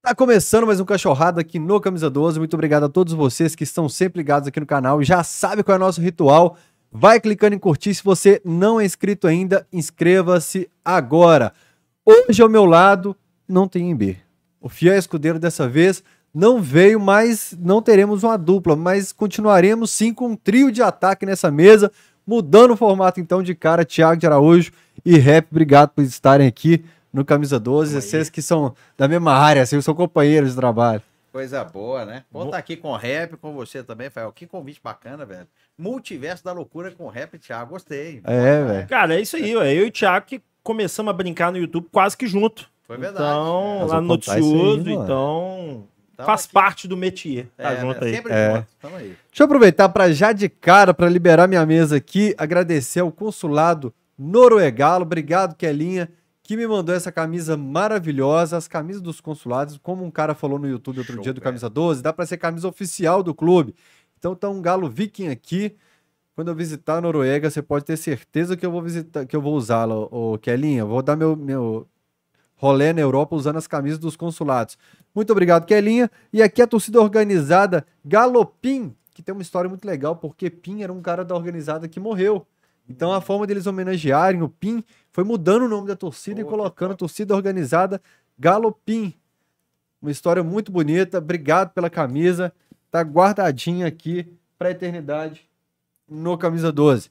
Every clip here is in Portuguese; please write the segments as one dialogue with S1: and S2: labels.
S1: Tá começando mais um Cachorrada aqui no Camisa 12. Muito obrigado a todos vocês que estão sempre ligados aqui no canal. Já sabe qual é o nosso ritual. Vai clicando em curtir. Se você não é inscrito ainda, inscreva-se agora. Hoje ao meu lado não tem Embi. O fiel escudeiro dessa vez não veio, mas não teremos uma dupla. Mas continuaremos sim com um trio de ataque nessa mesa. Mudando o formato então de cara, Thiago de Araújo e Rap. Obrigado por estarem aqui no Camisa 12. Vocês que são da mesma área, assim, vocês são companheiros de trabalho.
S2: Coisa boa, né? Bom estar aqui com o rap, com você também, Fael. Que convite bacana, velho. Multiverso da loucura com rap, Thiago. Gostei.
S1: É, velho.
S3: Cara, é isso aí, ué. eu e o Thiago que começamos a brincar no YouTube quase que junto.
S2: Foi verdade. É.
S3: Então,
S1: Nós
S3: lá
S1: vamos
S3: no
S1: contar isso aí,
S3: Noticioso,
S1: mano.
S3: então
S2: Tamo
S3: faz
S2: aqui.
S3: parte do métier. Tá
S2: É,
S3: junto
S2: né?
S3: aí.
S2: Sempre
S1: É.
S2: junto. Tamo aí.
S1: Deixa eu aproveitar para já de cara, para liberar minha mesa aqui, agradecer ao consulado noruegalo. Obrigado, Kelinha, que me mandou essa camisa maravilhosa. As camisas dos consulados, como um cara falou no YouTube outro
S2: Show,
S1: dia do
S2: velho.
S1: Camisa 12, dá para ser camisa oficial do clube. Então tá um galo viking aqui. Quando eu visitar a Noruega, você pode ter certeza que eu vou visitar, que eu vou usá-la, ô Kelinha. Vou dar meu, meu rolê na Europa usando as camisas dos consulados. Muito obrigado, Kelinha. E aqui a torcida organizada Galopim, que tem uma história muito legal, porque Pim era um cara da organizada que morreu. Então a forma deles homenagearem o Pim foi mudando o nome da torcida e
S2: Pô, que
S1: colocando a torcida organizada Galopim. Uma história muito bonita. Obrigado pela camisa. Tá guardadinha aqui pra eternidade no Camisa 12.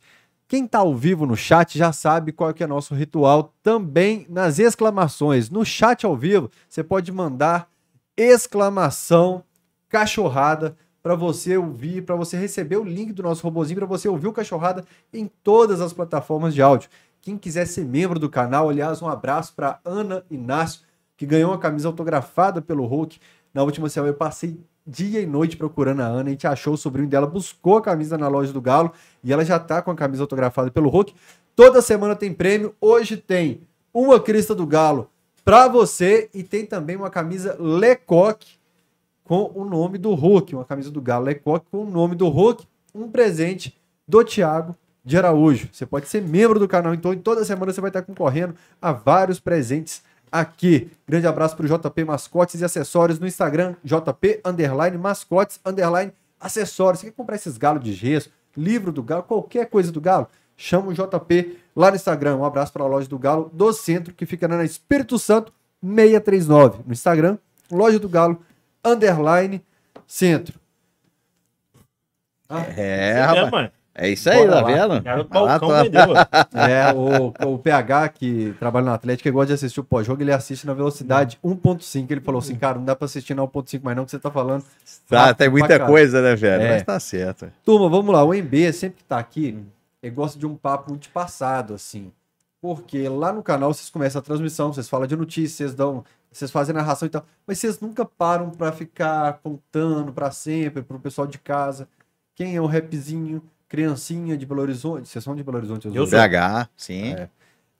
S1: Quem tá ao vivo no chat já sabe qual que é nosso ritual também nas exclamações. No chat ao vivo, você pode mandar exclamação cachorrada para você ouvir, para você receber o link do nosso robozinho, para você ouvir o cachorrada em todas as plataformas de áudio. Quem quiser ser membro do canal, aliás, um abraço para Ana Inácio, que ganhou uma camisa autografada pelo Hulk na última semana. Eu passei dia e noite procurando a Ana, a gente achou o sobrinho dela, buscou a camisa na loja do Galo e ela já tá com a camisa autografada pelo Hulk. Toda semana tem prêmio, hoje tem uma crista do Galo para você e tem também uma camisa Lecoque com o nome do Hulk, uma camisa do Galo Lecoque com o nome do Hulk, um presente do Thiago de Araújo. Você pode ser membro do canal, então, e toda semana você vai estar concorrendo a vários presentes aqui. Grande abraço para o JP Mascotes e Acessórios no Instagram, JP underline Mascotes underline Acessórios. Você quer comprar esses galos de gesso, livro do galo, qualquer coisa do galo? Chama o JP lá no Instagram. Um abraço para a loja do galo do centro, que fica na Espírito Santo 639. No Instagram, loja do galo underline centro. Ah,
S2: É,
S3: É,
S2: rapaz.
S3: mano.
S2: É isso aí,
S1: Bora
S2: tá
S1: lá.
S2: vendo?
S3: Cara, o
S2: Vai lá,
S3: balcão
S2: tá-
S3: vendeu. mano.
S1: É, o, o PH, que trabalha no Atlético, ele gosta de assistir o pós-jogo, ele assiste na velocidade 1.5. Ele falou assim, cara, não dá pra assistir na 1.5 mais não, que você tá falando.
S2: Tá, tem
S1: Pra
S2: muita
S1: cá.
S2: coisa, né, velho?
S1: É.
S2: Mas tá certo.
S1: Turma, vamos lá. O MB sempre que tá aqui, ele gosta de um papo muito de passado, assim. Porque lá no canal vocês começam a transmissão, vocês falam de notícias, vocês dão. Vocês fazem narração e tal. Mas vocês nunca param pra ficar contando pra sempre, pro pessoal de casa. Quem é o rapzinho, criancinha de Belo Horizonte? Vocês são de Belo Horizonte, os
S3: Eu
S1: dois?
S3: sou.
S2: BH, sim.
S1: É.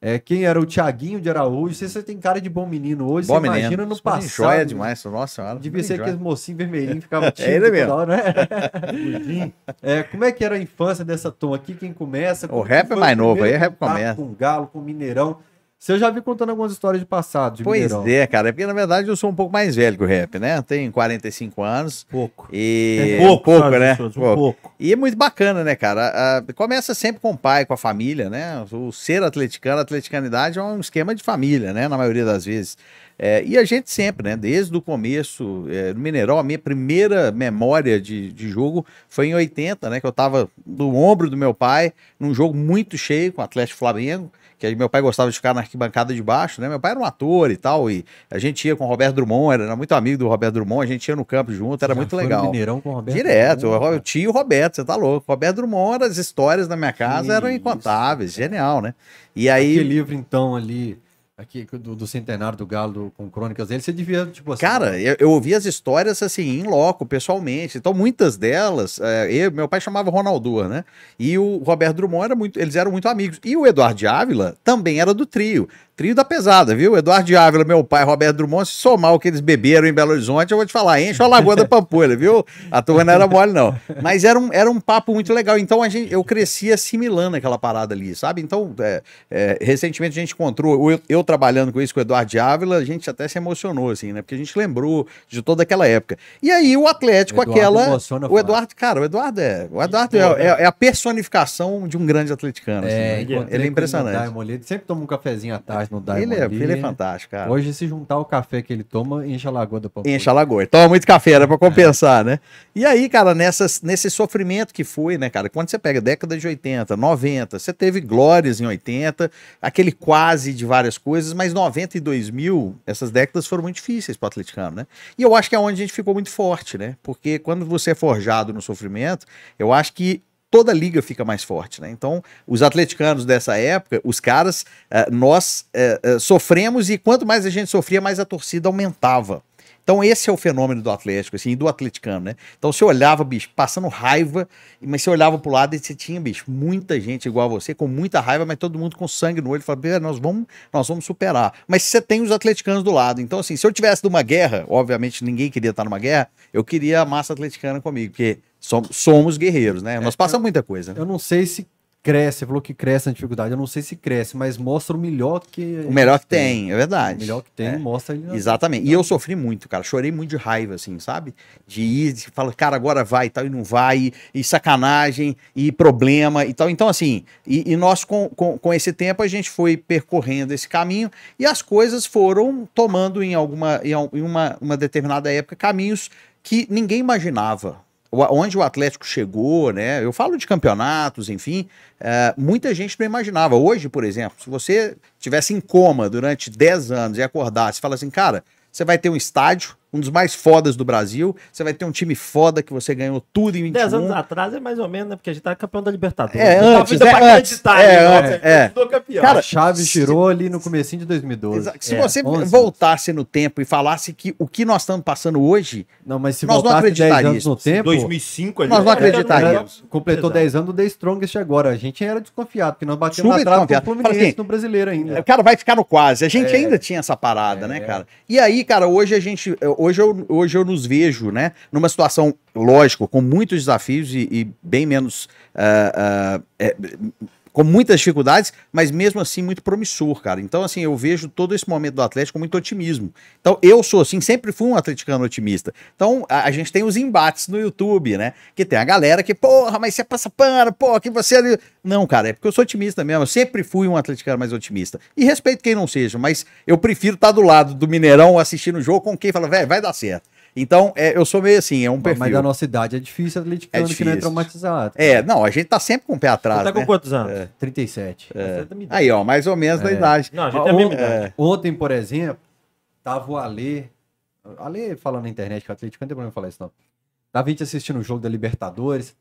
S1: É, quem era o Thiaguinho de Araújo? Você, você tem cara de bom menino hoje,
S2: Bom
S1: você
S2: menino.
S1: imagina no
S2: Isso
S1: passado. né?
S2: Joia demais, nossa senhora.
S1: Devia ser
S2: joia.
S1: aqueles mocinhos vermelhinhos que ficavam
S2: É ele
S1: tímido
S2: mesmo.
S1: toda hora, né? é, como é que era a infância dessa turma aqui? Quem começa?
S2: O rap é mais novo, aí o rap começa.
S1: começa. Com Galo, com Mineirão. Você já vi contando algumas histórias de passado de
S2: Pois
S1: Mineirão.
S2: é, cara. É porque, na verdade, eu sou um pouco mais velho que o rap, né? Tenho 45 anos.
S1: Pouco.
S2: E...
S3: Um pouco,
S2: pouco,
S3: sabe,
S2: né?
S3: pessoas, Um
S2: Pouco.
S3: pouco.
S2: E é muito bacana, né, cara? Ah, Começa sempre com o pai, com a família, né? O ser atleticano, a atleticanidade é um esquema de família, né? Na maioria das vezes. É, e a gente sempre, né? Desde o começo, é, no Mineirão, a minha primeira memória de, de jogo foi em 80, né? Que eu tava no ombro do meu pai, num jogo muito cheio com o Atlético Flamengo. Que aí meu pai gostava de ficar na arquibancada de baixo, né? Meu pai era um ator e tal, e a gente ia com o Roberto Drummond, era muito amigo do Roberto Drummond, a gente ia no campo junto,
S1: Já
S2: era muito
S1: foi no
S2: legal.
S1: Mineirão com o Roberto.
S2: Direto,
S1: Drummond,
S2: o tio Roberto, você tá louco. Roberto Drummond, as histórias na minha casa
S1: Que
S2: eram
S1: isso,
S2: incontáveis, genial, né? E aí,
S1: Aquele livro, então, ali, aqui, do, do Centenário do Galo, do- com crônicas dele, você devia, tipo assim.
S2: cara, eu, eu ouvi as histórias assim, em loco, pessoalmente. Então, muitas delas, é, eu- meu pai chamava Ronaldo, né? E o Roberto Drummond era muito, eles eram muito amigos. E o Eduardo de Ávila também era do trio. trio da pesada, viu? Eduardo de Ávila, meu pai, Roberto Drummond, se somar o que eles beberam em Belo Horizonte, eu vou te falar, enche a Lagoa da Pampulha, viu? A turma não era mole, não. Mas era um, era um papo muito legal. Então a gente, eu cresci assimilando aquela parada ali, sabe? Então, é, é, recentemente a gente encontrou, eu, eu trabalhando com isso com o Eduardo de Ávila, a gente até se emocionou, assim, né? Porque a gente lembrou de toda aquela época. E aí o Atlético,
S1: Eduardo
S2: tipo aquela.
S1: emociona
S2: O
S1: fácil.
S2: Eduardo, cara, o Eduardo é. O Eduardo é, é- é a personificação de um grande
S1: É,
S2: atleticano. assim, né?
S1: encontrei
S2: Ele é
S1: com
S2: impressionante.
S1: no Diamond League. Sempre toma um cafezinho à tarde no Diamond
S2: Ele é,
S1: League.
S2: ele é fantástico, cara.
S1: Hoje, se juntar o café que ele toma, enche a lagoa da Pampulha.
S2: Enche a lagoa. Toma muito café, era pra compensar, né? E aí, cara, nessas, nesse sofrimento que foi, né, cara? Quando você pega década de 80, 90, você teve glórias em 80, aquele quase de várias coisas, mas 90 e 2000, essas décadas foram muito difíceis pro atleticano, né? E eu acho que é onde a gente ficou muito forte, né? Porque quando você é forjado no sofrimento, eu acho que toda liga fica mais forte, né? Então, os atleticanos dessa época, os caras, eh, nós eh, eh, sofremos e quanto mais a gente sofria, mais a torcida aumentava. Então, esse é o fenômeno do Atlético, assim, e do atleticano, né? Então, você olhava, bicho, passando raiva, mas você olhava pro lado e você tinha, bicho, muita gente igual a você, com muita raiva, mas todo mundo com sangue no olho, falando, "Pera, nós vamos, nós vamos superar. Mas você tem os atleticanos do lado. Então, assim, se eu tivesse numa guerra, obviamente ninguém queria estar numa guerra, eu queria a massa atleticana comigo, porque som- somos guerreiros, né?
S1: É,
S2: Nós passamos muita coisa, né?
S1: Eu não sei se cresce, você falou que cresce na dificuldade, eu não sei se cresce, mas mostra o melhor que.
S2: O melhor que tem, é verdade.
S1: O melhor que tem,
S2: É.
S1: mostra ele. na-
S2: Exatamente. E eu sofri muito, cara. Chorei muito de raiva, assim, sabe? De ir, de falar, cara, agora vai e tal, e não vai, e sacanagem, e problema e tal. Então, assim, e, e nós com, com, com esse tempo a gente foi percorrendo esse caminho e as coisas foram tomando em alguma, em, al- em uma, uma determinada época, caminhos que ninguém imaginava. O- Onde o Atlético chegou, né? Eu falo de campeonatos, enfim, é, muita gente não imaginava. Hoje, por exemplo, se você tivesse em coma durante 10 anos e acordasse e falasse assim, cara, você vai ter um estádio, um dos mais fodas do Brasil, você vai ter um time foda que você ganhou tudo em 21.
S3: 10 anos atrás é mais ou menos, né? Porque a gente tá campeão da Libertadores.
S2: É,
S3: Eu tava
S2: antes,
S3: ainda
S2: é,
S3: pra
S2: antes,
S3: acreditar,
S2: é,
S3: né?
S2: antes, é.
S3: Sou campeão.
S2: Cara,
S1: a chave
S2: se-
S1: girou ali no comecinho de 2012.
S2: Exa- Se
S3: É,
S2: você
S1: 11.
S2: voltasse no tempo e falasse que o que nós estamos passando hoje,
S1: Não, mas se
S2: Nós não
S1: voltasse 10 anos
S2: acreditaríamos.
S1: no tempo. É,
S3: 2005 ali.
S2: Nós não
S3: era-
S2: acreditaríamos.
S1: Completou
S3: Exato.
S1: 10 anos do The Strongest agora. A gente era desconfiado, porque nós batemos na
S2: Super
S1: trave com o
S2: desconfiado. Fala
S1: Fluminense
S2: assim,
S1: no brasileiro
S2: o
S1: ainda.
S2: cara vai ficar no quase. A gente
S1: É.
S2: ainda tinha essa parada, né, cara? E aí, cara, hoje a gente, hoje eu, hoje eu nos vejo, né, numa situação, lógico, com muitos desafios e, e bem menos, ah, ah, é, com muitas dificuldades, mas mesmo assim muito promissor, cara. Então, assim, eu vejo todo esse momento do Atlético com muito otimismo. Então, eu sou, assim, sempre fui um atleticano otimista. Então, a, a gente tem os embates no YouTube, né? Que tem a galera que, porra, mas você passa pano, porra, que você... ali-" Não, cara, é porque eu sou otimista mesmo. Eu sempre fui um atleticano mais otimista. E respeito quem não seja, mas eu prefiro estar do lado do Mineirão assistindo o jogo com quem fala, velho, vai dar certo. Então, é, eu sou meio assim, é um perfil.
S1: Mas da nossa idade é difícil atleticano que não é
S2: É difícil.
S1: traumatizado.
S2: É, não, a gente tá sempre com o pé atrás,
S3: Você tá com
S2: né?
S3: quantos anos?
S1: 37.
S3: Você tá me dando.
S2: Aí, ó, mais ou menos da idade.
S3: É. Não, a gente tem a mesma idade.
S2: É.
S1: Ontem, por exemplo, tava o Alê. Alê falando na internet que o Atlético não tem problema falar isso, não. Tava a gente assistindo o jogo da Libertadores.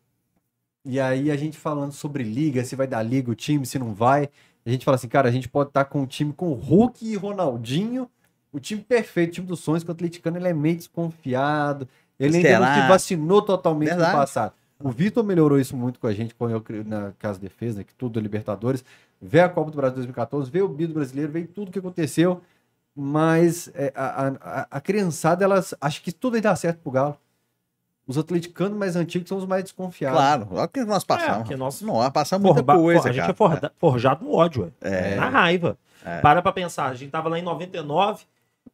S1: E aí a gente falando sobre liga, se vai dar liga o time, se não vai. A gente fala assim, cara, a gente pode estar com um time com Hulk e Ronaldinho, o time perfeito, o time dos sonhos, que o atleticano ele é meio desconfiado. Ele ainda não
S2: Será?
S1: se vacinou totalmente
S2: Verdade.
S1: no passado. O Vitor melhorou isso muito com a gente quando eu cre- na Casa de Defesa, que tudo da Libertadores. Veio a Copa do Brasil 2014, veio o Bido Brasileiro, veio tudo que aconteceu. Mas é, a, a- a- a criançada, elas acho que tudo aí dá certo pro Galo. Os atleticanos mais antigos são os mais desconfiados.
S2: Claro, olha o que nós
S3: É,
S2: passamos.
S3: porque nós-
S2: Não, nós passamos muita
S3: Forba-
S2: coisa,
S3: for- a gente
S2: cara.
S3: é forda- forjado no ódio, ué.
S2: É.
S3: na raiva.
S2: É.
S3: Para pra pensar, a gente tava lá em 99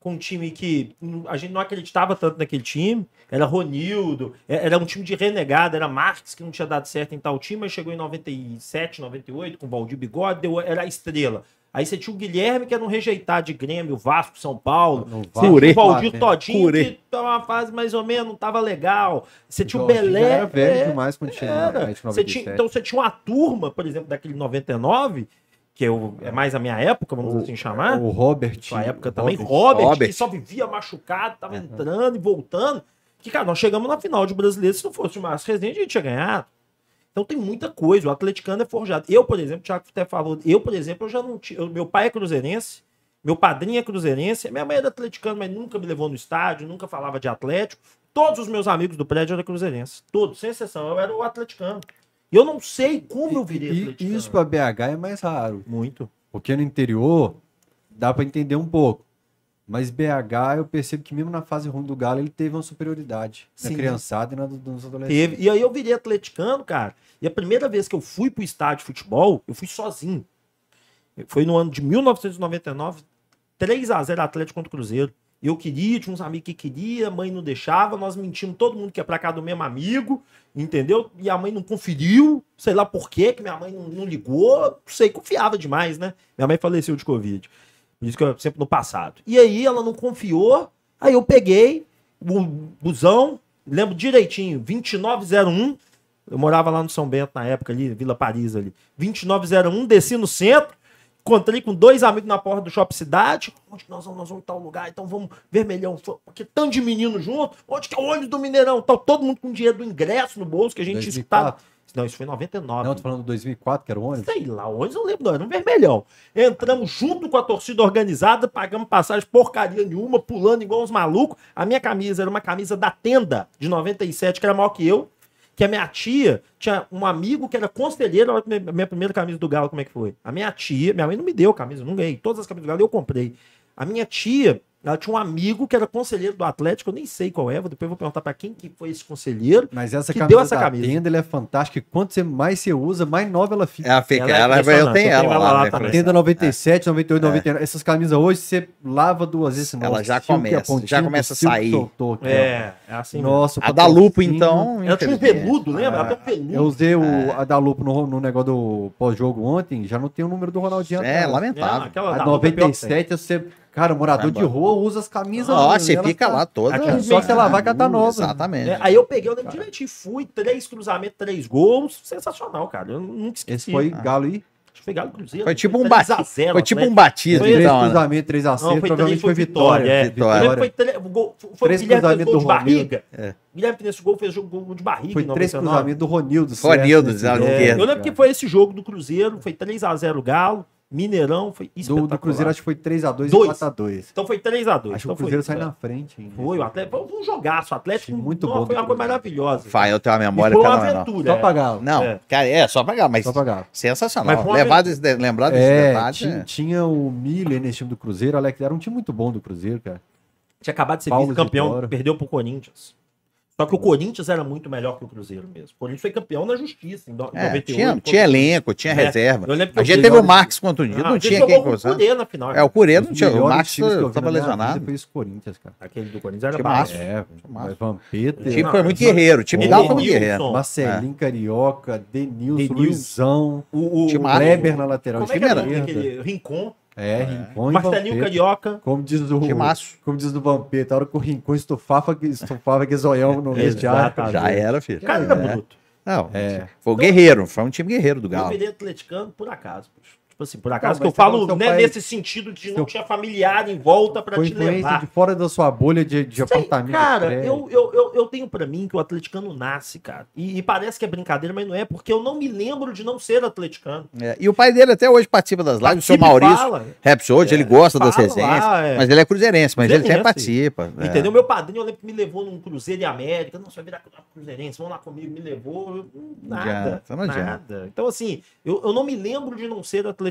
S3: com um time que hum, a gente não acreditava tanto naquele time, era Ronildo, é- era um time de renegado, era Marques que não tinha dado certo em tal time, mas chegou em 97, 98 com o Valdir Bigode, deu- era a estrela. Aí você tinha o Guilherme que era um rejeitado de Grêmio, Vasco, São Paulo.
S1: No
S3: Você
S1: Vasco,
S3: tinha
S2: Curê.
S3: o Valdir
S1: Flamengo.
S3: Todinho,
S2: Curê.
S3: que tava uma fase mais ou menos, não tava legal. Você tinha o
S1: Jorginho já
S3: Belé.
S1: Era velho
S3: é,
S1: demais quando chegou
S3: era.
S1: na Atlético em
S3: Você tinha-
S1: 97.
S3: então você tinha uma turma, por exemplo, daquele 99, que eu, é mais a minha época, vamos
S1: O-
S3: assim chamar.
S1: O Robert.
S3: Sua época
S1: o
S3: também. Robert,
S2: Robert.
S3: que só vivia machucado, tava entrando e voltando. Que, cara, nós chegamos na final de brasileiro. Se não fosse o Márcio Rezende, a gente tinha ganhado. Então tem muita coisa. O atleticano é forjado. Eu, por exemplo, o Thiago até falou. Eu, por exemplo, eu já não tinha. eu- Meu pai é cruzeirense. Meu padrinho é cruzeirense. Minha mãe era atleticana, mas nunca me levou no estádio, nunca falava de Atlético. Todos os meus amigos do prédio eram cruzeirenses. Todos, sem exceção. Eu era o atleticano. E eu não sei como eu virei
S1: E- e
S3: atleticano.
S1: isso pra BH é mais raro.
S3: Muito.
S1: Porque no interior, dá pra entender um pouco. Mas BH, eu percebo que mesmo na fase ruim do Galo, ele teve uma superioridade.
S3: Sim.
S1: Na criançada e na do- dos adolescentes.
S3: Teve. E aí eu virei atleticano, cara. E a primeira vez que eu fui pro estádio de futebol, eu fui sozinho. Foi no ano de 1999, 3x0 Atlético contra o Cruzeiro. Eu queria, tinha uns amigos que queria, a mãe não deixava, nós mentimos todo mundo que ia pra casa do mesmo amigo, entendeu? E a mãe não conferiu, sei lá por quê, que minha mãe não, não ligou, não sei, confiava demais, né? Minha mãe faleceu de Covid. Por isso que eu sempre no passado. E aí ela não confiou, aí eu peguei o busão, lembro direitinho, 2901. Eu morava lá no São Bento na época ali, Vila Paris ali. 2901, desci no centro, encontrei com dois amigos na porta do Shopping Cidade. Onde que nós vamos? Nós vamos em tal lugar, então vamos Vermelhão, foi- porque tanto de menino junto. Onde que é o ônibus do Mineirão? Tal, todo mundo com dinheiro do ingresso no bolso que a gente
S1: 2004?
S3: escutava. Não, isso foi em 99.
S1: Não, tô falando de 2004, que era o ônibus.
S3: Sei lá, onde eu não lembro, não, era um vermelhão. Entramos junto com a torcida organizada, pagamos passagem porcaria nenhuma, pulando igual uns malucos. A minha camisa era uma camisa da tenda de 97, que era maior que eu. Que a minha tia tinha um amigo que era conselheiro. Olha a minha- minha primeira camisa do Galo, como é que foi? A minha tia, minha mãe não me deu camisa, eu não ganhei. Todas as camisas do Galo eu comprei. A minha tia, ela tinha um amigo que era conselheiro do Atlético, eu nem sei qual é, depois eu vou perguntar pra quem que foi esse conselheiro.
S1: Mas essa
S3: Que
S1: camisa
S3: deu essa
S1: da
S3: camisa.
S1: tenda, ele é fantástica. E Quanto você- mais você usa, mais nova ela fica.
S2: É a Fê,
S3: Ela é
S2: ela, eu
S3: impressionante,
S2: tenho
S3: eu tenho
S2: ela
S3: ela lá
S2: lá. né,
S3: também.
S2: Fernando?
S1: Tenda 97, 98, 99. Essas camisas hoje, você lava duas vezes.
S2: É. Ela já
S1: silk,
S2: começa,
S1: pontinha
S2: já
S1: do
S2: começa a
S1: silk
S2: sair.
S1: Soltou, aqui, ó.
S3: é assim. mesmo.
S1: Nossa, o
S2: A da Lupo,
S1: patrocínio.
S2: então. é.
S3: Ela tinha um
S2: infelizmente.
S3: peludo, lembra? Ela tem um peludo.
S1: Eu usei o, a da Lupo no, no negócio do pós-jogo ontem, já não tem o número do Ronaldinho.
S2: É,
S1: atrás.
S2: lamentável.
S3: aquela
S1: Tá. A
S3: da Lupa é pior que tem.
S1: 97, você. Cara, morador
S2: Vai
S1: de
S2: embora.
S1: rua usa as camisas.
S2: Nossa, você
S1: elas
S2: fica
S1: tá-
S2: lá toda.
S1: Aqui, só se ela vai que ela tá nova.
S2: Exatamente.
S3: É, aí eu peguei, eu lembro direitinho, fui, três cruzamentos, três gols, sensacional, cara. Eu nunca
S1: Esse
S3: esqueci.
S2: Ah.
S1: foi Galo e.
S3: Acho que foi Galo e Cruzeiro.
S2: Foi tipo um
S3: 3 a né?
S2: batismo.
S3: 0,
S2: Foi tipo um
S3: Atlético.
S2: batismo,
S3: Foi
S1: Três
S2: então. né?
S1: cruzamentos, três
S3: Não, foi
S1: acertos,
S3: três,
S1: provavelmente
S3: foi
S1: foi
S3: vitória,
S1: vitória.
S3: é. Eu lembro que
S1: Vitória.
S3: Foi, tre- o gol, foi, foi
S1: Três
S3: o Guilherme fez
S1: cruzamentos
S3: gol de
S1: do Romildo.
S3: barriga. Guilherme fez gol, fez jogo, gol de barriga.
S1: Foi
S3: em
S1: três
S3: 99.
S1: cruzamentos do Ronildo. certo,
S2: Ronildo, da
S1: nesse
S3: É,
S1: jogo.
S2: esquerda.
S3: eu lembro que foi esse jogo do Cruzeiro, foi 3x0 Galo, Mineirão, foi
S1: Do,
S3: espetacular.
S1: do Cruzeiro, acho que foi 3x2 e
S3: Dois.
S1: 4x2.
S3: Então foi 3x2.
S1: Acho que
S3: então
S1: o Cruzeiro
S3: foi,
S1: sai na frente. ainda.
S3: Foi, o Atlético, foi um jogaço, o Atlético.
S1: Achei muito
S3: nossa,
S1: bom
S3: Foi
S1: do
S3: uma coisa
S1: Cruzeiro.
S3: maravilhosa.
S2: Fai, eu tenho uma
S3: E foi
S2: memória
S1: um,
S3: uma
S2: fenomenal.
S3: aventura.
S1: Só
S3: é.
S1: pra Galo.
S2: Não,
S3: É.
S2: cara, é só pagar, mas
S1: Só pra Galo.
S2: sensacional.
S3: Mas foi uma
S2: Levar desse de- lembrar desse
S1: É,
S2: detalhe.
S1: ti-
S2: é.
S1: tinha o Miller nesse time do Cruzeiro, Alex, era um time muito bom do Cruzeiro, cara.
S3: Tinha acabado de ser
S1: Paulo
S3: vice-campeão,
S1: Isidoro.
S3: perdeu pro Corinthians. Só que o Corinthians era muito melhor que o Cruzeiro mesmo. O Corinthians foi campeão na justiça em do-
S2: É,
S3: 98.
S2: tinha, tinha elenco, tinha
S3: É,
S2: reserva.
S3: eu lembro que
S2: A
S3: eu
S2: gente
S3: fui-
S2: teve o Marx contundido,
S3: Ah,
S2: não
S3: a gente
S2: tinha quem
S3: jogou com o
S2: conversar.
S3: Cudê na final.
S2: É, o Cureia
S1: Os
S2: não tinha. O
S1: melhores
S2: Marx
S1: times que eu vi
S2: estava
S1: na minha
S2: lesionado.
S1: vida Foi esse Corinthians, cara.
S3: Aquele do Corinthians era
S2: Tinha
S3: barato.
S2: Márcio.
S1: É,
S2: Márcio.
S1: mas Vampeta,
S2: O time
S3: Não,
S2: foi muito
S3: mas-
S2: guerreiro. O time Galo foi muito
S3: Edenilson.
S2: guerreiro.
S1: Marcelinho, Carioca, Denilson,
S3: é. Denilson.
S1: Luizão,
S3: O, o,
S2: Tinha
S3: o-
S2: Márcio.
S1: Kleber na lateral
S3: Como é que
S1: esquerda.
S3: era o nome daquele? Rincon.
S1: É, Rincon e
S3: Marcelinho
S1: Vampeta.
S3: Carioca.
S1: Como diz o
S2: Timaço.
S1: como diz do Vampeta, a hora que o Rincon estufava, estufava que zoião no vestiário.
S3: Exatamente.
S2: Já era, filho.
S3: Cara, era
S2: É.
S3: bruto.
S2: Não,
S1: É.
S2: foi o guerreiro. Foi um time guerreiro do
S3: Eu
S2: Galo.
S3: virei atleticano por acaso. bicho. Tipo assim, por
S1: Não,
S3: acaso, que eu
S1: mas você falou
S3: falo
S1: que seu
S3: né,
S1: pai-
S3: nesse sentido de não
S1: seu-
S3: tinha familiar em volta pra
S1: Foi
S3: te
S1: influência
S3: levar.
S1: de fora da sua bolha de, de
S3: Sei,
S1: apartamento.
S3: cara,
S1: prédio.
S3: eu, eu, eu, eu tenho pra mim que o atleticano nasce, cara. E, e parece que é brincadeira, mas não é, porque eu não me lembro de não ser atleticano.
S2: É, E o pai dele até hoje participa das lives. O seu
S3: Participa e
S2: Maurício
S3: fala, é,
S2: Raps hoje,
S1: É,
S2: ele gosta das
S3: fala
S2: resenhas.
S3: lá, é.
S2: Mas ele é cruzeirense, mas ele até
S3: Cruzeirense.
S2: participa. é.
S3: Entendeu? Meu padrinho, eu lembro que me levou num Cruzeiro e América. Não, você vai virar cru- cruzeirense, vão lá comigo. Me levou, eu- nada,
S2: adianta, não adianta.
S3: nada. Então, assim, eu, eu não me lembro de não ser atleticano.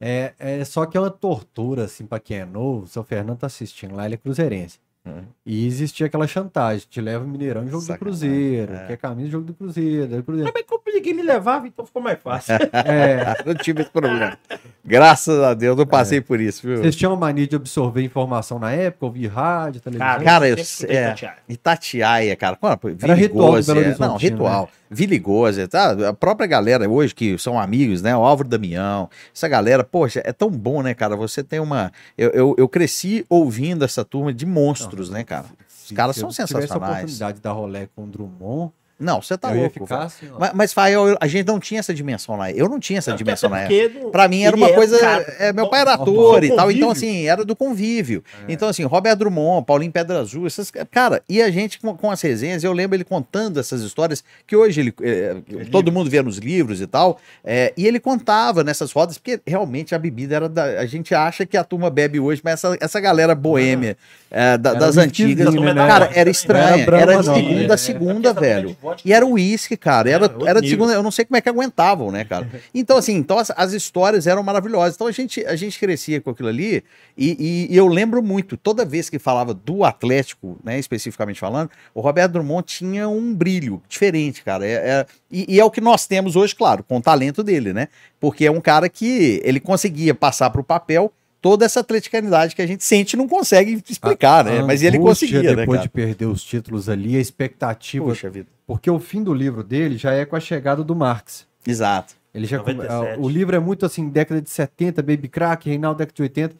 S1: É, é só que é uma tortura, assim, pra quem é novo. O seu Fernando tá assistindo lá, ele é cruzeirense.
S2: Hum.
S1: E existia aquela chantagem: te leva o Mineirão em jogo
S2: Sacanagem,
S1: do Cruzeiro,
S2: é.
S1: quer camisa jogo do Cruzeiro. é Cruzeiro.
S3: Também que eu peguei me levava, então ficou mais fácil.
S1: É,
S2: Ah, Eu não tive esse problema. Graças a Deus, eu passei por isso, viu?
S1: vocês tinham a mania de absorver informação na época, ouvir rádio, televisão.
S2: Cara, eu
S3: sempre escutei
S2: é.
S3: Tatiana.
S2: Itatiaia, cara. Quando, pô,
S1: Era ritual de Belo
S2: Viligósia,
S1: Horizonte, né?
S2: Não, ritual. Viligósia, tá? A própria galera hoje que são amigos, né? O Álvaro Damião, essa galera, poxa, é tão bom, né, cara? Você tem uma. Eu, eu, eu cresci ouvindo essa turma de monstros, né, cara?
S1: Os
S2: caras são
S1: Se eu tivesse a
S2: sensacionais.
S1: oportunidade da rolê com o Drummond,
S2: Não, você tá
S1: eu ia
S2: louco.
S1: ficar
S2: velho.
S1: assim, ó.
S2: Mas, mas Fael, eu- a gente não tinha essa dimensão lá. Eu não tinha essa dimensão na
S3: Até
S2: época.
S3: porque não-
S2: Pra mim era
S3: ele um
S2: uma coisa.
S3: cara,
S2: é, meu pai era
S1: normal.
S2: ator e
S3: Convívio. É.
S2: tal, então assim, era do convívio. Então, assim, Robert Drummond, Paulinho Pedra Azul, essas. Cara, e a gente com, com as resenhas, eu lembro ele contando essas histórias que hoje ele. é, todo mundo vê nos livros e tal. é, e ele contava nessas rodas, porque realmente a bebida era da. A gente acha que a turma bebe hoje, mas essa, essa galera boêmia é, da-
S1: Era
S2: das
S1: um
S2: antigas.
S1: esquisinho,
S3: né?
S2: Cara, era estranha.
S1: Não era
S2: Era
S1: Brahma,
S2: de
S1: não,
S2: segunda a
S1: é.
S3: É porque
S2: segunda,
S3: essa
S2: velho.
S3: também Pode
S2: E era uísque, cara. Era,
S3: É, outro
S2: era de
S3: nível.
S2: segunda. Eu não sei como é que aguentavam, né, cara? Então, assim, então as, as histórias eram maravilhosas. Então a gente, a gente crescia com aquilo ali. E, e- e eu lembro muito, toda vez que falava do Atlético, né, especificamente falando, o Roberto Drummond tinha um brilho diferente, cara. É- é- e, e é o que nós temos hoje, claro, com o talento dele, né? Porque é um cara que ele conseguia passar para o papel. Toda essa atleticanidade que a gente sente e não consegue explicar, né?
S1: A
S2: Mas ele
S1: angústia
S2: conseguia, né,
S1: Depois de
S2: cara?
S1: perder os títulos ali, a expectativa.
S2: Puxa vida.
S1: Porque o fim do livro dele já é com a chegada do Marx.
S2: Exato.
S1: Ele já come-
S3: 97.
S1: ah, O livro é muito assim, década de 70, Baby Crack, Reinaldo, década de 80.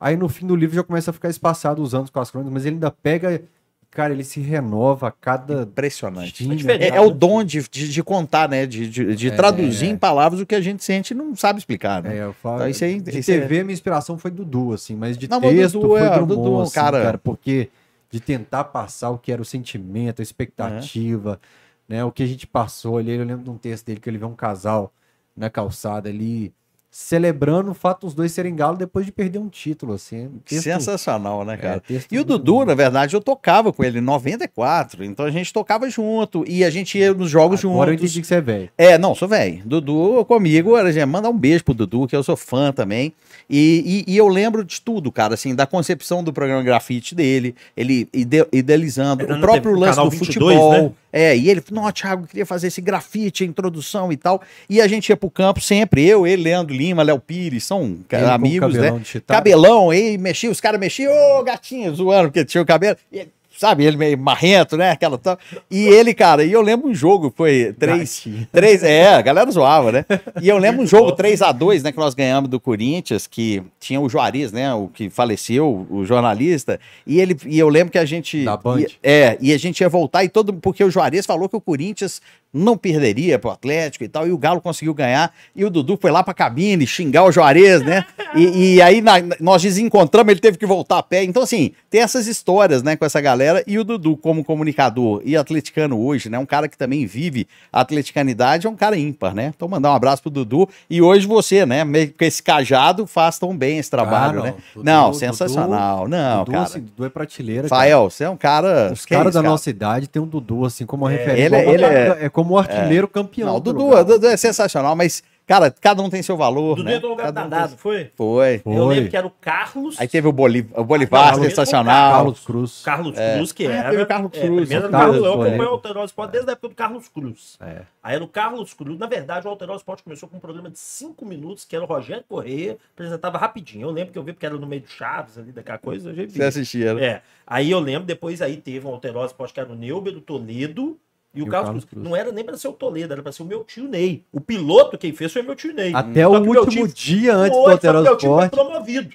S1: Aí no fim do livro já começa a ficar espaçado os anos com as crônicas, mas ele ainda pega. Cara, ele se renova a cada.
S2: Impressionante.
S1: dia.
S3: É diferente.
S2: É, é o dom de, de, de contar, né? De, de, de
S1: É.
S2: traduzir em palavras o que a gente sente e não sabe explicar, né?
S1: É, eu falo,
S2: Então, isso aí-
S1: de
S2: isso aí-
S1: TV, minha inspiração foi Dudu, assim, mas de
S2: Não, mas
S1: texto
S2: Dudu
S1: foi
S2: é-
S1: Drummond,
S2: Dudu,
S1: assim,
S2: cara.
S1: cara. porque de tentar passar o que era o sentimento, a expectativa, né, o que a gente passou ali, eu lembro de um texto dele que ele vê um casal na calçada ali, celebrando o fato dos dois serem galo depois de perder um título, assim, um texto-
S2: Sensacional, né,
S1: é,
S2: cara?
S1: texto
S2: E o
S1: muito
S2: Dudu,
S1: bom.
S2: na verdade, eu tocava com ele em 94, então a gente tocava junto e a gente ia nos jogos
S1: Agora eu
S2: juntos.
S1: entendi que você é velho.
S2: É, não, sou velho. Dudu comigo, era, gente, manda um beijo pro Dudu, que eu sou fã também. E, e- e eu lembro de tudo, cara, assim, da concepção do programa grafite dele, ele ide- idealizando
S3: Era
S2: o
S3: na
S2: próprio
S3: TV,
S2: lance
S3: Canal
S2: do
S3: 22,
S2: futebol.
S3: né?
S2: É, e ele, não, Thiago, eu queria fazer esse grafite, a introdução e tal. E a gente ia pro campo sempre, eu, ele, Leandro Lima, Léo Pires, são cara,
S1: Ele com o
S2: amigos, né?
S1: cabelão de chitara.
S2: Cabelão, aí mexia, os caras mexiam, ô gatinho, zoando, porque tinha o cabelo. E ele, sabe, ele meio marrento, né? Aquela tal. E ele, cara, e eu lembro um jogo, foi três.
S1: Gatinho.
S2: Três, é, a galera zoava, né? E eu lembro um jogo
S3: bom.
S2: 3 a 2 né, que nós ganhamos do Corinthians, que tinha o Juarez, né, o que faleceu, o jornalista, e ele e eu lembro que a gente
S1: Da Band.
S2: ia- é, e a gente ia voltar e todo porque o Juarez falou que o Corinthians não perderia pro Atlético e tal, e o Galo conseguiu ganhar, e o Dudu foi lá pra cabine xingar o Juarez, né? E, e aí na- nós desencontramos, ele teve que voltar a pé. Então, assim, tem essas histórias, né, com essa galera, e o Dudu, como comunicador e atleticano hoje, né? Um cara que também vive a atleticanidade, é um cara ímpar, né? Então, mandar um abraço pro Dudu. E hoje você, né, meio que com esse cajado, faz tão bem esse trabalho,
S1: Ah,
S2: né?
S1: Dudu-
S2: não,
S1: Dudu-
S2: sensacional. não,
S1: Dudu,
S2: cara.
S1: assim, Dudu é prateleira, cara.
S2: Rafael, você é um cara.
S1: Os
S2: que é
S1: caras
S2: isso,
S1: da nossa idade tem um Dudu, assim, como uma
S3: É,
S1: referência.
S2: ele-
S1: Igual
S2: ele
S1: uma-
S2: é-
S1: como um artilheiro campeão.
S2: Não,
S1: pelo
S2: Dudu,
S1: Galo.
S2: Dudu é sensacional, mas, cara, cada um tem seu valor.
S3: Dudu
S2: né?
S3: entrou no lugar
S2: Cada um tem-
S3: danado, foi?
S2: Foi.
S1: Foi.
S3: Eu lembro que era o Carlos.
S2: Aí teve o, Boli... o Bolivar,
S3: Não,
S2: sensacional.
S1: Carlos Cruz.
S3: Carlos Cruz, que
S2: Ah,
S3: era.
S2: teve o Carlos
S3: é,
S2: Cruz,
S3: primeiro
S1: o Carlos
S3: eu
S1: Cruz.
S3: acompanho o Alterosa Sport desde a época do Carlos Cruz.
S1: É.
S3: Aí era o Carlos Cruz. Na verdade, o Alterosa Sport começou com um programa de cinco minutos, que era o Rogério Corrêa, apresentava rapidinho. Eu lembro que eu vi porque era no meio do Chaves ali, daquela coisa, eu já vi.
S2: Você assistia, né?
S3: É. Aí eu lembro, depois aí teve um Alterosa Sport, que era o Neuber do Toledo. E, o Carlos, Cruz. Não era nem pra ser o Toledo, era pra ser o meu tio Ney. O piloto quem fez foi meu tio Ney.
S1: Até
S3: Só
S1: o
S2: é
S3: que meu
S1: último
S3: tio
S1: dia antes do
S3: Foi, só que é
S1: Alterosa
S3: meu tio foi
S1: Sport.
S3: tá promovido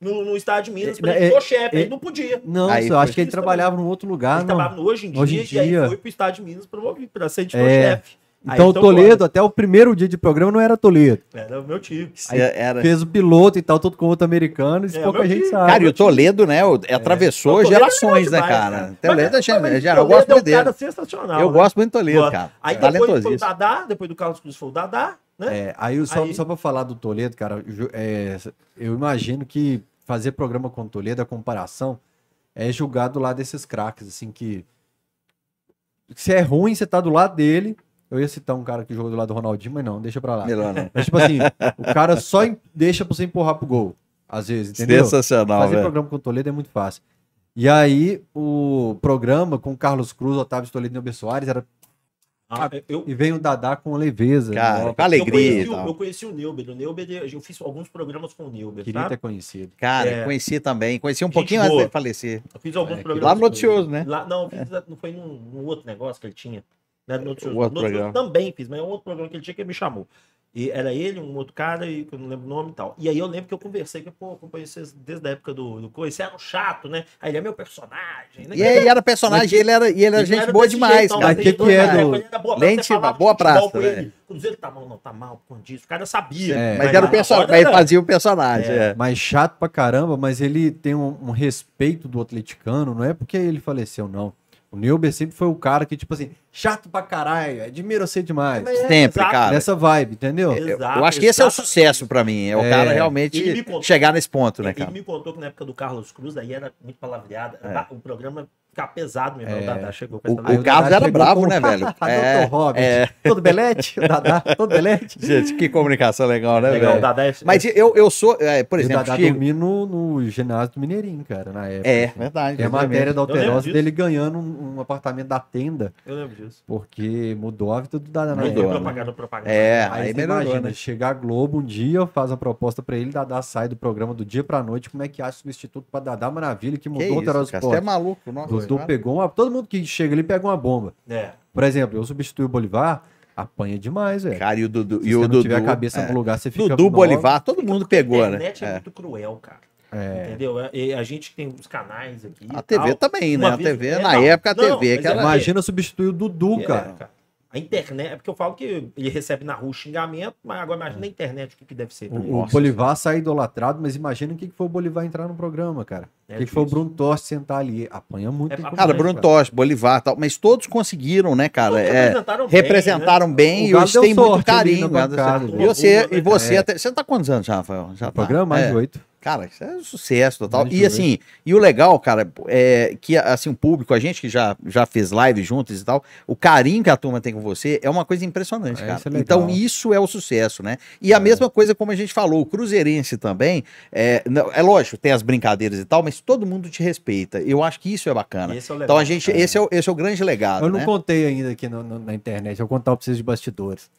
S3: no, no estádio de Minas,
S1: É,
S3: pra
S1: é,
S3: ele ficou chefe,
S1: é,
S3: ele não podia.
S1: Não,
S2: Aí
S1: eu acho
S2: foi.
S1: que ele trabalhava num outro lugar.
S3: Ele
S1: não.
S3: trabalhava no hoje em dia,
S1: Hoje em
S3: e
S1: dia.
S3: aí foi pro estádio de Minas promovido pra ser
S1: É.
S3: editor-chefe.
S2: Ah,
S3: Aí,
S1: Então o Toledo, até o primeiro dia de programa, não era Toledo.
S3: bora. Era o meu Então tio.
S2: Você Era...
S1: Fez o piloto e tal, todo com outro americano, isso
S3: É,
S1: pouca
S3: meu
S1: gente
S3: tio.
S1: sabe.
S2: Cara, e o Toledo, né? o- Atravessou
S3: O Toledo
S2: gerações,
S3: era
S2: né,
S3: demais,
S2: cara? Toledo é
S3: Mas-
S2: gen-
S3: mas
S2: é geral. Eu gosto
S3: Toledo
S2: muito
S3: é um
S2: dele.
S3: cara sensacional.
S2: Eu
S3: né?
S2: gosto muito do Toledo,
S3: Gosto.
S2: cara.
S3: Aí depois foi o
S2: Talentosíssimo.
S3: Dadá, depois do Carlos Cruz foi o Dadá, né?
S1: É, aí eu só,
S3: Aí-
S1: só pra falar do Toledo, cara, ju- é, eu imagino que fazer programa com o Toledo, a comparação, é julgar do lado desses craques, assim, que se é ruim, você tá do lado dele. Eu ia citar um cara que jogou do lado do Ronaldinho, mas não, deixa pra lá.
S2: Melhor não.
S1: Mas, tipo assim, o cara só em- deixa pra você empurrar pro gol, às vezes, entendeu?
S2: Sensacional,
S1: Fazer
S2: velho.
S1: programa com o Toledo é muito fácil. E aí, o programa com o Carlos Cruz, Otávio Toledo e Nelber Soares, era...
S3: Ah, eu,
S1: e vem o Dadá com leveza.
S2: Cara,
S1: né?
S2: com alegria
S3: Eu
S2: e
S3: conheci,
S2: tal.
S3: o- eu conheci o Neuber. O Neuber, eu fiz alguns programas com o Neuber,
S1: Queria
S3: sabe?
S1: ter conhecido.
S2: Cara,
S3: É.
S2: conheci também. Conheci um
S3: Gente
S2: pouquinho antes
S3: boa.
S2: dele falecer.
S3: Eu fiz alguns
S1: É, que
S3: programas.
S2: lá
S3: com
S2: no Noticioso, né?
S3: Lá, não, eu fiz, não foi num, num outro negócio que ele tinha. Não era no Noticioso.
S2: O outro
S3: No Noticioso
S2: programa.
S3: também fiz, mas é um outro programa que ele tinha que ele me chamou. E era ele, um outro cara, e que eu não lembro o nome e tal. E aí eu lembro que eu conversei, que eu pô, acompanhei vocês desde a época do, do coisa, você era um chato, né? Aí ele é meu personagem, né?
S2: E, ele era personagem, ele era, e ele era
S3: Ele
S2: gente
S3: era
S2: boa
S3: desse então.
S2: demais,
S3: jeitão,
S2: cara.
S1: mas que que é
S3: era
S1: do-
S3: ele era boa,
S2: Lente,
S3: você falava
S2: boa
S3: de futebol
S2: praça, né?
S3: com ele.
S2: velho.
S3: Cruzeiro tá mal, não tá mal, com disso. O cara sabia.
S1: É.
S2: Mas era o
S3: na roda
S2: personagem,
S3: era-
S2: fazia o personagem. é.
S1: mas chato pra caramba, mas ele tem um, um respeito do atleticano, não é porque ele faleceu, não. O Neuber sempre foi o cara que, tipo assim, chato pra caralho, admiro você demais.
S3: Mas-
S2: é. Sempre,
S3: Exato.
S2: cara.
S1: Nessa vibe, entendeu?
S3: Exato,
S2: Eu acho que esse é o
S3: exatamente.
S2: sucesso pra mim. É o
S1: É.
S2: cara
S3: Ele me
S2: realmente
S3: contou.
S2: chegar nesse ponto, né,
S3: Ele
S2: cara?
S3: me contou que na época do Carlos Cruz, aí era muito palavreada.
S2: É.
S3: tá? O programa ficar pesado, meu irmão. O Dadá chegou com
S2: O,
S3: essa live.
S2: o Carlos era
S1: chegou
S2: bravo,
S1: com-
S2: né, velho? é.
S1: Dr. Robert. Todo belete? O Dadá, todo belete?
S2: Gente, que comunicação legal, né,
S3: Legal, o
S2: velho?
S3: Dadá é...
S2: Mas eu, eu sou, é, por
S1: E o
S2: exemplo,
S1: Dadá
S2: Chico-
S1: dormiu no, no ginásio do Mineirinho, cara, na época.
S2: É, verdade.
S1: Tem a matéria da
S3: Eu lembro
S1: Alterosa
S3: disso.
S1: dele ganhando um, um apartamento da tenda,
S3: Eu lembro disso.
S1: porque mudou a vida do Dadá na
S2: Mudou,
S1: época.
S2: né?
S3: propaganda, propaganda.
S2: É,
S1: Aí,
S2: aí
S1: você
S2: melhorou,
S1: imagina,
S2: né?
S1: chegar a Globo um dia, faz uma proposta pra ele, Dadá sai do programa do dia pra noite, como é que acha o substituto pra Dadá Maravilha, que
S2: Que
S1: mudou o
S2: isso, cara,
S1: Alterosa
S2: você é
S1: Esporte.
S2: maluco. né? Nossa,
S1: Dudu
S2: cara.
S1: pegou uma... Todo mundo que chega ali pega uma bomba.
S3: É.
S1: Por exemplo, eu substituí o Bolivar, apanha demais, velho.
S2: Cara, e o Dudu...
S1: Se
S2: E
S1: você
S2: o
S1: não tiver a
S2: Dudu,
S1: cabeça
S2: é.
S1: no lugar, você fica...
S2: Dudu
S1: nó-
S2: Bolivar, todo mundo pegou,
S3: a
S2: né?
S3: internet é
S2: É.
S3: muito cruel, cara.
S1: É.
S3: Entendeu? É- é- a gente que tem os canais aqui.
S2: A
S3: e
S2: TV
S3: tal.
S2: também, né?
S3: Uma
S2: A
S3: vez-
S2: TV,
S3: é,
S2: na
S3: não,
S2: época, a
S3: mas não,
S2: TV,
S3: mas
S2: que era...
S3: é-
S1: Imagina substituir o Dudu,
S3: É,
S2: né?
S1: cara.
S3: A internet, é porque eu falo que ele recebe na rua xingamento, mas agora imagina a internet o que, que deve ser. né?
S1: O, o
S2: Nossa.
S1: Bolivar sai idolatrado, mas imagina o que, que foi o Bolivar entrar no programa, cara. O
S3: É
S1: que, que foi o
S3: difícil.
S1: Bruno Toste sentar ali. Apanha muito.
S3: É,
S1: tem como
S2: Cara,
S1: não,
S2: Bruno Tosh, Bolivar e tal. Mas todos conseguiram, né, cara?
S3: Todos
S2: É,
S3: representaram bem, né?
S2: representaram bem,
S1: né? O
S2: e
S1: Galo
S2: eles
S1: deu
S2: têm muito
S1: sorte ali
S2: carinho.
S1: na
S2: né?
S1: bancada,
S2: e
S3: velho.
S2: você, e
S3: É.
S2: você até. Você tá quantos anos já, Rafael? Já
S1: No
S2: tá.
S1: programa, mais
S2: É.
S1: de oito.
S2: Cara, isso é um sucesso total.
S1: Mais de
S2: E assim, e o legal, cara, é que assim, o público, a gente que já, já fez live juntos e tal, o carinho que a turma tem com você é uma coisa impressionante,
S1: É,
S2: cara.
S1: isso é legal. É.
S2: então, isso é o sucesso, né? E a mesma coisa, como a gente falou, o Cruzeirense também, é, não- é lógico, tem as brincadeiras e tal, mas todo mundo te respeita. Eu acho que isso é bacana.
S3: Esse é o legal.
S2: Então, a gente, esse, é o, esse é o grande legado.
S1: Eu não
S2: né?
S1: contei ainda aqui no- no- na internet, eu vou contar pra vocês de bastidores.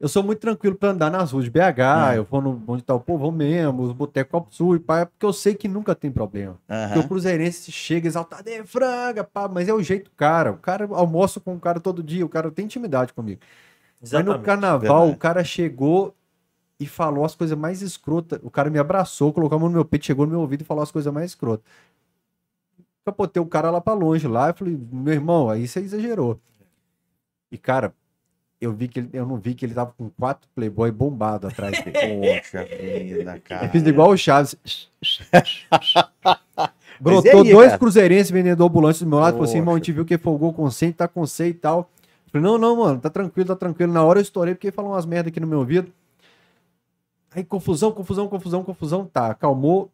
S1: Eu sou muito tranquilo pra andar nas ruas de BH,
S2: É.
S1: eu vou no, onde tá o povão mesmo, os botecos copo sul e pá, é porque eu sei que nunca tem problema.
S2: Aham.
S1: Porque o Cruzeirense chega exaltado, é franga, pá, mas é o jeito do cara. O cara almoça com o cara todo dia, o cara tem intimidade comigo. Mas no
S3: Exatamente.
S1: carnaval,
S2: verdade.
S1: o cara chegou e falou as coisas mais escrotas. O cara me abraçou, colocou a mão no meu peito, chegou no meu ouvido e falou as coisas mais escrotas. Capotei o cara lá pra longe, lá, eu falei, meu irmão, aí você exagerou. E, cara, eu vi que ele- eu não vi que ele tava com quatro playboy bombado atrás dele.
S2: Poxa vida, cara.
S1: Eu fiz igual o Chaves.
S2: Mas e
S1: Brotou
S2: aí,
S1: dois
S2: cara?
S1: cruzeirenses vendedor ambulante do meu lado, falou assim,
S2: Poxa.
S1: irmão, a gente viu que folgou com 100, tá com 100 e tal. Eu Falei, não, não, mano, tá tranquilo, tá tranquilo. Na hora eu estourei porque ele falou umas merda aqui no meu ouvido. Aí confusão, confusão, confusão, confusão, tá, acalmou.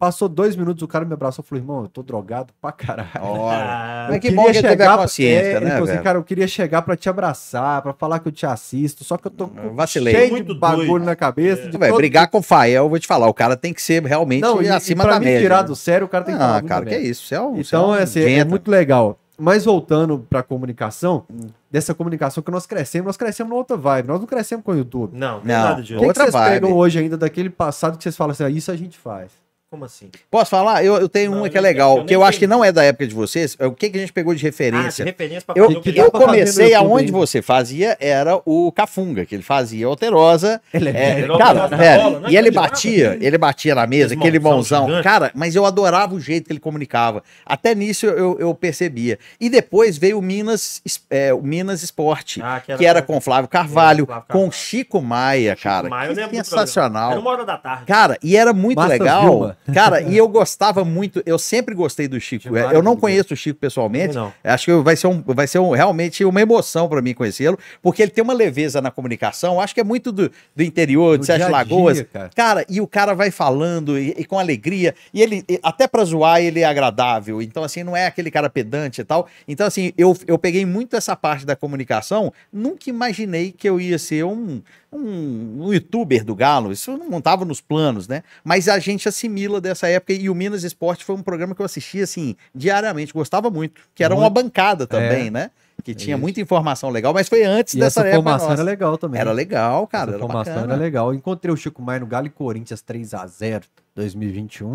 S1: Passou dois minutos, o cara me abraçou, falou, irmão, eu tô drogado pra caralho.
S2: Olha.
S3: Ah,
S2: Mas que
S1: Eu
S2: bom que
S1: queria
S2: ele teve
S1: chegar
S2: a
S1: pra-
S2: consciência,
S1: é, ele
S2: né,
S1: falou assim,
S2: velho?
S1: cara, eu queria chegar pra te abraçar, pra falar que eu te assisto, só que eu tô
S2: Eu
S1: com
S2: vacilei.
S1: cheio
S3: Muito
S1: de bagulho
S3: doido.
S1: na cabeça.
S3: É.
S1: de
S2: Vai
S1: todo
S2: brigar com o Fael, eu vou te falar, o cara tem que ser realmente
S1: não, e,
S2: acima
S1: e pra
S2: da
S1: me
S2: média.
S1: tirar
S2: né?
S1: do sério, o cara tem que
S2: ah,
S1: falar
S2: cara,
S1: muito
S2: que
S1: bem.
S2: isso? Você é um, você
S1: Então,
S2: um
S1: é, assim, é
S2: gentleman.
S1: muito legal. Mas voltando pra comunicação, dessa comunicação que nós crescemos, nós crescemos numa outra vibe, nós não crescemos com o YouTube.
S3: Não, não tem
S2: Não.
S3: nada
S1: O
S3: disso.
S1: que, que
S2: Outra
S1: vocês
S2: vibe.
S1: pegam hoje ainda daquele passado que vocês falam assim, ah, isso a gente faz?
S3: Como assim?
S2: Posso falar? Eu, eu tenho
S3: Não,
S2: uma
S3: eu
S2: que é
S3: nem-
S2: legal,
S3: eu
S2: que eu
S3: nem
S2: acho que
S3: entendi.
S2: não é da época de vocês. é O que, que a gente pegou de
S3: Ah, de
S2: referência?
S3: referência pra
S2: eu
S3: fazer o
S1: que
S3: melhor.
S2: eu
S1: dá pra fazer no
S2: comecei
S1: YouTube
S2: aonde
S1: ainda.
S2: você fazia era o Cafunga, que ele fazia alterosa.
S1: Ele
S2: É, cara,
S3: Ele jogava
S2: velho,
S3: bola, né?
S2: e ele
S3: Jogava,
S2: batia,
S3: né?
S2: ele batia na mesa,
S3: Aquele
S2: aquele
S3: mãozão
S2: mãozão.
S3: gigante.
S2: Cara, mas eu adorava o jeito que ele comunicava. Até nisso eu, eu percebia. E depois veio o Minas, es- é, o Minas Esporte,
S3: Ah,
S2: que era com o Flávio Carvalho,
S3: Flávio Carvalho.
S2: com Chico Maia, cara.
S3: Maia, eu
S2: que
S3: lembro do
S2: sensacional.
S3: Era uma hora da tarde.
S2: Cara, e era muito
S1: Massa
S2: legal.
S1: Vilma.
S2: Cara, e eu gostava muito, eu sempre gostei do Chico.
S1: Demais,
S2: eu não
S1: inclusive.
S2: conheço o Chico pessoalmente.
S3: Não.
S2: Acho que vai ser, um, vai ser um, realmente uma emoção para mim conhecê-lo, porque ele tem uma leveza na comunicação. Acho que é muito do, do interior,
S1: Do
S2: de Sete
S1: dia a
S2: Lagoas.
S1: dia, cara.
S2: e o cara vai falando e, e com alegria. E ele, e até pra zoar, ele é agradável. Então, assim, não é aquele cara pedante e tal. Então, assim, eu, eu peguei muito essa parte da comunicação. Nunca imaginei que eu ia ser um, um, um youtuber do Galo. Isso não estava nos planos, né? Mas a gente assimila dessa época. E o Minas Esporte foi um programa que eu assistia, assim, diariamente. Gostava muito. Que era uma
S1: Muito.
S2: bancada também,
S1: É.
S2: né? Que tinha
S1: isso.
S2: muita informação legal. Mas foi antes
S1: E
S2: dessa
S1: essa
S2: época
S1: formação
S2: nossa.
S1: era legal também.
S2: Era legal, cara.
S1: Essa
S2: Era
S1: formação
S2: bacana.
S1: era legal. Eu Encontrei o Chico Maia no Galo e Corinthians 3x0 2021.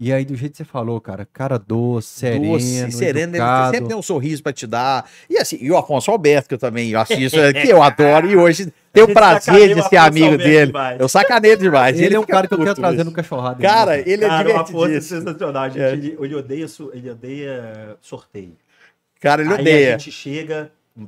S1: E aí, do jeito que você falou, cara, cara doce, sereno,
S2: doce, sereno, ele
S1: educado.
S2: sempre tem um sorriso pra te dar. E assim, e o Afonso Alberto, que eu também assisto, é, que eu adoro, e hoje tenho o
S3: Ele
S2: prazer
S3: sacaneia
S2: de
S3: o
S2: ser
S3: Afonso
S2: amigo
S3: Alberto
S2: dele.
S3: demais.
S2: Eu sacaneio demais.
S1: Ele, é um
S2: fica
S1: cara que eu quero
S2: puto,
S1: trazer
S2: bicho.
S1: no né? cachorrada.
S2: Cara, ele é
S3: Cara, o Afonso é
S2: divertidíssimo.
S3: sensacional. A gente,
S2: É.
S3: ele, ele odeia, su- ele odeia sorteio.
S2: Cara, ele
S3: Aí
S2: odeia.
S3: a gente chega, a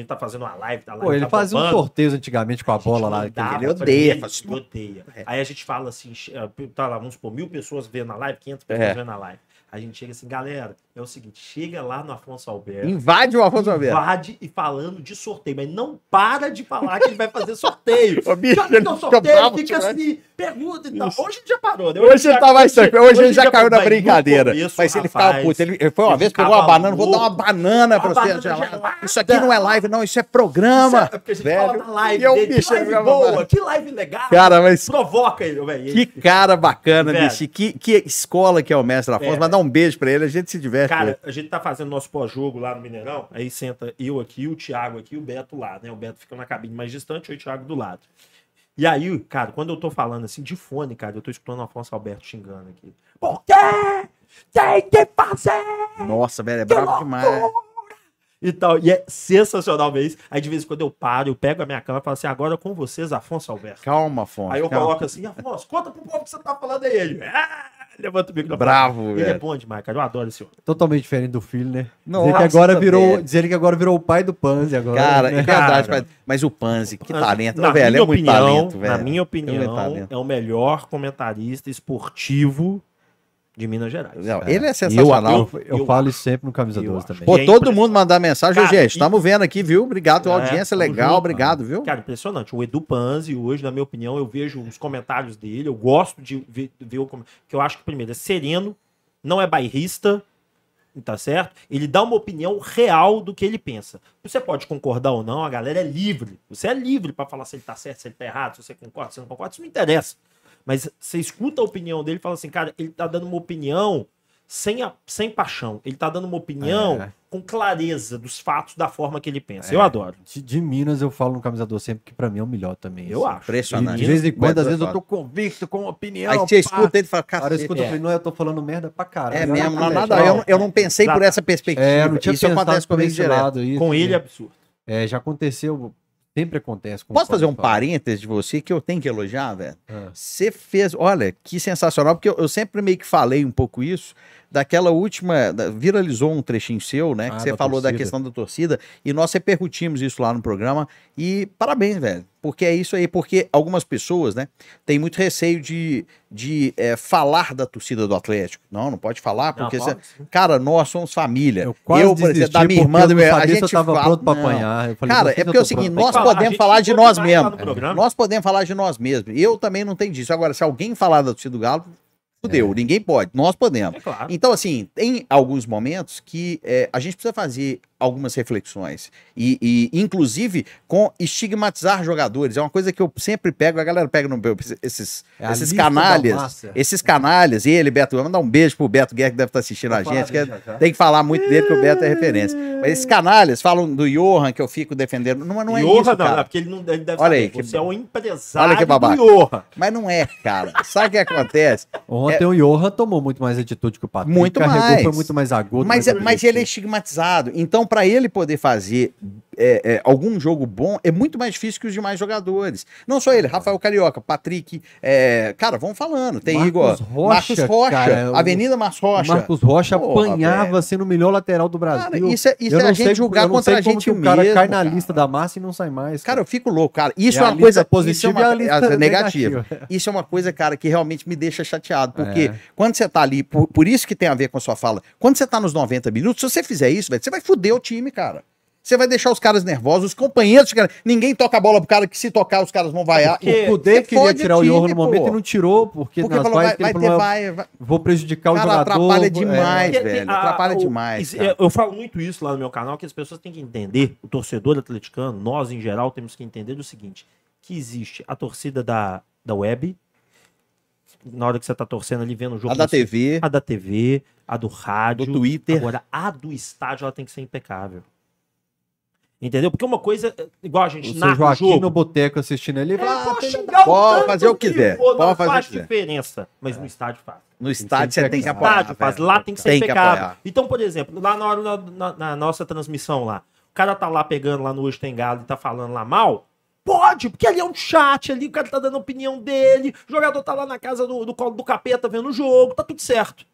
S3: gente tá fazendo uma live, tá live
S1: Pô, ele
S3: tá
S2: um
S1: fazia uns
S3: bombando.
S1: sorteios antigamente com a
S3: gente
S1: bola lá.
S3: mandava
S1: aquele-
S2: ele
S3: pra
S2: odeia,
S3: ele,
S2: faz-
S3: ele odeia.
S2: É.
S3: Aí a gente fala assim, che- ah, tá lá, vamos supor, mil pessoas vendo a live, 500
S2: É.
S3: pessoas vendo a live. A gente chega assim, galera, é o seguinte, chega lá no Afonso Alberto,
S2: Invade o Afonso Alberto.
S3: invade e falando de sorteio, mas não para de falar que ele vai fazer sorteio.
S2: Ô, bicho,
S3: Cara, então
S2: ele fica
S3: sorteio,
S2: bravo
S3: fica
S2: demais.
S3: assim, pergunta e tal.
S2: Isso.
S3: Hoje ele já parou, né?
S2: Hoje ele
S3: já-
S2: tá mais tranquilo, hoje ele já
S3: já
S2: caiu na
S3: vai no
S2: brincadeira.
S3: começo,
S2: Mas ele
S3: rapaz,
S2: ficava puto. Ele ele foi uma
S3: ele
S2: vez,
S3: ficava
S2: pegou uma banana, vou dar uma
S3: louco.
S2: banana pra
S3: Uma
S2: você.
S3: banana
S2: gelada.
S3: gelada.
S2: Isso aqui não é live, não, isso é programa.
S3: Sabe, porque a gente
S2: velho,
S3: fala na live
S2: e é um
S3: dele,
S2: bicho
S3: que live
S2: que
S3: boa,
S2: vai-
S3: que live legal.
S2: Cara, mas
S3: Provoca ele, velho.
S2: que cara bacana,
S3: Velho.
S2: bicho. Que, que escola que é o mestre Afonso.
S3: É.
S2: Mas dá um beijo pra ele, a gente se diverte. com
S3: Cara, a gente tá fazendo nosso pós-jogo lá no Mineirão. Aí senta eu aqui, o Thiago aqui, o Beto lá, né? O Beto fica na cabine mais distante, eu e o Thiago do lado. E aí, cara, quando eu tô falando assim de fone, cara, eu tô escutando o Afonso Alberto xingando aqui. Por quê? Tem que fazer!
S2: ele. Nossa, velho, é
S3: Que
S2: brabo
S3: loucura!
S2: demais.
S3: E tal. E é sensacional mesmo. Aí de vez em quando eu paro, eu pego a minha câmera e falo assim: agora com vocês, Afonso Alberto.
S2: Calma, Afonso.
S3: Aí eu
S2: calma.
S3: coloco assim, Afonso, conta pro povo que você tá falando aí. Ele, ah, levanta o microfone.
S2: Bravo,
S3: Ele é
S2: velho.
S3: bom demais, cara. Eu adoro esse homem.
S1: Totalmente diferente do filho, né? Dizer que
S2: Nossa,
S1: agora virou,
S2: velho.
S1: dizer que agora virou o pai do Panzi agora.
S2: Cara,
S1: né?
S2: é verdade.
S3: Cara.
S2: Mas o Panzi, que
S3: Mas,
S2: talento.
S3: Na
S2: Ô, velho,
S3: minha
S2: é muito
S3: opinião,
S2: talento, velho.
S3: Na minha
S2: É
S3: opinião,
S2: muito talento.
S3: é o melhor comentarista esportivo de Minas Gerais.
S2: Não,
S1: É.
S2: ele é sensacional.
S1: eu, eu
S3: eu
S1: falo isso sempre no Camisa
S3: eu
S1: 12
S3: acho.
S1: também.
S2: Pô,
S3: E é
S2: todo
S3: impressionante.
S2: mundo mandar mensagem. Ô,
S3: Cara,
S2: gente,
S3: e-
S2: estamos vendo aqui, viu? Obrigado, a
S3: É,
S2: audiência
S3: tamo
S2: legal,
S3: junto,
S2: obrigado, viu?
S3: Cara, impressionante. O Edu Panzi, hoje, na minha opinião, eu vejo os comentários dele, eu gosto de ver, ver o com- que eu acho que, primeiro, é sereno, não é bairrista, tá certo? Ele dá uma opinião real do que ele pensa. Você pode concordar ou não, a galera é livre. Você é livre pra falar se ele tá certo, se ele tá errado, se você concorda, se você não concorda, isso não interessa. Mas você escuta a opinião dele e fala assim, cara, ele tá dando uma opinião sem, a- sem paixão. Ele tá dando uma opinião
S1: É.
S3: com clareza dos fatos, da forma que ele pensa. Eu adoro.
S1: De, de Minas eu falo no Camisa 12 sempre que pra mim é o melhor também.
S3: Eu
S1: assim.
S3: acho.
S1: E
S2: Impressionante.
S1: de vez em
S2: Mas
S1: quando, às vezes eu
S2: foda.
S1: tô convicto com opinião.
S2: é Aí você
S1: pá.
S2: escuta ele e fala,
S1: Cara,
S2: cara,
S1: eu escuto, eu falei, não, eu tô falando merda pra caralho.
S2: é mesmo, não, nada.
S3: Não.
S2: Eu, não- eu não pensei por essa perspectiva.
S1: É, eu não tinha
S2: Isso acontece
S1: por
S2: comigo
S1: esse
S2: direto.
S1: lado. Isso,
S3: Com ele é
S1: né?
S3: absurdo.
S1: É, já aconteceu, sempre acontece. com Ah. o
S2: Posso fazer um
S1: Paulo
S2: parênteses de você que eu tenho que elogiar, velho?
S1: Paulo.
S2: Você fez, olha, que sensacional, porque eu, eu sempre meio que falei um pouco isso, daquela última, da- viralizou um trechinho seu, né,
S1: Ah,
S2: que você
S1: da
S2: falou da
S1: torcida.
S2: questão da torcida, e nós repercutimos isso lá no programa, e parabéns, velho, porque é isso aí, porque algumas pessoas, né, têm muito receio de, de eh, falar da torcida do Atlético, não, não pode falar, porque,
S3: Não,
S2: você-
S3: fala assim.
S2: cara, nós somos família,
S1: Eu quase
S2: por exemplo,
S1: desisti
S2: da minha irmã,
S1: porque
S2: do
S1: eu
S2: meu-
S1: não
S2: a
S1: sabia se eu
S2: gente
S1: tava
S2: fala-
S1: pronto pra
S2: Não.
S1: apanhar. Eu falei, não
S2: Cara,
S1: sei se
S2: é
S1: eu
S2: porque é
S1: tô
S2: o seguinte,
S1: pronto pra
S2: nós
S1: apanhar.
S3: falar, a
S2: podemos
S3: gente
S2: falar de
S3: ficou
S2: nós
S3: demais lá
S2: mesmos.
S3: no programa.
S2: Nós podemos falar de nós mesmos. Eu também não tenho disso. Agora, se alguém falar da torcida do Galo, fudeu, ninguém pode. Nós podemos.
S3: É claro.
S2: Então, assim, tem alguns momentos que é, a gente precisa fazer algumas reflexões. E, e, inclusive, com estigmatizar jogadores. É uma coisa que eu sempre pego, a galera pega no meu, esses,
S1: É a
S2: esses
S1: lista da
S2: canalhas.
S1: massa.
S2: Esses canalhas, ele, Beto, vamos dar um beijo pro Beto Guerra que deve estar assistindo a
S1: Vou falar
S2: gente. que é-
S1: dele já, já.
S2: tem que falar muito dele, que o Beto é referência. Mas esses canalhas falam do Johan, que eu fico defendendo. Não, não é
S3: Iorra
S2: isso,
S3: não, né?
S2: cara.
S3: não, porque ele não ele deve
S2: Olha
S3: saber.
S2: aí, que-
S3: você é um empresário
S2: Olha que babaca.
S3: do Iorra.
S2: Mas não é, cara. Sabe o que acontece?
S1: Ontem o Johan tomou muito mais atitude que o Patrick.
S2: Muito
S1: carregou,
S2: mais.
S1: Foi muito mais agudo.
S2: Mas,
S1: mais
S2: mas ele é estigmatizado. Então, para ele poder fazer é, é, algum jogo bom, é muito mais difícil que os demais jogadores. Não só ele, Rafael Carioca, Patrick. é, cara, vamos falando. Tem
S1: Marcos
S2: Igor.
S1: Rocha,
S2: Marcos Rocha.
S1: cara, o-
S2: Avenida
S1: O
S2: Marcos Rocha.
S1: Marcos Rocha
S2: Porra,
S1: apanhava
S2: velho.
S1: sendo o melhor lateral do Brasil.
S2: Cara, isso é, isso
S1: Eu
S2: é
S1: não
S2: a
S1: sei
S2: gente
S1: como-
S2: julgar
S1: eu não
S2: contra
S1: sei
S2: a
S1: como
S2: gente
S1: que
S2: mesmo.
S1: O cara cai na
S2: cara.
S1: lista da massa e não sai mais.
S2: Cara, eu fico louco, cara. Isso
S1: É
S2: é,
S1: a
S2: uma
S1: lista
S2: coisa
S1: positiva
S2: isso é uma-
S1: e a lista
S2: é negativa.
S1: negativa.
S2: Isso é uma coisa, cara, que realmente me deixa chateado, porque
S1: É.
S2: quando você tá ali, por, por isso que tem a ver com a sua fala, quando você tá nos 90 minutos, se você fizer isso, velho, você vai foder o time, cara. Você vai deixar os caras nervosos, os companheiros, cara, ninguém toca a bola pro cara que se tocar os caras vão vaiar.
S3: Porque-
S1: É o Kudê
S2: você
S1: queria
S2: fode
S1: tirar o
S2: time,
S1: Johan no momento
S2: pô.
S1: e não tirou, porque,
S2: Porque
S1: nas
S2: falou, vai,
S1: vaias que ele
S2: vai ter
S1: falou, "É
S2: vai, vai.
S1: vou prejudicar o
S2: Cara,
S1: jogador.
S2: atrapalha
S1: é,
S2: demais.
S3: Porque
S2: Tá velho,
S3: tem-
S2: atrapalha
S3: o-
S2: demais,
S3: isso-
S2: cara.
S3: eu- Eu falo muito isso lá no meu canal, que as pessoas têm que entender, o torcedor atleticano, nós em geral, temos que entender o seguinte, que existe a torcida da, da web, na hora que você tá torcendo ali, vendo o jogo.
S2: A da
S3: no seu-
S1: Ah,
S2: TV,
S3: A da TV, a do rádio.
S2: do Twitter.
S3: Agora, a do estádio, ela tem que ser impecável. Entendeu? Porque uma coisa, é, igual a gente
S1: O
S3: narra
S1: seu
S3: o
S1: Joaquim
S3: jogo,
S1: no boteco assistindo ele,
S3: É,
S1: fala,
S3: pode
S1: "Ah,
S3: xingar o
S2: Pode
S3: tanto
S2: fazer o que quiser,
S3: for, não
S2: pode fazer o
S3: faz
S2: que quiser. É.
S3: diferença. Mas no estádio faz.
S2: no estádio você tem que
S1: impecável.
S3: No estádio
S2: apoiar.
S3: faz,
S2: velho.
S3: lá tem que ser
S2: Tem que
S3: impecável.
S2: apoiar.
S3: Então, por exemplo, lá na hora da- na, na nossa transmissão lá, o cara tá lá pegando lá no Hoje Tem Galo e tá falando lá mal, pode, porque ali é um chat, ali o cara tá dando a opinião dele, o jogador tá lá na casa do, do colo do capeta vendo o jogo, tá tudo certo.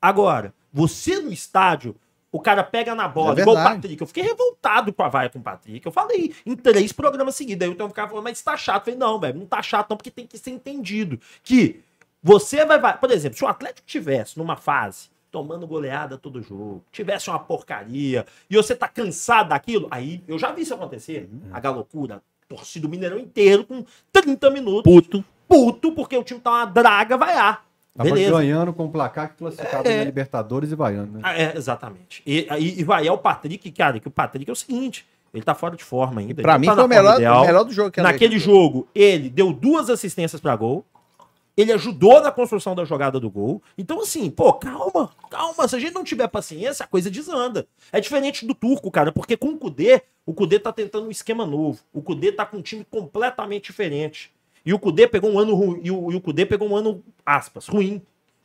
S3: Agora, você no estádio, o cara pega na bola,
S2: É
S3: igual o
S2: verdade.
S3: Patrick. Eu fiquei revoltado com a vaia com o Patrick. Eu falei em três programas seguidos. Aí o Tom ficava falando, mas tá chato. Eu falei, não, velho, não tá chato não, porque tem que ser entendido. Que você vai, vai... Por exemplo, se o Atlético tivesse numa fase tomando goleada todo jogo, tivesse uma porcaria, e você tá cansado daquilo, aí eu já vi isso acontecer. A galocura, torcida do Mineirão inteiro com 30 minutos. Puto. Puto, porque o time tá uma draga, vaiar.
S1: Tava
S3: Beleza. É.
S1: ganhando com o placar que classificava na Libertadores e Baiano, né?
S3: Ah, é, exatamente. E, aí e vai é o Patrick, cara, que o Patrick é o seguinte, ele tá fora de forma ainda. ele
S2: Pra
S3: não
S2: mim
S3: tá
S2: foi o
S3: na forma
S2: melhor,
S3: ideal.
S2: o melhor do jogo que ela-
S3: Naquele jogo, ele deu duas assistências pra gol. Ele ajudou na construção da jogada do gol. Então, assim, pô, calma, calma. Se a gente não tiver paciência, a coisa desanda. É diferente do turco, cara, porque com o Kudê, o Kudê tá tentando um esquema novo. O Kudê tá com um time completamente diferente. E o Kudê pegou um ano ruim. E o, e o Kudê pegou um ano, aspas, ruim.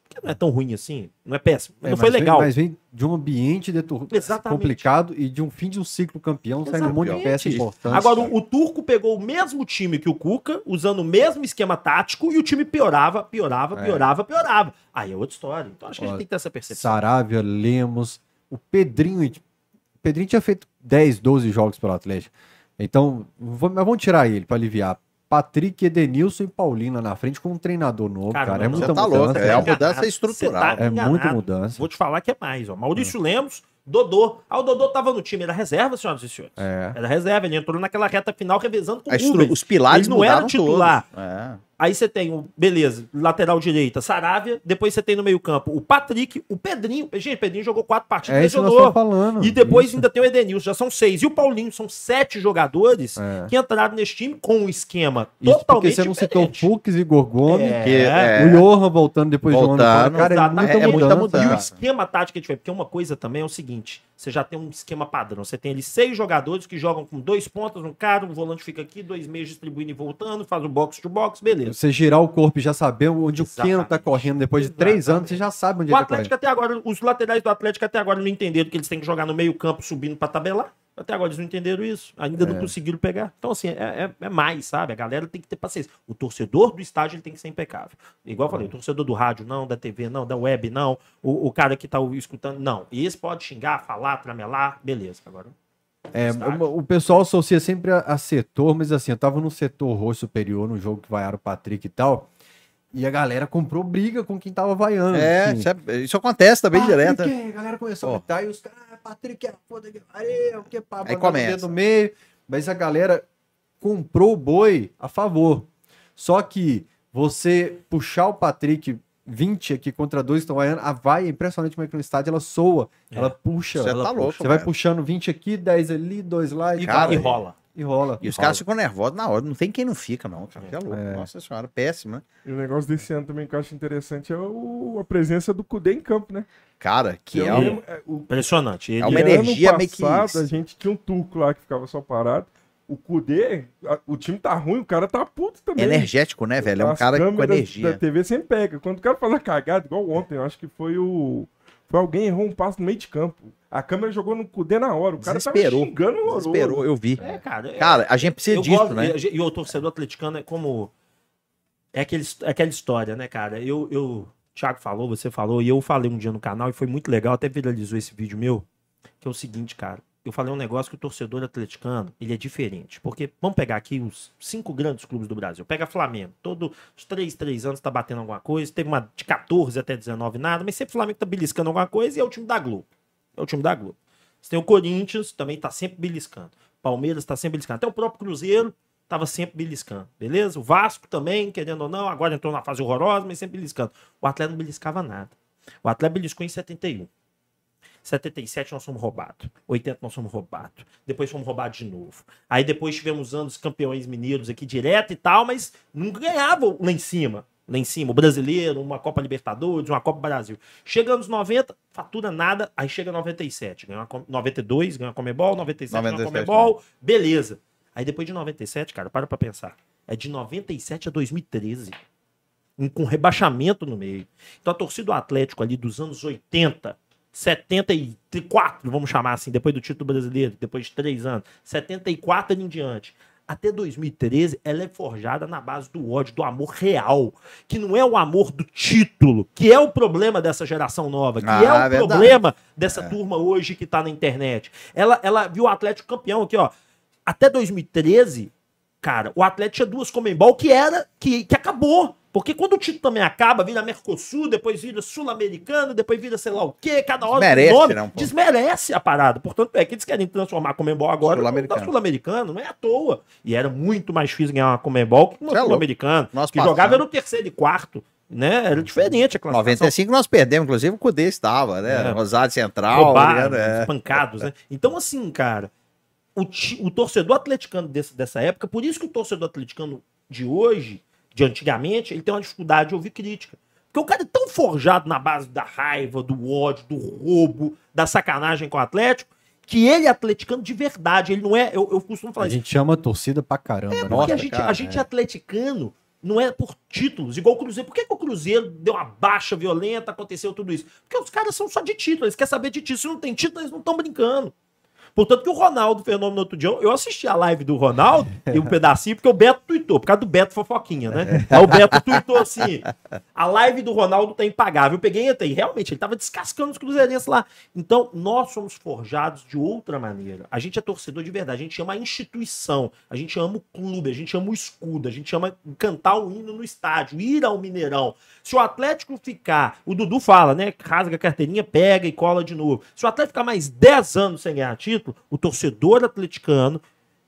S3: Porque não é tão ruim assim. Não é péssimo.
S1: É,
S3: não
S1: mas
S3: foi
S1: vem-
S3: legal.
S1: mas vem de um ambiente detur...
S3: Exatamente.
S1: complicado e de um fim de um ciclo campeão, saindo um monte de
S3: Exatamente.
S1: peça importante.
S3: Agora, o, o Turco pegou o mesmo time que o Cuca, usando o mesmo esquema tático, e o time piorava, piorava,
S2: É.
S3: piorava, piorava. Aí é outra história. Então acho que a
S1: Ó,
S3: gente tem que ter essa percepção.
S1: Saravia, Lemos, o Pedrinho. O Pedrinho tinha feito 10, 12 jogos pelo Atlético. Então, vamos, mas vamos tirar ele para aliviar. Patrick, Edenilson e Paulina na frente com um treinador novo, cara.
S3: Cara,
S1: É
S3: não,
S1: muita
S2: você tá
S1: mudança.
S2: louco, é uma
S1: cara.
S2: mudança
S3: Você
S2: estrutural.
S1: é
S3: enganado.
S1: muita mudança. Hum.
S3: Vou te falar que é mais, ó. Maurício Lemos, Dodô. Ah, o Dodô tava no time, era reserva, senhoras e senhores.
S1: É.
S3: Era reserva, ele entrou naquela reta final revezando com
S2: A
S3: o
S2: estru-
S3: Rubens.
S2: Os pilares
S3: Ele não era
S2: mudaram
S3: titular.
S2: todos. É.
S3: Aí você tem o, beleza, lateral direita, Saravia. Depois você tem no meio-campo o Patrick, o Pedrinho. Gente, o Pedrinho jogou quatro partidas,
S1: É isso que nós estamos
S3: lesionou.
S1: falando.
S3: E depois
S1: Hum, Isso.
S3: ainda tem o Edenilson, já são seis. E o Paulinho, são sete jogadores
S1: É.
S3: que entraram nesse time com um esquema
S1: Isso porque
S3: totalmente
S1: você não citou
S3: diferente.
S1: Fux, Igor Gomes,
S3: É.
S2: Que, é,
S1: o Johan voltando depois de um ano.
S2: Voltando,
S1: fora. Cara, é
S3: exatamente.
S1: muita,
S2: É
S1: mudança.
S2: muita
S3: Então, E o
S2: mudança.
S3: esquema tático é diferente, porque uma coisa também é o seguinte, você já tem um esquema padrão, você tem ali seis jogadores que jogam com dois pontas, um cara, um volante fica aqui, dois meios distribuindo e voltando, faz um box-to-box, beleza.
S1: Você girar o corpo e já saber onde
S3: Exatamente.
S1: o Keno tá correndo depois de três anos,
S3: Exatamente.
S1: você já sabe onde ele
S3: O
S1: tá
S3: Atlético é
S1: correndo.
S3: até agora, os laterais do Atlético até agora não entenderam que eles têm que jogar no meio-campo subindo pra tabelar. Até agora eles não entenderam isso. Ainda
S2: É.
S3: não conseguiram pegar. Então, assim, é, é- é mais, sabe? A galera tem que ter paciência. O torcedor do estádio ele tem que ser impecável. Igual eu
S2: É.
S3: falei, o torcedor do rádio não, da TV não, da web não, o, o cara que tá o- escutando não. E esse pode xingar, falar, tramelar, beleza. Agora,
S1: É,
S3: estádio.
S1: o o pessoal associa sempre a, a setor, mas assim, eu tava no setor roxo superior, no jogo que vaiaram o Patrick e tal, e a galera comprou briga com quem tava vaiando.
S2: É,
S1: assim.
S2: isso, é- isso acontece também
S1: Ah,
S2: direto. né?
S1: Patrick, A galera começou a
S2: Ó.
S1: gritar e os caras, ah, Patrick é foda, que areia, o que pá,
S2: Aí
S1: botando
S2: começa.
S1: o dedo no meio. Mas a galera comprou o boi a favor. Só que você puxar o Patrick 20 aqui contra dois que estão ganhando, a vai é impressionante como é que no estádio ela soa,
S3: É.
S1: ela puxa.
S2: Você
S1: ela
S2: tá
S1: puxa.
S2: louco,
S1: Você vai
S2: velho.
S1: puxando 20 aqui, 10 ali, 2 lá e,
S3: e,
S2: é, cara,
S3: e rola.
S1: e rola.
S2: E os
S1: Rola.
S2: caras ficam nervosos na hora. Não tem quem não fica, não, cara. Que é louco.
S1: É.
S2: Nossa senhora, péssimo, né?
S4: E o negócio desse ano também que eu acho interessante é o- a presença do Kudê em campo, né?
S2: Cara, que é
S4: Eu-
S2: um...
S4: é, o-
S3: Impressionante. Ele
S2: É uma
S4: que
S2: energia
S4: ano
S2: meio que-
S4: passado, A gente tinha um turco lá que ficava só parado. O Kudê, a- o time tá ruim, o cara tá puto também.
S2: energético, né, velho? É um
S4: As
S2: cara com
S4: câmeras Da
S2: energia.
S4: TV sempre pega. Quando o cara faz a cagada, igual ontem, eu acho que foi o. Foi alguém errou um passo no meio de campo. A câmera jogou no Kudê na hora. O cara tava
S2: Desesperou.
S4: xingando o
S2: Desesperou, eu vi.
S3: É, cara. é-
S2: Cara, a gente precisa
S3: Eu
S2: disso,
S3: gosto-
S2: né?
S3: E, e o torcedor atleticano é como. É, aquele, é aquela história, né, cara? Eu, eu, o Thiago falou, você falou, e eu falei um dia no canal, e foi muito legal, até viralizou esse vídeo meu, que é o seguinte, cara. Eu falei um negócio que o torcedor atleticano, ele é diferente. Porque, vamos pegar aqui os cinco grandes clubes do Brasil. Pega Flamengo. Todo, os três, três anos tá batendo alguma coisa. Teve uma de 14 até 19, nada. Mas sempre o Flamengo tá beliscando alguma coisa e é o time da Globo. É o time da Globo. Você tem o Corinthians, também tá sempre beliscando. Palmeiras tá sempre beliscando. Até o próprio Cruzeiro tava sempre beliscando, beleza? O Vasco também, querendo ou não, agora entrou na fase horrorosa, mas sempre beliscando. O Atlético não beliscava nada. O Atlético beliscou em 71. 77 nós fomos roubados. 80 nós fomos roubados. Depois fomos roubados de novo. Aí depois tivemos anos campeões mineiros aqui direto e tal, mas não ganhavam lá em cima. Lá em cima, o brasileiro, uma Copa Libertadores, uma Copa Brasil. Chega anos 90, fatura nada, aí chega 97. Ganha uma, Com- 92, ganha a Comebol, 97, ganha a
S2: 97,
S3: Comebol, beleza. Aí depois de 97, cara, para pra pensar. É de 97 a 2013. um- Com rebaixamento no meio. Então a torcida do Atlético ali dos anos 80 74, vamos chamar assim, depois do título brasileiro, depois de três anos, 74 em diante. Até 2013, ela é forjada na base do ódio, do amor real, que não é o amor do título, que é o problema dessa geração nova, que
S2: Ah,
S3: é o
S2: verdade.
S3: problema dessa turma hoje que tá na internet. Ela, ela viu o Atlético campeão aqui, ó. Até 2013, cara, o Atlético tinha duas Comembol que era, que, que acabou. Porque quando o título também acaba, vira Mercosul, depois vira Sul-Americana, depois vira sei lá o quê, cada hora tem
S2: Desmerece,
S3: nome,
S2: né, um pouco.
S3: desmerece a parada. Portanto, é que eles querem transformar a Comembol agora na-
S2: Sul-Americana.
S3: na Sul-Americana, não é à toa. E era muito mais difícil ganhar uma Comembol que uma
S2: Cê é louco.
S3: Sul-Americana.
S2: Nós
S3: Que jogava
S2: passamos.
S3: era o terceiro e quarto, né? Era diferente a classificação.
S2: 95 nós perdemos, inclusive o Cudê estava, né?
S3: É.
S2: Rosário Central.
S3: roubados,
S2: né? É.
S3: espancados, né? Então, assim, cara, o, ti- o torcedor atleticano desse- dessa época, por isso que o torcedor atleticano de hoje, de antigamente, ele tem uma dificuldade de ouvir crítica. Porque o cara é tão forjado na base da raiva, do ódio, do roubo, da sacanagem com o Atlético, que ele é atleticano de verdade. Ele não é. Eu, eu costumo falar
S1: A gente chama a torcida pra caramba. né?
S2: Nossa,
S3: porque a gente,
S2: cara,
S3: a gente é atleticano não é por títulos, igual o Cruzeiro. Por que, que o Cruzeiro deu uma baixa violenta, aconteceu tudo isso? Porque os caras são só de título, eles querem saber de título. Se não tem título, eles não estão brincando. Portanto, que o Ronaldo, fenômeno outro dia, eu assisti a live do Ronaldo e um pedacinho, porque o Beto tweetou, por causa do Beto Fofoquinha, né?
S2: É.
S3: Aí o Beto tweetou assim: a live do Ronaldo tá impagável. Eu peguei e entrei, realmente, ele tava descascando os cruzeirenses lá. Então, nós somos forjados de outra maneira. A gente é torcedor de verdade, a gente ama a instituição, a gente ama o clube, a gente ama o escudo, a gente ama cantar o hino no estádio, ir ao Mineirão. Se o Atlético ficar, o Dudu fala, né? Rasga a carteirinha, pega e cola de novo. Se o Atlético ficar mais 10 anos sem ganhar título, o torcedor atleticano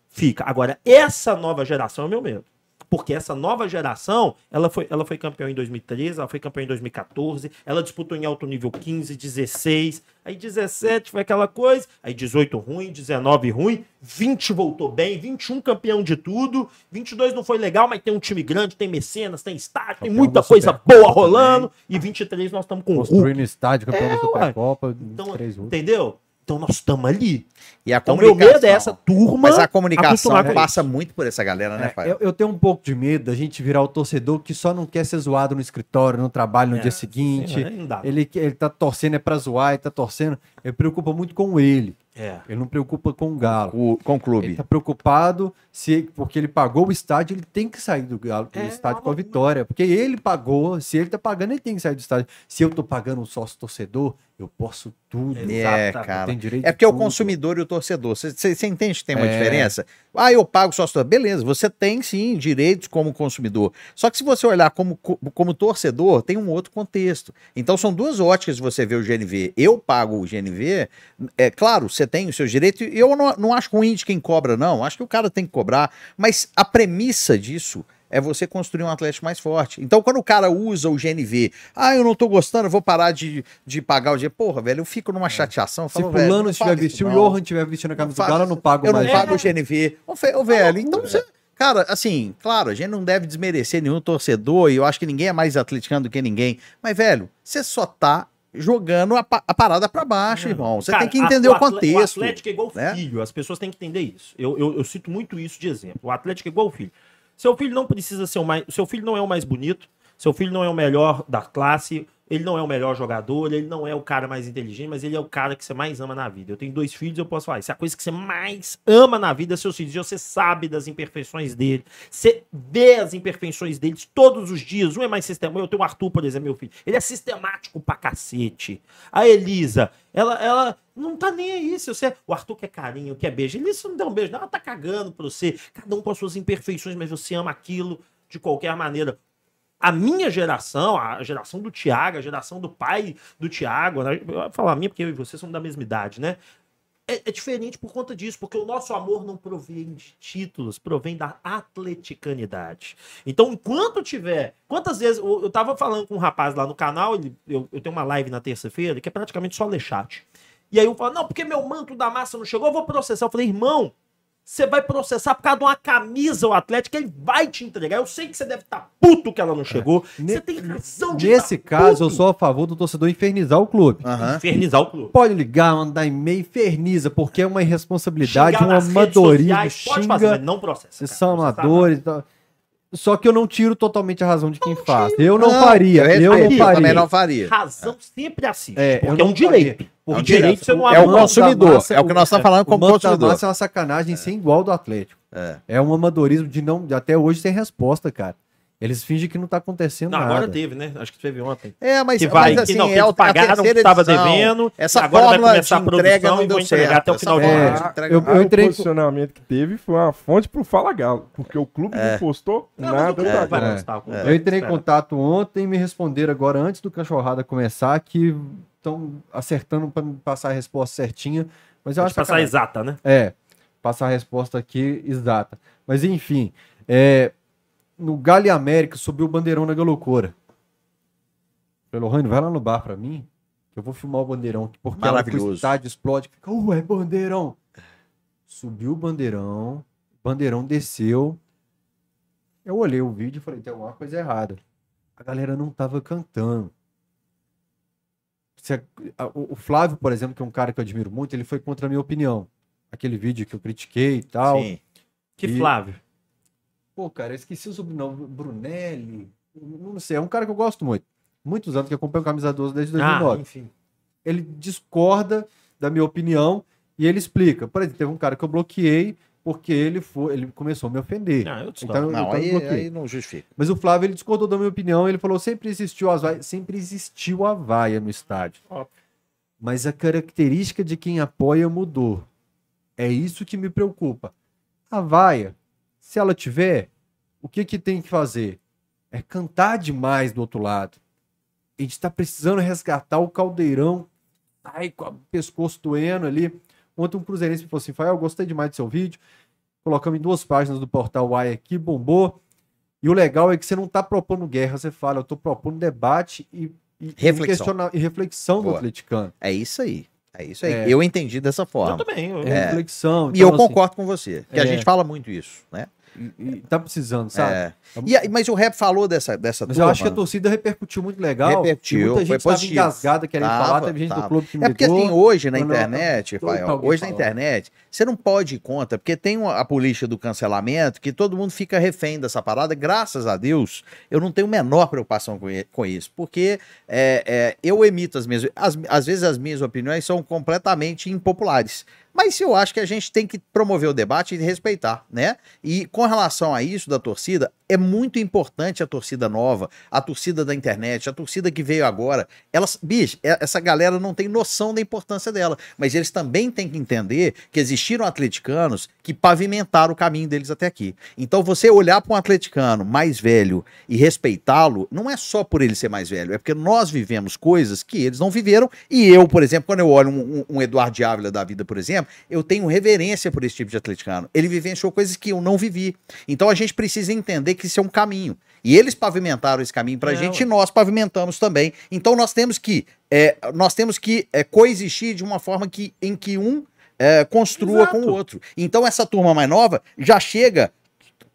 S3: fica. Agora, essa nova geração é o meu medo. Porque essa nova geração, ela foi, ela foi campeã em 2013, ela foi campeã em 2014, ela disputou em alto nível 15, 16, aí 17 foi aquela coisa, aí 18 ruim, 19 ruim, 20 voltou bem, 21 campeão de tudo, 22 não foi legal, mas tem um time grande, tem mecenas, tem estádio, tem
S1: Campeão
S3: muita
S1: da
S3: coisa
S1: Supercopa
S3: boa rolando, e 23 nós estamos com o Hulk,
S1: Construindo estádio, campeão
S3: É,
S1: da Supercopa,
S3: Então,
S1: três um.
S3: entendeu? Então nós estamos ali.
S2: E a
S3: Então meu
S2: comunicação.
S3: medo é essa turma...
S2: Mas a comunicação
S3: acostumar com
S2: passa muito por essa galera, né, pai?
S1: eu, eu tenho um pouco de medo da gente virar o torcedor que só não quer ser zoado no escritório, no trabalho, no
S3: É,
S1: dia seguinte.
S3: Sim, não dá.
S1: Ele, ele tá torcendo, é pra zoar, ele tá torcendo. Ele preocupa muito com ele.
S3: É.
S1: Ele não preocupa com o Galo.
S2: O- com o
S1: Ele
S2: clube.
S1: tá preocupado se, porque ele pagou o estádio, ele tem que sair do Galo, do
S3: É,
S1: estádio
S3: não,
S1: com a
S3: não-
S1: vitória. Porque ele pagou, se ele tá pagando, ele tem que sair do estádio. Se eu tô pagando um sócio torcedor, eu posso tudo.
S3: Exato.
S2: É,
S3: Exatamente.
S2: cara.
S1: Tem direito
S2: É porque
S1: de
S2: o
S1: tudo.
S2: consumidor e o torcedor. Você entende que tem uma
S1: É.
S2: diferença? Ah, eu pago só torcedor. Beleza, você tem sim direitos como consumidor. Só que se você olhar como, co- como torcedor, tem um outro contexto. Então são duas óticas que você vê o GNV. Eu pago o GNV, é claro, você tem os seus direitos. e Eu não, não acho ruim de quem cobra, não. Acho que o cara tem que cobrar. Mas a premissa disso. É você construir um Atlético mais forte. Então, quando o cara usa o GNV, ah, eu não tô gostando, eu vou parar de, de pagar o dinheiro. Porra, velho, eu fico numa chateação. eu
S1: É. Se
S2: falo, velho,
S1: fulano
S2: não
S1: estiver
S2: fala isso
S1: vestindo, o
S2: não.
S1: Johan estiver vestindo a camisa do
S2: faço
S1: Galo, eu não pago
S2: Eu não
S1: mais. Ah, é.
S2: pago o GNV. Ô, fe- ô, velho, então você. Cara, assim, claro, a gente não deve desmerecer nenhum torcedor e eu acho que ninguém é mais atleticano do que ninguém. Mas, velho, você só tá jogando a, pa- a parada pra baixo,
S1: É.
S2: irmão. Você
S3: Cara,
S2: tem que entender
S3: a-
S2: o
S3: atle-
S2: contexto.
S3: O Atlético é igual
S2: né?
S3: filho, as pessoas têm que entender isso. Eu, eu, eu cito muito isso de exemplo. O Atlético é igual filho. Seu filho não precisa ser o mais. Seu filho não é o mais bonito, seu filho não é o melhor da classe, ele não é o melhor jogador, ele não é o cara mais inteligente, mas ele é o cara que você mais ama na vida. Eu tenho dois filhos, eu posso falar. Isso é a coisa que você mais ama na vida, é seus filhos. E você sabe das imperfeições dele. Você vê as imperfeições deles todos os dias. Um é mais sistemático. Eu tenho o Arthur, por exemplo, meu filho. Ele é sistemático pra cacete. A Elisa, ela, ela não tá nem aí. Se você, o Arthur quer carinho, quer beijo. Elisa não dá um beijo, não. Ela tá cagando pra você. Cada um com as suas imperfeições, mas você ama aquilo de qualquer maneira. A minha geração, a geração do Tiago, a geração do pai do Tiago, né? eu vou falar a minha porque eu e você somos da mesma idade, né? é, é diferente por conta disso, porque o nosso amor não provém de títulos, provém da atleticanidade. Então, enquanto tiver. Quantas vezes. Eu, eu tava falando com um rapaz lá no canal, ele- eu, eu tenho uma live na terça-feira, que é praticamente só ler chat. E aí eu falo, não, porque meu manto da massa não chegou, eu vou processar. Eu falei, irmão, você vai processar por causa de uma camisa o Atlético, ele vai te entregar. Eu sei que você deve estar puto que ela não chegou. Você
S1: É. Ne-
S3: tem razão de Ah.
S1: Nesse
S3: tá
S1: caso, eu
S3: puto.
S1: sou a favor do torcedor infernizar o clube.
S2: Aham.
S3: Infernizar o clube.
S1: Pode ligar, mandar e-mail, inferniza, porque é uma irresponsabilidade,
S3: Xingar
S1: um
S3: nas redes
S1: amadorismo,
S3: sociais, Pode fazer, mas
S1: xinga,
S3: não processa.
S1: vocês
S3: cara. né?
S1: são
S3: Processar não.
S1: amadores e tal. Só que eu não tiro totalmente a razão de quem faz. Eu não,
S2: Não,
S1: faria, eu, não
S2: respeito, Também
S1: faria.
S2: não faria.
S3: razão sempre assiste.
S1: É, eu
S3: porque é
S1: não
S3: um direito.
S1: faria.
S3: Porque
S2: É um
S3: direito,
S2: direito.
S3: você não
S2: É o
S3: abre mão.
S2: consumidor.
S1: massa,
S2: é o que nós estamos falando
S1: O
S2: como
S1: manto da
S2: consumidor.
S1: massa é uma sacanagem sem igual do Atlético.
S2: É.
S1: É um amadorismo de não, de até hoje sem resposta, cara. Eles fingem que não tá acontecendo
S3: Não,
S1: nada.
S3: agora teve, né? Acho que teve ontem.
S2: É, mas,
S3: Que vai,
S2: mas assim,
S3: que não, que
S2: é o
S3: eles pagaram o que
S2: terceira
S3: estava
S2: edição.
S3: devendo.
S2: Essa
S3: agora vai
S2: fórmula de
S3: começar a
S2: entrega
S3: produção
S2: não
S3: e
S2: deu
S3: vou entregar
S2: certo. É.
S3: até o
S2: Essa
S3: final de
S2: fórmula
S1: ano.
S2: de entrega-
S1: É, Eu-
S4: Aí
S1: entrei-
S4: Ah, O posicionamento que teve foi uma fonte pro Fala Galo, porque o clube
S2: É.
S4: não postou
S3: Não, mas o
S4: nada.
S3: clube
S4: da
S3: vai
S4: Galo.
S3: lançar o clube.
S1: Eu entrei em
S3: Espera.
S1: contato ontem e me responderam agora, antes do Cachorrada começar, que estão acertando pra me passar a resposta certinha. Mas eu
S3: Deixa
S1: acho
S3: eu passar exata, né?
S1: É, passar a resposta aqui exata. Mas enfim, é, no Galo e América subiu o bandeirão na Galocura. Falei, Lohane, vai lá no bar pra mim, que eu vou filmar o bandeirão. Porque a hora que o
S2: Maravilhoso.
S1: estádio explode, fica, uh, é bandeirão. Subiu o bandeirão, o bandeirão desceu. Eu olhei o vídeo e falei, tem alguma coisa errada. A galera não tava cantando. Se a- a- o o Flávio, por exemplo, que é um cara que eu admiro muito, ele foi contra a minha opinião. Aquele vídeo que Ah, eu critiquei e tal.
S2: Sim.
S3: Que
S1: E-
S3: Flávio.
S1: Pô, cara, eu esqueci o sobrenome. Brunelli. Não sei, é um cara que eu gosto muito. Muitos anos que acompanho o Camisa 12 desde
S3: Ah,
S1: 2009.
S3: enfim.
S1: Ele discorda da minha opinião e ele explica. Por exemplo, teve um cara que eu bloqueei porque ele, foi, ele começou a me ofender.
S3: Ah, é outra história.
S1: então, eu-
S2: Não,
S1: então eu
S2: aí,
S1: bloqueei.
S2: aí não justifica.
S1: Mas o Flávio ele discordou da minha opinião. Ele falou: sempre existiu a vaia, sempre existiu a vaia no estádio.
S3: Óbvio.
S1: Mas a característica de quem apoia mudou. É isso que me preocupa. A vaia, se ela tiver, o que que tem que fazer? É cantar demais do outro lado. A gente está precisando resgatar o caldeirão. Ai, com o pescoço doendo ali. Ontem um cruzeirense me falou assim: Fael, gostei demais do seu vídeo. Colocamos em duas páginas do portal Uai aqui, bombou. E o legal é que você não está propondo guerra, você fala, eu estou propondo debate e, e-
S2: Reflexão.
S1: e questiona- e reflexão do
S2: Boa.
S1: atleticano.
S2: É isso aí. É isso aí.
S1: É.
S2: Eu entendi dessa
S3: Eu
S2: forma.
S3: também. eu-
S1: É. Reflexão.
S2: E eu
S1: então, assim,
S2: concordo com você, que a
S1: É.
S2: gente fala muito isso, né?
S1: e- e tá precisando, sabe?
S2: É. E aí- mas o rap falou dessa, dessa
S1: Mas eu acho que a
S2: turma.
S1: torcida repercutiu muito legal.
S2: Repercutiu,
S1: e muita
S2: foi
S1: gente estava
S2: positivo.
S1: engasgada querendo falar,
S2: Tava,
S1: teve gente
S2: tava.
S1: do clube que me
S2: É porque
S1: ligou.
S2: assim, hoje na
S1: Não, não,
S2: internet,
S1: não.
S2: Rafael,
S1: Tá alguém
S2: hoje na
S1: falando.
S2: internet, você não pode ir contra, porque tem uma- a política do cancelamento que todo mundo fica refém dessa parada. Graças a Deus, eu não tenho a menor preocupação com, i- com isso, porque é, é, eu emito as minhas. as- às vezes as minhas opiniões são completamente impopulares. Mas eu acho que a gente tem que promover o debate e respeitar, né? E com relação a isso da torcida, é muito importante a torcida nova, a torcida da internet, a torcida que veio agora. Elas, bicho, é- essa galera não tem noção da importância dela. Mas eles também têm que entender que um existiram atleticanos que pavimentaram o caminho deles até aqui. Então você olhar para um atleticano mais velho e respeitá-lo, não é só por ele ser mais velho, é porque nós vivemos coisas que eles não viveram. E eu, por exemplo, quando eu olho um, um- um Eduardo de Ávila da vida, por exemplo, eu tenho reverência por esse tipo de atleticano. Ele vivenciou coisas que eu não vivi. Então a gente precisa entender que isso é um caminho. E eles pavimentaram esse caminho pra
S3: Não.
S2: gente e nós pavimentamos também. Então nós temos que é, nós temos que é, coexistir de uma forma que, em que um é, construa
S3: Exato.
S2: com o outro. Então essa turma mais nova já chega.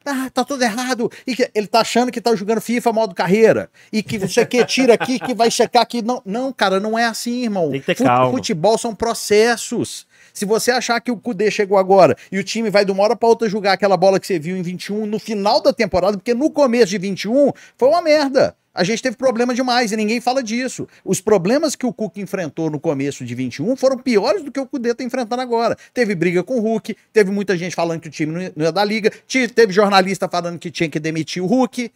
S2: Ah, tá tudo errado. E que- ele tá achando que tá jogando FIFA modo carreira. E que você que tira aqui, que vai checar aqui. Não, não, cara, não é assim, irmão.
S3: Tem que ter
S2: Fute-
S3: calma.
S2: Futebol são processos. Se você achar que o Kudê chegou agora e o time vai de uma hora pra outra jogar aquela bola que você viu em 21 no final da temporada, porque no começo de 21 foi uma merda. A gente teve problema demais e ninguém fala disso. Os problemas que o Cuca enfrentou no começo de 21 foram piores do que o Cudê tá enfrentando agora. Teve briga com o Hulk, teve muita gente falando que o time não ia- não ia da liga, te- teve jornalista falando que tinha que demitir o Hulk.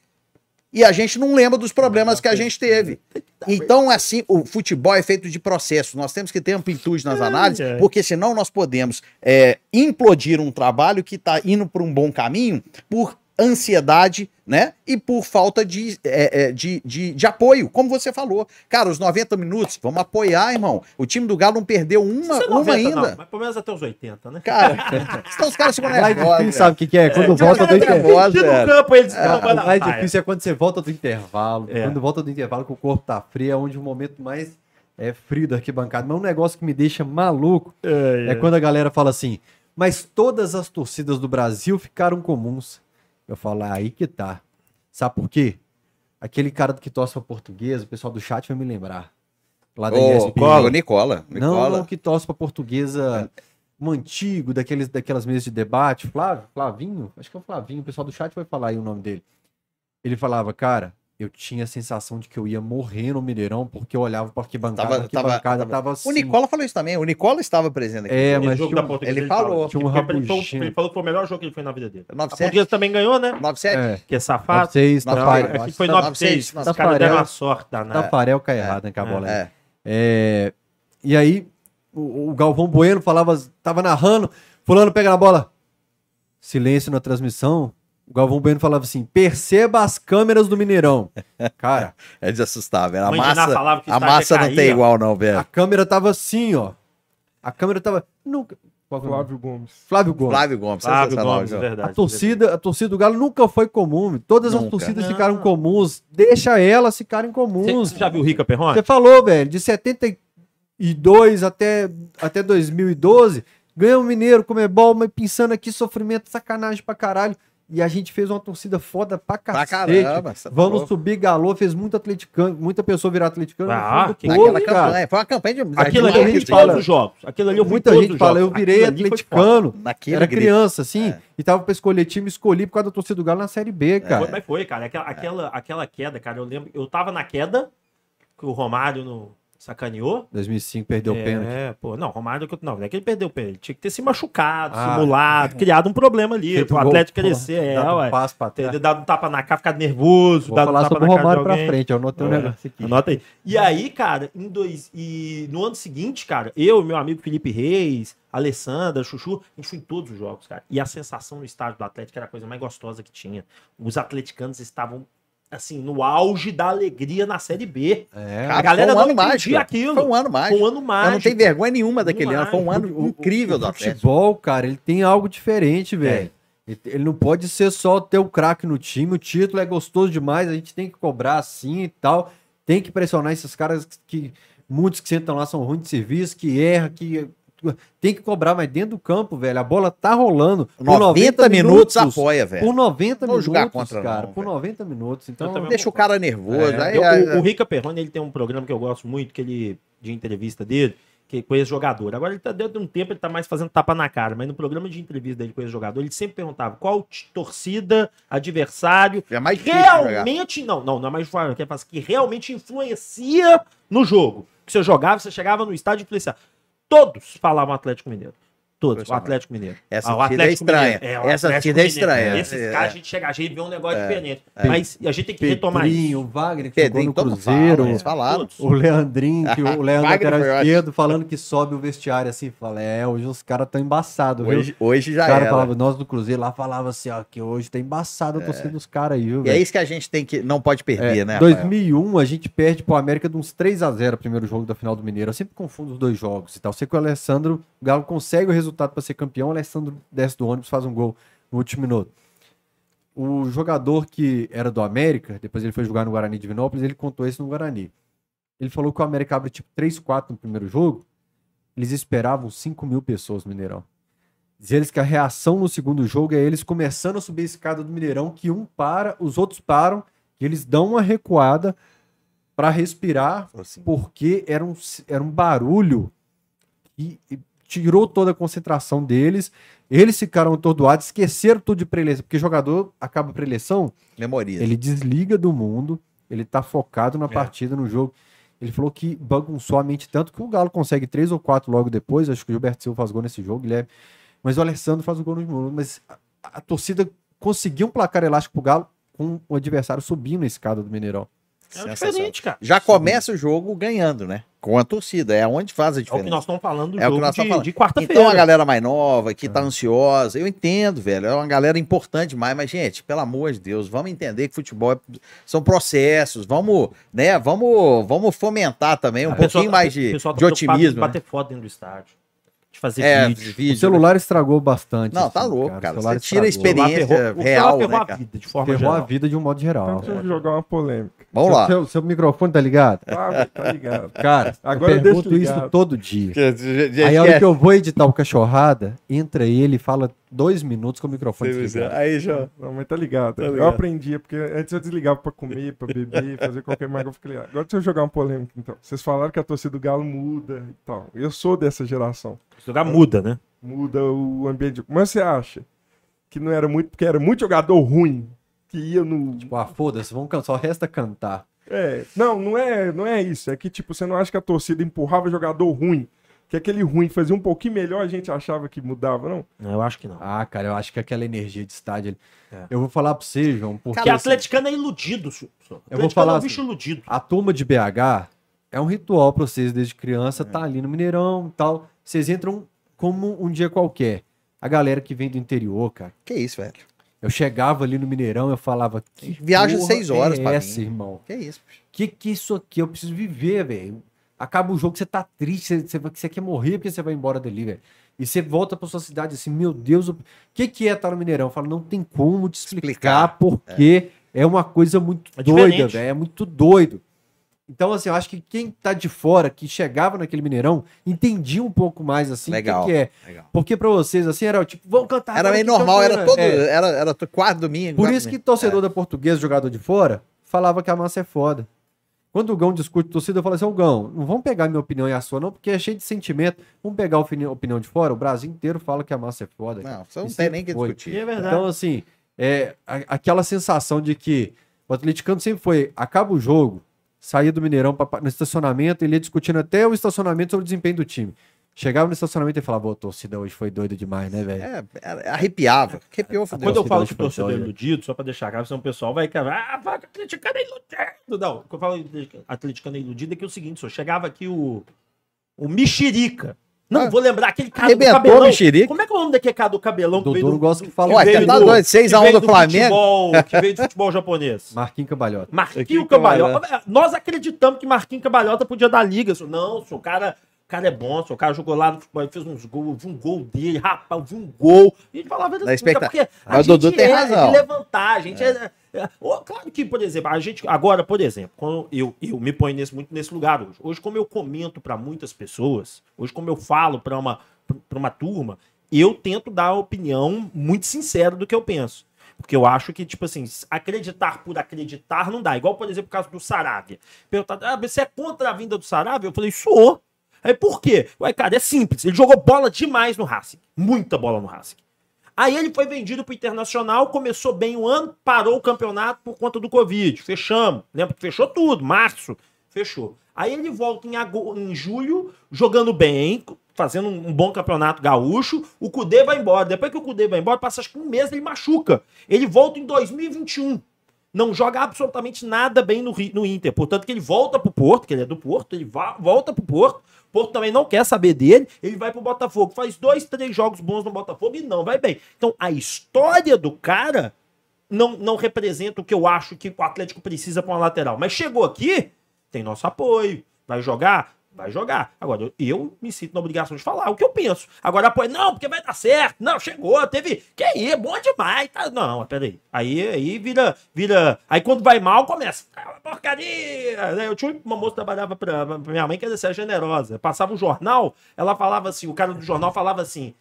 S2: E a gente não lembra dos problemas que a gente teve. Então, assim, o futebol é feito de processos. Nós temos que ter amplitude nas análises,
S3: ai.
S2: porque senão nós podemos é, implodir um trabalho que está indo para um bom caminho por ansiedade, né? E por falta de, é, é, de, de, de apoio, como você falou. Cara, os 90 minutos, vamos apoiar, irmão. O time do Galo não perdeu uma,
S3: Não sei
S2: uma
S3: 90 não,
S2: ainda.
S3: mas pelo menos até os 80, né?
S2: Cara, senão os caras ficam
S1: Mas quem
S2: nervosos.
S1: sabe o que, que é? Quando volta do
S2: cara,
S1: intervalo.
S2: nervoso,
S3: Metido no
S2: velho.
S3: campo, eles
S1: Ah,
S3: não
S1: o
S3: vão na
S1: mais
S3: praia.
S1: difícil é quando você volta do intervalo.
S3: É.
S1: Quando volta do intervalo, que o corpo tá frio, é onde o momento mais é frio da arquibancada. Mas um negócio que me deixa maluco é, quando a galera fala assim: mas todas as torcidas do Brasil ficaram comuns. Eu falo, "Ah, aí que tá. Sabe por quê? Aquele cara que torce pra portuguesa, o pessoal do chat vai me lembrar. Lá da
S2: Ô,
S1: ESPN.
S2: Cola, Nicola,
S1: Não, não
S2: Nicola.
S1: que torce pra portuguesa mantigo, daqueles, daquelas mesas de debate. Flávio, Flavinho? Acho que é o Flavinho, o pessoal do chat vai falar aí o nome dele. Ele falava, cara, eu tinha a sensação de que eu ia morrer no Mineirão, porque eu olhava para arquibancada,
S2: Tava-
S1: tava, arquibancada
S2: tava-
S1: tava, assim.
S2: O Nicola falou isso também. O Nicola estava presente aqui.
S1: É,
S3: Esse
S1: mas
S3: jogo
S1: tinha
S3: da
S1: um-
S3: Portuguesa,
S2: ele
S3: fala,
S2: falou.
S1: Tinha um
S3: que ele, falou,
S1: rabuginho.
S3: ele falou que foi o melhor jogo que ele foi na vida dele. A
S2: 97.
S3: Portuguesa também ganhou, né?
S2: 97.
S1: é,
S3: Que é safado.
S1: 96,
S2: Nove-
S1: Tafarel.
S3: Aqui foi
S2: Tá-
S3: 9-6.
S2: tá-
S1: tá-
S3: Os caras deram
S1: tá-
S3: uma sorte danada.
S1: Tafarel cai
S2: É,
S1: errado, né, com a
S3: é.
S1: bola. né?
S2: É.
S1: É, e aí, o, o Galvão Bueno falava, tava narrando, fulano pega na bola. Silêncio na transmissão. O Galvão Bueno falava assim: perceba as câmeras do Mineirão. Cara,
S2: É desassustável. A
S3: Mãe de Ná
S2: massa,
S3: falava que
S2: a
S3: estádio ia
S2: massa não
S3: cair,
S2: tem
S3: ó.
S2: igual, não,
S1: a
S2: velho.
S1: câmera tava assim, ó. A câmera tava. Nunca... Qual foi o nome?
S4: Flávio Gomes.
S1: Flávio Gomes.
S2: Flávio Gomes, é
S3: Flávio
S2: sensacional.
S3: Gomes,
S2: viu?
S3: verdade.
S1: é
S3: é
S1: A torcida, a torcida do Galo nunca foi comum. Todas as
S2: Nunca.
S1: torcidas
S3: Não.
S1: ficaram comuns. Deixa elas ficarem comuns.
S3: Você já viu o Rica Perrone?
S1: é Você falou, velho, de 72 até, até 2012, ganhamos o um Mineiro, Comebol, mas pensando aqui, sofrimento, sacanagem pra caralho. E a gente fez uma torcida foda pra
S2: Pra
S1: cacete.
S2: caramba. tá essa-
S1: Vamos subir, galô, fez muito atleticano, muita pessoa virar atleticano.
S3: Ah,
S1: no fundo,
S3: que-
S1: todo,
S2: Naquela
S1: cara.
S2: campanha. é, Foi uma campanha de.
S3: Aquilo ali eu vi
S1: Marketing.
S3: em todos os jogos. Aquilo ali eu vi em
S1: Muita
S3: todos
S1: gente
S3: os
S1: fala, eu
S3: jogos.
S1: virei
S3: Aquilo ali foi foda.
S1: atleticano.
S2: Naquele
S1: Era
S2: grito.
S1: criança, assim,
S2: É.
S1: e tava pra escolher time, escolhi por causa da torcida do Galo na Série B, cara.
S3: Foi, mas foi, cara. Aquela, aquela, aquela queda, cara, eu lembro. Eu tava na queda, que o Romário no, sacaneou.
S1: 2005 perdeu o
S3: é,
S1: pênalti.
S3: pô. Não, o Romário. Não, não é que ele perdeu o pênalti. Tinha que ter se machucado,
S1: Ah.
S3: simulado, criado um problema ali.
S1: Feito
S3: Pro
S1: um gol,
S3: Atlético
S1: pô,
S3: crescer. É,
S1: dado um
S3: ué.
S1: passo pra trás.
S3: Ter dado um tapa na cara, ficado nervoso.
S1: Vou
S3: dado um
S1: falar
S3: tapa
S1: sobre o
S3: na cara de
S1: Romário pra
S3: alguém.
S1: frente, eu anotei um
S3: É.
S1: negócio aqui.
S3: Anota aí. E aí, cara, em dois. E no ano seguinte, cara, eu e meu amigo Felipe Reis, Alessandra, Chuchu, a gente foi em todos os jogos, cara. E a sensação no estádio do Atlético era a coisa mais gostosa que tinha. Os atleticanos estavam, assim, no auge da alegria na Série B.
S1: É,
S2: Cara,
S3: a
S2: foi
S3: galera
S2: um
S3: não
S2: ano
S3: entendia
S2: mágico.
S3: aquilo.
S2: Foi um ano
S3: Foi
S2: mágico.
S3: um ano
S2: Eu não
S3: mágico.
S2: tenho vergonha nenhuma daquele ano. Foi um
S3: mágico.
S2: ano incrível É. do
S1: O
S2: Atlético.
S1: futebol, cara, ele tem algo diferente, velho. Ele- Ele não pode ser só ter o craque no time, o título é gostoso demais, a gente tem que cobrar assim e tal. Tem que pressionar esses caras que muitos que sentam lá são ruins de serviço, que erra, que tem que cobrar, mas dentro do campo, velho, a bola tá rolando. Por
S2: 90, minutos apoia, velho.
S1: Por 90
S2: Não vou
S1: minutos,
S2: jogar contra,
S1: cara,
S2: não,
S1: por
S2: velho.
S1: 90 minutos. Então,
S3: Eu também
S2: Deixa o cara nervoso.
S1: É.
S2: aí-
S3: Eu-
S2: aí-
S3: o, o Rica Perrone, ele tem um programa que eu gosto muito, que ele de entrevista dele, que é com esse jogador. Agora ele tá dentro de um tempo, ele tá mais fazendo tapa na cara, mas no programa de entrevista dele com esse jogador, ele sempre perguntava qual t- torcida, adversário,
S2: é mais difícil jogar.
S3: realmente não, não, não é mais fora, que é fácil, que realmente influencia no jogo. Que você jogava, você chegava no estádio e influenciava. Todos falavam Atlético Mineiro. Todos, o Atlético Mineiro.
S2: Essa
S3: Ah, o
S2: torcida é
S3: Atlético
S2: estranha.
S3: Mineiro. o
S2: Essa
S3: Atlético
S2: torcida é
S3: Mineiro.
S2: estranha.
S3: Esses
S2: É.
S3: caras, a gente chega, a gente vê um negócio diferente. Mas a gente tem que retomar isso.
S1: Pedrinho, Wagner, que jogou
S2: Pedrinho, é.
S1: no
S2: todo mundo então fala,
S1: Cruzeiro.
S2: eles falaram.
S3: Todos.
S1: O Leandrinho, que o Leandro
S2: Wagner foi
S1: lateral
S2: ótimo.
S1: esquerdo, falando que sobe o vestiário assim, fala, é, hoje os caras estão embaçados, viu?
S2: Hoje, hoje
S1: Os
S2: já
S1: caras
S2: era.
S1: falavam, nós do Cruzeiro lá falava assim, ó, que hoje tá embaçado a torcida dos caras aí, viu,
S2: É. E é
S1: assim, velho?
S2: isso que a gente tem que não pode perder,
S1: É,
S2: né? Rafael?
S1: 2001 a gente perde pro América de uns 3 a 0 o primeiro jogo da final do Mineiro. Eu sempre confundo os dois jogos e tal. Sei que o Alessandro, o Galo consegue o resultado pra ser campeão, o Alessandro desce do ônibus, faz um gol no último minuto. O jogador que era do América, depois ele foi jogar no Guarani de Vinópolis, ele contou isso no Guarani. Ele falou que o América abre tipo 3, 4 no primeiro jogo, eles esperavam 5 mil pessoas no Mineirão. Diz eles que a reação no segundo jogo é eles começando a subir a escada do Mineirão, que um para, os outros param, e eles dão uma recuada para respirar,
S2: Assim,
S1: porque era um, era um barulho que tirou toda a concentração deles. Eles ficaram atordoados, esqueceram tudo de preleção, porque jogador acaba a preleção,
S2: memoriza.
S1: ele desliga do mundo, ele tá focado na
S3: É.
S1: partida, no jogo. Ele falou que bagunçou a mente tanto que o Galo consegue três ou quatro logo depois. Acho que o Gilberto Silva faz gol nesse jogo, Guilherme. Mas o Alessandro faz o gol no minuto. Mas a, a torcida conseguiu um placar elástico pro Galo com o adversário subindo a escada do Mineirão.
S3: É
S2: Sensacional.
S3: diferente, cara.
S2: Já começa o jogo ganhando, né? Com a torcida. É onde faz a
S3: É o É que
S2: diferença.
S3: nós estamos falando do
S2: É o que
S3: jogo
S2: nós
S3: de,
S2: estamos falando.
S3: de quarta-feira.
S2: Então a galera mais nova, que
S1: Ah.
S2: tá ansiosa, eu entendo, velho. É uma galera importante demais, mas, gente, pelo amor de Deus, vamos entender que futebol é- são processos, vamos, né? Vamos, vamos fomentar também um
S3: A
S2: pouquinho
S3: pessoa tá-
S2: mais
S3: o
S2: de,
S3: pessoal tá
S2: de
S3: preocupado
S2: otimismo.
S3: De bater foto dentro do estádio. De fazer
S2: né? É,
S3: vídeo.
S1: O
S2: vídeo.
S1: celular estragou bastante. assim,
S2: Não, tá louco, cara. Você tira a
S1: estragou.
S3: O celular
S2: né? experiência
S3: ferrou- o celular
S2: real,
S3: ferrou
S2: né,
S3: a
S2: cara?
S3: vida, de forma
S1: Ferrou a
S3: geral.
S1: vida de um modo geral.
S4: Então deixa eu jogar uma polêmica.
S2: Vamos lá.
S1: Seu, seu microfone tá ligado?
S4: Tá, tá ligado.
S1: Cara,
S4: Agora
S1: eu
S4: eu
S1: pergunto
S4: deixo ligado.
S1: isso todo dia. Aí
S3: é
S1: a hora que
S2: Aí,
S1: eu vou editar o cachorrada, entra ele e fala dois minutos com o microfone desligado.
S2: aí já.
S4: Não, mas tá ligado.
S2: Tá
S4: Eu
S2: ligado.
S4: aprendi, é porque antes eu desligava pra comer, pra beber, fazer qualquer mais. Eu fiquei ligado. Agora deixa eu jogar uma polêmica, então. Vocês falaram que a torcida do Galo muda e tal. Eu sou dessa geração.
S3: Esse lugar muda, né?
S4: Muda o ambiente. Mas você acha que não era muito, porque era muito jogador ruim que ia no.
S1: Tipo, ah, foda-se, vamos can- só resta cantar.
S4: É, não, não é, não é isso. É que, tipo, você não acha que a torcida empurrava jogador ruim. Que aquele ruim fazia um pouquinho melhor, a gente achava que mudava, não?
S3: Não, eu acho que não.
S1: Ah, cara, eu acho que aquela energia de estádio. ali-
S3: É.
S1: Eu vou falar pra você, João, porque
S3: Porque
S1: assim,
S3: atleticano é iludido, senhor.
S1: Eu vou falar
S3: é um
S1: assim.
S3: bicho iludido.
S1: a turma de BH é um ritual pra vocês desde criança, tá ali no Mineirão e tal. Vocês entram como um dia qualquer. A galera que vem do interior, cara.
S2: Que isso, velho.
S1: Eu chegava ali no Mineirão, eu falava. Que
S2: Viagem
S1: porra
S2: seis horas
S1: é
S2: pra
S1: essa,
S2: mim.
S1: irmão.
S2: Que isso, bicho.
S1: Que que é isso aqui? Eu preciso viver, velho. Acaba o jogo, você tá triste, você, você, vai- você quer morrer porque você vai embora dali, velho. E você volta pra sua cidade assim, meu Deus, o que, que é estar no Mineirão? Eu falo, não tem como te explicar,
S2: Explicar,
S1: porque é. uma coisa muito
S3: É
S1: doida,
S3: diferente.
S1: velho. É muito doido. Então, assim, eu acho que quem tá de fora, que chegava naquele Mineirão, entendia um pouco mais, assim, o que
S2: Legal.
S1: que é.
S2: Legal.
S1: Porque pra vocês, assim, era tipo, vamos cantar.
S2: Era
S1: agora
S2: meio
S1: que
S2: normal, era
S1: campeona.
S2: todo.
S1: É.
S2: Era, era to- quarto domingo. né?
S1: Por
S2: quarto
S1: isso que
S2: domingo.
S1: torcedor da portuguesa, jogador de fora, falava que a massa é foda. Quando o Gão discute torcida, eu falo assim, ô Gão, não vamos pegar minha opinião e a sua não, porque é cheio de sentimento. Vamos pegar a opini- opinião de fora, o Brasil inteiro fala que a massa é foda.
S2: Não, você não
S1: Isso
S2: tem nem que
S1: foi.
S2: discutir.
S3: é verdade.
S1: Então, assim, é, a- aquela sensação de que o atleticano sempre foi, acaba o jogo, saía do Mineirão pra, pa- no estacionamento, ele ia discutindo até o estacionamento sobre o desempenho do time. Chegava no estacionamento e falava, ô, torcida hoje foi doida demais, né, velho?
S2: É, era- arrepiava. Arrepiou, fudeu.
S3: Quando eu falo que
S1: de
S3: o
S2: né?
S3: torcedor é
S1: fantoche.
S3: iludido, só pra deixar claro, senão o pessoal vai cavar, ah, vai, que o atleticano é iludido. Não, o que eu falo de atleticano é iludido é que é o seguinte, senhor, chegava aqui o, o Mexerica. Não,
S2: Ah.
S3: vou lembrar aquele cara
S2: Arrebentou o
S3: do cabelão.
S2: Mexerica.
S3: Como é que é o nome daquele cara do cabelão?
S1: Dodô não gosta que fala.
S2: Ué,
S1: que
S2: tá
S1: veio
S2: dado
S1: do-
S2: doido? 6x1
S3: que veio
S2: do Flamengo?
S3: Futebol, que veio do futebol japonês.
S1: Marquinhos Cambalhota.
S3: Marquinho
S2: Aqui, Cambalhota.
S3: Cambalhota. Nós acreditamos que Marquinho Cambalhota podia dar liga. senhor. Não, senhor, o cara, o cara é bom, senhor, o cara jogou lá no futebol, ele fez uns gols, eu vi um gol dele, rapaz, eu vi um gol. E ele falava é
S2: Da expecta-
S3: porque a
S2: Mas o
S3: gente
S2: Dudu tem
S3: é
S2: razão.
S3: de levantar, a gente é. é- Ô, claro que, por exemplo, a gente. Agora, por exemplo, quando eu, eu me ponho nesse, muito nesse lugar hoje. Hoje, como eu comento para muitas pessoas, hoje, como eu falo para uma, pra uma turma, eu tento dar a opinião muito sincera do que eu penso. Porque eu acho que, tipo assim, acreditar por acreditar não dá. Igual, por exemplo, o caso do Saravia. Perguntaram, ah, você é contra a vinda do Saravia? Eu falei, sou. Aí por quê? Ué, cara, é simples. Ele jogou bola demais no Racing. Muita bola no Racing. Aí ele foi vendido pro Internacional, começou bem o ano, parou o campeonato por conta do Covid. Fechamos. Lembra que fechou tudo, março. Fechou. Aí ele volta em, ago- em julho, jogando bem, fazendo um um bom campeonato gaúcho. O Cudê vai embora. Depois que o Cudê vai embora, passa acho que um mês ele machuca. Ele volta em 2021. Não joga absolutamente nada bem no, Ri- no Inter. Portanto, que ele volta pro Porto, que ele é do Porto, ele va- volta pro Porto. Porto também não quer saber dele, ele vai pro Botafogo. Faz dois, três jogos bons no Botafogo e não vai bem. Então, a história do cara não, não representa o que eu acho que o Atlético precisa pra uma lateral. Mas chegou aqui, tem nosso apoio, vai jogar, vai jogar. Agora, eu, eu me sinto na obrigação de falar o que eu penso. Agora, apoio, não, porque vai dar certo, não, chegou, teve, que aí, bom demais. Tá? Não, mas peraí. Aí, aí vira, vira, aí quando vai mal, começa, "Ah, uma porcaria. né? Eu tinha uma moça que trabalhava pra, pra minha mãe, que era assim, generosa, passava o jornal, ela falava assim, o cara do jornal falava assim,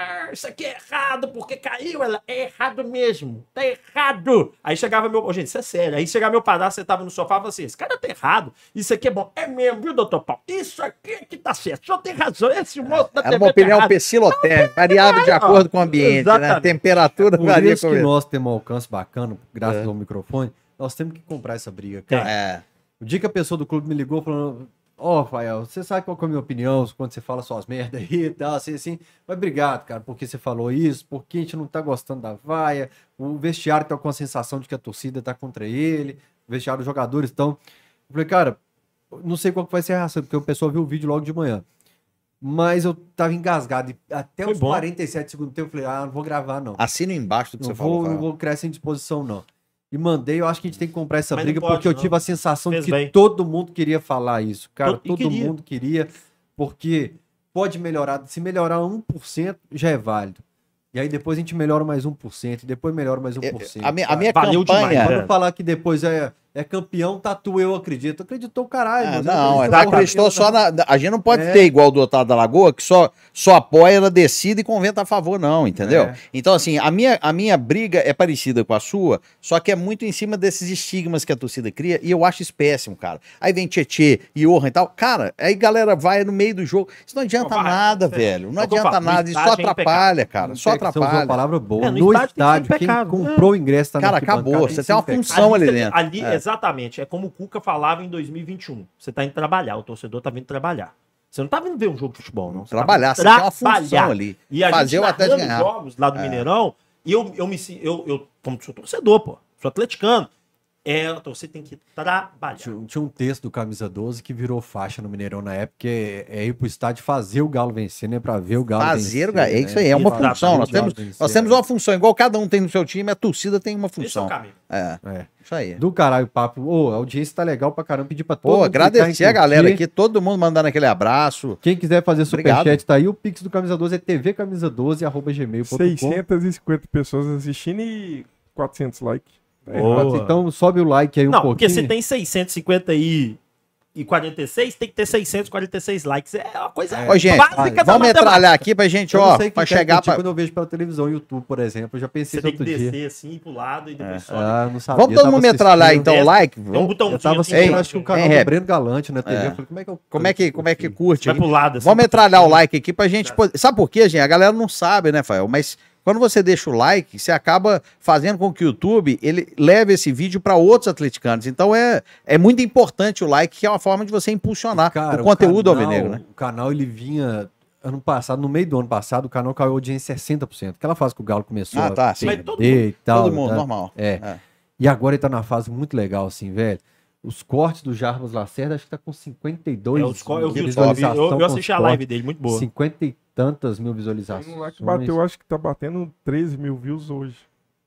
S3: ah, isso aqui é errado, porque caiu. Ela, é errado mesmo, tá errado. Aí chegava meu. Ô, gente, isso é sério. Aí chegava meu padrasto, sentava no sofá e falava assim: esse cara tá errado, isso aqui é bom. É mesmo, viu, doutor Paulo? Isso aqui é que tá certo. O senhor tem razão, esse moço da
S2: Era
S3: TV
S2: É uma
S3: tá
S2: opinião
S3: errado."
S2: pecilotérmica, variável de acordo com o ambiente, né? A
S3: Exatamente.
S2: temperatura
S1: Por
S2: varia
S1: isso
S2: com
S1: que
S2: o
S1: nós temos um alcance bacana,
S3: É.
S1: graças ao microfone, nós temos que comprar essa briga, cara.
S2: É,
S1: O dia que a pessoa do clube me ligou falando, ó, Rafael, você sabe qual que é a minha opinião quando você fala suas merdas aí e tal, assim, assim. Mas obrigado, cara, porque você falou isso, porque a gente não tá gostando da vaia, o vestiário tá com a sensação de que a torcida tá contra ele, o vestiário, os jogadores estão... Eu falei, cara, eu não sei qual que vai ser a reação, porque o pessoal viu o vídeo logo de manhã. Mas eu tava engasgado e até
S3: Foi
S1: os
S3: bom.
S1: 47 segundos do tempo eu falei, ah, não vou gravar não.
S2: assino embaixo do que
S1: Não
S2: você
S1: vou,
S2: falou.
S1: não
S2: Rafael.
S1: vou criar sem disposição, não. E mandei, eu acho que a gente tem que comprar essa
S3: Mas não
S1: briga,
S3: pode,
S1: porque eu
S3: não.
S1: tive a sensação de
S3: Fez
S1: que
S3: bem.
S1: todo mundo queria falar isso. Cara,
S3: To- e
S1: todo
S3: queria.
S1: mundo queria, porque pode melhorar. Se melhorar 1%, já é válido. E aí depois a gente melhora mais 1%, e depois melhora mais 1%.
S2: Eu- eu- É, a minha, a minha
S3: Valeu
S2: campanha,
S3: demais,
S1: Pra
S3: né?
S1: não falar que depois é. é campeão, tatu, eu acredito. Acreditou o caralho.
S2: Ah,
S1: mano.
S2: não,
S1: Acreditou tá
S2: ela
S1: porra
S2: acreditou
S1: nenhuma.
S2: só na. na- A gente não pode
S1: É.
S2: ter igual do Otávio da Lagoa, que só, só apoia, ela decide e conventa a favor, não, entendeu?
S1: É.
S2: Então, assim, a minha, a minha briga é parecida com a sua, só que é muito em cima desses estigmas que a torcida cria, e eu acho isso péssimo, cara. Aí vem Tietê e Orra e tal. Cara, aí galera vai no meio do jogo. Isso não adianta
S3: Não vai,
S2: nada,
S3: é.
S2: velho. Não
S3: É o que eu
S2: adianta
S3: falo, no
S2: nada. Isso só
S1: tá
S3: estádio é
S2: atrapalha, cara. Só
S1: Você usou uma
S2: atrapalha.
S1: palavra boa.
S3: É,
S1: no,
S3: no estádio tem que ser
S1: estádio, quem
S3: impecável.
S1: comprou o ingresso tá na
S2: Cara,
S1: arquibancada,
S2: acabou,
S1: tem
S2: você
S1: que
S2: tem
S1: ser
S2: uma
S1: impecável.
S2: função. São ali
S3: você-
S2: dentro,
S3: ali,
S2: é.
S3: Exatamente. É como o Cuca falava em 2021. Você tá indo trabalhar, o torcedor tá vindo trabalhar. Você não tá vindo ver um jogo de futebol, não. Você
S2: Trabalhar,
S3: tá
S2: você
S3: vindo
S2: tem uma função
S3: trabalhar.
S2: ali.
S3: E a
S2: Fazer
S3: gente
S2: o até
S3: narrando
S2: ganhar. É.
S3: jogos lá do Mineirão, e eu, eu me si- eu, eu, como sou torcedor, pô, sou atleticano. É, você tem que trabalhar.
S1: Tinha, tinha um texto do Camisa 12 que virou faixa no Mineirão na época, que é, é ir pro estádio fazer o Galo vencer, né? Pra ver o Galo
S2: Fazer,
S1: vencer.
S2: cara, é
S1: né?
S2: isso aí, é uma
S3: Exatamente.
S2: função.
S1: Fazer
S2: Nós
S1: o Galo né?
S2: temos, nós temos uma função, igual cada um tem no seu time, a torcida tem uma
S3: Esse é o
S2: função.
S3: caminho.
S2: É,
S1: É.
S2: isso aí.
S1: Do tá caralho, o papo. Ô, a audiência tá legal pra caramba. Pedir pra todo
S2: Pô,
S1: mundo clicar em
S2: agradecer a galera
S1: curtir.
S2: aqui, todo mundo mandando aquele abraço.
S1: Quem quiser fazer
S2: Obrigado.
S1: superchat, tá aí. O Pix do Camisa 12 é tvcamisa12.gmail.com.
S4: 650 pessoas assistindo e 400 likes. É,
S3: Boa.
S1: Então sobe o like aí um
S3: não, porque
S1: pouquinho.
S3: você tem 650 e, e 46, tem que ter 646 likes. É uma coisa
S1: É.
S2: Ô, gente,
S3: básica da
S2: vamos
S3: matemática.
S2: metralhar aqui pra gente,
S1: Eu não
S2: ó,
S1: sei o que
S2: pra
S1: que é
S2: chegar
S1: que,
S2: pra...
S1: Quando eu vejo pela televisão, YouTube, por exemplo, eu já pensei
S3: Você
S1: isso
S3: tem que
S1: é outro
S3: descer
S1: dia.
S3: assim pro lado e depois sobe.
S1: Ah, não sabia.
S2: Vamos todo
S1: tava
S2: mundo metralhar
S1: assistindo.
S2: então o
S3: Desce,
S2: like.
S3: Tem um
S2: É. Vamos-
S3: botãozinho
S1: Eu tava
S3: assim,
S1: assistindo,
S3: ó.
S1: acho que o canal
S2: Ei,
S1: do Breno Galante na TV.
S2: É.
S1: Eu falei, como é que eu...
S2: Como é que, como é que curte?
S3: Vai
S2: hein?
S3: pro lado. assim.
S2: Vamos metralhar o like aqui pra gente poder... Sabe por quê, gente? A galera não sabe, né, Fael? Mas quando você deixa o like, você acaba fazendo com que o YouTube ele leve esse vídeo pra outros atleticanos. Então é, é muito importante o like, que é uma forma de você impulsionar
S1: Cara,
S2: o conteúdo
S1: canal-
S2: alvinegro, né?
S1: O canal, ele vinha... Ano passado, no meio do ano passado, o canal caiu de 60%. Aquela fase que o Galo começou
S2: Ah, tá,
S1: a
S2: sim.
S1: perder
S3: Mas todo
S1: e tal.
S2: Todo mundo,
S1: tá?
S2: normal.
S1: É. E agora ele tá na fase muito legal, assim, velho. Os cortes do Jarbas Lacerda, acho que tá com 52
S3: É, os co- eu vi os cortes,
S1: visualizações
S3: eu, eu
S1: com os
S3: assisti a live dele, muito boa.
S1: 50 e tantas mil
S2: Tá.
S4: Tem um lá
S1: visualizações.
S4: que bateu, acho que tá batendo 13 mil views hoje.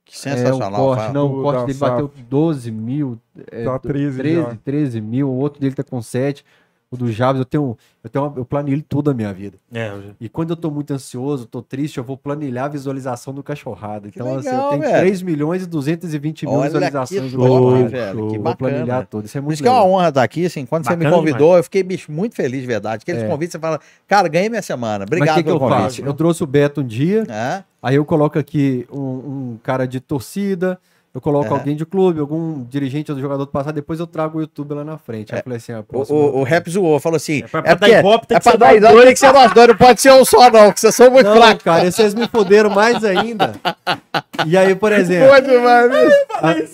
S2: Que
S1: É, o
S2: sensacional,
S1: corte,
S2: Fael.
S1: não, o
S4: Do-
S1: corte
S4: da
S1: dele bateu 12 mil, é,
S4: Tá
S1: do-
S4: 13 já.
S1: 13, 13 mil, o outro dele tá com 7. O do Jarbas, eu tenho, eu tenho uma- eu planilho toda a minha vida.
S3: É,
S1: E quando eu tô muito ansioso, tô triste, eu vou planilhar a visualização do cachorrada. Então, assim,
S2: legal,
S1: eu tenho
S2: velho.
S1: 3 milhões e 220 mil
S2: Olha que
S1: visualizações
S2: top,
S1: Cachorrada.
S2: velho,
S1: Eu
S2: que
S1: vou
S2: bacana.
S1: planilhar tudo. Isso é
S2: Por
S1: muito
S2: isso que é uma
S1: legal.
S2: honra estar aqui, assim. Quando você me
S3: Bacana
S2: convidou, eu fiquei, bicho, muito feliz, de verdade. Que eles
S1: É.
S2: convidam, você fala, cara, ganhei minha semana.
S1: Mas o
S2: Obrigado
S1: que, que eu faço? Eu trouxe o Beto um dia,
S2: É,
S1: aí eu coloco aqui um, um cara de torcida, eu coloco
S2: Aham.
S1: alguém de clube, algum dirigente ou jogador do passado, depois eu trago o YouTube lá na frente. Aí
S2: É.
S1: eu falei assim, ah,
S2: o,
S1: próximo-
S2: o, o Rap zoou, falou assim, é,
S3: É
S2: pra
S3: pra- pra dar
S2: porque,
S3: ibope, tem
S2: é
S3: que
S2: pra
S3: ser
S2: dar
S3: nós
S2: ibope, tem que ser nós dois, não pode ser um só não, que vocês são muito
S1: Não,
S2: fracos.
S1: cara, vocês me fuderam mais ainda. E aí, por exemplo, Ah,
S2: Muito mais, bicho.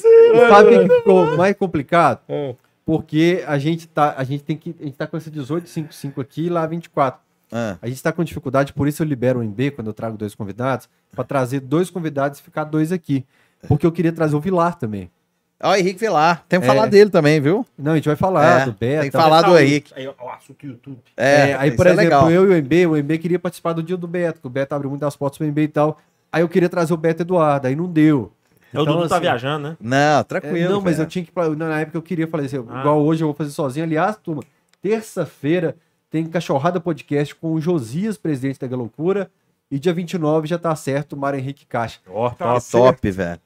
S1: sabe o que que ficou mais complicado?
S3: É.
S1: Porque a gente tá, a gente tem que, a gente tá com essa 1855 aqui e lá 24.
S2: Ah,
S1: A gente tá com dificuldade, por isso eu libero o MB quando eu trago dois convidados, pra trazer dois convidados e ficar dois aqui. Porque eu queria trazer o Vilar também.
S2: Ó, o Henrique Vilar, tem que
S1: É.
S2: falar dele também, viu?
S1: Não, a gente vai falar
S2: É,
S1: do
S2: tem
S1: Beto.
S2: que falar do Henrique.
S3: Aí, ó, o assunto YouTube.
S2: É,
S1: É, aí,
S2: isso
S1: por
S2: é
S1: exemplo,
S2: legal.
S1: eu e o MB, o MB queria participar do dia do Beto, que o Beto abriu muitas portas pro MB e tal. Aí eu queria trazer o Beto Eduardo, aí não deu.
S2: Então,
S3: É o Dudu tá
S1: assim,
S3: viajando, né?
S2: Não,
S1: É,
S2: tranquilo.
S1: não, mas eu
S2: velho.
S1: tinha que. pra- Na época eu queria falar assim,
S3: Ah.
S1: igual hoje eu vou fazer sozinho. Aliás, turma, terça-feira tem Cachorrada Podcast com o Josias, presidente da Galoucura. E dia 29 já tá certo o Mário Henrique Caixa.
S3: Ó,
S4: Tá
S2: Tá top, velho.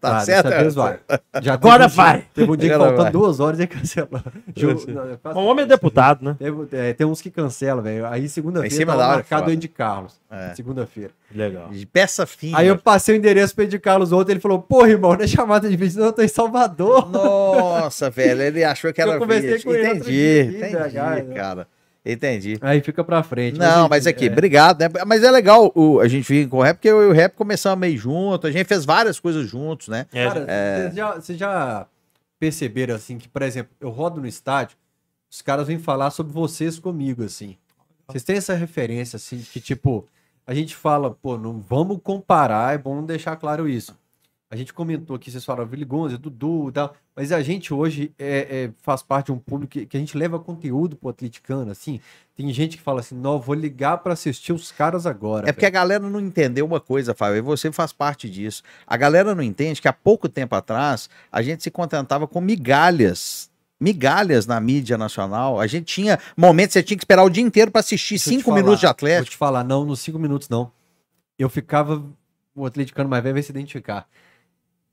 S2: Tá
S1: Cara,
S2: certo?
S1: dessa vez vai. Já teve
S3: Agora
S1: um dia-
S3: vai!
S1: Teve um dia que
S2: Agora
S1: faltando
S2: vai.
S1: duas horas e cancelou. Ju-
S3: sei.
S1: não, é quase-
S3: O homem é deputado, né?
S1: Teve- é, tem uns que cancelam, velho. Aí
S2: Em
S1: segunda-feira
S2: cima
S1: tava
S2: da hora,
S1: marcado o
S2: foda.
S1: Andy Carlos.
S2: É.
S1: Segunda-feira.
S3: Legal.
S2: De peça fina.
S1: Aí eu passei o endereço pro Andy Carlos ontem. Ele falou, porra, irmão, não é chamada de vídeo, não, eu tô em Salvador.
S2: Nossa, velho, ele achou que
S1: Eu
S2: era
S1: conversei
S2: vídeo.
S1: com ele outro
S2: Entendi,
S1: dia aqui,
S2: entendi,
S1: BH, né?
S2: cara. Entendi.
S1: Aí fica pra frente.
S2: Não,
S1: enfim,
S2: mas aqui,
S1: é.
S2: obrigado, né? Mas é legal o, a gente vir com o rap, porque eu e o rap começamos meio junto, a gente fez várias coisas juntos, né?
S3: É,
S1: Cara, vocês já, vocês já perceberam, assim, que, por exemplo, eu rodo no estádio, os caras vêm falar sobre vocês comigo, assim. Vocês têm essa referência, assim, que, tipo, a gente fala, pô, não vamos comparar, é bom deixar claro isso. A gente comentou aqui, vocês falaram Vili Gonza, Dudu e tal, mas a gente hoje é, é, faz parte de um público que, que a gente leva conteúdo pro atleticano, assim. Tem gente que fala assim, não, eu vou ligar pra assistir os caras agora.
S2: É porque a galera não entendeu uma coisa, Fábio, e você faz parte disso. A galera não entende que há pouco tempo atrás a gente se contentava com migalhas. Migalhas na mídia nacional. A gente tinha momentos que você tinha que esperar o dia inteiro pra assistir
S1: Deixa eu te
S2: cinco
S1: falar,
S2: minutos de
S1: Vou
S2: Atlético.
S1: te falar, não, nos cinco minutos não. Eu ficava. O atleticano mais velho vai se identificar.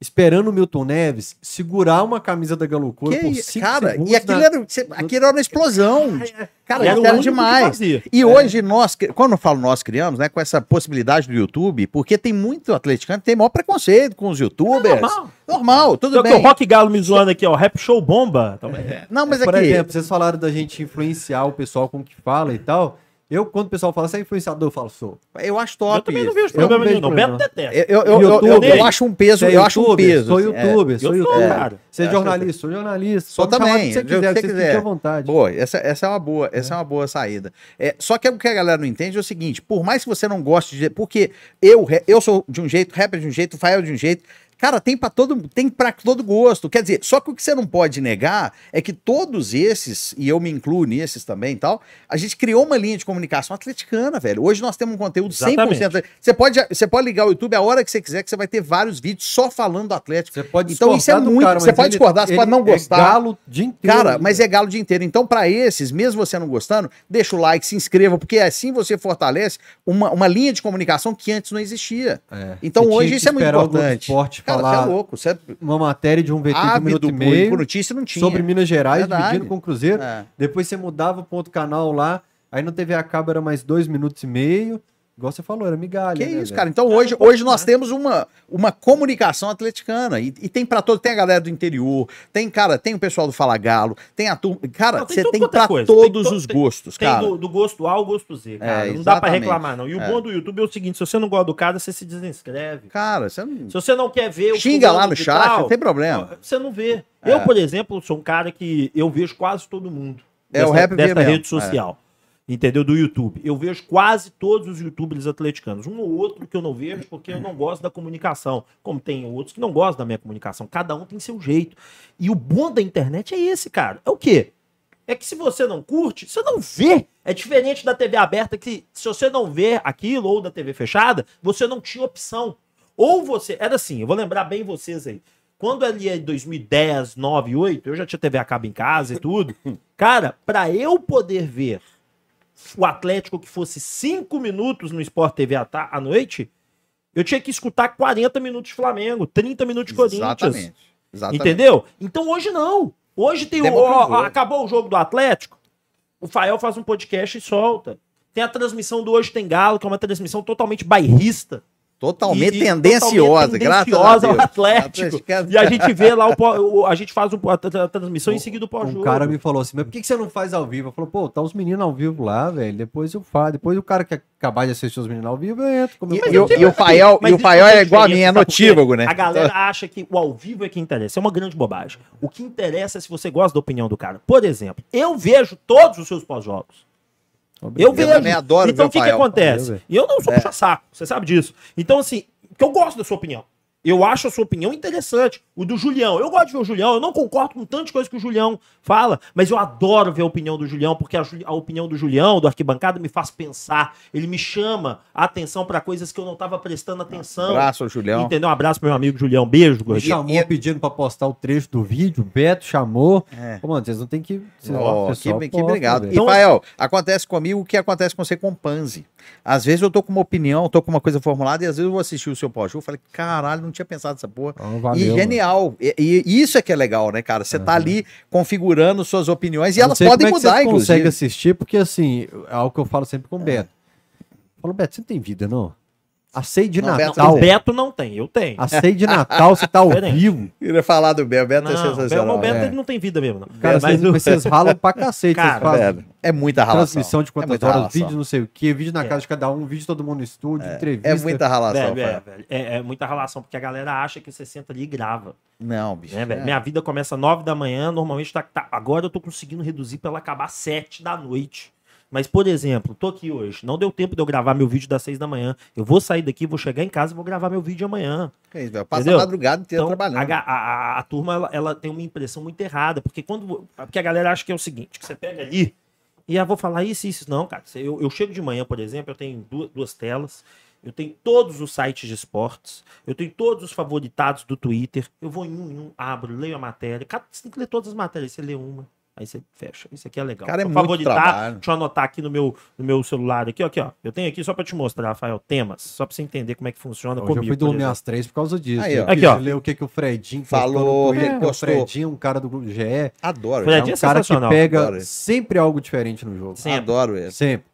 S1: esperando o Milton Neves segurar uma camisa da Galo Couro
S2: Que
S1: por
S2: é-
S1: 5
S2: cara,
S1: segundos.
S2: e aquilo,
S1: na-
S2: era, cê- aquilo era uma explosão. Cara,
S3: É, E era o
S2: aquilo era
S3: único que
S2: demais.
S3: fazia.
S2: E hoje nós, cri- quando eu falo nós criamos, né, com essa possibilidade do YouTube, porque tem muito atleticano que tem maior preconceito com os youtubers.
S3: É normal.
S2: Normal, tudo
S3: Só que o
S2: bem. É
S3: Rock Galo me zoando aqui, ó. Rap show bomba. Também.
S2: Não, mas
S1: Por
S2: aqui,
S1: exemplo, vocês falaram da gente influenciar o pessoal como que fala e tal. Eu, quando o pessoal fala, você é influenciador? Eu falo, sou.
S2: eu acho
S3: Eu
S2: top.
S3: também não
S2: isso.
S3: vejo
S1: Eu não
S3: problema
S1: vejo
S3: nenhum. não.
S1: problema.
S3: Beto detesta.
S2: Eu, eu, eu, eu, eu,
S3: YouTube.
S2: acho um peso,
S1: Você é
S2: eu acho um
S1: youtuber?
S2: peso.
S1: Sou
S2: assim, é.
S1: youtuber, sou
S3: sou,
S1: youtuber.
S3: cara.
S1: Você é
S2: Acho que
S1: jornalista, sou jornalista.
S2: Sou
S1: Só me chamar
S2: também,
S1: do que você
S2: do que
S1: quiser,
S2: você
S1: você
S2: quiser.
S1: fique à vontade.
S2: Boa, essa, essa é uma boa, essa é. uma boa saída. É, só que o que a galera não entende é o seguinte: por mais que você não goste de. Porque eu, re- eu sou de um jeito, rapper de um jeito, Fael de um jeito. Cara, tem para todo, tem para todo gosto. Quer dizer, só que o que você não pode negar é que todos esses, e eu me incluo nesses também e tal, a gente criou uma linha de comunicação atleticana, velho. Hoje nós temos um conteúdo 100%.
S3: Exatamente.
S2: Você pode, você pode ligar o YouTube a hora que você quiser, que você vai ter vários vídeos só falando do Atlético.
S1: Você pode
S2: Então, isso é
S1: discordar do
S2: muito-
S1: cara,
S2: você
S1: mas
S2: pode
S1: ele-
S2: discordar, você
S1: ele
S2: pode não
S1: é
S2: gostar.
S1: galo o dia inteiro.
S2: Cara, mas é galo o dia inteiro. Então, pra esses, mesmo você não gostando, deixa o like, se inscreva, porque assim você fortalece uma, uma linha de comunicação que antes não existia.
S1: É.
S2: Então,
S1: Você
S2: hoje
S1: tinha que
S2: isso é muito
S1: esperar o Globo
S2: importante.
S1: Esporte
S2: Cara,
S1: falar
S2: você é louco. Você é
S1: uma matéria de um VT de um
S2: ávido
S1: minuto e
S2: por,
S1: meio
S2: por notícia, não tinha.
S1: sobre Minas Gerais,
S2: Verdade.
S1: dividindo com o Cruzeiro.
S2: É.
S1: Depois você mudava para outro canal lá, aí no TV a cabo era mais dois minutos e meio. Igual você falou, era migalha.
S2: Que
S1: né,
S2: isso,
S1: velho?
S2: cara. Então hoje, hoje nós temos uma, uma comunicação atleticana. E, e tem pra todo, tem a galera do interior, tem, cara, tem o pessoal do Fala Galo, tem a turma. Cara,
S3: Não, tem
S2: você
S3: tudo
S2: tem,
S3: quanto é
S2: pra
S3: coisa.
S2: todos
S3: Tem to-
S2: os
S3: tem-
S2: gostos,
S3: Tem
S2: cara.
S3: do, do gosto A ao gosto Z, cara.
S2: É,
S3: não dá pra
S2: exatamente.
S3: reclamar, não. E o
S2: É.
S3: bom do YouTube é o seguinte: se você não gosta do cara, você se desinscreve.
S2: Cara, você não.
S3: Se você não quer ver o.
S2: Xinga lá
S3: fulano
S2: no
S3: de
S2: chat,
S3: tal,
S2: não tem problema.
S3: Você não vê.
S2: É.
S3: Eu, por exemplo, sou um cara que eu vejo quase todo mundo.
S2: É, o rap vê
S3: dessa
S2: mesmo,
S3: rede social. Entendeu? Do YouTube. Eu vejo quase todos os youtubers atleticanos. Um ou outro que eu não vejo porque eu não gosto da comunicação. Como tem outros que não gostam da minha comunicação. Cada um tem seu jeito. E o bom da internet é esse, cara. É o quê? É que se você não curte, você não vê. É diferente da TV aberta que se você não vê aquilo ou da TV fechada, você não tinha opção. Ou você. Era assim, eu vou lembrar bem vocês aí. Quando ali é 2010, 9, 8, eu já tinha TV a cabo em casa e tudo. Cara, pra eu poder ver o Atlético que fosse 5 minutos no Sport TV à, ta- à noite, eu tinha que escutar 40 minutos de Flamengo, 30 minutos de Corinthians.
S2: Exatamente. Exatamente.
S3: Entendeu? Então hoje não. Hoje tem o.
S2: Democratizou.
S3: ó, acabou o jogo do Atlético. O Fael faz um podcast e solta. Tem a transmissão do Hoje Tem Galo, que é uma transmissão totalmente bairrista.
S2: Totalmente
S3: E- e
S2: tendenciosa,
S3: totalmente
S2: graças a
S3: tendenciosa
S2: Deus.
S3: ao Atlético.
S2: Atlético.
S3: E a gente vê lá o. pó- o- a gente faz um- a, tra- a transmissão em seguida o pós-jogo.
S1: Um cara me falou assim, mas por que que você não faz ao vivo? Eu falei, pô, tá os meninos ao vivo lá, velho. Depois eu faço. Depois o cara que acabar de assistir os meninos ao vivo, eu entro. Como
S2: E,
S1: eu falei,
S2: e o-
S1: velho.
S2: e o Fael,
S3: Mas
S2: e o
S3: isso
S2: Fael
S3: tem
S2: é igual a mim, é
S3: diferença, porque
S2: notívago, né?
S3: A galera acha que o ao vivo é que interessa. É uma grande bobagem. O que interessa é se você gosta da opinião do cara. Por exemplo, eu vejo todos os seus pós-jogos. Eu
S1: Obrigado.
S3: vejo.
S2: também adoro ver
S3: então o
S2: o
S3: que, que
S1: Eu
S2: Fael.
S1: vejo.
S3: acontece? E eu
S2: É.
S3: não sou puxa-saco, você sabe disso. Então, assim, que eu gosto da sua opinião. Eu acho a sua opinião interessante. O do Julião. Eu gosto de ver o Julião. Eu não concordo com tantas coisas que o Julião fala, mas eu adoro ver a opinião do Julião, porque a, Ju- a opinião do Julião, do arquibancada, me faz pensar. Ele me chama a atenção pra coisas que eu não tava prestando atenção.
S2: Abraço, Julião.
S3: Entendeu? Um abraço pro meu amigo Julião. Beijo,
S1: Me
S3: gordinho.
S1: chamou pedindo pra postar o trecho do vídeo, o Beto chamou.
S2: É.
S1: Pô, mano, vocês não tem que. vocês-
S2: Ó,
S1: vocês
S2: que,
S1: só
S2: que
S1: postam,
S2: obrigado.
S1: velho.
S3: Então-
S2: E, Fael, acontece comigo o que acontece com você com o Panzi. Às vezes eu tô com uma opinião, tô com uma coisa formulada, e às vezes eu vou assistir o seu pós-jogo e falei, caralho, não tinha pensado nessa porra.
S1: Então,
S2: e
S1: valeu, mano.
S2: genial. E, e isso é que é legal, né, cara? Você tá ali configurando suas opiniões e
S1: Não
S2: elas
S1: sei
S2: podem
S1: como é que
S2: mudar,
S1: vocês conseguem
S2: inclusive.
S1: assistir, porque assim, é algo que eu falo sempre com o Beto. Eu falo, Beto, você não tem vida, não? A ceia de
S2: Não, Beto,
S1: Natal.
S3: O Beto não tem, eu tenho.
S1: A ceia de Natal, você tá ao
S3: Diferente.
S1: vivo.
S2: Eu ia falar do Bel, o Beto é
S3: Não, um o Beto,
S2: sensacional.
S3: o Beto
S2: né?
S3: ele não tem vida mesmo, não.
S1: Cara,
S3: É, Mas
S1: vocês,
S3: o-
S1: vocês ralam pra cacete.
S3: Cara,
S1: vocês fazem
S2: Velho, é muita ralação.
S1: transmissão de
S2: É
S1: quantas
S2: muita
S1: horas,
S2: ralação.
S1: vídeo não sei o quê, vídeo na
S3: É.
S1: casa de cada um, vídeo de todo mundo no estúdio, entrevista.
S2: É muita ralação,
S3: Velho, é,
S2: Fael.
S3: velho. É, é muita relação, porque a galera acha que você senta ali e grava.
S2: Não, bicho.
S3: Né, velho?
S2: é.
S3: Minha vida começa às 9 da manhã, normalmente tá, tá- Agora eu tô conseguindo reduzir pra ela acabar às 7 da noite. Mas, por exemplo, tô aqui hoje. Não deu tempo de eu gravar meu vídeo das 6 da manhã. Eu vou sair daqui, vou chegar em casa e vou gravar meu vídeo amanhã.
S2: Que isso, velho. Passa
S3: Entendeu?
S2: a madrugada inteira
S3: Então, a,
S2: trabalhando.
S3: ga- a- a- a turma ela, ela tem uma impressão muito errada, porque quando porque a galera acha que é o seguinte, que você pega ali e ah, vou falar isso, isso não, cara. Você- Eu, eu chego de manhã, por exemplo, eu tenho du- duas, telas, eu tenho todos os sites de esportes, eu tenho todos os favoritados do Twitter, eu vou em um, em um abro, leio a matéria, cara, você tem que ler todas as matérias, você lê uma. Aí você fecha. Isso aqui é legal.
S2: Cara, é
S3: Pra
S2: muito
S3: favoritar,
S2: trabalho.
S3: deixa eu anotar aqui no meu, no meu celular aqui, ó, aqui, ó. Eu tenho aqui só pra te mostrar, Rafael, temas, só pra você entender como é que funciona
S1: Hoje eu
S3: comigo.
S1: fui
S3: por
S1: dormir
S3: exemplo.
S1: às três por causa disso.
S2: Aí,
S1: Eu
S2: ó.
S1: quis
S3: Aqui, ó.
S1: ler o que, que o Fredinho postou
S2: Falou,
S1: no Twitter,
S2: é,
S1: que o
S2: postou.
S1: Fredinho, um cara do grupo GE, é
S2: Adoro.
S3: Fred,
S2: ele,
S1: um
S3: é
S1: cara que
S3: sensacional.
S1: pega
S2: Adoro ele.
S1: sempre algo diferente no jogo.
S3: Sim. sempre.
S2: Adoro ele.
S1: Sempre.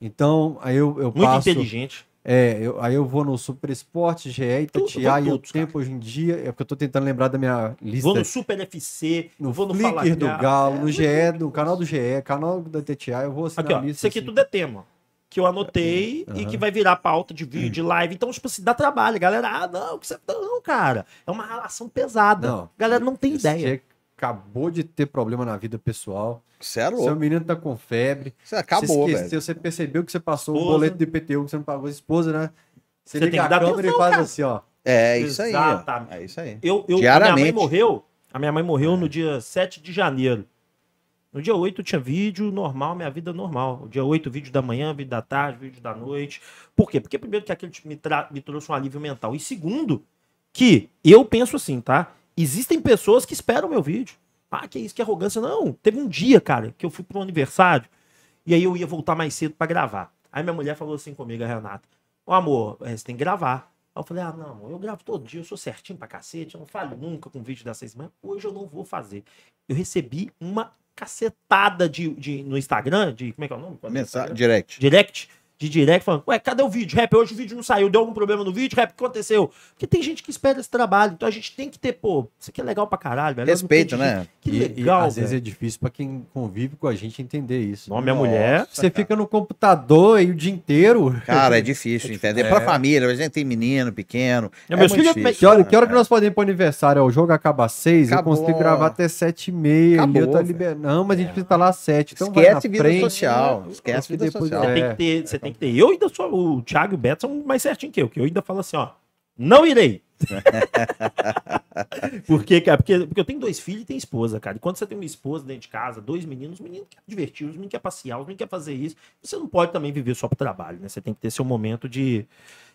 S1: Então, aí eu, eu
S3: Muito
S1: passo...
S3: inteligente.
S1: É, eu- aí eu vou no Super Esporte, GE, Itatiaia,
S3: vou
S1: e o
S3: todos, cara.
S1: Tempo hoje em dia, é porque eu tô tentando lembrar da minha lista.
S3: Vou no Super FC,
S1: No,
S3: vou no
S1: Flickr
S3: Fala
S1: do
S3: Galo.
S1: Galo, no GE, no canal do GE, canal da Itatiaia, eu vou assinar
S3: É Aqui,
S1: a
S3: ó.
S1: lista.
S3: Isso aqui
S1: assim.
S3: tudo é tema. Que eu anotei e
S1: Aham. Hum.
S3: que vai virar pauta de vídeo, de live. Então, tipo assim, dá trabalho. Galera, ah, não, que você. Não, cara. É uma relação pesada.
S1: Não.
S3: Galera não tem
S1: Esse
S3: é ideia.
S1: dia acabou de ter problema na vida pessoal.
S2: Você é
S1: Seu
S2: louco.
S1: menino tá com febre.
S2: Você acabou,
S1: você
S2: velho.
S1: esqueceu, você percebeu que você passou o
S3: Esposa.
S1: boleto do IPTU que você não pagou a esposa, né? Você,
S3: Você
S1: liga
S3: tem que
S1: a
S3: dar
S1: câmera e
S3: atenção,
S1: faz
S3: cara.
S1: assim, ó.
S2: É isso aí. ó.
S3: Exatamente.
S2: É isso aí.
S3: Eu, eu, a minha mãe
S2: Diariamente. É.
S3: morreu. A minha mãe morreu no dia 7 de janeiro. No dia 8 eu tinha vídeo normal, minha vida normal. O dia 8, vídeo da manhã, vídeo da tarde, vídeo da noite. Por quê? Porque primeiro que aquilo me, tra- me trouxe um alívio mental. E segundo, que eu penso assim, tá? Existem pessoas que esperam meu vídeo. Ah, que isso, que arrogância. Não, teve um dia, cara, que eu fui pro aniversário e aí eu ia voltar mais cedo pra gravar. Aí minha mulher falou assim comigo, a Renata: Ô amor, eh, você tem que gravar. Aí eu falei: Ah, não, amor, eu gravo todo dia, eu sou certinho pra cacete, eu não falo nunca com vídeo dessas manhãs. Hoje eu não vou fazer. Eu recebi uma cacetada de, de- no Instagram, de. Como é que é o nome? Quando é o
S2: Mensagem,
S3: Instagram?
S2: direct.
S3: direct, de direct, falando, ué, cadê o vídeo? Rap, hoje o vídeo não saiu, deu algum problema no vídeo, rap, o que aconteceu? Porque tem gente que espera esse trabalho, então a gente tem que ter, pô, isso aqui é legal pra caralho, velho.
S2: Respeito,
S3: Eu não
S2: né?
S3: entendi. Que
S1: E- e
S3: legal,
S1: às vezes é
S3: velho.
S1: difícil pra quem convive com a gente entender isso.
S3: Não, minha
S2: Nossa,
S3: mulher,
S1: Você fica no computador aí o dia inteiro.
S2: Cara, é difícil entender. Pra família, a gente tem menino pequeno.
S3: É, meus
S2: muito
S3: filhos-
S2: difícil.
S1: Que hora, que hora que nós podemos ir pro aniversário? ó? O jogo acaba às seis,
S2: É. Acabou.
S1: eu consigo gravar até sete e meia.
S2: Acabou,
S1: eu tô
S2: velho.
S1: liber... Não, mas a gente precisa estar lá às sete. Então vai na
S2: Esquece vida
S1: frente.
S2: social. Esquece
S1: porque
S2: vida
S1: depois-
S2: social.
S3: Você
S1: é.
S3: tem que ter, você tem que ter. Eu ainda sou, o Thiago e o Beto são mais certinho que eu, que eu ainda falo assim, ó, não irei. porque, cara, porque, porque eu tenho dois filhos e tenho esposa, cara. E quando você tem uma esposa dentro de casa, dois meninos, os meninos querem divertir, os meninos querem passear, os meninos querem fazer isso. Você não pode também viver só pro trabalho, né? Você tem que ter seu momento de,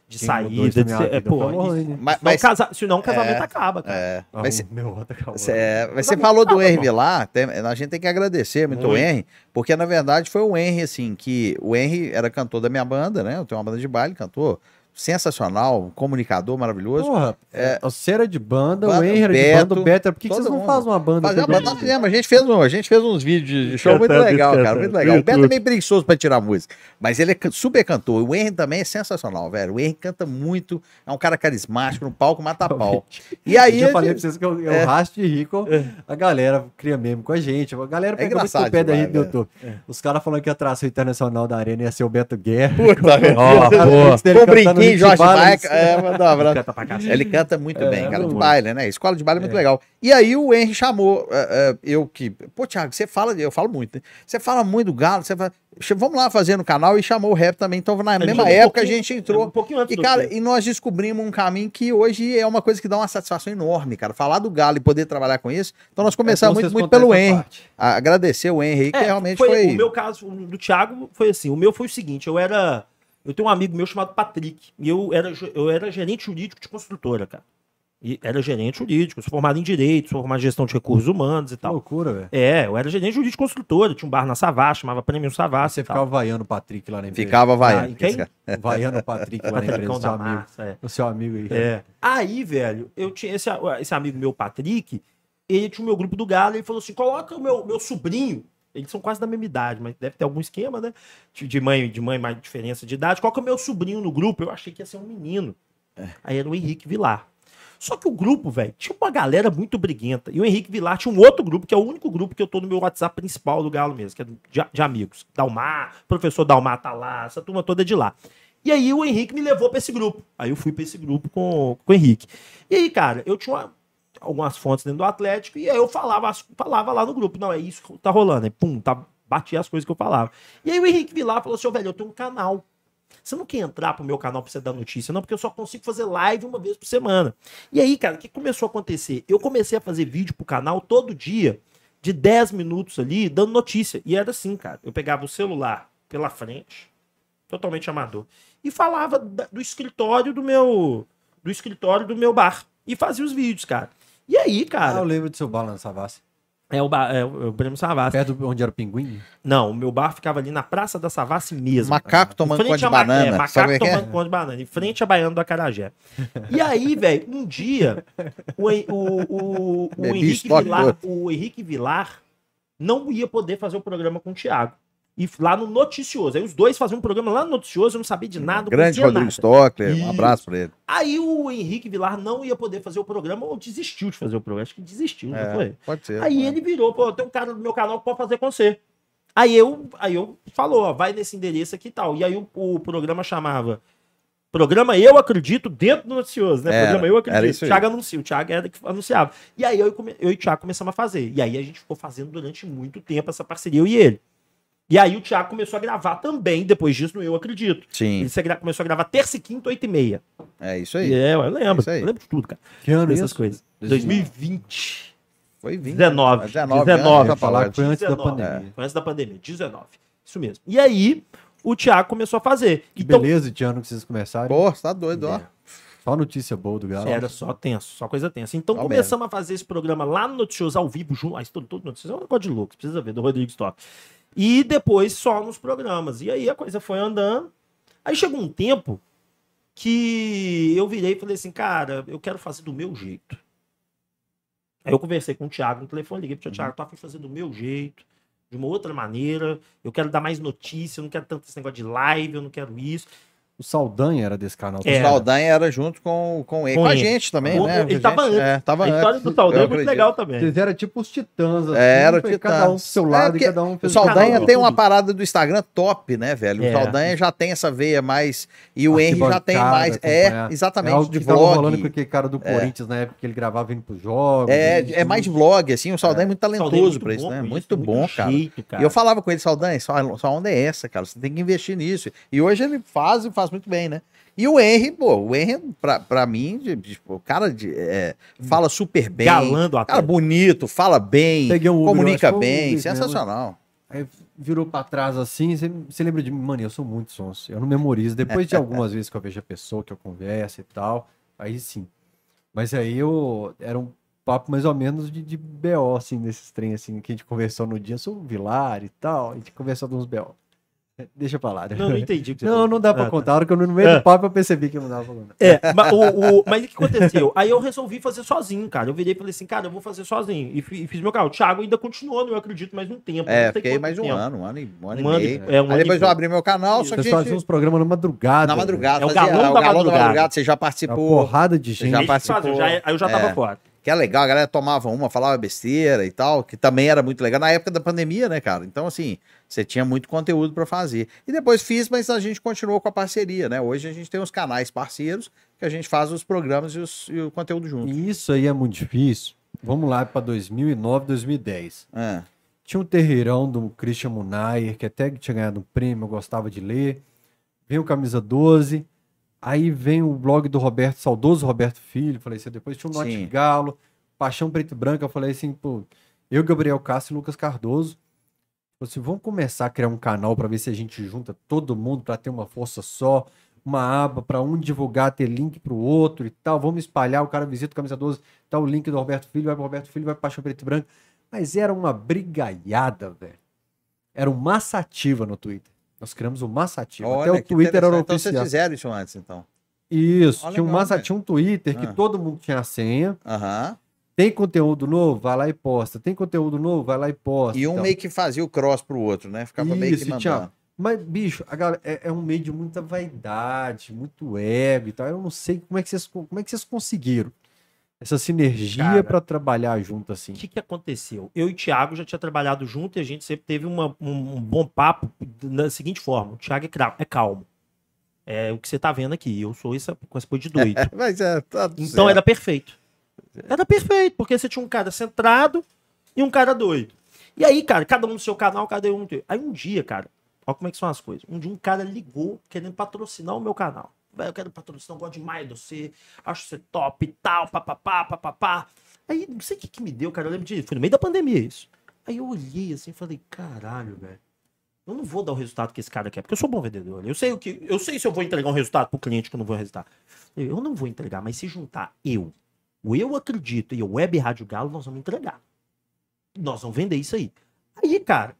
S3: de
S1: Quem mudou isso
S3: saída.
S1: na
S3: De
S1: minha
S3: ser, é,
S1: vida
S3: pô,
S1: foi a Lorraine.
S3: isso-
S2: Mas,
S3: senão,
S2: mas,
S3: casa- senão o casamento
S2: É,
S3: acaba, cara.
S2: é,
S1: Ah,
S2: mas,
S1: o meu outro acabou.
S2: Cê- é, mas
S3: Tá
S2: você
S3: bom,
S2: falou
S3: tá
S2: do
S3: bom.
S2: Henry lá, tem- a gente tem que agradecer muito,
S3: Muito.
S2: o Henry, porque na verdade foi o Henry, assim, que o Henry era cantor da minha banda, né? Eu tenho uma banda de baile, cantor sensacional, um comunicador maravilhoso.
S1: Porra, é, o Cera de banda, o
S2: Banda,
S1: Henry era de
S2: Beto,
S1: banda, o Beto. Por que, que
S2: todo
S1: vocês não
S2: mundo.
S1: fazem uma banda?
S2: Mas a
S1: também?
S2: banda nós fizemos, a gente fez um, a gente fez uns vídeos de show muito
S3: Cantando,
S2: legal, cara,
S3: cantando.
S2: muito legal. O Beto é
S3: YouTube.
S2: meio preguiçoso pra tirar música, mas ele é can- super cantor. O Henry também é sensacional, velho. O Henry canta muito, é um cara carismático, no palco mata pau. E aí
S1: eu
S2: a
S1: já falei
S2: gente-
S1: pra vocês que eu, eu
S2: É. É
S1: rasto de rico, a galera cria meme com a gente. A galera pega muito
S2: engraçado
S1: no pé da
S2: demais,
S1: gente no
S2: né?
S1: YouTube. Os caras falando que a atração internacional da arena ia ser o Beto Guerra.
S2: Puta, velho.
S1: Ó, boa.
S2: Com brinquinho,
S1: Cantando
S2: Jorge
S1: Hit Balas.
S2: Maica. É, mandou um abraço.
S3: Canta pra cacete.
S2: Ele canta muito
S1: É,
S2: bem,
S1: é
S2: cara, de
S1: bom.
S2: baile, né? Escola de baile é muito legal. E aí o Henry chamou, é, é, eu que, pô, Thiago, você fala, eu falo muito, né? Você fala muito do Galo, você fala, "Che- vamos lá fazer no canal e chamou o rap também. Então, na
S3: gente
S2: mesma
S3: um
S2: época, a
S3: pouquinho-
S2: gente entrou.
S3: Um pouquinho antes
S2: E,
S3: do
S2: cara,
S3: tempo.
S2: e nós descobrimos um caminho que hoje é uma coisa que dá uma satisfação enorme, cara. Falar do Galo e poder trabalhar com isso. Então, nós começamos
S1: É bom vocês
S2: muito, muito
S1: contarem
S2: pelo
S1: essa
S2: Henry.
S1: parte.
S2: A- Agradecer o Henry, que
S3: É,
S2: realmente
S3: foi,
S2: foi.
S3: O meu caso, o do Thiago, foi assim. O meu foi o seguinte, eu era... Eu tenho um amigo meu chamado Patrick. E eu era, ge- eu era gerente jurídico de construtora, cara. E era gerente jurídico, sou formado em Direito, sou formado em Gestão de Recursos Humanos e
S1: Que
S3: tal.
S1: loucura, velho.
S3: É, eu era gerente jurídico de construtora. Tinha um bar na Savassi, chamava Prêmio Savassi.
S1: Ah, Você
S3: e tal.
S1: ficava vaiando o Patrick lá na empresa.
S2: Ficava
S3: Ah,
S1: é
S2: vai.
S3: e quem?
S1: Vaiando o Patrick lá na empresa,
S3: Patricão
S1: o seu
S3: da
S1: amigo.
S3: massa, é.
S1: O seu amigo aí.
S3: É. Aí, velho, eu tinha esse, esse amigo meu, Patrick, ele tinha o meu grupo do Galo, ele falou assim: coloca o meu, meu sobrinho. Eles são quase da mesma idade, mas deve ter algum esquema, né? De de mãe, de mãe, mais diferença de idade. Coloca o meu sobrinho no grupo. Eu achei que ia ser um menino. Aí era o Henrique Vilar. Só que o grupo, velho, tinha uma galera muito briguenta. E o Henrique Vilar tinha um outro grupo, que é o único grupo que eu tô no meu WhatsApp principal do Galo mesmo, que é de, de amigos. Dalmar, professor Dalmar tá lá, essa turma toda é de lá. E aí o Henrique me levou pra esse grupo. Aí eu fui pra esse grupo com, com o Henrique. E aí, cara, eu tinha uma- algumas fontes dentro do Atlético e aí eu falava, as- falava lá no grupo. Não, é isso que tá rolando. Aí, pum, tá, batia as coisas que eu falava. E aí o Henrique Vilar falou assim, "Ô, velho, eu tenho um canal. Você não quer entrar pro meu canal pra você dar notícia, não, porque eu só consigo fazer live uma vez por semana. E aí, cara, o que começou a acontecer? Eu comecei a fazer vídeo pro canal todo dia, de 10 minutos ali, dando notícia. E era assim, cara. Eu pegava o celular pela frente, totalmente amador, e falava da- do escritório do meu. Do escritório do meu bar. E fazia os vídeos, cara. E aí,
S1: Ah, eu
S3: cara.
S1: lembro do seu Balan Savassi.
S3: É o, bar, é o o Breno Savassi.
S1: Perto de onde era o pinguim?
S3: Não, o meu bar ficava ali na Praça da Savassi mesmo.
S2: Macaco
S3: Em
S2: tomando
S3: frente
S2: conta de
S3: à Ma- é,
S2: banana.
S3: macaco
S2: Sabe o que é?
S3: tomando conta de banana, em frente a Baiano do Acarajé. E aí, velho, um dia, o, Hen- o, o, o
S2: Bebi
S3: Henrique
S2: estoque
S3: Vilar, o Henrique Vilar não ia poder fazer o programa com o Thiago. E f- lá no Noticioso. Aí os dois faziam um programa lá no Noticioso, eu não sabia de nada, não
S2: Grande
S3: conhecia
S2: Rodrigo
S3: nada.
S2: Stockler, um
S3: Isso.
S2: abraço pra ele.
S3: Aí o Henrique Vilar não ia poder fazer o programa, ou desistiu de fazer o programa. Acho que desistiu,
S2: É,
S3: não foi?
S2: Pode ser.
S3: Aí
S2: né?
S3: ele virou, pô, tem um cara do meu canal que pode fazer com você. Aí eu, aí eu falou, ó, vai nesse endereço aqui e tal. E aí o, o programa chamava Programa Eu Acredito dentro do noticioso, né?
S2: Era,
S3: programa Eu Acredito.
S2: era isso aí.
S3: Thiago anuncia, o Thiago era que anunciava. E aí eu, e come- eu e o Thiago começamos a fazer. E aí a gente ficou fazendo durante muito tempo essa parceria, eu e ele. E aí o Thiago começou a gravar também, depois disso, no Eu Acredito.
S2: Sim,
S3: Ele se gra- começou a gravar terça e quinta, oito e meia.
S2: é isso aí.
S3: É, eu lembro,
S2: Isso aí.
S3: eu lembro de tudo, cara,
S1: Que ano
S3: dessas
S1: isso?
S3: coisas.
S1: 2019.
S3: 2020.
S2: Foi 20.
S3: 19.
S2: 19,
S3: 19.
S2: né?
S1: Pra falar que foi antes da
S3: 19,
S1: pandemia.
S3: É. Foi antes da pandemia, 19. Isso mesmo. E aí, o Thiago começou a fazer.
S1: Que
S3: então,
S1: beleza de ano que vocês começaram.
S2: Pô, você tá doido, ó.
S1: Só notícia boa do Galo.
S3: era só tenso, só coisa tensa. Então,
S2: Então. Só
S3: começamos a fazer esse programa lá no Noticioso, ao vivo, junto. Ah, isso tudo, tudo noticioso, é um negócio de louco, você precisa ver, do Rodrigo Stock. E depois só nos programas. E aí a coisa foi andando. Aí chegou um tempo que eu virei e falei assim, cara, eu quero fazer do meu jeito. Aí eu conversei com o Thiago no telefone, liguei pro
S2: Uhum.
S3: Thiago, tô afim de fazer do meu jeito, de uma outra maneira, eu quero dar mais notícia, eu não quero tanto esse negócio de live, eu não quero isso.
S1: O Saldanha era desse canal.
S2: O
S3: É. Era.
S2: Saldanha era junto com, com ele.
S3: Com
S2: Com a
S3: ele.
S2: gente também,
S3: Com-
S2: né?
S3: ele tava
S2: Gente,
S3: antes.
S2: É, tava
S3: a história do
S2: antes,
S3: Taldan é
S2: eu
S3: muito
S2: acredito.
S3: legal também.
S1: Vocês eram tipo os titãs, assim.
S2: É, era
S1: foi
S2: titãs.
S1: Cada um pro seu
S2: É,
S1: lado
S2: porque
S1: e cada um
S2: O
S1: fez
S2: Saldanha
S1: um
S2: tem uma
S3: tudo.
S2: parada do Instagram top, né, velho? O
S3: É.
S2: Saldanha já tem essa veia mais. E o Henry já tem
S1: Arquibancada,
S2: mais. É,
S1: acompanhar.
S2: exatamente.
S1: É algo
S2: de
S1: que tava rolando com
S2: vlog.
S1: aquele cara do Corinthians na época que ele gravava indo pros jogos.
S2: É, é mais de vlog, assim. O Saldanha é, muito
S3: Taldan é
S2: talentoso
S3: muito
S2: pra isso,
S3: bom
S2: né?
S3: com
S2: Muito bom, cara.
S3: jeito, cara.
S2: E eu falava com ele, Saldanha, sua, sua onda é essa, cara. Você tem que investir nisso. E hoje ele faz e faz muito bem, né? E o Henry, pô, o Henry, pra, pra mim, de- de- tipo, o cara de, é, fala super bem.
S3: Galando até.
S2: Cara bonito, fala bem,
S1: Peguei um Uber,
S2: comunica
S1: acho que foi um
S2: bem,
S1: Uber
S2: sensacional.
S1: Aí virou pra trás assim, você- você lembra de mim, mano, eu sou muito sonso, eu não memorizo. Depois de algumas vezes que eu vejo a pessoa, que eu converso e tal, aí sim. Mas aí eu era um papo mais ou menos de, de BO, assim, desses trem, assim, que a gente conversou no dia, eu sou o Vilar e tal, a gente conversou de uns BO. Deixa pra lá. né?
S3: Não, não entendi. o que você
S1: Não,
S3: falou.
S1: não dá pra
S3: Ah, tá.
S1: contar, a hora que eu no meio
S3: É.
S1: do papo eu percebi que não dava pra contar.
S3: É, mas o, o- mas o que aconteceu? Aí eu resolvi fazer sozinho, cara. Eu virei e falei assim, cara, eu vou fazer sozinho. E, fi- e fiz meu carro. O Thiago ainda continuou, eu acredito, mais um tempo.
S2: É,
S3: não sei
S2: fiquei
S3: quanto
S2: mais um
S3: tempo.
S2: ano, um ano e, um ano
S3: Um ano
S2: e
S3: e-
S2: meio.
S3: é, um ano
S2: Aí
S3: e
S2: depois eu
S3: pouco.
S2: abri meu canal, só que
S1: Vocês
S2: a
S1: faziam
S2: gente,
S1: uns programas na madrugada.
S2: na madrugada.
S3: É o
S2: fazia-
S3: Galão da Madrugada.
S2: você já
S1: Uma
S2: participou.
S1: porrada de
S2: Você
S1: gente.
S2: já
S3: Eles
S2: participou.
S3: faziam, já- aí eu já tava
S2: É.
S3: fora.
S2: Que é legal, a galera tomava uma, falava besteira e tal, que também era muito legal na época da pandemia, né, cara? Então, assim, você tinha muito conteúdo pra fazer. E depois fiz, mas a gente continuou com a parceria, né? Hoje a gente tem os canais parceiros que a gente faz os programas e, os- e o conteúdo junto.
S1: E isso aí é muito difícil. Vamos lá pra 2009, 2010.
S2: É.
S1: Tinha um terreirão do Christian Munayer, que até que tinha ganhado um prêmio, eu gostava de ler. Vem o Camisa 12. Aí vem o blog do Roberto, saudoso Roberto Filho. Falei assim, depois tinha o Norte
S2: Sim.
S1: Galo, Paixão Preto e Branco. Eu falei assim, pô, eu, Gabriel Castro e Lucas Cardoso. Falei assim, vamos começar a criar um canal para ver se a gente junta todo mundo para ter uma força só, uma aba para um divulgar, ter link pro outro e tal. Vamos espalhar, o cara visita o Camisa 12, tá o link do Roberto Filho, vai pro Roberto Filho, vai pro Paixão Preto e Branco. Mas era uma brigaiada, velho. Era um massativa no Twitter. Nós criamos o massativa.
S2: Olha,
S1: Até o
S2: que
S1: Twitter era
S2: interessante.
S1: o
S2: Então vocês
S1: oficial.
S2: fizeram isso antes, então.
S1: Isso,
S2: Ó,
S1: tinha um
S2: legal,
S1: massa,
S2: velho.
S1: tinha um Twitter que
S2: Ah.
S1: todo mundo tinha a senha.
S2: Aham.
S1: Tem conteúdo novo, vai lá e posta. Tem conteúdo novo, vai lá e posta.
S2: E um
S1: tal.
S2: meio que fazia o cross pro outro, né? Ficava meio que
S1: então. Isso, e
S2: mandando.
S1: tinha- Mas, bicho, a galera, é, é um meio de muita vaidade, muito ego e tal. Eu não sei como é que vocês, como é que vocês conseguiram essa sinergia
S3: Cara.
S1: pra trabalhar junto assim.
S3: O que, que aconteceu? Eu e o Thiago já tinha trabalhado junto e a gente sempre teve uma- um, um bom papo da seguinte forma. O Thiago é, cra- é calmo. É o que você tá vendo aqui. Eu sou essa, com essa coisa de doido.
S2: Mas é, tá tudo
S3: Então
S2: certo.
S3: era perfeito. Era perfeito, porque você tinha um cara centrado e um cara doido. E aí, cara, cada um no seu canal, cada um. no teu. Aí um dia, cara, olha como é que são as coisas. Um dia um cara ligou querendo patrocinar o meu canal. Velho, eu quero patrocinar, eu gosto demais de você, acho você top e tal, papapá, papapá. Aí, não sei o que que me deu, cara, eu lembro disso, foi no meio da pandemia isso. Aí eu olhei assim e falei, caralho, velho, eu não vou dar o resultado que esse cara quer, porque eu sou bom vendedor, né? eu sei o que, eu sei se eu vou entregar um resultado pro cliente que eu não vou resultado. Eu não vou entregar, mas se juntar eu, o Eu Acredito e o Web Rádio Galo, nós vamos entregar. Nós vamos vender isso aí. Aí, cara,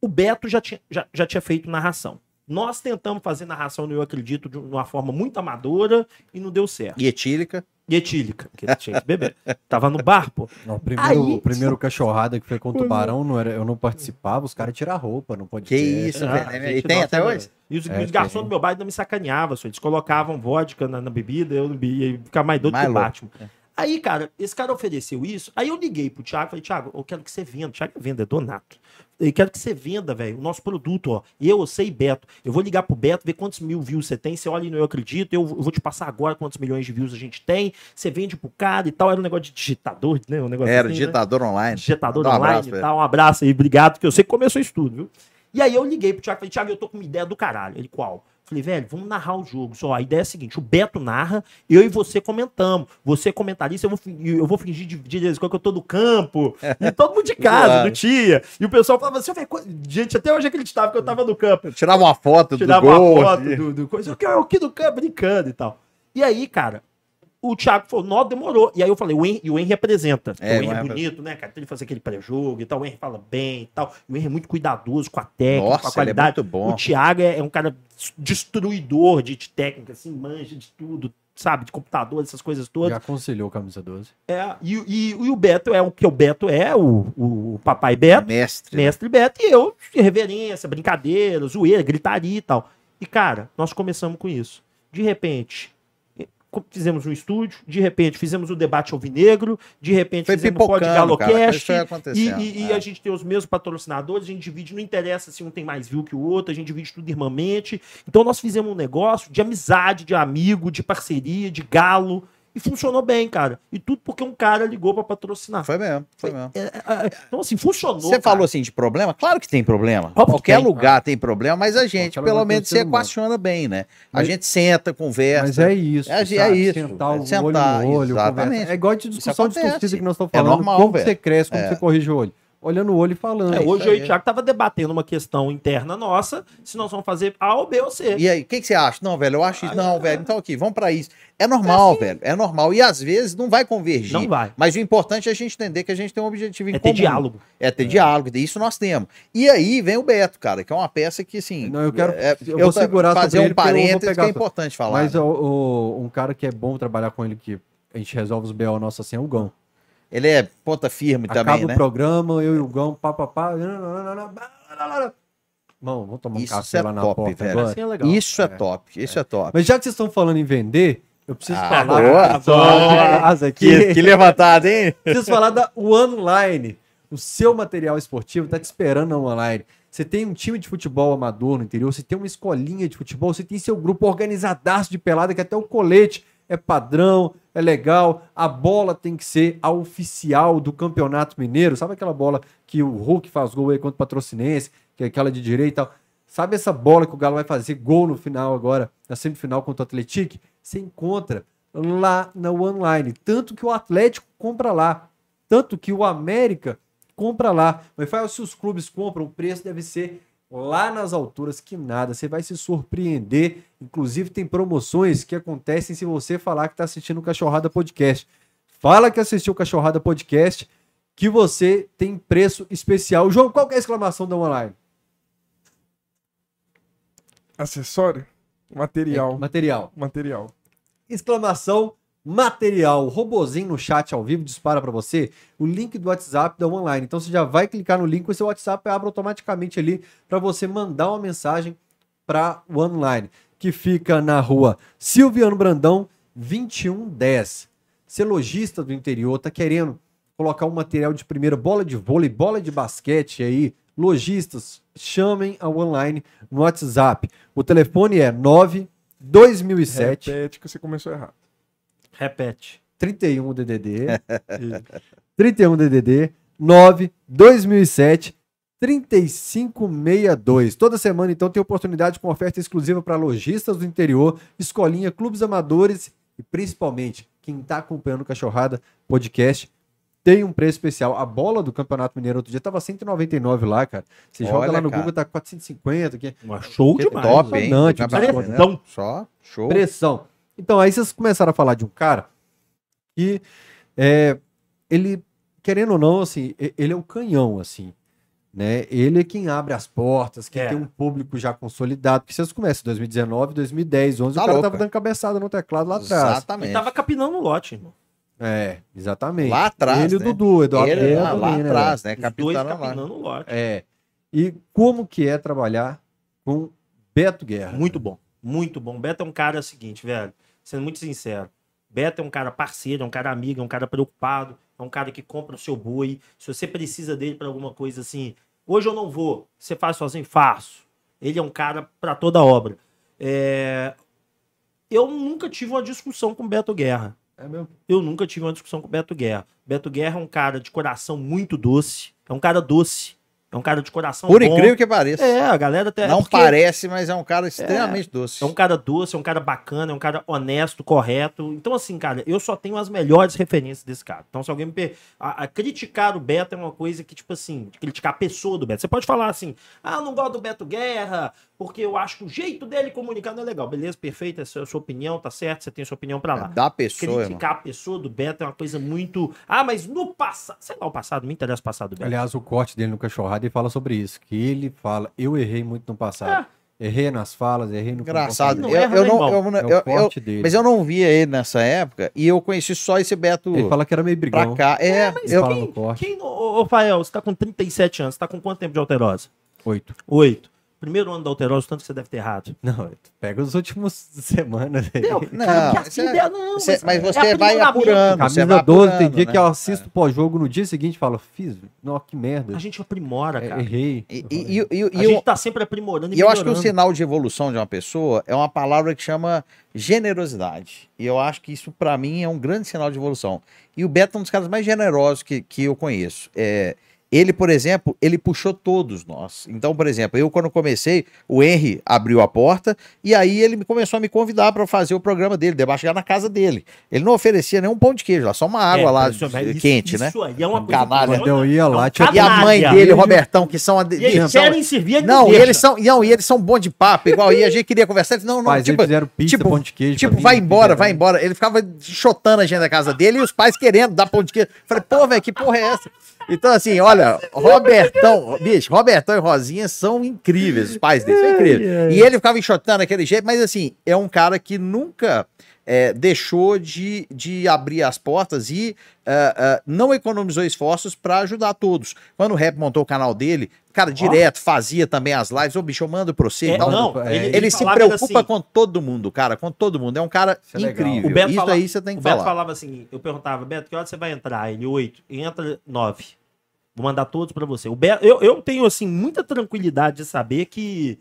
S3: o Beto já tinha, já, já tinha feito narração. Nós tentamos fazer narração, no eu acredito, de uma forma muito amadora e não deu certo.
S2: E etílica.
S3: E etílica, que tinha que beber. Tava no bar, pô.
S1: Não, o primeiro,
S3: Aí-
S1: o primeiro cachorrada que foi com o tubarão, não era, eu não participava, os caras tiraram a roupa, não pode
S2: Que
S1: ter.
S2: isso,
S3: Ah,
S2: velho.
S3: gente,
S2: E tem
S3: nossa,
S2: até
S3: mano.
S2: hoje?
S3: E os,
S1: É,
S3: e os garçons
S1: tem.
S3: do meu bar ainda me sacaneavam, só. eles colocavam vodka na, na bebida, eu não bebia, ia ficar mais doido
S2: Mais
S3: que o
S2: louco. é.
S3: Batman. Aí, cara, esse cara ofereceu isso, aí eu liguei pro Thiago, falei, Thiago, eu quero que você venda, Thiago é vendedor nato. Eu quero que você venda, velho, o nosso produto, ó. Eu, eu sei, Beto. Eu vou ligar pro Beto, ver quantos mil views você tem. Você olha e não eu acredito. Eu, eu vou te passar agora quantos milhões de views a gente tem. Você vende pro cara e tal. Era um negócio de digitador, né? Um negócio
S2: Era
S3: assim, né?
S2: ditador online.
S3: Injetador
S2: Dá um
S3: online
S2: abraço pra
S3: e
S2: ele.
S3: tal. Um abraço aí, obrigado, que eu sei que começou isso tudo, viu? E aí eu liguei pro Thiago e falei, Thiago, eu tô com uma ideia do caralho. Ele, qual? Falei, velho, vamos narrar o jogo. Só, a ideia é a seguinte: o Beto narra, eu e você comentamos. Você é comentarista, eu vou, fin- eu vou fingir de, de vez em quando que eu tô do campo. E todo mundo de casa,
S2: Claro.
S3: do tia. E o pessoal falava assim, "Velho, co- gente, até hoje acreditava que eu tava no campo.
S2: Eu Tirava uma foto
S3: Tirava
S2: do gol.
S3: uma foto
S2: assim.
S3: do, do coisa, o que é o que do campo brincando e tal. E aí, cara, o Thiago falou, nó, demorou. E aí eu falei, o Henry, e o Henry representa.
S2: É,
S3: o
S2: o
S3: Henry é
S2: Henry
S3: bonito, né, cara? Então ele faz aquele pré-jogo e tal, o Henry fala bem e tal. E o Henry é muito cuidadoso com a técnica, com a
S2: Nossa, ele é
S3: qualidade.
S2: muito bom.
S3: O Thiago é, é um cara destruidor de, de técnica, assim, manja de tudo, sabe? De computador, essas coisas todas.
S1: Já aconselhou o camisa 12.
S3: É, e, e- e o Beto é o que o Beto é, o, o papai Beto.
S2: É Mestre.
S3: Mestre Beto e eu, reverência, brincadeira, zoeira, gritaria e tal. E, cara, nós começamos com isso. De repente, eh, co- fizemos um estúdio, de repente fizemos o debate alvinegro, de repente
S2: Foi
S3: fizemos o Pod
S2: pipocando, cara.
S3: Galocast.
S2: Isso foi
S3: E,
S2: acontecendo. é.
S3: e- e a gente tem os mesmos patrocinadores, a gente divide, não interessa se um tem mais view que o outro, a gente divide tudo irmamente. Então nós fizemos um negócio de amizade, de amigo, de parceria, de galo. E funcionou bem, cara. E tudo porque um cara ligou pra patrocinar.
S2: Foi mesmo, foi mesmo.
S3: tá É, é, é, então, assim, funcionou.
S2: Você
S3: cara.
S2: falou assim de problema? Claro que tem problema.
S3: Óbvio que
S2: Qualquer
S3: tem.
S2: lugar tem problema, mas a gente,
S1: Qualquer
S2: pelo
S1: lugar tem
S2: menos,
S1: o
S2: se
S1: ser humano.
S2: equaciona bem, né? A
S1: Mas-
S2: gente senta, conversa.
S1: Mas é isso.
S2: É- é
S1: sabe?
S2: isso.
S1: Sentar o
S2: Sentar,
S1: olho no olho.
S2: exatamente.
S1: conversa. É igual de discussão de
S2: acontece.
S1: torcida que nós estamos
S2: É
S1: falando.
S2: normal,
S1: como
S2: velho.
S1: você cresce, como você corrige o olho. Olhando o olho e falando.
S3: É,
S2: isso
S3: hoje eu
S2: aí.
S3: e o Thiago tava debatendo uma questão interna nossa, se nós vamos fazer A ou B ou C.
S2: E aí, o que, que você acha? Não, velho, eu acho isso.
S3: é.
S2: Não, velho, então aqui, vamos pra isso. É normal, velho, é normal. E às vezes não vai convergir.
S3: assim. Não vai.
S2: Mas o importante é a gente entender que a gente tem um objetivo em
S3: É ter
S2: comum.
S3: diálogo.
S2: É ter diálogo, isso nós temos. E aí vem o Beto, cara, que é uma peça que, assim.
S1: Não, eu quero-
S2: é-
S1: eu vou
S2: tá-
S1: segurar
S2: fazer
S1: sobre ele
S2: um
S1: porque eu vou
S2: parênteses que
S1: pegar
S2: é
S1: sua-
S2: importante falar.
S1: Mas
S2: né?
S1: o- o- um cara que é bom trabalhar com ele, que a gente resolve os BO nosso assim, é o Gão.
S2: Ele é ponta firme
S1: Acaba
S2: também,
S1: o
S2: né?
S1: programa, eu e o Gão, papapá. Mão, vamos tomar um
S2: Isso
S1: café
S2: é
S1: lá na
S2: top,
S1: porta
S2: velho.
S1: agora.
S3: Assim é legal.
S2: Isso é, top, isso é, top.
S1: Mas já que vocês estão falando em vender, eu preciso
S2: Ah,
S1: falar.
S2: boa.
S1: Só- Asa aqui.
S2: levantada, hein?
S1: Preciso falar da Online. O seu material esportivo tá te esperando na Online. Você tem um time de futebol amador no interior, você tem uma escolinha de futebol, você tem seu grupo organizadaço de pelada, que até o colete é padrão, é legal. A bola tem que ser a oficial do Campeonato Mineiro. Sabe aquela bola que o Hulk faz gol aí contra o Patrocinense, que é aquela de direita e tal? Sabe essa bola que o Galo vai fazer gol no final agora, na semifinal contra o Atlético? Você encontra lá na online. Tanto que o Atlético compra lá. Tanto que o América compra lá. Mas fala, se os clubes compram, o preço deve ser lá nas alturas, que nada. Você vai se surpreender. Inclusive, tem promoções que acontecem se você falar que está assistindo o Cachorrada Podcast. Fala que assistiu o Cachorrada Podcast, que você tem preço especial. João, qual que é a exclamação da online?
S4: Acessório?
S2: É,
S4: Material.
S1: Material.
S4: Material.
S1: exclamação material. O robozinho no chat ao vivo dispara para você o link do WhatsApp da online. Então você já vai clicar no link, o seu WhatsApp abre automaticamente ali para você mandar uma mensagem para o online, que fica na rua Silviano Brandão 2110. Ser é lojista do interior tá querendo colocar um material de primeira bola de vôlei, bola de basquete aí, lojistas, chamem a online no WhatsApp. O telefone é 9 2007
S4: Repete que você começou errado.
S3: Repete.
S1: 31 DDD,
S2: É.
S4: E
S1: 31 DDD 9 2007 3562. Toda semana, então, tem oportunidade com oferta exclusiva para lojistas do interior, escolinha, clubes amadores e principalmente quem está acompanhando o Cachorrada Podcast. Tem um preço especial. A bola do Campeonato Mineiro outro dia tava 199 lá, cara. Você joga
S2: Olha,
S1: lá no
S2: cara.
S1: Google, tá 450. Que... é
S3: Show
S2: Que
S3: demais.
S2: top, hein?
S1: Impressionante,
S2: Vai pra
S3: impressionante.
S2: fora, né?
S3: Então-
S2: Só, show.
S1: pressão. Então, aí vocês começaram a falar de um cara que é, ele querendo ou não, assim, e- ele é o canhão, assim. Né? Ele é quem abre as portas, quem
S3: É.
S1: tem um público já consolidado. Porque vocês começam em 2019, 2010, 11,
S2: Tá
S1: o cara
S2: louco,
S1: tava dando cabeçada no teclado lá atrás.
S2: Exatamente.
S3: Ele tava capinando no lote, irmão.
S1: É, exatamente.
S2: Lá atrás,
S1: Ele e o
S2: né?
S1: Dudu, Eduardo
S2: Ele
S1: Guerra
S2: lá, lá
S1: também, né,
S2: atrás, né?
S3: Os dois
S2: Capitão lá.
S3: capinando no lote.
S1: É. E como que é trabalhar com Beto Guerra?
S3: Muito bom, muito bom. Beto é um cara seguinte, velho, sendo muito sincero. Beto é um cara parceiro, é um cara amigo, é um cara preocupado, é um cara que compra o seu boi. Se você precisa dele para alguma coisa assim, hoje eu não vou, você faz sozinho? Faço. Ele é um cara para toda obra. É, Eu nunca tive uma discussão com Beto Guerra.
S1: É mesmo?
S3: Eu nunca tive uma discussão com o Beto Guerra. Beto Guerra é um cara de coração muito doce. É um cara doce. É um cara de coração
S2: Por
S3: bom.
S2: incrível que pareça.
S3: É, a galera até...
S2: não
S3: porque
S2: parece, mas é um cara extremamente doce.
S3: É um cara doce, é um cara bacana, é um cara honesto, correto. Então, assim, cara, eu só tenho as melhores referências desse cara. Então, se alguém me... per- A, a criticar o Beto é uma coisa que, tipo assim, de criticar a pessoa do Beto. Você pode falar assim, ah, eu não gosto do Beto Guerra, porque eu acho que o jeito dele comunicar não é legal. Beleza, perfeito, essa é a sua opinião, tá certo, você tem sua opinião pra lá
S2: É, Da pessoa, irmão.
S3: criticar a pessoa do Beto é uma coisa muito. Ah, mas no passado. Sei lá, o passado, não me interessa o passado do Beto.
S1: Aliás, o corte dele no Cachorrada, ele fala sobre isso. Que ele fala, eu errei muito no passado.
S3: É,
S1: Errei nas falas, errei no
S2: Engraçado.
S3: Não
S2: eu,
S3: erra,
S2: eu
S3: né,
S2: não,
S3: irmão?
S2: eu, não-
S1: comportamento.
S2: eu-
S1: é o
S2: eu-
S1: corte dele.
S2: mas eu não via ele nessa época e eu conheci só esse Beto
S1: Ele fala que era meio brigão.
S2: pra cá. É,
S1: Ele
S2: eu,
S1: fala no corte.
S3: Quem, ô, ô, ô, Fael, você tá com 37 anos, você tá com quanto tempo de alterosa?
S1: Oito.
S3: Oito. Primeiro ano da alterosa, tanto que você deve ter errado.
S1: Não, pega os últimos semanas aí.
S3: Entendeu?
S2: Não,
S3: Cara, porque a
S2: isso
S3: vida
S2: é-
S3: é- não,
S2: você- mas
S3: é
S2: você vai
S3: aprimoramento.
S2: apurando. você
S1: Camisa
S2: vai
S1: 12, tem
S2: apurando,
S1: dia
S2: né?
S1: que eu assisto pós-jogo no dia seguinte e falo, fiz, não, que merda.
S3: A gente aprimora,
S1: É,
S3: cara.
S1: errei.
S2: E, e, e, e,
S3: a
S2: e eu,
S3: gente tá sempre aprimorando e
S2: e eu acho que o
S3: melhorando.
S2: sinal de evolução de uma pessoa é uma palavra que chama generosidade. E eu acho que isso, pra mim, é um grande sinal de evolução. E o Beto é um dos caras mais generosos que, que eu conheço. É, ele, por exemplo, ele puxou todos nós. Então, por exemplo, eu quando comecei, o Henry abriu a porta e aí ele me- começou a me convidar para fazer o programa dele, debaixar na casa dele. Ele não oferecia nenhum pão de queijo lá, só uma água
S3: É,
S2: lá
S3: isso- isso-
S2: quente, né?
S3: Isso é aí é uma coisa.
S2: Canalha.
S3: que funciona.
S1: Quando eu ia lá, tinha...
S2: E a mãe
S3: canalha.
S2: dele, o Robertão, que são a Então, de-
S3: um E eles
S2: são-
S3: querem servir, ele
S2: não, e
S3: deixa.
S2: eles são, não, e eles são bons de papo, igual e a gente queria conversar, eles não, não,
S1: Mas
S2: tipo,
S1: eles fizeram pizza,
S2: tipo-
S1: pão de queijo.
S2: tipo,
S1: pra mim,
S2: vai embora, vai
S1: fizeram-
S2: embora. Ele ficava chotando a gente da casa dele e os pais querendo dar pão de queijo. Falei, pô, velho, que porra é essa? Então, assim, olha, Robertão, bicho, Robertão e Rosinha são incríveis, os pais deles são incríveis. E ele ficava enxotando daquele jeito, mas assim, é um cara que nunca é, deixou de, de abrir as portas e ah, ah, não economizou esforços para ajudar todos. Quando o Rap montou o canal dele, cara, direto, fazia também as lives, ô bicho, eu mando pra você um e
S3: É,
S2: tal.
S3: não,
S1: É,
S2: Ele, se
S3: falava assim,
S2: preocupa com todo mundo, cara, com todo mundo. É um cara
S1: Isso é legal.
S2: incrível.
S3: O Beto
S2: Isso
S3: fala-
S2: aí você tem
S3: O
S2: que
S3: Beto
S2: falar.
S3: falava assim, eu perguntava, Beto, que hora você vai entrar? Ele, oito. Entra, nove. Vou mandar todos pra você. O Beto, eu, eu tenho, assim, muita tranquilidade de saber que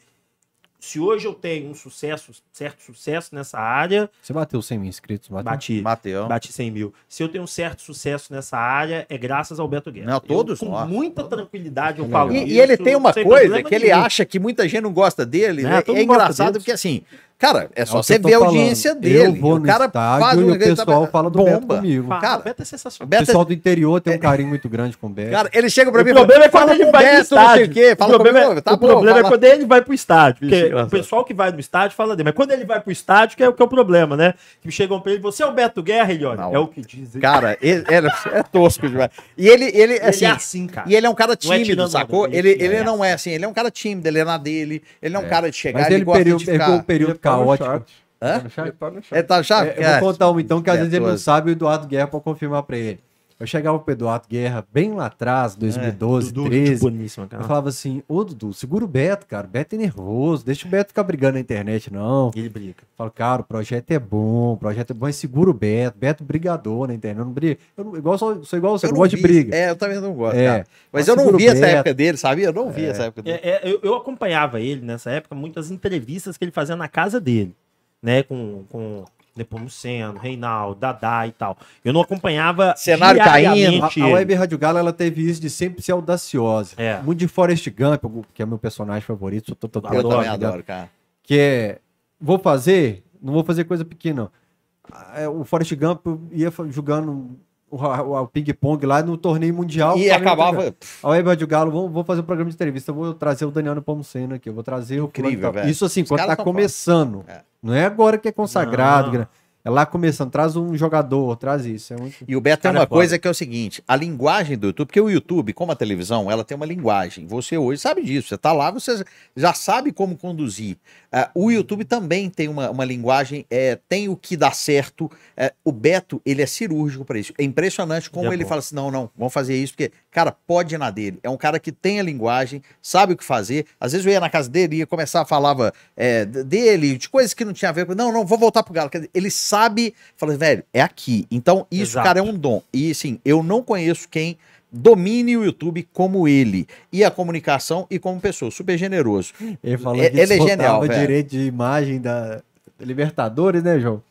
S3: se hoje eu tenho um sucesso, certo sucesso nessa área,
S1: Você bateu 100 mil inscritos, bateu.
S3: bati,
S2: Mateus.
S3: bati 100 mil. Se eu tenho um certo sucesso nessa área, é graças ao Beto Guerra.
S2: Não,
S3: Eu,
S2: todos
S3: com
S2: nós.
S3: muita tranquilidade eu falo
S2: E,
S3: isso,
S2: e ele tem uma
S3: sem
S2: coisa
S3: problema
S2: que ele
S3: nenhum.
S2: acha que muita gente não gosta dele.
S3: Né?
S2: né?
S3: Todo
S2: É,
S3: mundo gosta
S2: engraçado
S3: deles.
S2: porque, assim, cara, é só
S1: o que
S2: você
S1: eu tô
S2: ver a
S1: tá falando.
S2: audiência
S1: Eu
S2: dele.
S1: vou no estádio e o
S2: um negócio
S1: pessoal
S2: da-
S1: fala do Beto
S2: bomba.
S1: comigo.
S3: Fala,
S2: Cara,
S3: o Beto é sensacional.
S2: O
S1: O
S2: Beto é-
S1: pessoal do interior tem um carinho muito grande com o Beto.
S2: Cara, ele chega pra
S3: O
S2: mim e
S3: problema é quando
S2: fala
S3: ele
S2: com o
S3: vai no
S2: Beto, não sei o
S3: estádio.
S2: quê. Fala
S3: o problema,
S2: comigo,
S3: é,
S2: tá
S3: o problema é
S2: bom, fala-
S3: quando ele vai pro estádio. Porque
S2: Vixe,
S3: o
S2: engraçado.
S3: pessoal que vai no estádio fala dele. Mas quando ele vai pro estádio, que é o que é o problema, né? Que chegam pra ele, você é o Beto Guerra, ele olha.
S2: Não.
S3: É o que dizem.
S2: Cara, ele, ele é tosco demais. E ele, ele
S3: ele
S2: assim,
S3: é assim, cara.
S2: E ele é um cara
S3: Não é
S2: tímido,
S3: tirando
S2: sacou?
S3: onda,
S2: Ele,
S3: ele é
S2: ele
S3: tímido.
S2: não é assim, ele é um cara tímido, ele é na dele, ele não é um cara de chegar,
S1: Mas
S2: ele
S1: ele
S2: gosta
S1: período,
S2: de ficar...
S1: pegou um período
S4: tá no
S1: caótico.
S4: chat.
S2: Hã?
S1: Tá no chat?
S4: Ele tá no chat.
S2: Ele tá chato?
S1: É, eu vou contar um então, que às vezes ele não
S2: Beto,
S1: sabe, o Eduardo Guerra pode confirmar pra ele. Eu chegava pro Eduardo Guerra bem lá atrás, 2012,
S3: Dudu, tipo,
S1: 13.
S3: boníssima,
S1: Eu
S3: cara.
S1: falava assim, ô Dudu, segura o Beto, cara. O Beto é nervoso, deixa o Beto ficar brigando na internet, não.
S3: Ele briga.
S1: Falo, cara, o projeto é bom, o projeto é bom, mas segura o Beto. Beto brigador na internet, eu não briga. Eu não- igual, sou, sou igual você,
S2: eu
S1: não
S2: não
S1: gosto de
S2: vi-
S1: briga.
S2: É, eu também não gosto,
S1: É.
S2: cara. Mas
S1: Mas
S2: eu não
S1: segura
S2: vi
S1: o
S2: essa
S1: Beto.
S2: época dele, sabia? Eu não vi essa época dele.
S3: É, é, eu, eu acompanhava ele nessa época, muitas entrevistas que ele fazia na casa dele, né? Com, com Nepomuceno, Reinaldo, Dadá e tal. Eu não acompanhava.
S2: Cenário caindo,
S1: A,
S3: diariamente
S1: a
S3: ele.
S1: Web Rádio Galo, ela teve isso de sempre ser audaciosa.
S3: É.
S1: Muito de Forrest Gump, que é meu personagem favorito. Eu, tô, tô,
S2: Eu também
S1: Forrest Gump.
S2: adoro, cara.
S1: que é vou fazer, não vou fazer coisa pequena. não. Ah, é, O Forrest Gump ia fa- jogando o, ra- o- o ping-pong lá no torneio mundial.
S2: E
S1: o Flamengo ganhou.
S2: acabava...
S1: A Weber de Galo, vou, vou fazer um programa de entrevista, eu vou trazer o Daniel Nepomuceno aqui, eu vou trazer o fulano
S2: Incrível,
S1: e tal.
S2: velho.
S1: Isso assim,
S2: Os
S1: quando
S2: caras
S1: tá
S2: são
S1: começando.
S2: foda. É.
S1: Não é agora que é consagrado.
S3: Não.
S1: que não- É lá começando, traz um jogador, traz isso. É muito...
S2: E o Beto tem
S3: Cara,
S2: uma
S3: é foda.
S2: coisa que é o seguinte: a linguagem do YouTube, porque o YouTube, como a televisão, ela tem uma linguagem. Você hoje sabe disso. Você tá lá, você já sabe como conduzir. Ah, o YouTube também tem uma, uma linguagem, é, tem o que dá certo. É, o Beto, ele é cirúrgico para isso. É impressionante como
S3: Ele é
S2: ele
S3: bom.
S2: fala assim: não, não, vamos fazer isso, porque, cara, pode ir na dele. É um cara que tem a linguagem, sabe o que fazer. Às vezes eu ia na casa dele e ia começar a falava é, d- dele, de coisas que não tinha a ver com. Não, não, vou voltar pro Galo. Quer dizer, Ele sabe, fala, velho, é aqui. Então, isso,
S3: Exato.
S2: cara, é um dom. E assim, eu não conheço quem domine o YouTube como ele. E a comunicação e como pessoa. Super generoso.
S1: Ele falou
S2: É-
S1: que
S2: ele é
S1: disputava
S2: genial, velho.
S1: direito de imagem da Libertadores, né, João?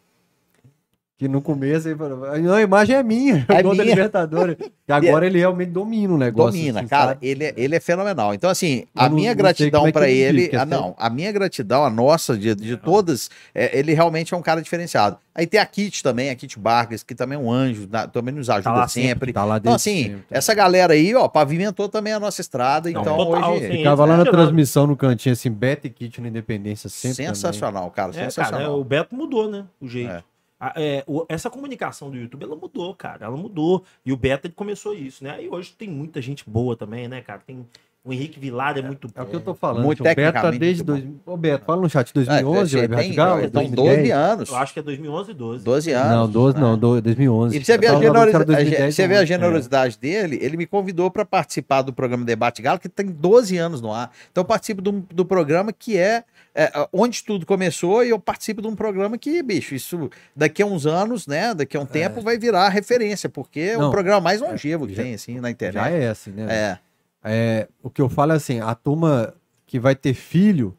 S1: Que no começo ele falou, não, a imagem é minha,
S2: É
S1: é da
S2: minha." é-
S1: Libertadores. E agora ele realmente domina o negócio.
S2: Domina,
S1: assim,
S2: cara.
S1: sabe?
S2: Ele é, ele é fenomenal. Então, assim,
S1: Eu
S2: a
S1: não-
S2: minha
S1: não sei
S2: gratidão
S1: como é que
S2: pra
S1: ele
S2: ele.
S1: fica,
S2: ah, não, a minha gratidão, a nossa, de, de todas, é, ele realmente é um cara diferenciado. Aí tem a Kit também, a Kit Vargas, que também é um anjo, na- também nos ajuda
S3: lá sempre,
S2: sempre.
S1: Tá lá
S2: Então,
S1: desde
S2: assim,
S1: sempre.
S2: essa galera aí, ó, pavimentou também a nossa estrada.
S3: Não,
S2: então,
S3: total,
S2: hoje.
S3: sim.
S1: Ficava lá na
S3: Impressionante.
S1: transmissão no cantinho, assim, Beta e Kit na Independência sempre. também.
S2: sensacional, cara.
S3: É,
S2: sensacional.
S3: cara, é, o Beto mudou, né? O jeito.
S2: É.
S3: A- é, o- essa comunicação do YouTube, ela mudou, cara. Ela mudou. E o Beto, ele começou isso, né? E hoje tem muita gente boa também, né, cara? Tem o Henrique Vilar, é, muito
S1: É o
S3: bom.
S1: que eu tô falando.
S2: Muito
S1: que o Beto tá
S2: tecnicamente
S1: desde.
S2: muito
S1: Dois... Ô, Beto, fala no chat. 2011,
S2: É,
S1: é,
S2: tem-
S1: Web Galo?
S2: Então, 12
S1: 2010?
S2: anos.
S3: Eu acho que é 2011 e 12.
S2: 12 anos. né?
S1: Não, 12 não, do- 2011.
S2: E pra você ver
S1: Eu
S2: a,
S1: tava falando que era
S2: generosi- a ge-
S1: 2010,
S2: você vê a
S1: é.
S2: generosidade dele, ele me convidou para participar do programa Debate Galo, que tem 12 anos no ar. Então eu participo do, do programa que é, é, onde tudo começou e eu participo de um programa que, bicho, isso daqui a uns anos, né, daqui a um tempo vai virar referência, porque é o
S1: É. Não,
S2: programa mais longevo que
S1: já-
S2: tem, assim, na
S1: Já
S2: internet.
S1: é assim, né?
S2: É,
S1: É, o que eu falo é assim, a turma que vai ter filho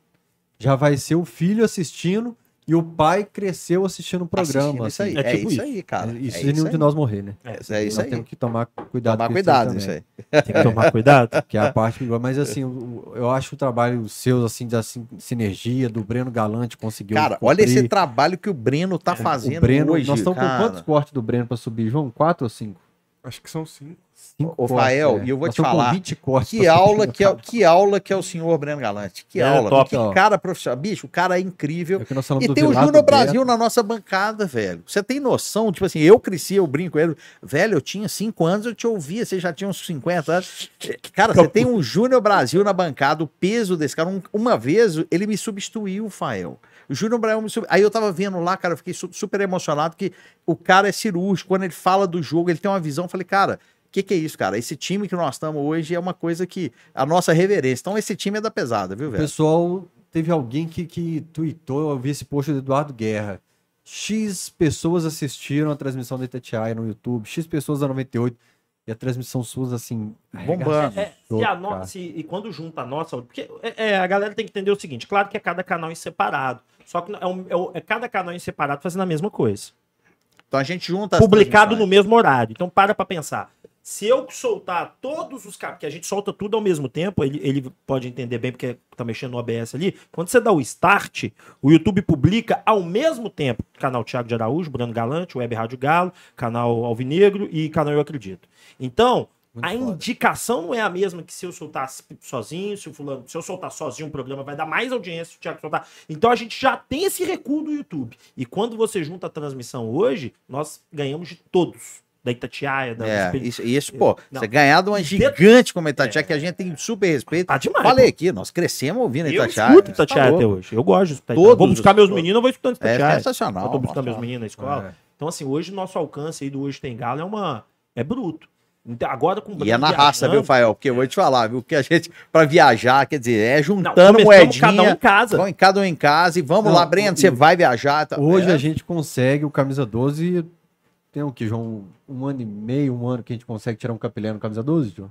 S1: já vai ser o filho assistindo e o pai cresceu assistindo o
S2: assistindo
S1: programa.
S2: isso
S1: assim.
S2: aí,
S3: É
S2: é,
S3: tipo
S2: isso
S3: isso.
S2: aí, cara.
S1: É, Isso
S2: é
S1: se nenhum
S2: isso
S1: de
S2: aí.
S1: nós morrer, né?
S2: É isso
S1: nós
S2: aí.
S1: temos que tomar cuidado
S2: Tomar
S1: com isso
S2: cuidado,
S1: também,
S2: isso aí.
S3: Tem que tomar cuidado.
S1: Que é a parte que... Mas assim, o- eu acho o trabalho seu, assim, da sin- sinergia, do Breno Galante conseguiu
S2: Cara, olha
S1: cumprir.
S2: esse trabalho que o Breno tá fazendo
S1: É, O Breno,
S2: hoje,
S1: nós estamos
S2: cara.
S1: com quantos cortes do Breno pra subir, João? Quatro ou cinco?
S4: Acho que são cinco.
S1: Cinco
S2: Ô,
S1: cortes,
S2: Fael,
S1: é.
S2: e eu vou
S1: Nós
S2: te
S1: estamos com
S2: falar,
S1: 20 cortes
S2: Que
S1: pra subir.
S2: aula que, é, que aula que é o senhor Breno Galante. Que
S3: É,
S2: aula.
S3: top,
S2: que
S1: ó.
S2: cara profissional. Bicho, o cara é
S1: É
S2: incrível.
S1: o que nós
S3: Tá
S1: falamos
S2: E
S1: do
S2: tem o
S1: Vilar, do
S2: Júnior
S1: Beto.
S2: Brasil na nossa bancada, velho. Você tem noção? Tipo assim, eu cresci, eu brinco com ele. Velho, eu tinha 5 anos, eu te ouvia, você já tinha uns 50 anos. Cara, você tem um Júnior Brasil na bancada, o peso desse cara. Um- uma vez ele me substituiu, Fael. O Júnior Brasil me sub... Aí eu tava vendo lá, cara, eu fiquei su- super emocionado que o cara é cirúrgico. Quando ele fala do jogo, ele tem uma visão. Eu falei, cara. O que, que é isso, cara? Esse time que nós estamos hoje é uma coisa que. A nossa reverência. Então, esse time é da pesada, viu,
S1: O
S2: velho?
S1: pessoal, teve alguém que, que tweetou, eu vi esse post do Eduardo Guerra. X pessoas assistiram a transmissão da Itatiaia no YouTube, X pessoas da 98, e a transmissão SUS, assim,
S2: Bombando.
S1: arregaçou,
S3: É, se a no-
S1: cara.
S3: se- e quando junta a nossa, porque é, é, a galera tem que entender o seguinte: claro que é cada canal em separado. Só que é, um- é o- é cada canal em separado fazendo a mesma coisa.
S2: Então, a gente junta. as
S3: publicado
S2: transmissões.
S3: no mesmo horário. Então para pra pensar. Se eu soltar todos os cabos, que a gente solta tudo ao mesmo tempo, ele, ele pode entender bem, porque tá mexendo no OBS ali. Quando você dá o start, o YouTube publica ao mesmo tempo canal Thiago de Araújo, Bruno Galante, Web Rádio Galo, canal Alvinegro e canal Eu Acredito. Então,
S1: Muito
S3: a
S1: foda.
S3: indicação não é a mesma que se eu soltar sozinho, se o fulano, se eu soltar sozinho o programa vai dar mais audiência se o Thiago soltar. Então a gente já tem esse recuo do YouTube. E quando você junta a transmissão hoje, nós ganhamos de todos. Da Itatiaia, da
S2: É,
S3: Expedi-
S2: isso, isso, pô,
S3: Não. É.
S2: você ganhar de uma gigante como a Itatiaia, que a gente tem super respeito.
S3: Tá demais.
S2: Falei aqui, nós crescemos ouvindo
S3: pô.
S2: a
S3: eu
S2: Itatiaia.
S3: escuto
S2: Tá
S3: Itatiaia até
S2: louco.
S3: hoje. Eu gosto de Itatiaia.
S2: Todos
S3: Vou buscar
S2: os-
S3: meus meninos, eu vou escutando
S2: É
S3: Itatiaia. tá
S2: sensacional.
S3: eu tô buscando meus
S2: nossa.
S3: meninos na escola.
S1: É.
S3: Então, assim, hoje o nosso alcance aí do Hoje Tem Galo é uma. É bruto. Então, agora com o
S2: E é
S3: Breno
S2: na raça, viu,
S3: viajando-
S2: Fael? Porque eu vou te falar, viu? Que a gente, pra viajar, quer dizer, é
S3: Não,
S2: juntando
S3: começamos
S2: moedinha.
S3: cada um em casa.
S2: Vão em cada um em casa e vamos
S1: Não,
S2: lá, Breno,
S1: e-
S2: você vai viajar. tá-
S1: Hoje
S2: é,
S1: a gente consegue o camisa 12. Tem o que, João? Um ano e meio, um ano que a gente consegue tirar um capilé no camisa 12, João?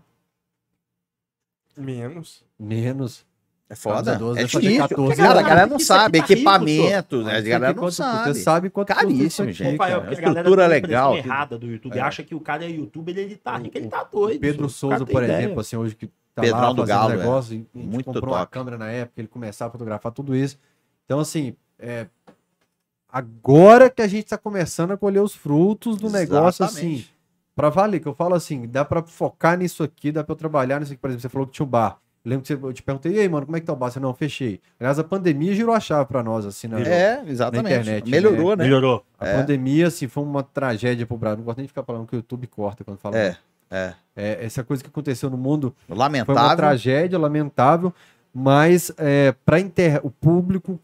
S4: Menos.
S1: Menos.
S2: é
S1: camisa
S2: foda.
S1: 12
S2: é
S1: vai fazer
S2: difícil.
S1: 14
S2: Cara, a
S1: anos.
S2: galera não
S3: Isso aqui
S2: sabe.
S3: tá rico,
S2: Equipamento, né? A
S1: Mas
S2: galera
S1: que
S2: não
S1: quanto custa?
S2: sabe.
S1: Você sabe quanto custa né?
S2: Caríssimo,
S1: isso aqui,
S2: gente,
S1: É, cara.
S3: Rafael,
S2: cara.
S3: porque
S2: Estrutura
S3: a galera tem uma
S2: legal,
S3: impressão
S2: tudo.
S3: errada do YouTube.
S2: É.
S3: Acha que o cara é youtuber, ele, ele tá rico, ele tá
S1: O
S3: doido.
S1: Pedro
S3: gente. O cara
S1: Souza,
S3: tem
S1: por
S3: ideia.
S1: exemplo, assim, hoje que tá
S2: Pedrão
S1: lá
S2: do
S1: fazendo
S2: Galo, é.
S1: negócio, e a gente
S2: Muito
S1: comprou uma
S2: top.
S1: câmera na época, ele começar a fotografar tudo isso. Então, assim, é, agora que a gente tá começando a colher os frutos do negócio,
S2: Exatamente.
S1: assim, pra valer, que eu falo assim, dá pra focar nisso aqui, dá pra eu trabalhar nisso aqui. Por exemplo, você falou que tinha um bar. Eu lembro que você- eu te perguntei, e aí, mano, como é que tá o bar? Você, não, fechei. Aliás, a pandemia girou a chave pra nós, assim, na,
S2: É,
S1: Na
S2: exatamente.
S1: internet,
S2: Melhorou, né?
S3: Melhorou.
S1: A
S2: É.
S1: pandemia, assim, foi uma tragédia pro Brasil. Não gosto nem de ficar falando que o YouTube corta quando fala.
S2: É, é.
S1: É, essa coisa que aconteceu no mundo foi uma
S2: Lamentável.
S1: tragédia, lamentável. Mas é, pra inter... o público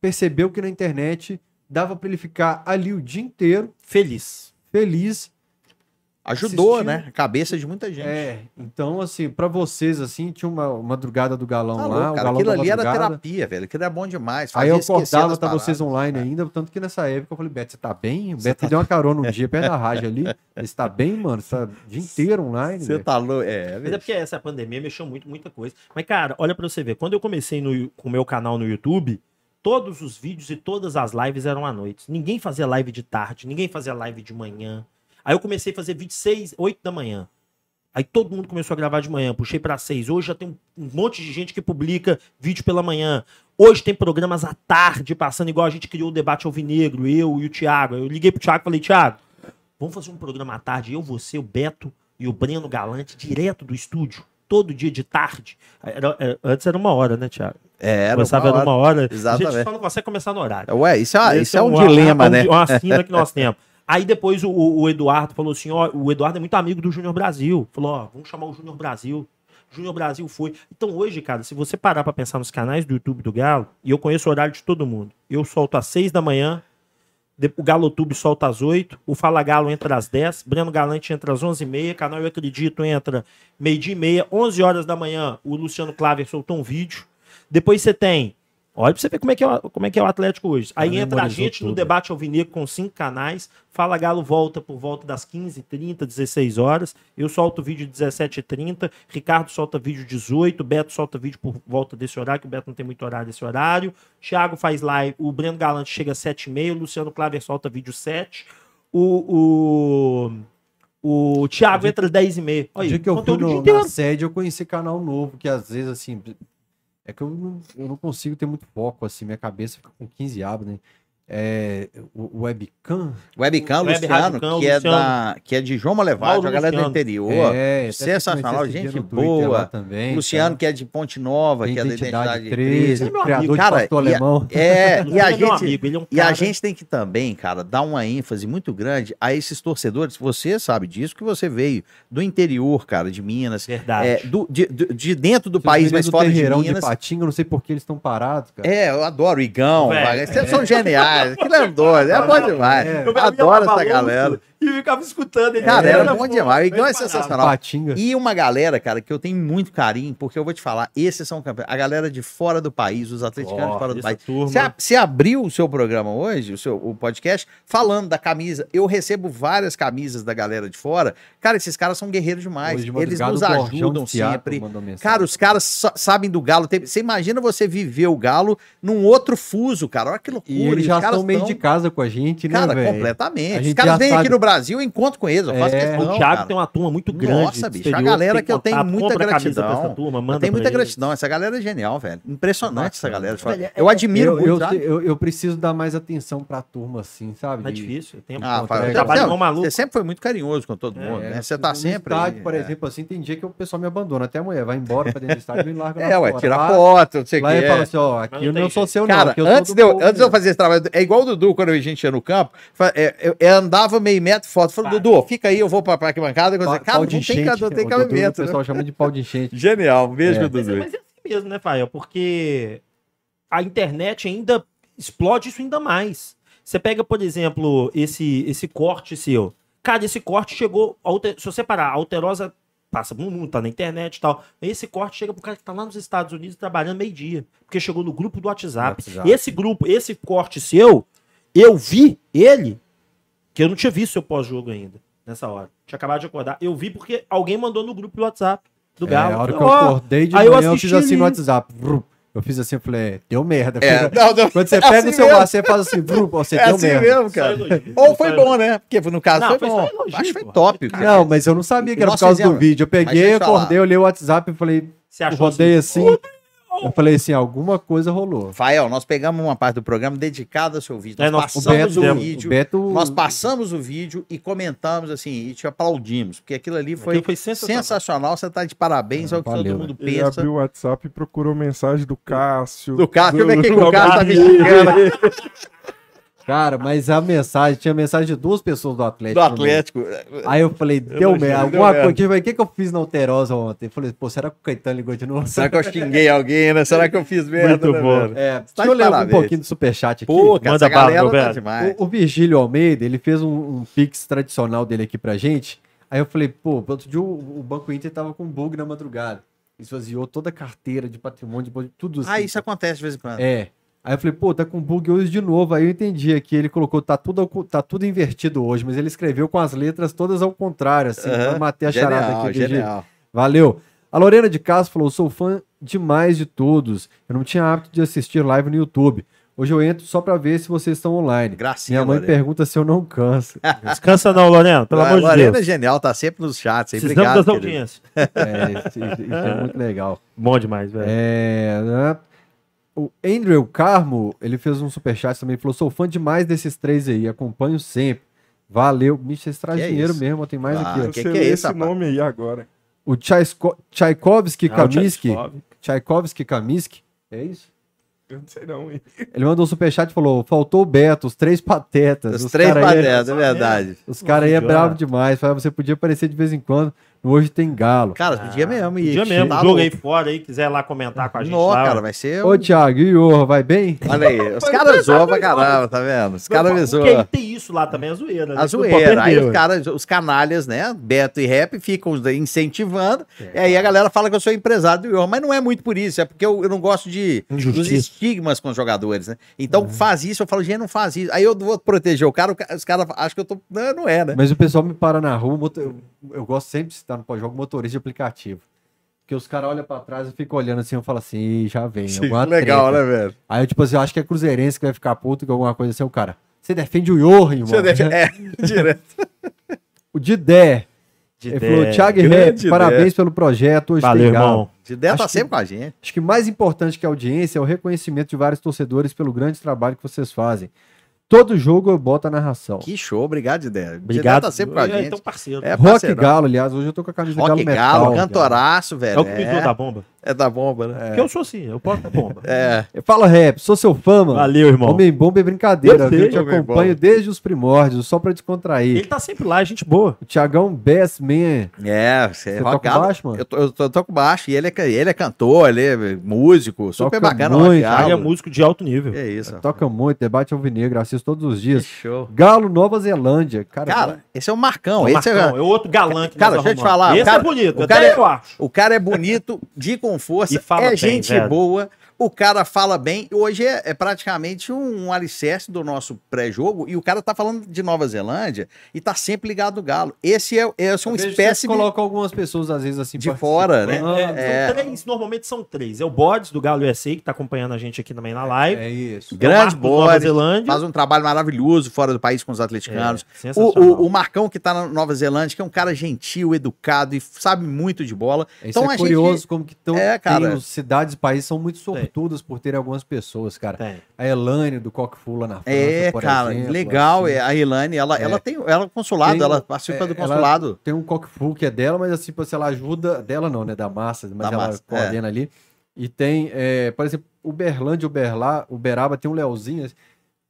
S1: percebeu que na internet dava pra ele ficar ali o dia inteiro,
S3: Feliz.
S1: feliz.
S2: Ajudou,
S1: Assistindo.
S2: né? A cabeça de muita gente.
S1: É, então, assim, pra vocês, assim, tinha uma madrugada do galão lá.
S2: Tá louco,
S1: o
S2: cara.
S1: galão
S2: Aquilo
S1: da
S2: ali era
S1: madrugada.
S2: terapia, velho. Aquilo era bom demais.
S1: Aí
S2: fazia
S1: eu
S2: esquecer
S1: acordava
S2: das
S1: pra vocês
S2: paradas. É.
S1: online ainda, tanto que nessa época eu falei, Beto, você tá bem? O Beto me deu uma carona um dia, pé da raja ali. Ele tá bem, mano? Você tá o dia inteiro online?
S2: Você
S1: velho?"
S2: tá louco. É,
S3: Mas é
S2: velho.
S3: porque essa pandemia mexeu muito, muita coisa. Mas, cara, olha pra você ver. Quando eu comecei no, com o meu canal no YouTube, todos os vídeos e todas as lives eram à noite. Ninguém fazia live de tarde, ninguém fazia live de manhã. Aí eu comecei a fazer 26, 8 da manhã. Aí todo mundo começou a gravar de manhã, puxei pra seis. Hoje já tem um um monte de gente que publica vídeo pela manhã. Hoje tem programas à tarde passando, igual a gente criou o debate alvinegro, eu e o Thiago. Eu liguei pro Thiago e falei, Thiago, vamos fazer um programa à tarde, eu, você, o Beto e o Breno Galante, direto do estúdio, todo dia de tarde. Era- era- antes era uma hora, né, Thiago?
S2: É, era
S3: Começava era
S2: uma hora.
S3: uma hora. A gente
S2: Exatamente.
S3: só não consegue começar no horário.
S2: Ué, isso é,
S3: Esse
S2: isso é um, dilema,
S3: é um-
S2: né?
S3: É uma sina que nós temos. Aí depois o, o Eduardo falou assim: ó, o Eduardo é muito amigo do Júnior Brasil. Falou: ó, vamos chamar o Júnior Brasil. Júnior Brasil foi. Então hoje, cara, se você parar pra pensar nos canais do YouTube do Galo, e eu conheço o horário de todo mundo, eu solto às seis da manhã, de- o GaloTube solta às 8, o Fala Galo entra às 10, Breno Galante entra às 11h30, Canal Eu Acredito entra meio-dia e meia, 11 horas da manhã, o Luciano Claver soltou um vídeo. Depois você tem, olha pra você ver como é que é, o- como é, que é o Atlético hoje. Aí
S1: Cara,
S3: entra a
S1: memorizou
S3: gente no
S1: tudo.
S3: Debate Alvinegro com cinco canais, Fala Galo volta por volta das 15h30, 16 horas, eu solto vídeo 17h30, Ricardo solta vídeo 18, Beto solta vídeo por volta desse horário, que o Beto não tem muito horário desse horário, Thiago faz live, o Breno Galante chega às 7h30, o Luciano Claver solta vídeo 7, o, o, o Thiago entra às 10h30.
S1: O
S3: Olha
S1: dia
S3: aí,
S1: que eu fui
S3: conteúdo o dia
S1: no,
S3: inteiro.
S1: na sede, eu conheci canal novo, que às vezes, assim, é que eu não, eu não consigo ter muito foco, assim, minha cabeça fica com 15 abas, né? É, o o webcam?
S2: Webcam,
S3: Web
S2: Luciano,
S3: Radicão,
S2: que, é
S3: Luciano.
S2: da, que é de João Malevado,
S3: Mauro
S2: a galera do
S3: Luciano.
S2: interior.
S1: é, até
S2: sensacional,
S1: comecei a seguir
S2: gente
S1: no Twitter lá
S2: boa.
S1: Também,
S2: Luciano,
S1: tá?
S2: que é de Ponte Nova, que é da Identidade 13.
S3: meu
S1: é criador
S2: amigo.
S1: de
S2: Cara,
S1: pastor
S2: e a-
S1: alemão.
S2: É,
S3: Luciano
S2: e a
S3: é meu
S2: gente...
S3: amigo, ele é um
S2: E a
S3: cara-
S2: gente tem que também, cara, dar uma ênfase muito grande a esses torcedores. Você sabe disso, que você veio do interior, cara, de Minas,
S3: Verdade.
S2: é, do- de, de- de dentro do
S1: Vocês
S2: país,
S1: viram
S2: mas
S1: do
S2: fora de
S1: Terreirão
S2: Minas.
S1: de Patinga, eu não sei por que eles estão parados, cara.
S2: É, eu adoro o Igão,
S3: Velho,
S2: Wagner. Vocês são geniais. Aquilo é doido, é bom demais.
S1: É.
S3: Eu
S2: Adoro
S3: ia pra
S2: essa galera.
S3: Valonso E ficava escutando. ele.
S2: Cara,
S1: era
S2: era bom demais. O Igão é
S3: mas parava.
S2: sensacional.
S1: Patinga.
S2: E uma galera, cara, que eu tenho muito carinho, porque eu vou te falar, esses são campeões. A galera de fora do país, os atleticanos de
S3: Ó, é
S2: fora do
S3: essa
S2: país.
S3: turma.
S2: Você, é a- você abriu o seu programa hoje, o seu o podcast, falando da camisa. Eu recebo várias camisas da galera de fora. Cara, esses caras são guerreiros demais.
S1: Hoje de
S2: Eles
S1: madrugada,
S2: nos
S3: é
S1: o
S3: um
S1: Borjão
S2: ajudam
S1: de Seattle
S2: sempre.
S1: mandou mensagem.
S2: Cara, os caras sa- sabem do Galo. Tem- Você imagina você viver o Galo num outro fuso, cara. Olha que loucura.
S1: e eles
S2: os
S1: já
S2: caras
S1: estão meio
S2: tão-
S1: de casa com a gente, né,
S2: Cara,
S1: velho? A
S2: completamente. Os
S1: gente
S2: caras
S1: já
S2: vêm aqui
S1: sabe.
S2: no Brasil, eu encontro com eles. Eu faço
S1: É.
S2: questão.
S3: o Thiago
S2: cara.
S3: tem uma turma muito
S2: Nossa,
S3: grande.
S2: bicho,
S3: do
S2: a
S3: exterior,
S2: galera
S3: tem
S2: que eu tenho
S3: contato,
S2: muita
S3: compra a camisa
S2: gratidão.
S3: dessa turma,
S2: Eu
S3: manda
S2: tenho
S3: pra
S2: muita
S3: eles.
S2: gratidão. Essa galera é genial, velho. Impressionante essa galera.
S3: Velho,
S2: Eu
S1: é,
S2: admiro
S1: Eu,
S2: muito,
S1: eu,
S2: sabe?
S1: eu, eu preciso dar mais atenção pra turma, assim, sabe?
S3: Não é
S1: De-
S3: difícil. Tem
S2: Ah,
S3: um
S2: fala-
S1: é,
S3: trabalho
S2: Marcelo,
S3: igual maluco.
S2: Você sempre foi muito carinhoso com todo mundo,
S1: É,
S2: né? Você
S1: eu
S2: tá
S1: fico no
S2: sempre.
S1: estádio,
S2: aí,
S1: por
S2: é.
S1: exemplo, assim, tem dia que o pessoal me abandona, até amanhã, vai embora pra dentro do estádio e me larga lá
S2: É, ué,
S1: fora.
S2: tirar
S1: Lá-
S2: foto, não sei o que.
S1: Lá ele
S2: É.
S1: fala assim, ó,
S3: Mas
S1: aqui
S3: não
S1: eu
S3: tem
S1: não sou
S3: jeito.
S1: seu não,
S2: Cara,
S1: aqui eu sou
S2: antes,
S1: do
S2: de eu,
S1: povo
S2: antes de eu
S1: mesmo.
S2: fazer esse trabalho, é igual o Dudu quando a gente ia no campo, fa- é, eu, eu andava meio metro foto, falou,
S1: Tá.
S3: Pá.
S2: Dudu, fica aí, eu vou pra, pra arquibancada.
S1: Pa-
S2: Cara, cara, não tem, ca- não tem
S1: o Dudu,
S2: cabimento.
S1: O
S2: né?
S1: pessoal chama de pau de enchente.
S2: Genial, beijo,
S1: É.
S3: Mas é, mas é assim mesmo, né, Fael? Porque a internet ainda explode isso ainda mais. Você pega, por exemplo, esse, esse corte seu. Cara, esse corte chegou. alter- Se você parar, a Alterosa passa no mundo, tá na internet e tal. Esse corte chega pro cara que tá lá nos Estados Unidos trabalhando meio-dia. Porque chegou no grupo do WhatsApp.
S1: WhatsApp.
S3: Esse grupo, esse corte seu, eu vi ele, que eu não tinha visto seu pós-jogo ainda, nessa hora. Tinha acabado de acordar. Eu vi porque alguém mandou no grupo do WhatsApp do
S1: É,
S3: Galo.
S1: a hora que eu
S3: Falei, "Ó,
S1: acordei de
S3: aí eu
S1: manhã, eu,
S3: assisti
S1: fiz assim no
S3: ali.
S1: WhatsApp. vrum. Eu fiz assim, eu falei, é, deu merda.
S2: É, não, não,
S1: Quando você
S2: é
S1: pega
S2: assim
S1: o celular, você faz assim, vrum, ó, você
S2: É
S1: deu
S2: assim
S1: merda.
S2: mesmo,
S3: Só
S2: cara.
S3: elogio.
S2: Ou foi
S3: Só
S2: bom, né? Porque no caso
S3: Não,
S2: foi,
S3: foi só
S2: bom.
S3: elogio,
S2: Acho que foi
S3: pô.
S2: top. cara.
S1: é Não, mas eu não sabia que era
S2: Nós
S1: por causa do
S2: fizemos.
S1: vídeo. Eu
S2: Mas deixa
S1: peguei,
S2: eu falar.
S1: acordei, olhei o WhatsApp e falei,
S3: Você achou
S1: rodei assim.
S3: assim?
S2: Oh!
S1: Eu falei assim, alguma coisa rolou.
S2: Rafael, nós pegamos uma parte do programa dedicada ao seu vídeo.
S3: É, nós-
S1: O
S2: passamos
S1: Beto,
S2: o
S1: o
S2: vídeo.
S1: Beto
S2: Nós
S3: Uhum.
S2: passamos o vídeo e comentamos assim, e te aplaudimos, porque aquilo ali foi,
S3: Aquilo foi sensacional. Ah,
S2: sensacional. Você tá de parabéns ao que
S1: Valeu,
S2: todo mundo
S4: Ele
S2: pensa.
S4: abriu o WhatsApp e procurou mensagem do Cássio.
S2: Do Cássio, como é que o
S4: Roberto
S2: Cássio tá me
S4: Dias.
S2: xingando aqui
S1: Cara, mas a mensagem, tinha mensagem de duas pessoas do Atlético.
S2: do
S1: no meio.
S2: Atlético?
S1: Aí eu falei, deu
S2: imagino,
S1: merda,
S2: deu
S1: alguma
S2: merda.
S1: coisa. Tipo, O que, que eu fiz na Alterosa ontem? Eu falei, pô, será que o Caetano ligou de novo?
S2: Será que eu xinguei alguém, né? Será que eu fiz merda?
S3: Muito
S2: né,
S3: bom.
S2: velho?
S1: É,
S2: Tá
S1: deixa eu
S2: de
S1: ler um
S2: parabéns.
S1: pouquinho do superchat aqui.
S2: Pô, cara,
S3: Manda
S2: essa
S3: bala,
S2: galera tá
S3: Roberto.
S2: demais.
S1: O, o Virgílio Almeida, ele fez um, um pix tradicional dele aqui pra gente. Aí eu falei, pô, outro dia o, o Banco Inter tava com bug na madrugada. Esvaziou toda a carteira de patrimônio, de tudo assim.
S2: Ah, isso acontece de vez em quando.
S1: É. Aí eu falei, pô, tá com bug hoje de novo. Aí eu entendi aqui, ele colocou, tá tudo, ao co- tá tudo invertido hoje, mas ele escreveu com as letras todas ao contrário, assim, pra
S2: Aham.
S1: matar a charada
S2: Genial,
S1: aqui. Virgílio.
S2: genial.
S1: Valeu. A Lorena de Castro falou: sou fã demais de todos. Eu não tinha hábito de assistir live no YouTube. Hoje eu entro só pra ver se vocês estão online.
S2: Gracinha,
S1: Minha mãe
S2: Lorena.
S1: pergunta se eu não canso. É,
S3: Descansa não, Lorena, pelo
S2: A
S3: amor de
S2: Lorena é
S3: Deus.
S2: genial, tá sempre nos chats. Aí.
S3: Precisamos das
S2: Obrigado, querido.
S3: audiências.
S1: É, isso, isso- isso é muito legal.
S3: Bom demais, velho.
S1: É, né? O Andrew Carmo, ele fez um superchat também, falou: sou fã demais desses três aí, acompanho sempre. Valeu. Michel, vocês trazem
S2: Que é
S1: dinheiro
S2: isso?
S1: mesmo, tem mais
S2: Ah,
S1: aqui. ó.
S2: que
S4: Você
S2: que é
S4: lê
S2: isso,
S4: esse
S2: rapaz?
S4: nome aí agora.
S1: O Tchaisko- Tchaikovsky
S3: Ah, o
S1: Kaminsky.
S3: Tchaikovsky.
S1: Tchaikovsky Kaminsky. É isso?
S4: Eu não sei não, hein?
S1: Ele mandou um superchat e falou: faltou o Beto, os três patetas.
S2: Os três
S1: cara aí-
S2: patetas, é
S3: né?
S2: verdade.
S1: Os caras aí é
S3: Nossa,
S1: bravo
S3: Joana.
S1: demais. Fala, você podia aparecer de vez em quando. no Hoje tem galo.
S2: Cara, podia mesmo. ir.
S3: Dia Ah, mesmo,
S2: Tá
S3: joga aí
S2: louco.
S3: fora aí, quiser lá comentar com a gente
S2: Nó,
S3: lá.
S2: cara, vai ser. um
S1: Ô, Thiago, e o Iorra, vai bem?
S2: Olha aí, os caras zoam pra caramba, tá vendo? Os caras me
S3: Porque aí
S2: zoam.
S3: tem isso lá também, a zoeira. né?
S2: A zoeira. Aí os caras, os canalhas, né? Beto e Rap ficam incentivando. E
S3: É,
S2: aí a galera fala que eu sou empresário do Iorra. Mas não é muito por isso, é porque eu, eu não gosto de dos
S3: Injustiça. Uhum.
S2: estigmas com os jogadores, né? Então faz isso, eu falo, gente, não faz isso. Aí eu vou proteger o cara, o ca- os caras acham que eu tô. Não, não é, né?
S1: Mas o pessoal me para na rua. moto- Eu, eu gosto sempre de citar no pós-jogo motorista de aplicativo. Porque os caras olham pra trás e ficam olhando assim. Eu falo assim: "Ih, já vem. alguma
S2: legal,
S1: treta."
S2: né, velho?
S1: Aí eu, tipo assim, eu acho que é Cruzeirense que vai ficar puto com alguma coisa assim. O cara, você defende o Iorra, irmão?
S2: Você deixa- É, direto.
S1: O Didé. Ele falou: Thiago e
S2: grande
S1: Rap,
S2: Didé.
S1: parabéns pelo projeto. Hoje
S3: Valeu,
S1: tem galo.
S3: irmão.
S2: Direto
S1: Acho
S2: tá
S1: que-
S2: sempre com a gente.
S1: Acho que mais importante que a audiência é o reconhecimento de vários torcedores pelo grande trabalho que vocês fazem. Todo jogo eu boto a narração.
S2: Que show, obrigado, Didé. Didé
S3: Obrigado.
S2: tá sempre com a
S3: É,
S2: gente.
S3: então, parceiro.
S2: É,
S1: Rock
S2: parceirão.
S1: Galo, aliás, hoje eu tô com a camisa
S2: Rock
S1: Galo Metal.
S2: Galo, cantoraço,
S3: É
S2: velho.
S3: o que me
S2: é,
S3: deu da bomba.
S2: é da bomba, né?
S3: Porque eu sou assim, eu posso dar bomba.
S2: É.
S1: Fala, Rap, sou seu fã, mano.
S3: Valeu, irmão.
S1: Homem bomba é brincadeira,
S3: Eu
S1: viu?
S3: sei,
S1: te
S2: Homem
S1: acompanho desde os primórdios, só pra descontrair.
S3: Ele tá sempre lá, gente boa.
S1: O Tiagão Best Man.
S2: É, você é
S1: Você
S2: Rock
S1: toca
S2: Galo.
S1: baixo, mano?
S2: Eu, tô, eu, tô, eu toco baixo. E ele é, ca- ele é cantor, ele é músico.
S1: Toca
S2: Super bacana,
S1: muito, é
S2: Rock
S3: Thiago é
S2: Galo.
S3: músico de alto nível.
S2: Que isso.
S1: Toca muito, debate alvinegro, assisto todos os
S3: É
S2: Que
S1: dias.
S2: show.
S1: Galo, Nova Zelândia. Cara,
S2: Cara, esse é o Marcão.
S3: Ô,
S2: esse é-
S3: Marcão, é outro galã que
S2: Cara,
S3: nós
S2: deixa eu te
S3: arrumamos.
S2: falar, o
S3: Esse
S2: cara-
S3: é bonito,
S2: o
S3: até
S2: cara é-
S3: eu acho.
S2: O cara é bonito, de com força,
S3: E fala
S2: é
S3: bem,
S2: gente
S3: velho.
S2: boa, o cara fala bem. Hoje é, é praticamente um, alicerce do nosso pré-jogo e o cara tá falando de Nova Zelândia e tá sempre ligado no galo. Esse é, esse é uma
S1: vejo que
S2: espécie
S1: vocês
S2: de,
S1: colocam algumas pessoas, às vezes, assim,
S2: de
S1: participando.
S2: fora, né?
S1: Ah,
S2: é.
S3: São três, normalmente são três. É o Bodes do Galo USA, que tá acompanhando a gente aqui também na live.
S1: É isso.
S2: Grande
S3: Marcos, Nova
S2: Boris,
S3: Zelândia.
S2: faz um trabalho maravilhoso fora do país com os atleticanos.
S3: É,
S2: O,
S3: sensacional.
S2: o- o Marcão, que tá na Nova Zelândia, que é um cara gentil, educado e sabe muito de bola.
S1: Isso
S2: Então
S1: é
S2: a
S1: curioso
S2: gente-
S1: como que tão,
S2: É, cara.
S1: tem os cidades e países são muito sortudas por terem algumas pessoas, cara.
S3: Tem.
S1: A Elane do Coque Fula na França,
S2: É, cara,
S1: exemplo,
S2: legal.
S1: assim.
S2: é, a Ilane, ela,
S1: É.
S2: ela tem ela é consulado,
S1: Tem-
S3: um-
S2: ela participa
S1: é,
S2: do
S1: ela-
S2: consulado.
S1: Tem um Coque Fula que é dela, mas assim, se ela ajuda, dela não, né, da massa, mas
S2: Da
S1: ela
S2: massa, é.
S1: coordena ali. E tem, é, por exemplo, Uberlândia, Uberlá, Uberaba, tem um Leozinho,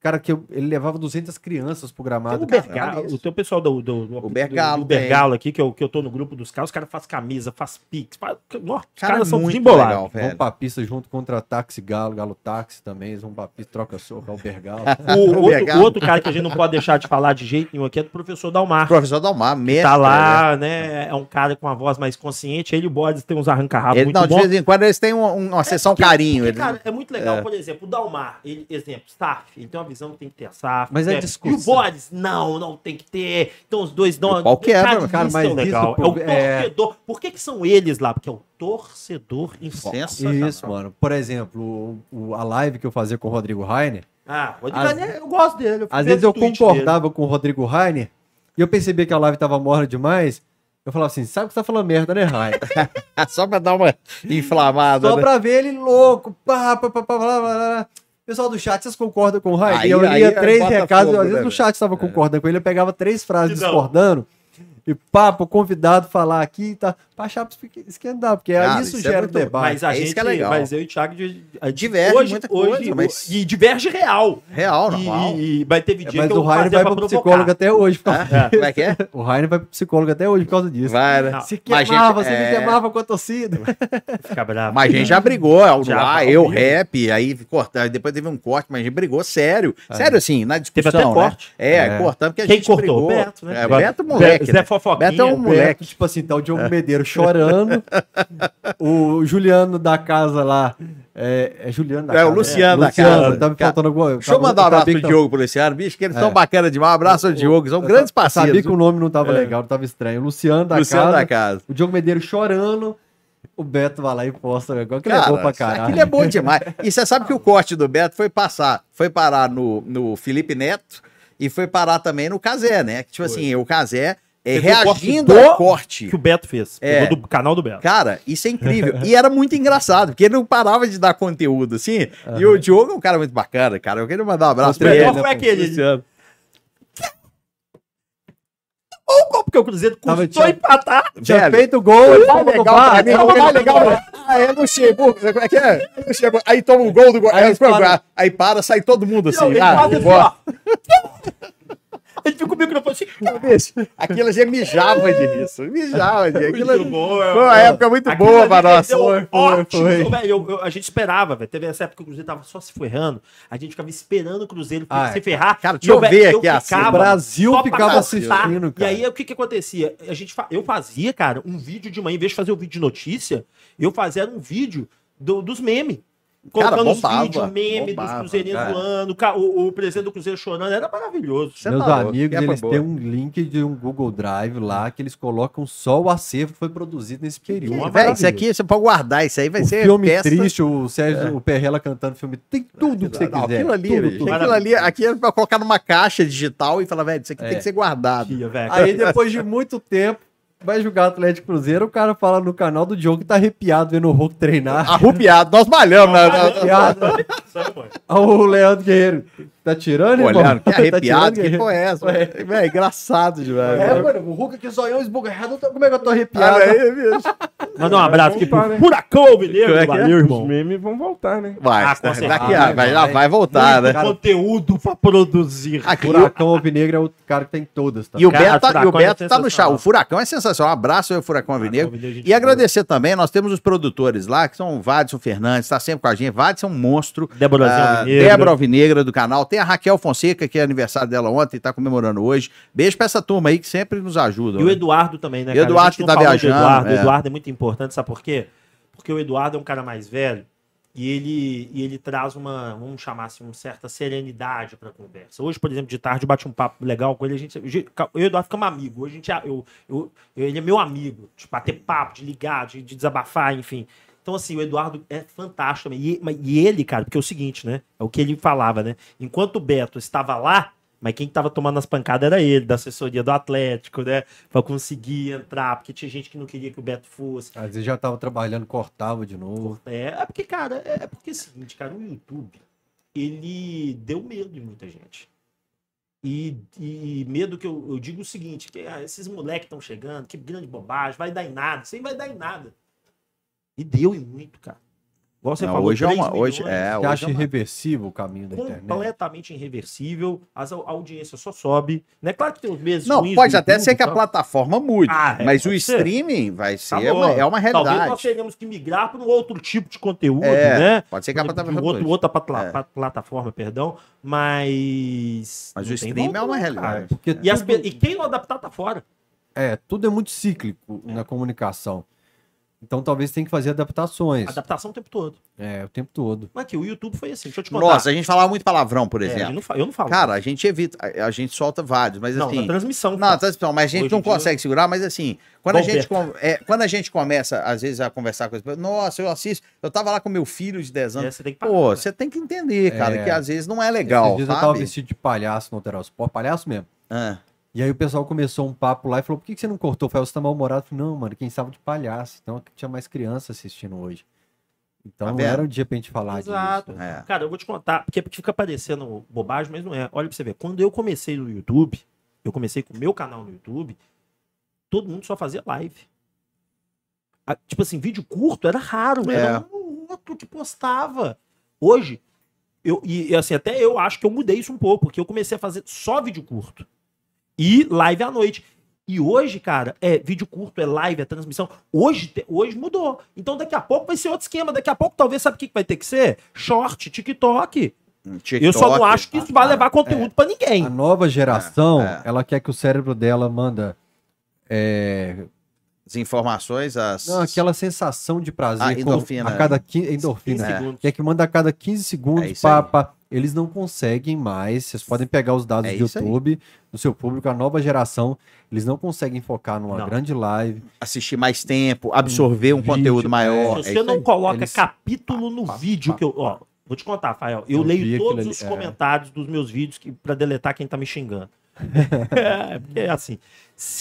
S1: cara, que eu- ele levava 200 crianças pro
S3: Tem
S1: gramado.
S3: o
S1: cara. Ah,
S3: Bergalo,
S2: um isso.
S3: o teu pessoal do, do, do,
S2: O Bergalo
S3: do, do Bergalo aqui, que eu, que eu tô no grupo dos caras, os caras fazem camisa, faz pix. Faz, Nossa, os
S2: Cara,
S3: caras são
S2: muito
S3: muito embolados.
S2: legal,
S1: Vão
S2: velho.
S1: pra pista junto contra táxi galo, galo táxi também, eles vão pra pista, troca soco, é Ubergalo.
S3: O
S2: O
S3: outro,
S2: Bergalo.
S3: outro cara que a gente não pode deixar de falar de jeito nenhum aqui é do professor Dalmar.
S2: Professor Dalmar, mestre.
S3: tá lá, né? É um cara com uma voz mais consciente. Ele e o Bodes tem uns arranca-rabo
S2: Ele,
S3: muito
S2: não, de
S3: bom.
S2: vez em quando eles têm um- um- uma sessão
S3: porque-
S2: carinho.
S3: porque,
S2: eles-
S3: cara, é muito legal, por exemplo, o Dalmar, ele, exemplo, SAF, ele tem uma visão que tem que ter SAF.
S1: Mas é
S3: né?
S1: discurso.
S3: E o Boris, não, não tem que ter. Então os dois dão.
S2: Qual que é,
S3: cara,
S1: cara,
S3: isso
S1: mas
S3: é o
S1: isso,
S3: legal.
S1: pô,
S3: é o
S1: é-
S3: torcedor. Por que, que são eles lá? Porque é o torcedor em foco.
S2: Sensacional.
S1: Isso, mano. Por exemplo, o- o- a live que eu fazia com o Rodrigo Rainer,
S3: Ah, vou
S1: Às-
S3: dizer, eu gosto dele.
S1: às vezes eu
S3: concordava.
S1: concordava com o Rodrigo Rainer e eu percebia que a live tava morna demais. Eu falava assim, sabe que você tá falando merda, né, Rai?
S2: Só pra dar uma inflamada.
S1: Só
S2: né?
S1: pra ver ele louco. Pá, pá, pá, pá, blá, blá, blá. Pessoal do chat, vocês concordam com o Rai?
S2: Aí-
S1: E eu
S2: aí
S1: lia
S2: é
S1: três
S2: Botafogo,
S1: recados,
S2: né,
S1: às vezes
S2: velho?
S1: no chat estava concordando com ele, eu pegava três frases
S3: Que não.
S1: discordando e pá, pro convidado falar aqui, tá, pra achar pra esquentar, porque
S2: Cara,
S1: aí isso,
S2: isso é
S1: gera um
S2: muito-
S1: debate.
S3: Mas a
S2: É isso
S3: gente,
S2: que é legal.
S3: mas eu e o Thiago de- a-
S2: Diverge
S3: hoje,
S2: muita
S3: hoje,
S2: coisa, mas-
S3: e diverge real.
S2: Real, normal. É,
S3: E, e vai ter vídeo
S1: É, Mas,
S3: que eu
S1: o
S3: vou fazer
S1: Rainer vai
S3: pra
S1: pro
S3: provocar. Ah,
S1: psicólogo até hoje. por causa-
S2: Hã? Como é que é?
S1: O Rainer vai pro psicólogo até hoje por causa disso.
S2: Vai, né?
S3: Não.
S1: Se
S2: Mas,
S1: queimava,
S2: gente,
S1: você
S2: é-
S1: me queimava com a torcida.
S3: Fica bravo.
S2: Mas a gente já brigou, ao
S3: Já,
S2: lá,
S3: ao
S2: eu,
S3: vivo.
S2: rap, aí corta, depois teve um corte, mas a gente brigou sério. Sério, assim, na discussão,
S3: É. até
S2: né?
S3: corte.
S2: É,
S1: É.
S2: cortando, porque a
S3: Quem
S2: gente
S3: cortou?
S2: brigou.
S3: Beto, né?
S2: É, Beto, moleque.
S3: Zé
S2: né?
S3: Fofoquinha.
S2: Beto é um moleque.
S1: Beto, tipo assim, tá o Diogo Medeiro chorando. o Juliano da casa lá. É, é Juliano da
S2: É,
S1: casa.
S2: o Luciano da casa.
S1: Tá me faltando alguma coisa.
S2: Deixa eu mandar um abraço pro Diogo pro Luciano, bicho, que eles são bacanas demais. Um abraço ao Diogo, são grandes parceiros.
S1: Sabia que o nome não tava
S2: É.
S1: legal, não tava estranho. O Luciano da
S2: Luciano
S1: casa.
S2: da casa.
S1: O Diogo Medeiro chorando. O Beto vai lá e posta. Igual que ele é bom pra caralho.
S2: Aquilo é bom demais. E você sabe que o corte do Beto foi passar, foi parar no, no Felipe Neto e foi parar também no Casé, né? Que, Tipo assim, o Casé é,
S3: Pegou o corte
S2: reagindo
S3: do-
S2: ao corte.
S3: Que o Beto fez.
S2: É.
S3: Pegou do canal do Beto.
S2: Cara, isso é incrível. E era muito engraçado, porque ele não parava de dar conteúdo, assim. E o Diogo é um cara muito bacana, cara. Eu queria mandar um abraço
S1: Outro
S2: pra
S1: melhor
S2: ele.
S3: Qual foi aquele?
S2: Luciano.
S3: Ou qual porque o Cruzeiro
S1: Tava
S3: custou
S1: tinha-
S3: empatar?
S1: Tinha
S2: Velho,
S1: feito o gol. ele
S2: Tá
S1: tava no
S2: legal
S1: bar,
S2: pra mim,
S1: tava
S2: tá
S1: no
S2: legal.
S1: bar.
S2: Ah, é Luxemburgo, como é que é? Luxemburgo. Aí toma um gol do gol. Aí, para. aí para, sai todo mundo assim.
S3: ele
S2: ah,
S3: quase
S2: bora.
S3: Ele fica comigo e falou assim.
S2: Bicho, Aquilo já mijava de riso. Mijava de aquilo.
S3: Muito bom, é.
S2: Foi uma época muito
S3: Aquilo
S2: boa
S3: ali
S2: pra nós.
S3: deu
S2: Foi, foi,
S3: ótimo,
S2: foi.
S3: velho. Eu- eu- a gente esperava, velho. Teve essa época que o Cruzeiro tava só se ferrando. A gente ficava esperando o Cruzeiro
S1: Ah,
S3: se ferrar.
S2: cara,
S3: E
S2: deixa eu
S3: velho,
S2: ver aqui assim, a cena.
S1: O Brasil
S3: só pra
S1: ficava
S3: causar.
S1: assistindo, cara.
S3: E aí, o que que acontecia? A gente, fa- eu fazia, cara, um vídeo de manhã. Em vez de fazer um vídeo de notícia, eu fazia um vídeo do- dos memes.
S2: Cara,
S3: Colocando os
S2: bombava,
S3: vídeos, meme
S2: bombava,
S3: dos cruzeirenses
S2: cara.
S3: zoando, ca- o, o presidente do Cruzeiro chorando. Era maravilhoso.
S2: Você
S1: Meus
S2: tá louco,
S1: amigos,
S2: época
S1: eles
S2: boa.
S1: têm um link de um Google Drive lá que eles colocam só o acervo que foi produzido nesse período.
S3: uma
S2: Véi, isso
S3: maravilha.
S2: aqui, você pode guardar, isso aí vai
S1: o
S2: ser
S1: filme
S2: festa.
S1: triste, o Sérgio, o Perrela cantando filme, tem tudo que você
S2: Ah, Não,
S1: quiser.
S2: aquilo ali, é
S1: tudo,
S2: bicho,
S1: tudo.
S2: aquilo ali, aqui é pra colocar numa caixa digital e falar, velho, isso aqui
S1: É.
S2: tem que ser guardado.
S3: Tia, velho.
S1: Aí depois de muito tempo, vai jogar Atlético Cruzeiro, o cara fala no canal do Diogo que tá arrepiado vendo o Hulk treinar.
S2: Arrupiado, nós malhamos. né?
S1: Arrepiado.
S3: Sabe, mano?
S1: Olha o Leandro Guerreiro. Tá tirando, irmão?
S2: Olhando, que
S1: Tá tirando,
S2: arrepiado, que
S1: Guerreiro?
S2: foi essa? Véi, engraçado demais. né?
S1: É,
S2: velho.
S1: mano, o Hulk aqui zoião esbugarrado, como é que eu tô arrepiado?
S2: Cara, aí, bicho.
S3: Manda um abraço aqui
S4: Vamos
S3: pro
S4: lá, né?
S3: Furacão Alvinegro.
S2: Como é que é?
S3: Valeu,
S4: Os
S3: irmão.
S4: memes vão voltar, né?
S2: Vai,
S3: Ah, com
S2: daqui,
S3: certeza.
S2: a- vai, já vai
S3: Tá,
S2: voltar, né?
S1: Cara,
S3: Conteúdo pra produzir.
S2: Aqui,
S1: Furacão Alvinegro é o cara que tem todas, tá?
S2: E o
S3: Cara,
S2: Beto, tá, e o
S3: Furacão é
S2: Beto tá no chá.
S3: sensacional.
S2: O Furacão é sensacional. Um abraço aí, ao Furacão Alvinegro.
S3: Alvinegro, gente
S2: E agradecer também, nós temos os produtores lá, que são o Vadson Fernandes, tá sempre com a gente. Vadson é um monstro.
S3: Déborazinha
S2: Ah,
S3: Alvinegra.
S2: Débora Alvinegra do canal. Tem a Raquel Fonseca, que é aniversário dela ontem, tá comemorando hoje. Beijo pra essa turma aí que sempre nos ajuda.
S3: E o
S2: né?
S3: Eduardo também, né,
S2: Eduardo
S3: A gente
S2: que
S3: não
S2: tá
S3: falou do
S2: viajando,
S3: Eduardo. O
S2: é.
S3: Eduardo é muito importante, sabe por quê? Porque o Eduardo é um cara mais velho e ele, e ele traz uma, vamos chamar assim, uma certa serenidade pra conversa. Hoje, por exemplo, de tarde, eu bati um papo legal com ele. A gente, eu e o Eduardo ficamos amigos. Hoje a gente, é- eu, eu, eu- ele é meu amigo, de bater papo, de ligar, de, de desabafar, enfim. Então, assim, o Eduardo é fantástico também. E, mas- e ele, cara, porque é o seguinte, né? É o que ele falava, né? Enquanto o Beto estava lá, mas quem tava tomando as pancadas era ele, da assessoria do Atlético, né? Pra conseguir entrar, porque tinha gente que não queria que o Beto fosse.
S1: Às vezes já tava trabalhando, cortava de novo.
S3: É, é porque, cara, é, é porque é o seguinte, cara, o YouTube, ele deu medo em muita gente. E, e medo que eu, eu digo o seguinte, que ah, esses moleques estão chegando, que grande bobagem, vai dar em nada, isso aí vai dar em nada. E deu em muito, cara. Igual você
S2: Não,
S3: falou,
S2: hoje é
S3: três
S2: uma. Hoje,
S3: milhões
S2: é,
S1: Você
S2: hoje
S1: acha
S2: é uma-
S1: irreversível o caminho da internet?
S3: completamente irreversível, as, a audiência só sobe. Não é claro que tem os meses
S2: Não,
S3: ruins
S2: pode
S3: do
S2: até
S3: YouTube
S2: ser que
S3: e
S2: a
S3: tal.
S2: plataforma mude.
S3: Ah, é,
S2: mas o
S3: pode ser.
S2: streaming vai ser.
S3: Tá bom.
S2: uma, é uma
S3: Talvez nós
S2: realidade.
S3: tenhamos que migrar para um outro tipo de conteúdo,
S2: É,
S3: né?
S2: Pode ser que a plataforma
S3: De outro,
S2: mude.
S3: outra patla-
S2: É.
S3: pa- plataforma, perdão, mas.
S2: Mas
S3: não
S2: o
S3: tem
S2: streaming é
S3: volta,
S2: uma
S3: não,
S2: realidade.
S3: cara.
S1: Porque
S3: E, as
S1: tudo-
S3: pe- e quem não adaptar tá fora.
S1: É, tudo é muito cíclico na comunicação. Então talvez tenha que fazer adaptações.
S3: Adaptação o tempo todo.
S1: É, o tempo todo.
S3: Mas aqui, o YouTube foi assim, deixa eu te contar.
S2: Nossa, a gente falava muito palavrão, por
S3: É, eu,
S2: exemplo.
S3: não, fa- eu não falo.
S2: Cara, a gente evita, a- a gente solta vários, mas
S3: não, na
S2: assim.
S3: transmissão.
S2: Não,
S3: cara.
S2: tá, então, mas a gente
S3: Hoje
S2: não
S3: em dia-
S2: consegue segurar, mas assim, quando a,
S3: Bom,
S2: gente, com- é, quando a gente começa, às vezes, a conversar com as pessoas, nossa, eu assisto, eu tava lá com meu filho de 10
S3: É,
S2: anos.
S3: você tem que parar,
S2: Pô,
S3: né?
S2: você tem que entender, cara,
S1: É.
S2: que às vezes não é legal,
S1: Esses dias eu tava
S2: sabe?
S1: vestido de palhaço no Alterosport, palhaço mesmo.
S2: Ah,
S1: E aí o pessoal começou um papo lá e falou: por que, que você não cortou? Eu falei, você tá mal-humorado. Eu falei, não, mano, quem sabe de palhaço. Então tinha mais criança assistindo hoje. Então
S2: Tá
S1: não
S2: vendo?
S1: era o dia pra gente falar
S3: Exato.
S1: disso.
S2: É.
S3: Cara, eu vou te contar, porque porque fica parecendo bobagem, mas não é. Olha pra você ver, quando eu comecei no YouTube, eu comecei com o meu canal no YouTube, todo mundo só fazia live. Ah, Tipo assim, vídeo curto era raro,
S2: É.
S3: era um ou outro que postava. Hoje, eu, e e assim, até eu acho que eu mudei isso um pouco, porque eu comecei a fazer só vídeo curto. E live à noite. E hoje, cara, é vídeo curto, é live, é transmissão. Hoje, te- hoje mudou. Então daqui a pouco vai ser outro esquema. Daqui a pouco, talvez, sabe o que que vai ter que ser? Short, TikTok.
S2: Um
S3: Eu só não acho que isso vai levar conteúdo pra
S1: A
S3: ninguém.
S1: nova geração,
S2: É, é.
S1: ela quer que o cérebro dela manda é,
S2: As informações, as.
S1: não, aquela sensação de prazer
S2: Ah,
S1: com-
S2: endorfina.
S1: a cada 15
S3: Em
S1: endorfina.
S2: É.
S3: segundos.
S1: Quer que manda a cada 15
S2: É
S1: segundos,
S2: isso
S1: pá,
S2: aí.
S1: pá. Eles não conseguem mais. Vocês podem pegar os dados
S2: É
S1: do
S2: isso aí.
S1: YouTube, do seu público, a nova geração. Eles não conseguem focar numa
S3: Não.
S1: grande live.
S2: Assistir mais tempo, absorver um
S1: vídeo,
S2: conteúdo maior.
S1: é.
S3: Se
S2: é
S3: você
S2: isso
S3: não
S2: aí.
S3: coloca
S1: Eles-
S3: capítulo no vídeo que eu. Ó, vou te contar, Rafael. Eu,
S1: Eu vi
S3: leio
S1: aquilo
S3: todos
S1: ali,
S3: os
S1: é.
S3: comentários dos meus vídeos que, pra deletar quem tá me xingando. é, porque é assim.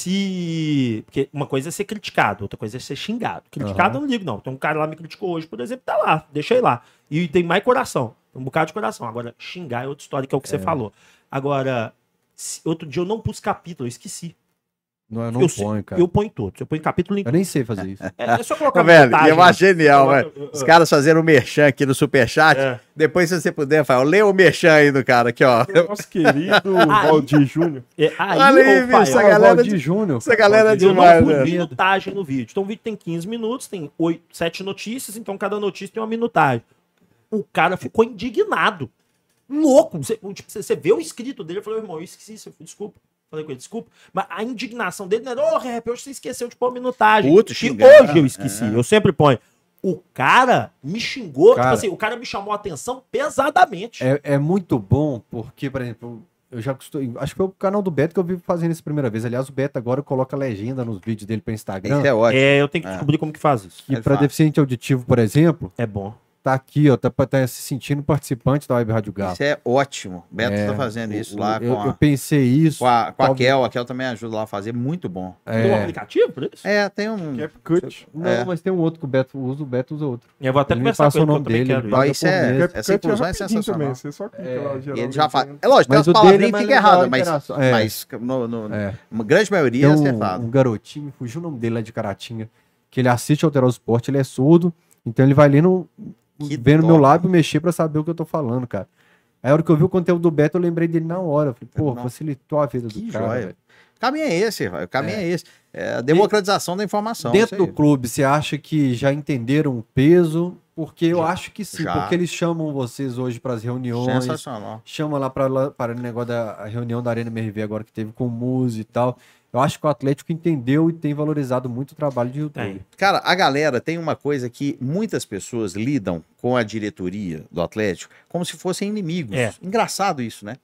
S3: Se. Porque uma coisa é ser criticado, outra coisa é ser xingado. Criticado eu não ligo, não. Tem um cara lá me criticou hoje, por exemplo, tá lá, deixei lá. E tem mais coração. Um bocado de coração. Agora, xingar é outra história, que é o que você falou. Agora, se- outro dia eu não pus capítulo, eu esqueci.
S1: Não, eu não
S3: eu, se-
S1: ponho, cara. Tá
S3: eu
S1: Eu...
S3: ponho todos. Eu ponho capítulo em.
S1: nem sei fazer isso.
S3: É, é só colocar
S2: Ô, velho,
S3: montagem,
S2: eu acho genial,
S3: Coloca-
S2: velho. Os caras fazendo o merchan aqui no Superchat.
S3: É.
S2: Depois, se você puder, Rafael, lê o merchan aí do cara aqui, ó.
S4: é Nosso querido
S2: Ah,
S4: Valdir Júnior.
S3: É, aí,
S2: Olha aí,
S3: ô,
S2: viu,
S3: pai,
S2: essa
S1: Ah,
S3: eu-
S1: o
S2: galera
S1: Valdir
S2: de-
S1: Júnior.
S2: essa galera
S1: Valdir
S2: de
S3: eu
S1: Júnior.
S2: demais,
S3: não pus
S1: Tá né?
S3: minutagem no vídeo. Então o vídeo tem 15 minutos, tem 8, 7 notícias, então cada notícia tem uma minutagem. O cara ficou indignado. Louco. Você, tipo, você- você vê o escrito dele e falou, irmão, eu esqueci, isso, desculpa. Falei com ele, desculpa. Mas a indignação dele não era, ô, rap, hoje você esqueceu de pôr a minutagem.
S2: Puto,
S3: que
S2: xingando.
S3: hoje eu esqueci, eu sempre ponho. O cara me xingou,
S1: É. Cara.
S3: tipo assim, o cara me chamou a atenção pesadamente.
S1: É, é muito bom porque, por exemplo, eu já costumo. Acho que foi o canal do Beto que eu vivo fazendo isso a primeira vez. Aliás, o Beto agora coloca legenda nos vídeos dele para Instagram.
S2: Isso é ótimo.
S3: É, eu tenho que
S2: É.
S3: descobrir como que faz isso.
S1: Que
S2: ele
S1: para
S2: fala.
S1: deficiente auditivo, por exemplo,
S3: É bom.
S1: tá aqui, ó, tá, tá se sentindo participante da Web Rádio Galo.
S2: Isso é ótimo. Beto
S1: É,
S2: tá fazendo isso lá
S1: eu,
S2: com
S1: eu
S2: a,
S1: pensei isso.
S2: com a, com a
S1: talvez-
S2: Kel. A Kel também ajuda lá a fazer. Muito bom.
S3: Tem um
S1: É,
S3: aplicativo pra isso?
S2: É, tem um.
S4: CapCut.
S1: não,
S2: é.
S1: mas tem um outro que o Beto usa, o Beto usa outro.
S3: Eu vou até
S1: Ele me
S3: conversar
S1: passa
S3: com ele,
S1: o
S3: que eu
S1: nome
S3: também
S1: dele, ele
S3: quero
S2: Ó,
S1: paga
S2: isso
S1: por
S2: é,
S1: mês.
S2: essa inclusão é
S4: rapidinho
S2: sensacional. É,
S4: Você só clica lá,
S2: E ele
S4: geralmente. né?
S2: já faz. É lógico, tem umas
S1: né? o
S2: palavrinhas que
S1: mais
S2: fica
S1: legal,
S2: errada,
S1: a
S2: mas,
S1: interação. É,
S2: mas no, no-
S1: é.
S2: uma grande maioria
S1: Tem
S2: é
S1: um,
S2: acertado.
S1: um garotinho, fugiu o nome dele lá de Caratinga, que ele assiste Alterar o Esporte, ele é surdo, então ele vai lendo,
S2: Que
S1: vendo
S2: top.
S1: meu lábio mexer pra saber o que eu tô falando, cara. Aí a hora que eu vi o conteúdo do Beto, eu lembrei dele na hora. Eu falei, pô,
S2: Não.
S1: facilitou a vida do
S2: Que
S1: cara.
S2: joia.
S1: velho.
S2: O caminho é esse, Rafael, o caminho é, esse. É a democratização da informação.
S1: Dentro
S2: isso aí.
S1: do clube, você acha que já entenderam o peso? Porque eu
S2: Já.
S1: acho que sim,
S2: Já.
S1: porque eles chamam vocês hoje pras reuniões,
S2: Sensacional.
S1: chama lá para para o negócio da a reunião da Arena MRV agora que teve com o Muzi e tal. Eu acho que o Atlético entendeu e tem valorizado muito o trabalho de YouTube.
S3: Tem.
S2: Cara, a galera tem uma coisa que muitas pessoas lidam com a diretoria do Atlético como se fossem inimigos.
S3: É.
S2: Engraçado isso, né?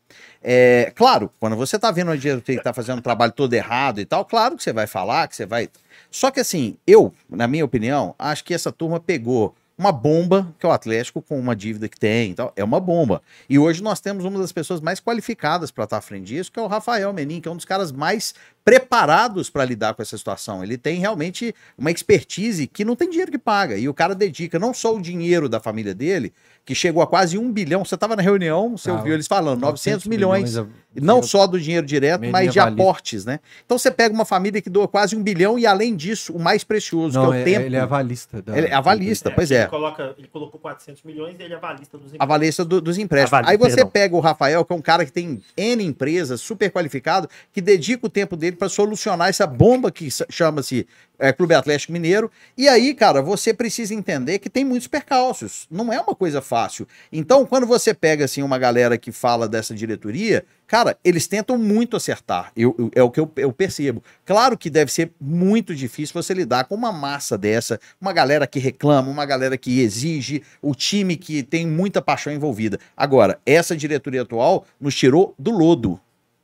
S2: É, claro, quando você tá vendo a diretoria que tá fazendo um trabalho todo errado e tal, claro que você vai falar, que você vai. Só que assim, eu, na minha opinião, acho que essa turma pegou uma bomba que é o Atlético com uma dívida que tem e tal, é uma bomba. E hoje nós temos uma das pessoas mais qualificadas para estar à frente disso, que é o Rafael Menin, que é um dos caras mais preparados para lidar com essa situação. Ele tem realmente uma expertise que não tem dinheiro que paga. E o cara dedica não só o dinheiro da família dele, que chegou a quase um bilhão. Você estava na reunião, você
S1: Tava.
S2: ouviu eles falando, 900 milhões.
S1: Ah, a-
S2: Não só do dinheiro direto,
S1: Menin
S2: mas de
S1: avalia.
S2: aportes, né? Então você pega uma família que doa quase um bilhão e, além disso, o mais precioso,
S1: Não,
S2: que é o
S1: é-
S2: tempo.
S1: Ele é avalista. da-
S2: Ele é avalista, pois é.
S3: Ele, coloca, ele colocou 400 milhões e ele é avalista dos
S2: A valência do- dos empréstimos.
S3: Avalia,
S2: Aí você
S3: perdão.
S2: pega o Rafael, que é um cara que tem N empresas, super qualificado, que dedica o tempo dele para solucionar essa bomba que s- chama-se é, Clube Atlético Mineiro. E aí, cara, você precisa entender que tem muitos percalços. Não é uma coisa fácil. Então, quando você pega assim uma galera que fala dessa diretoria, cara, eles tentam muito acertar. Eu- eu- é o que eu, eu percebo. Claro que deve ser muito difícil você lidar com uma massa dessa, uma galera que reclama, uma galera que exige, o time que tem muita paixão envolvida. Agora, essa diretoria atual nos tirou do lodo.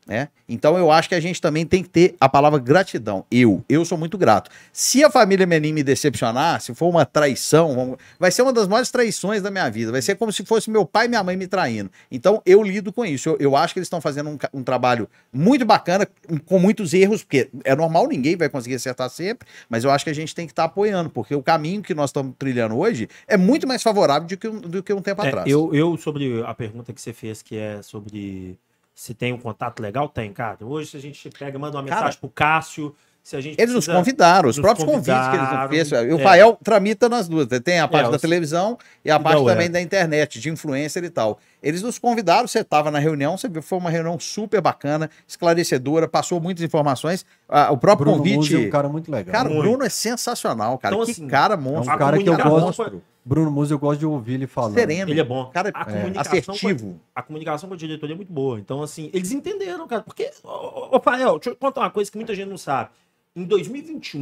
S2: né? Então eu acho que a gente também tem que ter a palavra gratidão. Eu, eu sou muito grato. Se a família Menin me decepcionar, se for uma traição, vamos- vai ser uma das maiores traições da minha vida. Vai ser como se fosse meu pai e minha mãe me traindo. Então eu lido com isso. Eu, eu acho que eles estão fazendo um, ca- um trabalho muito bacana, um, com muitos erros, porque é normal, ninguém vai conseguir acertar sempre, mas eu acho que a gente tem que estar apoiando, porque o caminho que nós estamos trilhando hoje é muito mais favorável do que um, do que um tempo
S3: É,
S2: atrás.
S3: eu, eu, sobre a pergunta que você fez, que é sobre se tem um contato legal, tem, cara. Hoje, se a gente pega, manda uma
S2: Cara,
S3: mensagem pro Cássio, se a gente
S2: Eles nos
S3: precisa-
S2: convidaram, os
S3: nos
S2: próprios convites que eles
S3: convidaram,
S2: não fez. E o
S3: é.
S2: Fael tramita nas duas. né? Tem a parte da
S3: É, os- é.
S2: televisão e a
S3: e
S2: parte
S3: da
S2: também
S3: web.
S2: da internet, de influencer e tal. Eles nos convidaram, você estava na reunião, você viu, foi uma reunião super bacana, esclarecedora, passou muitas informações. Ah, o próprio
S1: Bruno
S2: convite.
S1: Musi é um cara muito legal.
S2: Cara, o
S3: Muito.
S2: Bruno é sensacional, cara.
S3: Então,
S2: que
S3: assim,
S2: cara
S1: é um
S2: monstro.
S1: cara que eu
S3: comunicação
S1: gosto.
S3: foi-
S1: Bruno Musi eu gosto de ouvir ele falando.
S2: Sereno.
S3: Ele é bom.
S2: Cara,
S3: a
S2: é,
S3: comunicação com a,
S2: assertivo.
S3: a comunicação com a diretoria é muito boa. Então, assim, eles entenderam, cara. Porque, ô, ô, ô, Fael, deixa eu contar uma coisa que muita gente não sabe. Em 2021,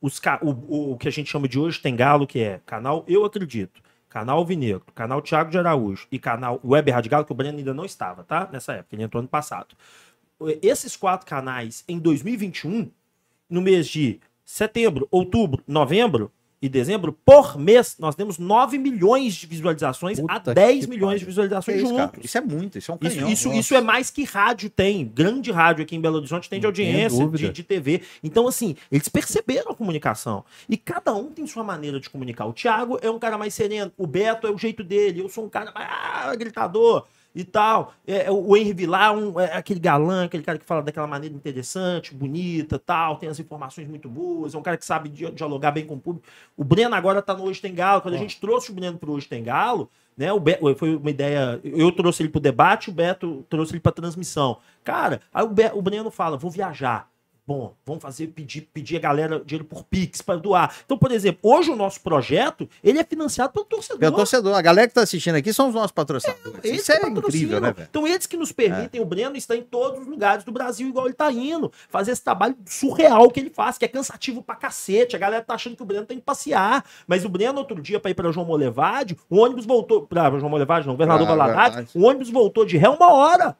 S3: os ca- o, o- o que a gente chama de hoje tem galo, que é canal Eu Acredito, canal Alvinegro, canal Thiago de Araújo e canal Web Rádio Galo, que o Breno ainda não estava, tá? Nessa época, ele entrou ano passado. Esses quatro canais, em 2021, no mês de setembro, outubro, novembro e dezembro, por mês, nós temos 9 milhões de visualizações
S1: Puta
S3: a
S1: que
S3: 10 milhões
S1: pariu.
S2: Que
S3: de visualizações
S2: isso, cara?
S3: juntos.
S2: Isso é muito, isso é um
S3: Isso,
S2: canhão.
S3: isso,
S2: Nossa.
S3: isso é mais que rádio tem. Grande rádio aqui em Belo Horizonte tem de
S1: Não tem
S3: audiência,
S1: dúvida.
S3: de, de TV. Então, assim, eles perceberam a comunicação. E cada um tem sua maneira de comunicar. O Thiago é um cara mais sereno, o Beto é o jeito dele, eu sou um cara mais ah, gritador e tal. É, é, o Henry Vilar um, é aquele galã, aquele cara que fala daquela maneira interessante, bonita tal, tem as informações muito boas, é um cara que sabe dia- dialogar bem com o público. O Breno agora tá no Hoje Tem Galo. Quando a gente trouxe o Breno pro Hoje Tem Galo, né? O Be- foi uma ideia. Eu trouxe ele pro debate, o Beto trouxe ele pra transmissão. Cara, aí o, Be- o Breno fala: vou viajar. Bom, vamos fazer pedir, pedir a galera dinheiro por Pix para doar. Então, por exemplo, hoje o nosso projeto ele é financiado pelo torcedor.
S2: Meu torcedor, a galera que tá assistindo aqui são os nossos patrocinadores.
S3: Eles
S2: isso é
S3: que
S2: incrível,
S3: patrocinam.
S2: né, velho? É.
S3: Então, eles que nos permitem, o Breno está em todos os lugares do Brasil, igual ele tá indo, fazer esse trabalho surreal que ele faz, que é cansativo pra cacete. A galera tá achando que o Breno tem que passear. Mas o Breno, outro dia, pra ir pra João Molevade, o ônibus voltou. Pra João Molevade, não, Governador
S2: Pra
S3: Valadares,
S2: Valadares.
S3: o ônibus voltou de ré uma hora.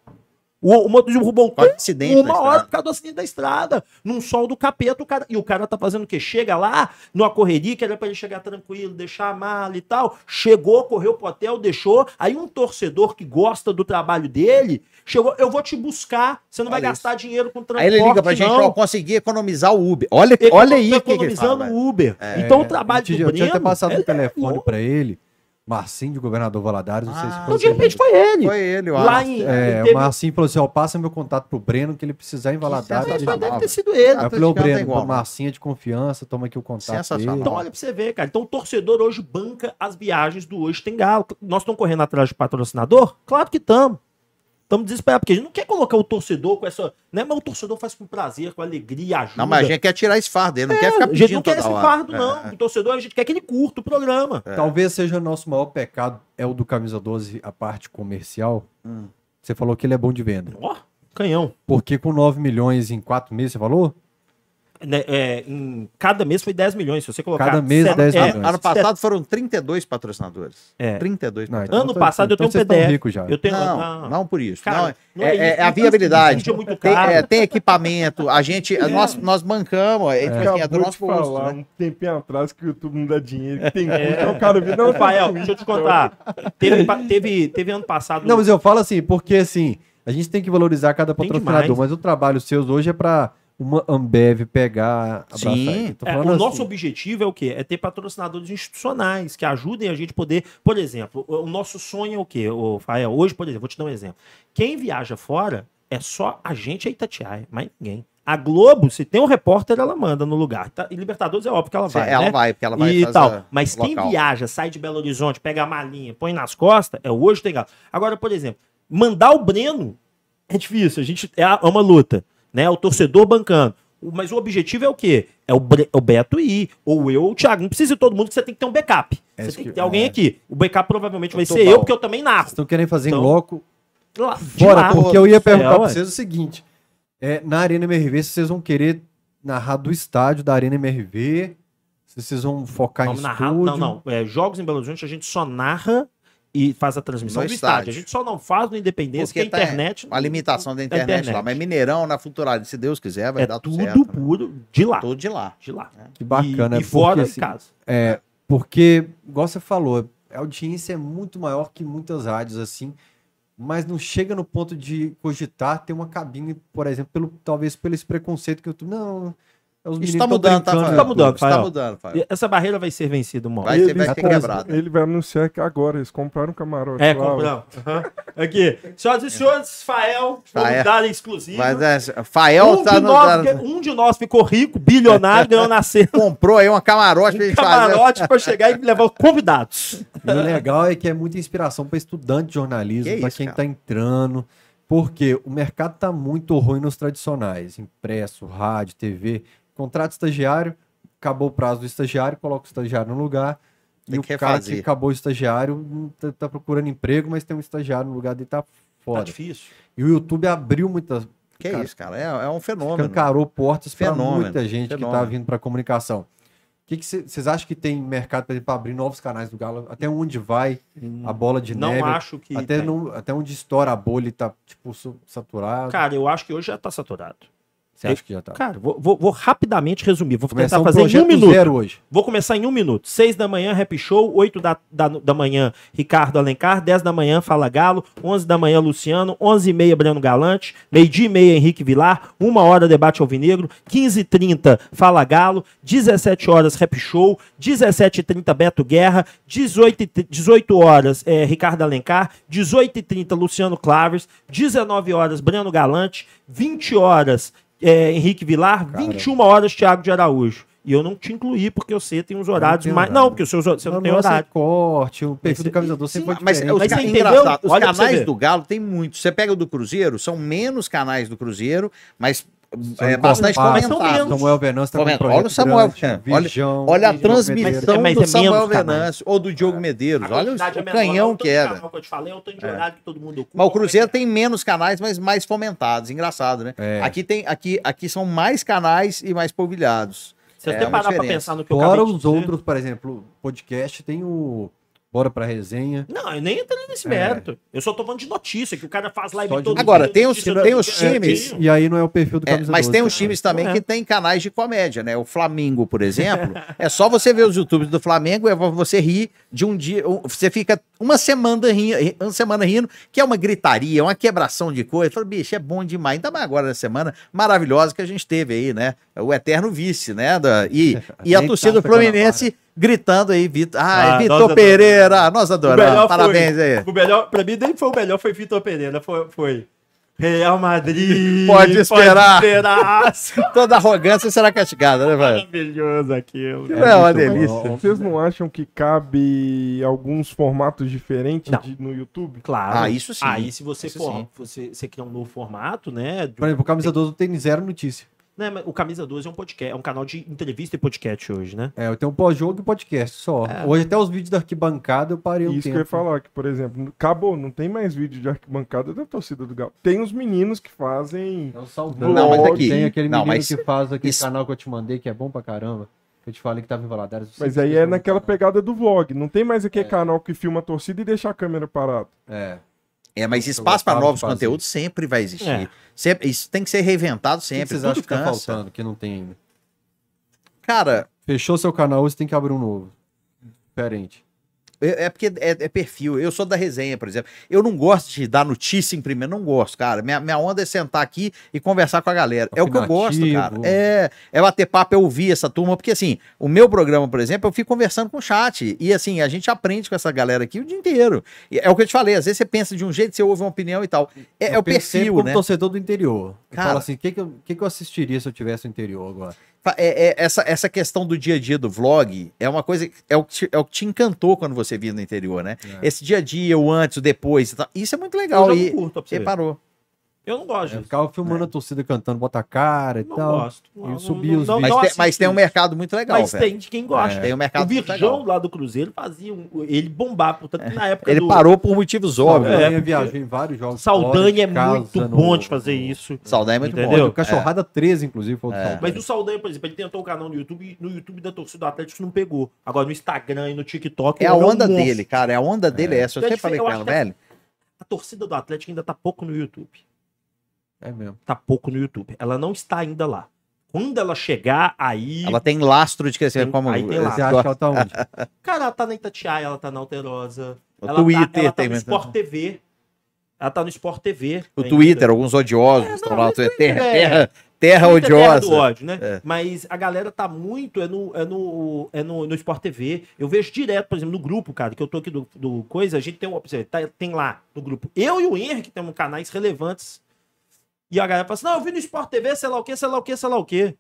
S3: O, o motorista voltou
S2: Olha o acidente da
S3: uma hora
S2: estrada.
S3: por causa do acidente da estrada, num sol do capeta, o cara, e o cara tá fazendo o quê? Chega lá, numa correria, que era pra ele chegar tranquilo, deixar a mala e tal, chegou, correu pro hotel, deixou, aí um torcedor que gosta do trabalho dele, chegou, eu vou te buscar, você não vai
S2: Olha
S3: gastar dinheiro com transporte,
S2: Aí ele liga pra gente,
S3: não.
S2: ó, consegui economizar o Uber. Olha,
S3: Ele
S2: olha
S3: tá
S2: aí o que que ele
S3: economizando
S2: fala, velho.
S3: o Uber.
S1: É,
S3: então o trabalho
S1: eu tinha-
S3: do
S1: Eu tinha até
S3: Breno,
S1: passado o
S3: é-
S1: telefone
S3: bom.
S1: pra ele, Marcinho de Governador Valadares, não sei se foi.
S2: Ah,
S3: Então de repente foi ele.
S2: Foi ele, o
S3: lá
S2: Alas.
S3: em...
S1: É,
S3: teve-
S1: o Marcinho falou assim: ó, passa meu contato pro Breno, que ele precisar em Valadares.
S3: mas
S1: ele-
S2: sensacional.
S1: Aí
S3: deve ter sido ele.
S1: eu falei, ô
S2: Atleticano tá
S1: Breno,
S2: igual,
S1: pô, Marcinho é de confiança, toma aqui o contato.
S2: Sensacional.
S1: Dele.
S3: Então, olha pra você ver, cara. Então, o torcedor hoje banca as viagens do Hoje Tem Galo. Nós estamos correndo atrás de patrocinador? Claro que estamos. Estamos desesperados, porque a gente não quer colocar o torcedor com essa. Né? Mas o torcedor faz com prazer, com alegria, ajuda.
S2: Não, mas a gente quer tirar esse fardo dele, não quer ficar
S3: É, a gente
S2: pedindo
S3: não quer
S2: toda
S3: esse
S2: hora.
S3: fardo,
S2: É,
S3: não.
S2: é.
S3: O torcedor, a gente quer que ele curta o programa.
S1: Talvez seja o nosso maior pecado, é o do Camisa 12, a parte comercial.
S2: Hum.
S1: Você falou que ele é bom de venda.
S3: Ó, canhão.
S1: Porque com 9 milhões em 4 meses, você falou?
S3: Né, é, em cada mês foi 10 milhões. Se você colocar.
S1: Cada mês, 10
S3: é,
S1: milhões.
S2: Ano passado foram 32 patrocinadores.
S3: É.
S2: 32
S1: Não,
S2: patrocinadores.
S1: então
S3: Ano
S1: foi-
S3: passado eu
S1: então
S3: tenho um
S1: vocês tão
S3: PDF.
S1: rico já.
S3: Eu tenho. um-
S2: Não, não por isso.
S3: Cara,
S2: não, é-
S3: não é
S2: é,
S3: isso.
S2: é a
S3: Então,
S2: viabilidade.
S3: isso é muito
S2: Tem,
S3: caro. É.
S2: é, tem equipamento, a gente. Nós, nós bancamos, é, tipo assim, é do
S4: Acabou de
S2: nosso bolso.
S4: falar
S2: né? É.
S4: um tempinho atrás que o YouTube não dá dinheiro, que tem custo, aí o cara vê, não,
S3: Rafael,
S4: tem
S3: deixa eu te
S4: custo,
S3: contar. Teve, pa- teve, teve ano passado.
S1: Não, mas eu falo assim, porque assim, a gente tem que valorizar cada
S3: Tem
S1: patrocinador,
S3: demais.
S1: mas o trabalho seus hoje é pra uma Ambev pegar, abraçar
S2: Sim.
S1: ele. Tô
S3: É, o
S1: falando assim,
S3: nosso objetivo é o quê? É ter patrocinadores institucionais que ajudem a gente poder. Por exemplo, o o nosso sonho é o quê, ô, Fael? Hoje, por exemplo, vou te dar um exemplo. Quem viaja fora é só a gente e a Itatiaia, mais ninguém. A Globo, se tem um repórter, ela manda no lugar. Tá? E Libertadores é óbvio que ela vai.
S2: ela
S3: né?
S2: vai, porque ela vai
S3: e
S2: fazer
S3: tal. Mas quem
S2: local.
S3: viaja, sai de Belo Horizonte, pega a malinha, põe nas costas, é o hoje tem galo. Agora, por exemplo, mandar o Breno é difícil, a gente é a- é uma luta, né? O torcedor bancando. O- Mas o objetivo é o quê? É o, Bre- é o Beto ir, ou eu, ou o Thiago. Não precisa ir todo mundo, que você tem que ter um backup.
S1: É
S3: você
S1: isso
S3: tem que
S1: que-
S3: ter alguém
S1: é.
S3: aqui. O backup provavelmente vai
S2: tô
S3: ser
S2: mal.
S3: eu, porque eu também
S1: Vocês
S3: narro.
S1: estão querendo fazer
S3: Então,
S1: em loco?
S3: Lá, de
S1: Fora,
S3: lá.
S1: porque eu ia perguntar
S3: É,
S1: pra
S3: ué.
S1: vocês o seguinte: é, na Arena MRV, se vocês vão querer narrar do estádio da Arena MRV, se vocês vão focar
S3: Vamos
S1: em
S3: narrar-
S1: estúdio.
S3: Não, não. É, jogos em Belo Horizonte a gente só narra e faz a transmissão
S2: No
S3: do estádio.
S2: estádio.
S3: A gente só não faz no Independência, porque,
S2: Porque
S3: a
S2: tá-
S3: internet. é
S2: A limitação da internet,
S3: internet.
S2: lá. Mas Mineirão, na Futurada, se Deus quiser, vai
S3: é
S2: dar
S3: tudo
S2: tudo certo. né?
S3: puro de lá.
S2: Tudo de lá.
S3: De lá.
S1: Que bacana.
S3: E,
S1: é
S3: e fora
S1: porque,
S3: de
S1: assim,
S3: casa.
S1: Porque, igual você falou, a audiência é muito maior que muitas rádios, assim, mas não chega no ponto de cogitar ter uma cabine, por exemplo, pelo, talvez pelo esse preconceito que eu tô. Não, é os
S2: Isso
S1: meninos
S2: tá
S1: tão
S2: mudando, tá?
S1: brincando,
S2: Fael?
S1: né,
S3: Tá mudando,
S2: Isso tá
S3: Fael.
S2: mudando, Fael.
S3: E Essa barreira vai ser vencida uma hora.
S2: Vai ser, vai ser
S1: Eles-
S2: quebrado.
S4: Ele vai anunciar que agora eles compraram um camarote.
S3: É,
S4: lá,
S3: compramos. Aqui. Senhoras e senhores, Fael,
S2: Fael.
S3: convidado exclusivo.
S2: Mas é, Fael
S3: um,
S2: tá
S3: de
S2: no,
S3: nós,
S2: tá-
S3: um de nós ficou rico, bilionário, ganhou na cena
S2: comprou aí uma camarote pra
S3: um
S2: gente fazer.
S3: camarote pra chegar e levar os convidados.
S1: E o legal é que é muita inspiração para estudante de jornalismo,
S2: Que
S1: para
S2: isso,
S1: quem
S2: cara.
S1: está entrando, porque o mercado está muito ruim nos tradicionais, impresso, rádio, TV, contrato estagiário, acabou o prazo do estagiário, coloca o estagiário no lugar,
S2: Tem
S1: e o
S2: que
S1: cara
S2: refazer.
S1: que acabou o estagiário hum, tá, tá procurando emprego, mas tem um estagiário no lugar dele, tá
S3: Tá
S1: foda.
S3: difícil.
S1: e o YouTube abriu muitas,
S2: Que
S1: Cara,
S2: isso, cara. É, é um fenômeno.
S1: cancarou portas para
S2: Fenômeno,
S1: muita gente que está
S2: fenômeno.
S1: vindo para comunicação. O que vocês acham que tem mercado para abrir novos canais do Galo? Até onde vai a bola de
S3: Não
S1: neve?
S3: acho que.
S1: até,
S3: tem.
S1: não- até onde estoura a bolha e tá, tipo, su- saturado.
S3: Cara, eu acho que hoje já tá saturado.
S1: Você acha que já tá?
S3: Cara, vou, vou- vou rapidamente resumir. Vou
S1: Começar
S3: tentar fazer em um
S1: projeto
S3: minuto.
S1: zero hoje.
S3: Vou começar em um minuto. Seis da manhã, Rap Show. Oito da, da, da manhã, Ricardo Alencar. Dez da manhã, Fala Galo. Onze da manhã, Luciano. Onze e meia, Breno Galante. Meio-dia e meia, Henrique Vilar. Uma hora, Debate Alvinegro. Quinze e trinta, Fala Galo. Dezessete horas, Rap Show. Dezessete e trinta, Beto Guerra. Dezoito, e tri- dezoito horas, eh, Ricardo Alencar. Dezoito e trinta, Luciano Claves. Dezenove horas, Breno Galante. Vinte horas, eh, Henrique Vilar.
S1: Caramba.
S3: Vinte 21 horas, Thiago de Araújo. E eu não te incluí porque você tem uns horários
S1: tenho
S3: mais.
S1: horário.
S3: Não, porque o seu, você não, tem
S1: nossa,
S3: horário.
S1: corte, o perfil do
S3: Esse-
S1: camisador sempre foi
S2: Mas,
S1: diferente.
S2: os,
S3: Mas
S2: ca-
S3: você
S2: engraçado,
S3: entendeu?
S2: os
S3: Olha pra você
S2: canais
S3: ver.
S2: do Galo tem muitos. Você pega o do Cruzeiro, são menos canais do Cruzeiro, mas é, bastante
S1: Mas
S3: são
S2: comentados.
S3: menos.
S1: Samuel Venâncio tá com um
S2: Comenta-
S1: projeto
S2: olha o Samuel,
S1: grande,
S2: cara. Olha-
S1: Virgão,
S2: Olha
S1: Virgão
S2: a
S1: Medeiros.
S2: transmissão
S3: Mas-
S2: do
S3: mas é menos
S2: Samuel
S3: canais.
S2: Venâncio ou do Diogo Medeiros.
S3: A
S2: Olha o,
S3: quantidade é
S2: o
S3: menor, é
S2: canhão
S3: o tanto
S2: que
S3: de
S2: era.
S3: canal que eu te falei, é o tanto de horário que todo mundo ocupa.
S2: Mas o Cruzeiro tem menos canais, mas mais fomentados. Engraçado, né?
S1: É.
S2: Aqui, tem, aqui, aqui são mais canais e mais polvilhados.
S3: Se você
S2: é uma
S3: parar pra
S2: diferença.
S3: pensar no que eu
S1: Fora
S3: acabei de
S1: os
S3: dizer-
S1: outros, por exemplo, podcast tem o Bora Pra Resenha.
S3: Não, eu nem entrei nesse
S2: É.
S3: mérito. Eu só tô falando de notícia, que o cara faz live
S1: Só de
S3: todo dia.
S2: Agora, tem os-
S3: notícia
S2: tem
S3: todo
S2: os
S3: dia,
S2: times-
S3: dia.
S1: E aí não é o perfil do
S2: É,
S1: camisa
S2: mas
S1: 12,
S2: tem
S1: né?
S2: uns times também
S3: Não é.
S2: que tem canais de comédia, né? O Flamengo, por exemplo, é só você ver os YouTubes do Flamengo, é você rir de um dia, um- você fica uma semana rindo, uma semana rindo, que é uma gritaria, uma quebração de coisa. Fala, bicho, é bom demais. Ainda mais agora na semana maravilhosa que a gente teve aí, né? O eterno vice, né? Da- e, e a
S1: Nem
S2: torcida
S1: Taça
S2: Fluminense gritando aí, Vitor, ah,
S3: Ah, nós
S2: Vitor
S3: adoramos.
S2: Pereira, nós
S3: O
S2: adoramos.
S3: melhor
S2: Parabéns
S3: foi,
S2: aí.
S3: O melhor, pra mim, nem foi o melhor, foi Vitor Pereira. Foi, foi Real Madrid.
S2: Pode esperar.
S3: esperar.
S2: Toda arrogância será castigada, né, velho?
S3: Maravilhoso aquilo.
S2: É, uma
S1: muito
S2: delícia.
S1: bom.
S4: Vocês não acham que cabe alguns formatos diferentes
S3: Não.
S4: de- no YouTube?
S3: Claro.
S2: Ah, isso sim.
S3: Aí se você
S2: Isso
S3: for,
S2: sim.
S3: você, você cria um novo formato, né? de-
S1: Por exemplo, o camisa 12 tem zero notícia.
S3: né, mas o Camisa 12 é um podcast, é um canal de entrevista e podcast hoje, né?
S1: É, eu tenho um pós-jogo e podcast só.
S2: É.
S1: Hoje até os vídeos da arquibancada eu parei um
S4: Isso que eu ia falar, que, por exemplo, acabou, não tem mais vídeo de arquibancada da torcida do Galo. Tem os meninos que fazem.
S1: Não,
S4: Não, mas
S1: mas
S4: aqui-
S1: É Tem aquele
S2: não,
S1: menino
S2: mas
S1: que faz aquele
S2: isso-
S1: canal que eu te mandei, que é bom pra caramba. Que eu te falei que tava em Valadares. eu
S4: Mas
S1: sempre
S4: aí
S1: esqueço o
S4: é
S1: nome do
S4: naquela
S1: canal.
S4: pegada do vlog. Não tem mais aquele canal que filma a torcida e deixa a câmera parada.
S1: É.
S2: É, mas
S1: Eu
S2: espaço para
S1: gostava de
S2: novos
S1: fazer.
S2: conteúdos sempre vai existir.
S3: É.
S2: Sempre, isso tem que ser reinventado
S1: O que que
S2: sempre.
S1: vocês
S2: Tudo
S1: acham que tá
S2: cansa.
S1: faltando, que não tem ainda?
S2: Cara,
S1: Fechou seu canal, você tem que abrir um novo. Diferente.
S2: é é porque é, é perfil. Eu sou da resenha, por exemplo. Eu não gosto de dar notícia em primeiro, não gosto, cara. Minha, minha onda é sentar aqui e conversar com a galera. É o que eu gosto, cara.
S1: Opinativo.
S2: É, é bater papo, é ouvir essa turma, porque assim, o meu programa, por exemplo, eu fico conversando com o chat. E assim, a gente aprende com essa galera aqui o dia inteiro. E é o que eu te falei, às vezes você pensa de um jeito, você ouve uma opinião e tal. É, é o
S1: pensei
S2: perfil,
S1: como
S2: né?
S1: torcedor do interior. Eu
S2: Cara-
S1: falo assim, o que que, eu- o que que eu assistiria se eu tivesse o interior agora?
S2: Fa- é- é- essa, essa questão do dia a dia do vlog é uma coisa. que- É o que te, é o que te encantou quando você via no interior, né? Esse dia a dia, o antes, o depois. e tal. Isso é muito legal.
S3: Eu
S2: E, É,
S3: curto, pra você
S2: e
S3: ver.
S2: parou.
S3: Eu não gosto
S1: Eu
S3: disso.
S1: ficava filmando a torcida cantando, bota a cara e
S3: É, né? Não
S2: Então,
S1: tal.
S3: gosto. Não,
S1: eu
S3: não-
S1: subi
S3: não-
S1: os
S3: não-
S1: vídeos.
S2: Mas,
S3: não
S2: tem,
S3: assisto
S2: mas tem um
S3: isso.
S2: mercado muito legal,
S3: Mas
S2: velho.
S3: tem de quem gosta.
S2: É, tem um mercado
S3: o
S2: muito
S3: Virgão
S2: legal. É.
S3: lá do Cruzeiro fazia um, ele bombava, portanto, que na época
S2: Ele
S3: do
S2: parou por motivos óbvios.
S1: Saldanha
S3: É, porque-
S1: viajou em vários jogos.
S3: Saldanha é
S1: fora de casa,
S3: muito
S1: no-
S3: bom de fazer isso.
S2: Saldanha é muito
S3: Entendeu? É.
S2: bom.
S1: O Cachorrada 13, inclusive, foi o do Saldanha.
S3: Mas o Saldanha, por exemplo, ele tentou o canal no YouTube, e no YouTube da torcida do Atlético não pegou. Agora no Instagram e no TikTok.
S2: É a
S3: ele um
S2: onda
S3: monstro.
S2: dele, cara. É a onda dele é essa. Eu
S3: É
S2: sempre
S3: difícil,
S2: falei
S3: eu
S2: com
S3: acho
S2: ela,
S3: que é-
S2: velho.
S3: A torcida do Atlético ainda tá pouco no YouTube.
S1: É mesmo.
S3: Tá pouco no YouTube. Ela não está ainda lá. Quando ela chegar, aí.
S2: Ela tem lastro de crescer
S3: Tem-
S2: como.
S3: aí tem lá.
S1: Você acha que ela tá onde?
S3: Cara, ela tá na Itatiaia, ela tá na Alterosa.
S2: O
S3: ela
S2: Twitter
S3: tá, ela tá
S2: tem
S3: no
S2: mesmo.
S3: Sport TV. Ela tá no Sport TV.
S2: O
S3: ainda.
S2: Twitter, alguns odiosos
S3: É,
S2: estão
S3: não,
S2: lá.
S3: mas
S2: Twitter,
S3: Twitter
S2: terra,
S3: é-
S2: terra, terra
S3: Twitter é terra do
S2: odiosa.
S3: ódio, né?
S2: É.
S3: Mas a galera tá muito é no, é, no, é no, no Sport TV. Eu vejo direto, por exemplo, no grupo, cara, que eu tô aqui do, do Coisa, a gente tem um. você tá- Tem lá no grupo. Eu e o Henrique temos canais relevantes. E a galera fala assim: não, eu vi no Sport TV, sei lá o quê, sei lá o quê, sei lá o quê.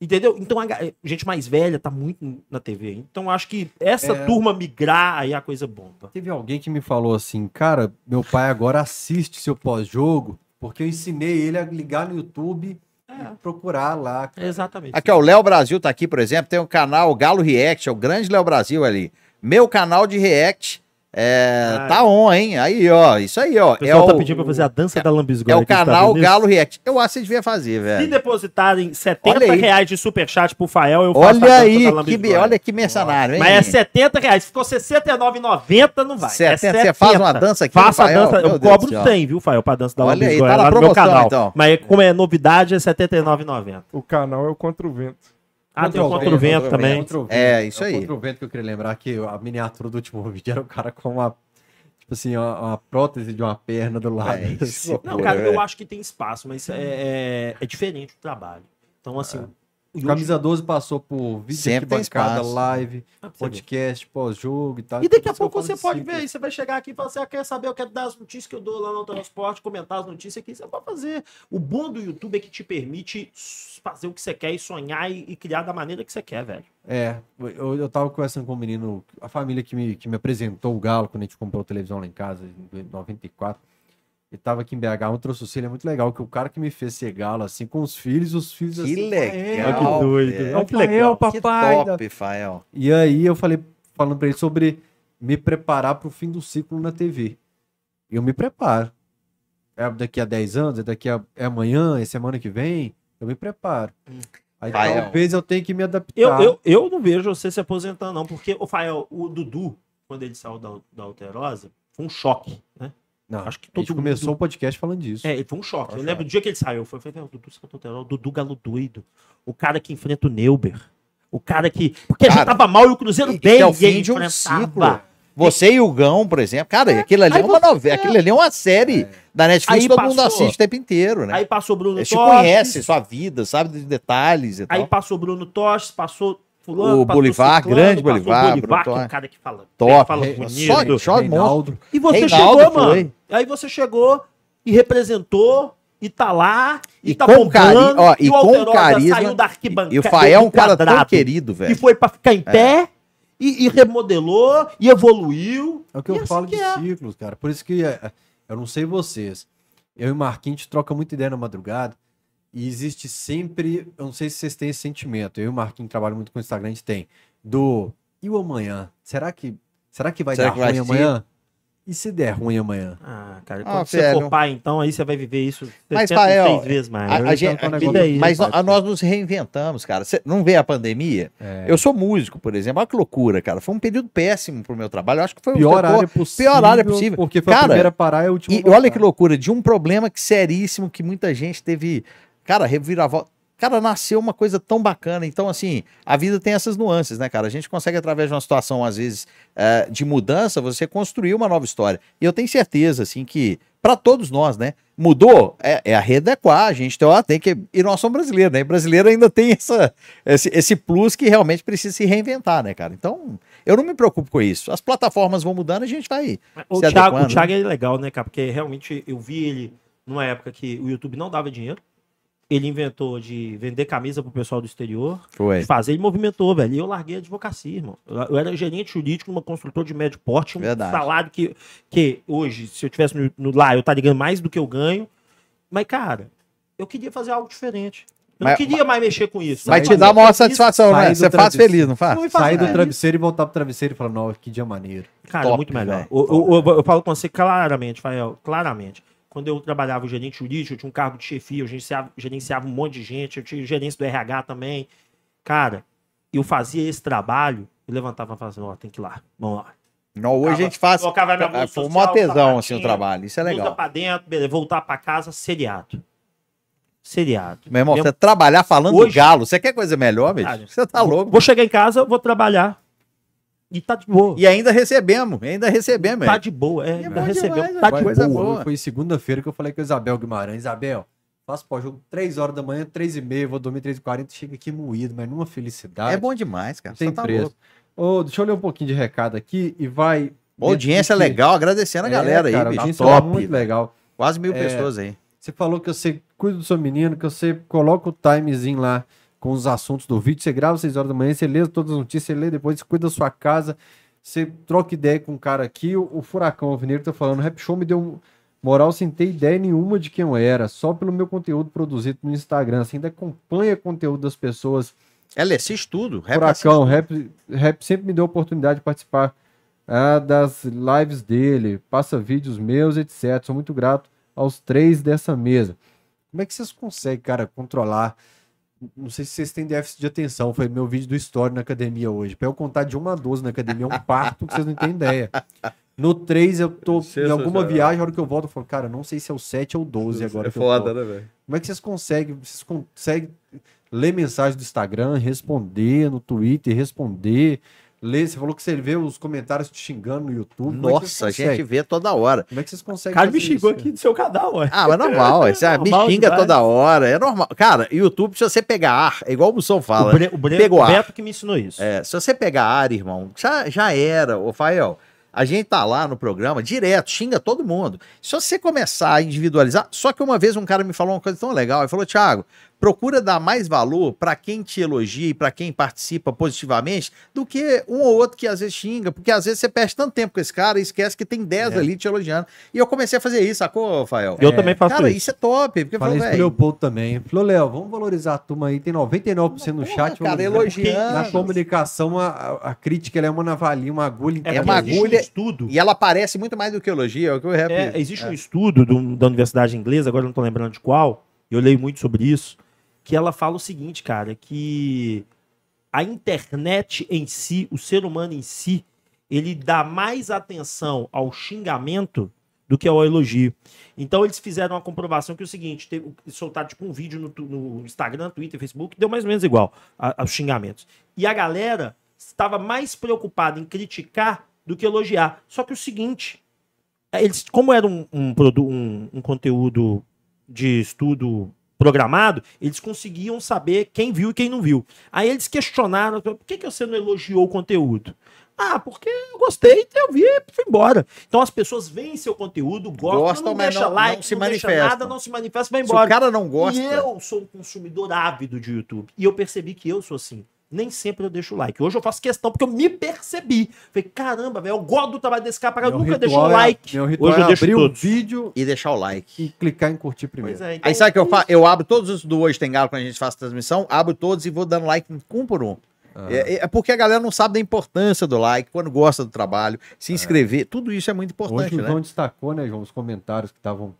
S3: Entendeu? Então a ga- gente mais velha tá muito na TV. Então acho que essa
S1: É.
S3: turma migrar aí é a coisa bomba.
S1: Teve alguém que me falou assim, cara, meu pai agora assiste seu pós-jogo, porque eu ensinei ele a ligar no YouTube e procurar lá.
S3: É, exatamente.
S2: Aqui, ó, o Léo Brasil tá aqui, por exemplo, tem o canal Galo React, é o grande Léo Brasil ali. Meu canal de React é,
S3: Ah.
S2: tá on, hein? Aí, ó, isso aí, ó.
S3: O
S2: É
S3: pessoal
S2: o,
S3: tá pedindo pra fazer a dança da lambisgoia.
S2: é o
S3: aqui, tá
S2: canal
S3: vendo isso?
S2: Galo React. Eu acho que você devia fazer,
S3: Se
S2: velho.
S3: depositarem 70
S2: Olha aí.
S3: reais de superchat pro Fael, eu
S2: Olha
S3: faço a dança
S2: aí,
S3: da
S2: que,
S3: lambisgoia.
S2: be- olha que mercenário, hein?
S3: Mas é 70 reais. Se Ficou 69,90, não vai.
S2: 70,
S3: é
S2: Você faz uma dança aqui,
S3: Faça a
S2: Rafael?
S3: dança.
S2: Meu
S3: eu
S2: Deus
S3: cobro
S2: do céu.
S3: 100, viu, Fael, pra dança da
S2: Olha aí,
S3: lambisgoia
S2: tá na
S3: lá no meu
S2: promoção,
S3: canal.
S2: então.
S3: Mas como é novidade, é 79,90.
S4: O canal é o Contra o Vento.
S3: Ah, tem o
S1: Contra
S3: Contra o Vento
S2: Contra o
S3: também.
S1: Contra o vento.
S2: É, isso aí.
S1: Contra o vento que eu queria lembrar que a miniatura do último vídeo era o cara com uma, tipo assim, uma, uma prótese de uma perna do lado.
S2: É, isso.
S1: assim.
S3: Não,
S2: Pô,
S3: cara,
S2: velho.
S3: eu acho que tem espaço, mas é, é, é diferente o trabalho. Então, assim... o
S1: O Camisa 12 passou por vídeo
S2: Sempre tem
S1: arquibancada,
S2: espaço.
S1: live,
S3: Ah, pra você ver.
S1: podcast, pós-jogo e tal.
S3: E daqui
S1: Por
S3: a
S1: isso que eu
S3: pouco você
S1: falo
S3: pode
S1: sempre.
S3: ver, aí você vai chegar aqui e falar assim, ah, quer saber, eu quero dar as notícias que eu dou lá no transporte, comentar as notícias aqui, você pode fazer. O bom do YouTube é que te permite s- fazer o que você quer e sonhar e, e criar da maneira que você quer, velho.
S1: É, eu, eu tava conversando com um menino, a família que me, que me apresentou o Galo quando a gente comprou televisão lá em casa, em 94. E tava aqui em BH, um trouxe o Cílio, é muito legal, que o cara que me fez ser Galo, assim, com os filhos, os filhos
S2: Que
S1: assim.
S2: legal.
S1: "Rafael,
S2: que doido,
S1: é,
S3: Olha que legal.
S1: Rafael, papai.
S2: que top, Fael.
S1: E aí eu falei, falando pra ele sobre me preparar pro fim do ciclo na TV. E Eu me preparo. É daqui a 10 anos, é daqui a é amanhã, é semana que vem, eu me preparo. Aí
S2: Rafael.
S1: talvez eu tenha que me adaptar.
S3: Eu,
S2: Tá.
S3: eu, eu não vejo você se aposentando, não, porque, o Fael, o Dudu, quando ele saiu da, da Alterosa, foi um choque, né?
S1: Não,
S3: Acho que
S1: a gente
S3: todo
S1: começou o podcast falando disso.
S3: É, ele foi um choque.
S2: Foi um
S3: eu lembro do dia que ele saiu. Eu falei, velho, o Dudu Santo Alterosa, o Dudu Galo doido. O cara que enfrenta o Neuber. O cara que. Porque já
S2: Cara,
S3: tava mal e o Cruzeiro
S2: esse
S3: bem.
S2: é o
S3: e
S2: fim
S3: ele
S2: de um
S3: enfrentava.
S2: ciclo. Você e o Gão, por exemplo. Cara, aquilo ali é uma novela, aquilo ali é uma série da Netflix,
S3: Aí
S2: todo mundo
S3: passou.
S2: assiste o tempo inteiro, né?
S3: Aí passou Bruno
S2: Eles
S3: Torres.
S2: te conhecem, sua vida, sabe, de detalhes e
S3: Aí tá
S2: tal.
S3: passou Bruno Torres, passou fulano,
S2: O
S3: passou
S2: Bolivar,
S3: ciclano,
S2: grande
S3: passou
S2: Bolivar, Bruno
S3: Bolivar, que é
S2: Torres.
S3: um cara que fala, bem,
S2: Top.
S3: fala
S2: Re-
S3: bonito.
S2: Só, só monstro.
S1: Reinaldo.
S3: E você
S2: Reinaldo
S3: chegou,
S2: foi.
S3: mano. Aí você chegou e representou e tá lá e,
S2: E
S3: tá
S2: com
S3: bombando.
S2: cari- ó, e
S3: o
S2: com
S3: Alterosa
S2: carisma.
S3: saiu da arquibancada.
S2: E o Fael é um cara tão
S3: quadrado,
S2: querido,
S3: E
S2: velho. É.
S3: foi pra ficar em pé e, e remodelou e evoluiu.
S1: É o que eu
S3: E assim
S1: falo
S3: que
S1: de
S3: é.
S1: ciclos, cara. Por isso que é, eu não sei vocês. Eu e Marquinhos a gente troca muita ideia na madrugada. E existe sempre. Eu não sei se vocês têm esse sentimento. Eu e o Marquinhos trabalham muito com o Instagram, a gente tem. Do. E o amanhã? Será que. Será que vai
S2: Será
S1: dar
S2: que vai
S1: ruim
S2: ser?
S1: amanhã? E se der ruim amanhã?
S3: Ah, cara,
S2: Ah,
S3: quando você
S2: velho.
S3: for pai, então, aí você vai viver isso
S2: Mas,
S3: 76
S2: Fael,
S3: vezes mais.
S2: A- a
S1: então,
S2: gente-
S1: tá um
S2: a-
S1: negócio
S3: vida aí,
S2: mas
S1: complicado.
S2: a- nós nos reinventamos, cara. Você não vê a pandemia?
S1: É.
S2: Eu sou músico, por exemplo. Olha que loucura, cara. Foi um período péssimo pro meu trabalho. Eu acho que foi o que eu
S1: Pior
S2: tô-
S1: área possível.
S2: pior área possível.
S1: Porque foi
S2: Cara,
S1: a primeira a parar e a última.
S2: E
S1: a
S2: olha
S1: voltar.
S2: que loucura, de um problema que seríssimo que muita gente teve. Cara, reviravolta. Cara, nasceu uma coisa tão bacana. Então, assim, a vida tem essas nuances, né, cara? A gente consegue, através de uma situação, às vezes, eh, de mudança, você construir uma nova história. E eu tenho certeza, assim, que para todos nós, né? Mudou, é, é a readequar, a gente tem, ó, tem que. E nós somos brasileiros, né? E brasileiro ainda tem essa, esse, esse plus que realmente precisa se reinventar, né, cara? Então, eu não me preocupo com isso. As plataformas vão mudando, a gente vai.
S3: O
S2: se
S3: Thiago,
S2: adequando,
S3: o Thiago é legal, né, cara? Porque realmente eu vi ele numa época que o YouTube não dava dinheiro. Ele inventou de vender camisa pro pessoal do exterior,
S2: Foi.
S3: de fazer, ele movimentou, velho. E eu larguei a advocacia, irmão. Eu, eu era gerente jurídico numa construtora de médio porte, um
S2: Verdade.
S3: salário que, que hoje, se eu tivesse no, no- lá, eu estaria ganhando mais do que eu ganho. Mas, cara, eu queria fazer algo diferente. Eu
S2: Mas-
S3: não queria mais mexer com isso.
S2: Mas
S3: sabe?
S2: te dá a maior
S3: Isso
S2: satisfação,
S1: sair
S2: né?
S1: do
S2: Você faz
S1: travesseiro.
S2: feliz, não faz?
S3: não me faz
S1: Sair do
S2: É.
S3: nada.
S1: travesseiro e voltar pro travesseiro e falar, não, que dia maneiro.
S3: Cara,
S2: Top,
S3: muito melhor.
S2: velho.
S3: Eu, eu- eu- eu falo com você claramente, Fael, claramente. Quando eu trabalhava o gerente jurídico, eu tinha um cargo de chefia, eu gerenciava, gerenciava um monte de gente, eu tinha gerência do RH também. Cara, eu fazia esse trabalho, eu levantava e falava assim, ó, tem que ir lá, vamos lá.
S2: Não, hoje a gente faz.
S3: Colocava minha bolsa
S2: É, Foi um maior
S3: social,
S2: tesão assim, o
S3: sapatinho,
S2: trabalho. Isso é
S3: Voltar
S2: legal.
S3: pra dentro, beleza, voltar pra casa, seriado. Seriado.
S2: Meu irmão,
S3: Mesmo-
S2: você trabalhar falando do
S3: Hoje-
S2: galo, você quer coisa melhor, bicho?
S3: Cara,
S2: Você tá louco.
S3: Vou chegar em casa, vou trabalhar. E tá de boa.
S2: E ainda recebemos, ainda recebemos.
S3: tá
S2: é.
S3: de boa, é.
S2: E é
S3: ainda
S2: bom
S3: recebeu.
S2: demais, tá de
S1: Vai,
S2: coisa
S1: boa.
S2: boa.
S1: Foi segunda-feira que eu falei com a Isabel Guimarães. Isabel, faço pós-jogo 3 horas da manhã, 3 e meia, vou dormir 3 e 40 chega aqui moído, mas numa felicidade.
S2: É bom demais, cara.
S1: não
S2: Você
S1: tem
S2: tá
S1: preço.
S2: louco.
S1: Ô, deixa eu ler um pouquinho de recado aqui e vai...
S2: Boa audiência
S1: Dentro do que-
S2: legal, agradecendo a
S1: É,
S2: galera
S1: cara,
S2: aí,
S1: a
S2: bicho.
S3: tá
S1: audiência
S2: Top.
S1: Muito legal.
S2: Quase mil
S1: É.
S2: pessoas aí.
S1: Você falou que você cuida do seu menino, que você coloca o timezinho lá com os assuntos do vídeo, você grava às 6 horas da manhã, você lê todas as notícias, você lê depois, você cuida da sua casa, você troca ideia com o cara aqui, o, o Furacão Alvineiro tá falando, Rap Show me deu um- moral sem ter ideia nenhuma de quem eu era, só pelo meu conteúdo produzido no Instagram, você ainda acompanha conteúdo das pessoas,
S2: Ela assiste tudo. rap
S1: Furacão, rap, rap é sempre me deu oportunidade de participar ah, das lives dele, passa vídeos meus, etc. Sou muito grato aos três dessa mesa. Como é que vocês conseguem, cara, controlar? Não sei se vocês têm déficit de atenção. Foi meu vídeo do Story na academia hoje. Pra eu contar de 1 a 12 na academia é um parto que vocês não têm ideia. No 3 eu tô em alguma viagem, a hora que eu volto, eu falo, cara, eu não sei se é o 7 ou o 12 agora. que eu tô.
S2: né, velho?
S1: Como é que vocês conseguem? Vocês conseguem ler mensagem do Instagram, responder no Twitter, responder, ler. Você falou que você vê os comentários te xingando no YouTube. Como é que vocês
S2: Nossa, a gente
S1: conseguem?
S2: vê toda hora.
S1: Como é que vocês conseguem?
S3: Cara, me
S1: fazer
S3: xingou
S1: isso?
S3: aqui do seu canal, ué.
S2: Ah, mas é normal, ué. Você ah, me
S3: Normal
S2: xinga
S3: demais.
S2: toda hora. É normal. Cara, YouTube, se você pegar ar, é igual o Mussão
S3: O,
S2: fala.
S3: Bre- o Bre-
S2: Pegou
S3: o
S2: ar.
S3: Beto que me ensinou isso.
S2: É, se você pegar ar, irmão, já, já era, ô Fael. A gente tá lá no programa direto, xinga todo mundo. Se você começar a individualizar, só que uma vez um cara me falou uma coisa tão legal, ele falou: "Thiago, procura dar mais valor pra quem te elogia e pra quem participa positivamente do que um ou outro que às vezes xinga, porque às vezes você perde tanto tempo com esse cara e esquece que tem 10
S1: É.
S2: ali te elogiando". E eu comecei a fazer isso, sacou, Fael?
S3: Eu também faço
S2: Cara,
S3: isso.
S2: isso é top, porque eu
S1: Falei
S2: falei,
S1: isso pro
S2: velho,
S1: Leopoldo também. Falou, Léo, vamos valorizar a turma aí. Tem 99% no
S2: Porra,
S1: chat.
S2: cara,
S1: valorizando.
S2: elogiando.
S1: Na comunicação, a, a- a crítica ela é uma navalinha, uma agulha.
S2: É
S1: enterrada.
S2: uma
S3: porque existe
S2: agulha-
S3: Um estudo,
S2: e ela aparece muito mais do que elogio, é o que o rap.
S3: é, existe um estudo do- da universidade inglesa, agora eu não tô lembrando de qual, eu leio muito sobre isso, que ela fala o seguinte, cara, que a internet em si, o ser humano em si, ele dá mais atenção ao xingamento do que ao elogio. Então eles fizeram uma comprovação que é o seguinte, teve, soltaram tipo um vídeo no, tu- no Instagram, Twitter, Facebook, deu mais ou menos igual a- aos xingamentos. E a galera estava mais preocupada em criticar do que elogiar. Só que o seguinte, eles, como era um, um, produ- um- um conteúdo de estudo programado, eles conseguiam saber quem viu e quem não viu. Aí eles questionaram, por que, que você não elogiou o conteúdo? Ah, porque eu gostei, eu vi e fui embora. Então as pessoas veem seu conteúdo, gostam,
S2: Gostam,
S3: não
S2: mas
S3: deixa
S2: não- não
S3: like, não,
S2: se
S3: deixa
S2: manifestam.
S3: nada, não se manifesta, vai
S2: Se o
S3: embora.
S2: cara não gosta,
S3: E eu sou um consumidor ávido de YouTube. E eu percebi que eu sou assim. Nem sempre eu deixo o like. Hoje eu faço questão porque eu me percebi. Falei, caramba, velho, eu gosto do trabalho desse cara, porque eu
S1: Meu
S3: nunca
S1: ritual
S3: deixou o
S1: é-
S3: like.
S1: Meu ritual
S3: Hoje eu
S1: é
S3: deixo
S1: abrir o
S3: todos.
S1: vídeo
S2: e deixar o like.
S1: e clicar em curtir primeiro.
S3: é,
S2: Aí sabe o que eu faço? Eu abro todos os do Hoje Tem Galo quando a gente faz transmissão, abro todos e vou dando like em um por um.
S1: Ah.
S2: É, é porque a galera não sabe da importância do like, quando gosta do trabalho, se inscrever, tudo isso é muito importante,
S1: Hoje o
S2: né?
S1: João destacou, né, João, os comentários que estavam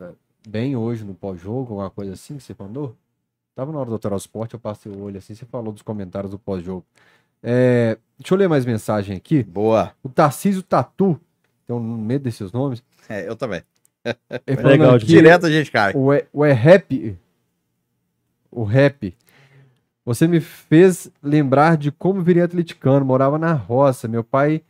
S1: eh, bem hoje no pós-jogo, alguma coisa assim que você mandou. Tava na hora do Autoral Esporte, eu passei o olho assim, você falou dos comentários do pós-jogo. É, deixa eu ler mais mensagem aqui.
S2: Boa.
S1: O Tarcísio Tatu, tenho medo desses nomes.
S2: É, eu também.
S1: Ele
S3: Legal,
S1: falando
S3: Que-
S2: Direto a gente cai.
S1: o, é, o é rap. O rap. Você me fez lembrar de como virei atleticano. Morava na roça. Meu pai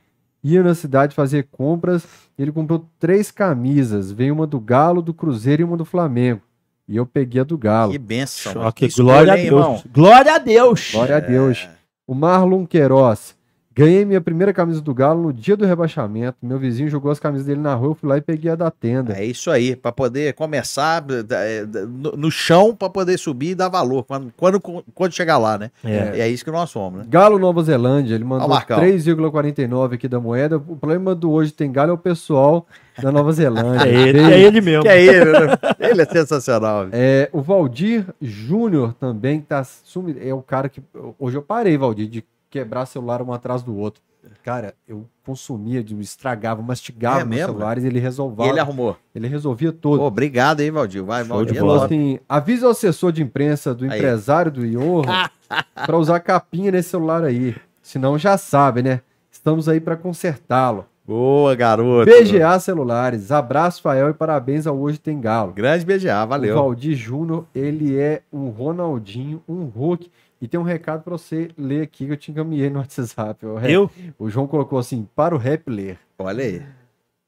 S1: ia na cidade fazer compras. e Ele comprou três camisas. Veio uma do Galo, do Cruzeiro e uma do Flamengo. E eu peguei a do Galo.
S2: Que benção.
S3: Ó, que
S2: escolha,
S3: glória a
S2: hein,
S3: Deus. Glória a Deus.
S1: Glória a Deus. O Marlon Queiroz. Ganhei minha primeira camisa do Galo no dia do rebaixamento. Meu vizinho jogou as camisas dele na rua, eu fui lá e peguei a da tenda.
S2: É isso aí, para poder começar da- da- da- no, no chão, para poder subir e dar valor quando, quando, quando chegar lá, né?
S3: É.
S2: É, isso que nós somos, né?
S1: Galo Nova Zelândia, ele mandou
S2: Ó, Marcão.
S1: 3,49 aqui da moeda. O problema do hoje tem Galo é o pessoal da Nova Zelândia.
S3: É ele,
S1: Beijo.
S3: é ele mesmo.
S2: Que é ele, né? Ele é sensacional. velho.
S1: É, o Valdir Júnior também tá sumido. É o cara que. Hoje eu parei, Valdir, de quebrar celular um atrás do outro. Cara, eu consumia, de- estragava, mastigava
S2: É
S1: meus
S2: mesmo,
S1: celulares, ele
S2: E
S1: resolvia.
S2: ele
S1: Ele,
S2: arrumou.
S1: resolvia
S2: Pô,
S1: todo.
S2: obrigado aí, Valdir. Vai,
S3: Show
S2: Valdir.
S3: de
S1: Ele
S2: é
S1: falou
S2: top.
S1: assim: avisa o assessor de imprensa do
S2: Aí.
S1: empresário do Iorra pra usar capinha nesse celular aí. Senão já sabe, né? Estamos aí pra consertá-lo.
S2: Boa, garoto.
S1: BGA Celulares, abraço, Fael, e parabéns ao Hoje Tem Galo.
S2: Grande BGA, valeu.
S1: O Valdir Júnior, ele é um Ronaldinho, um Hulk. E tem um recado pra você ler aqui que eu te encaminhei no WhatsApp. O, rap-
S3: Eu?
S1: o João colocou assim, para o rap ler.
S2: Olha aí.
S1: Deixa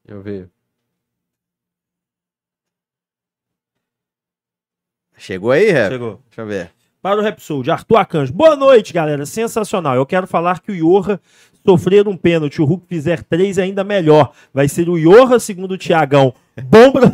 S1: eu ver.
S2: Chegou aí, Ré?
S3: Chegou.
S2: Deixa eu ver.
S3: Para o Rhapsody, Arthur Acanjo. Boa noite, galera. Sensacional. Eu quero falar que o Iorra sofrer um pênalti, o Hulk fizer três é ainda melhor. Vai ser o Iorra, segundo o Tiagão. Bom pra...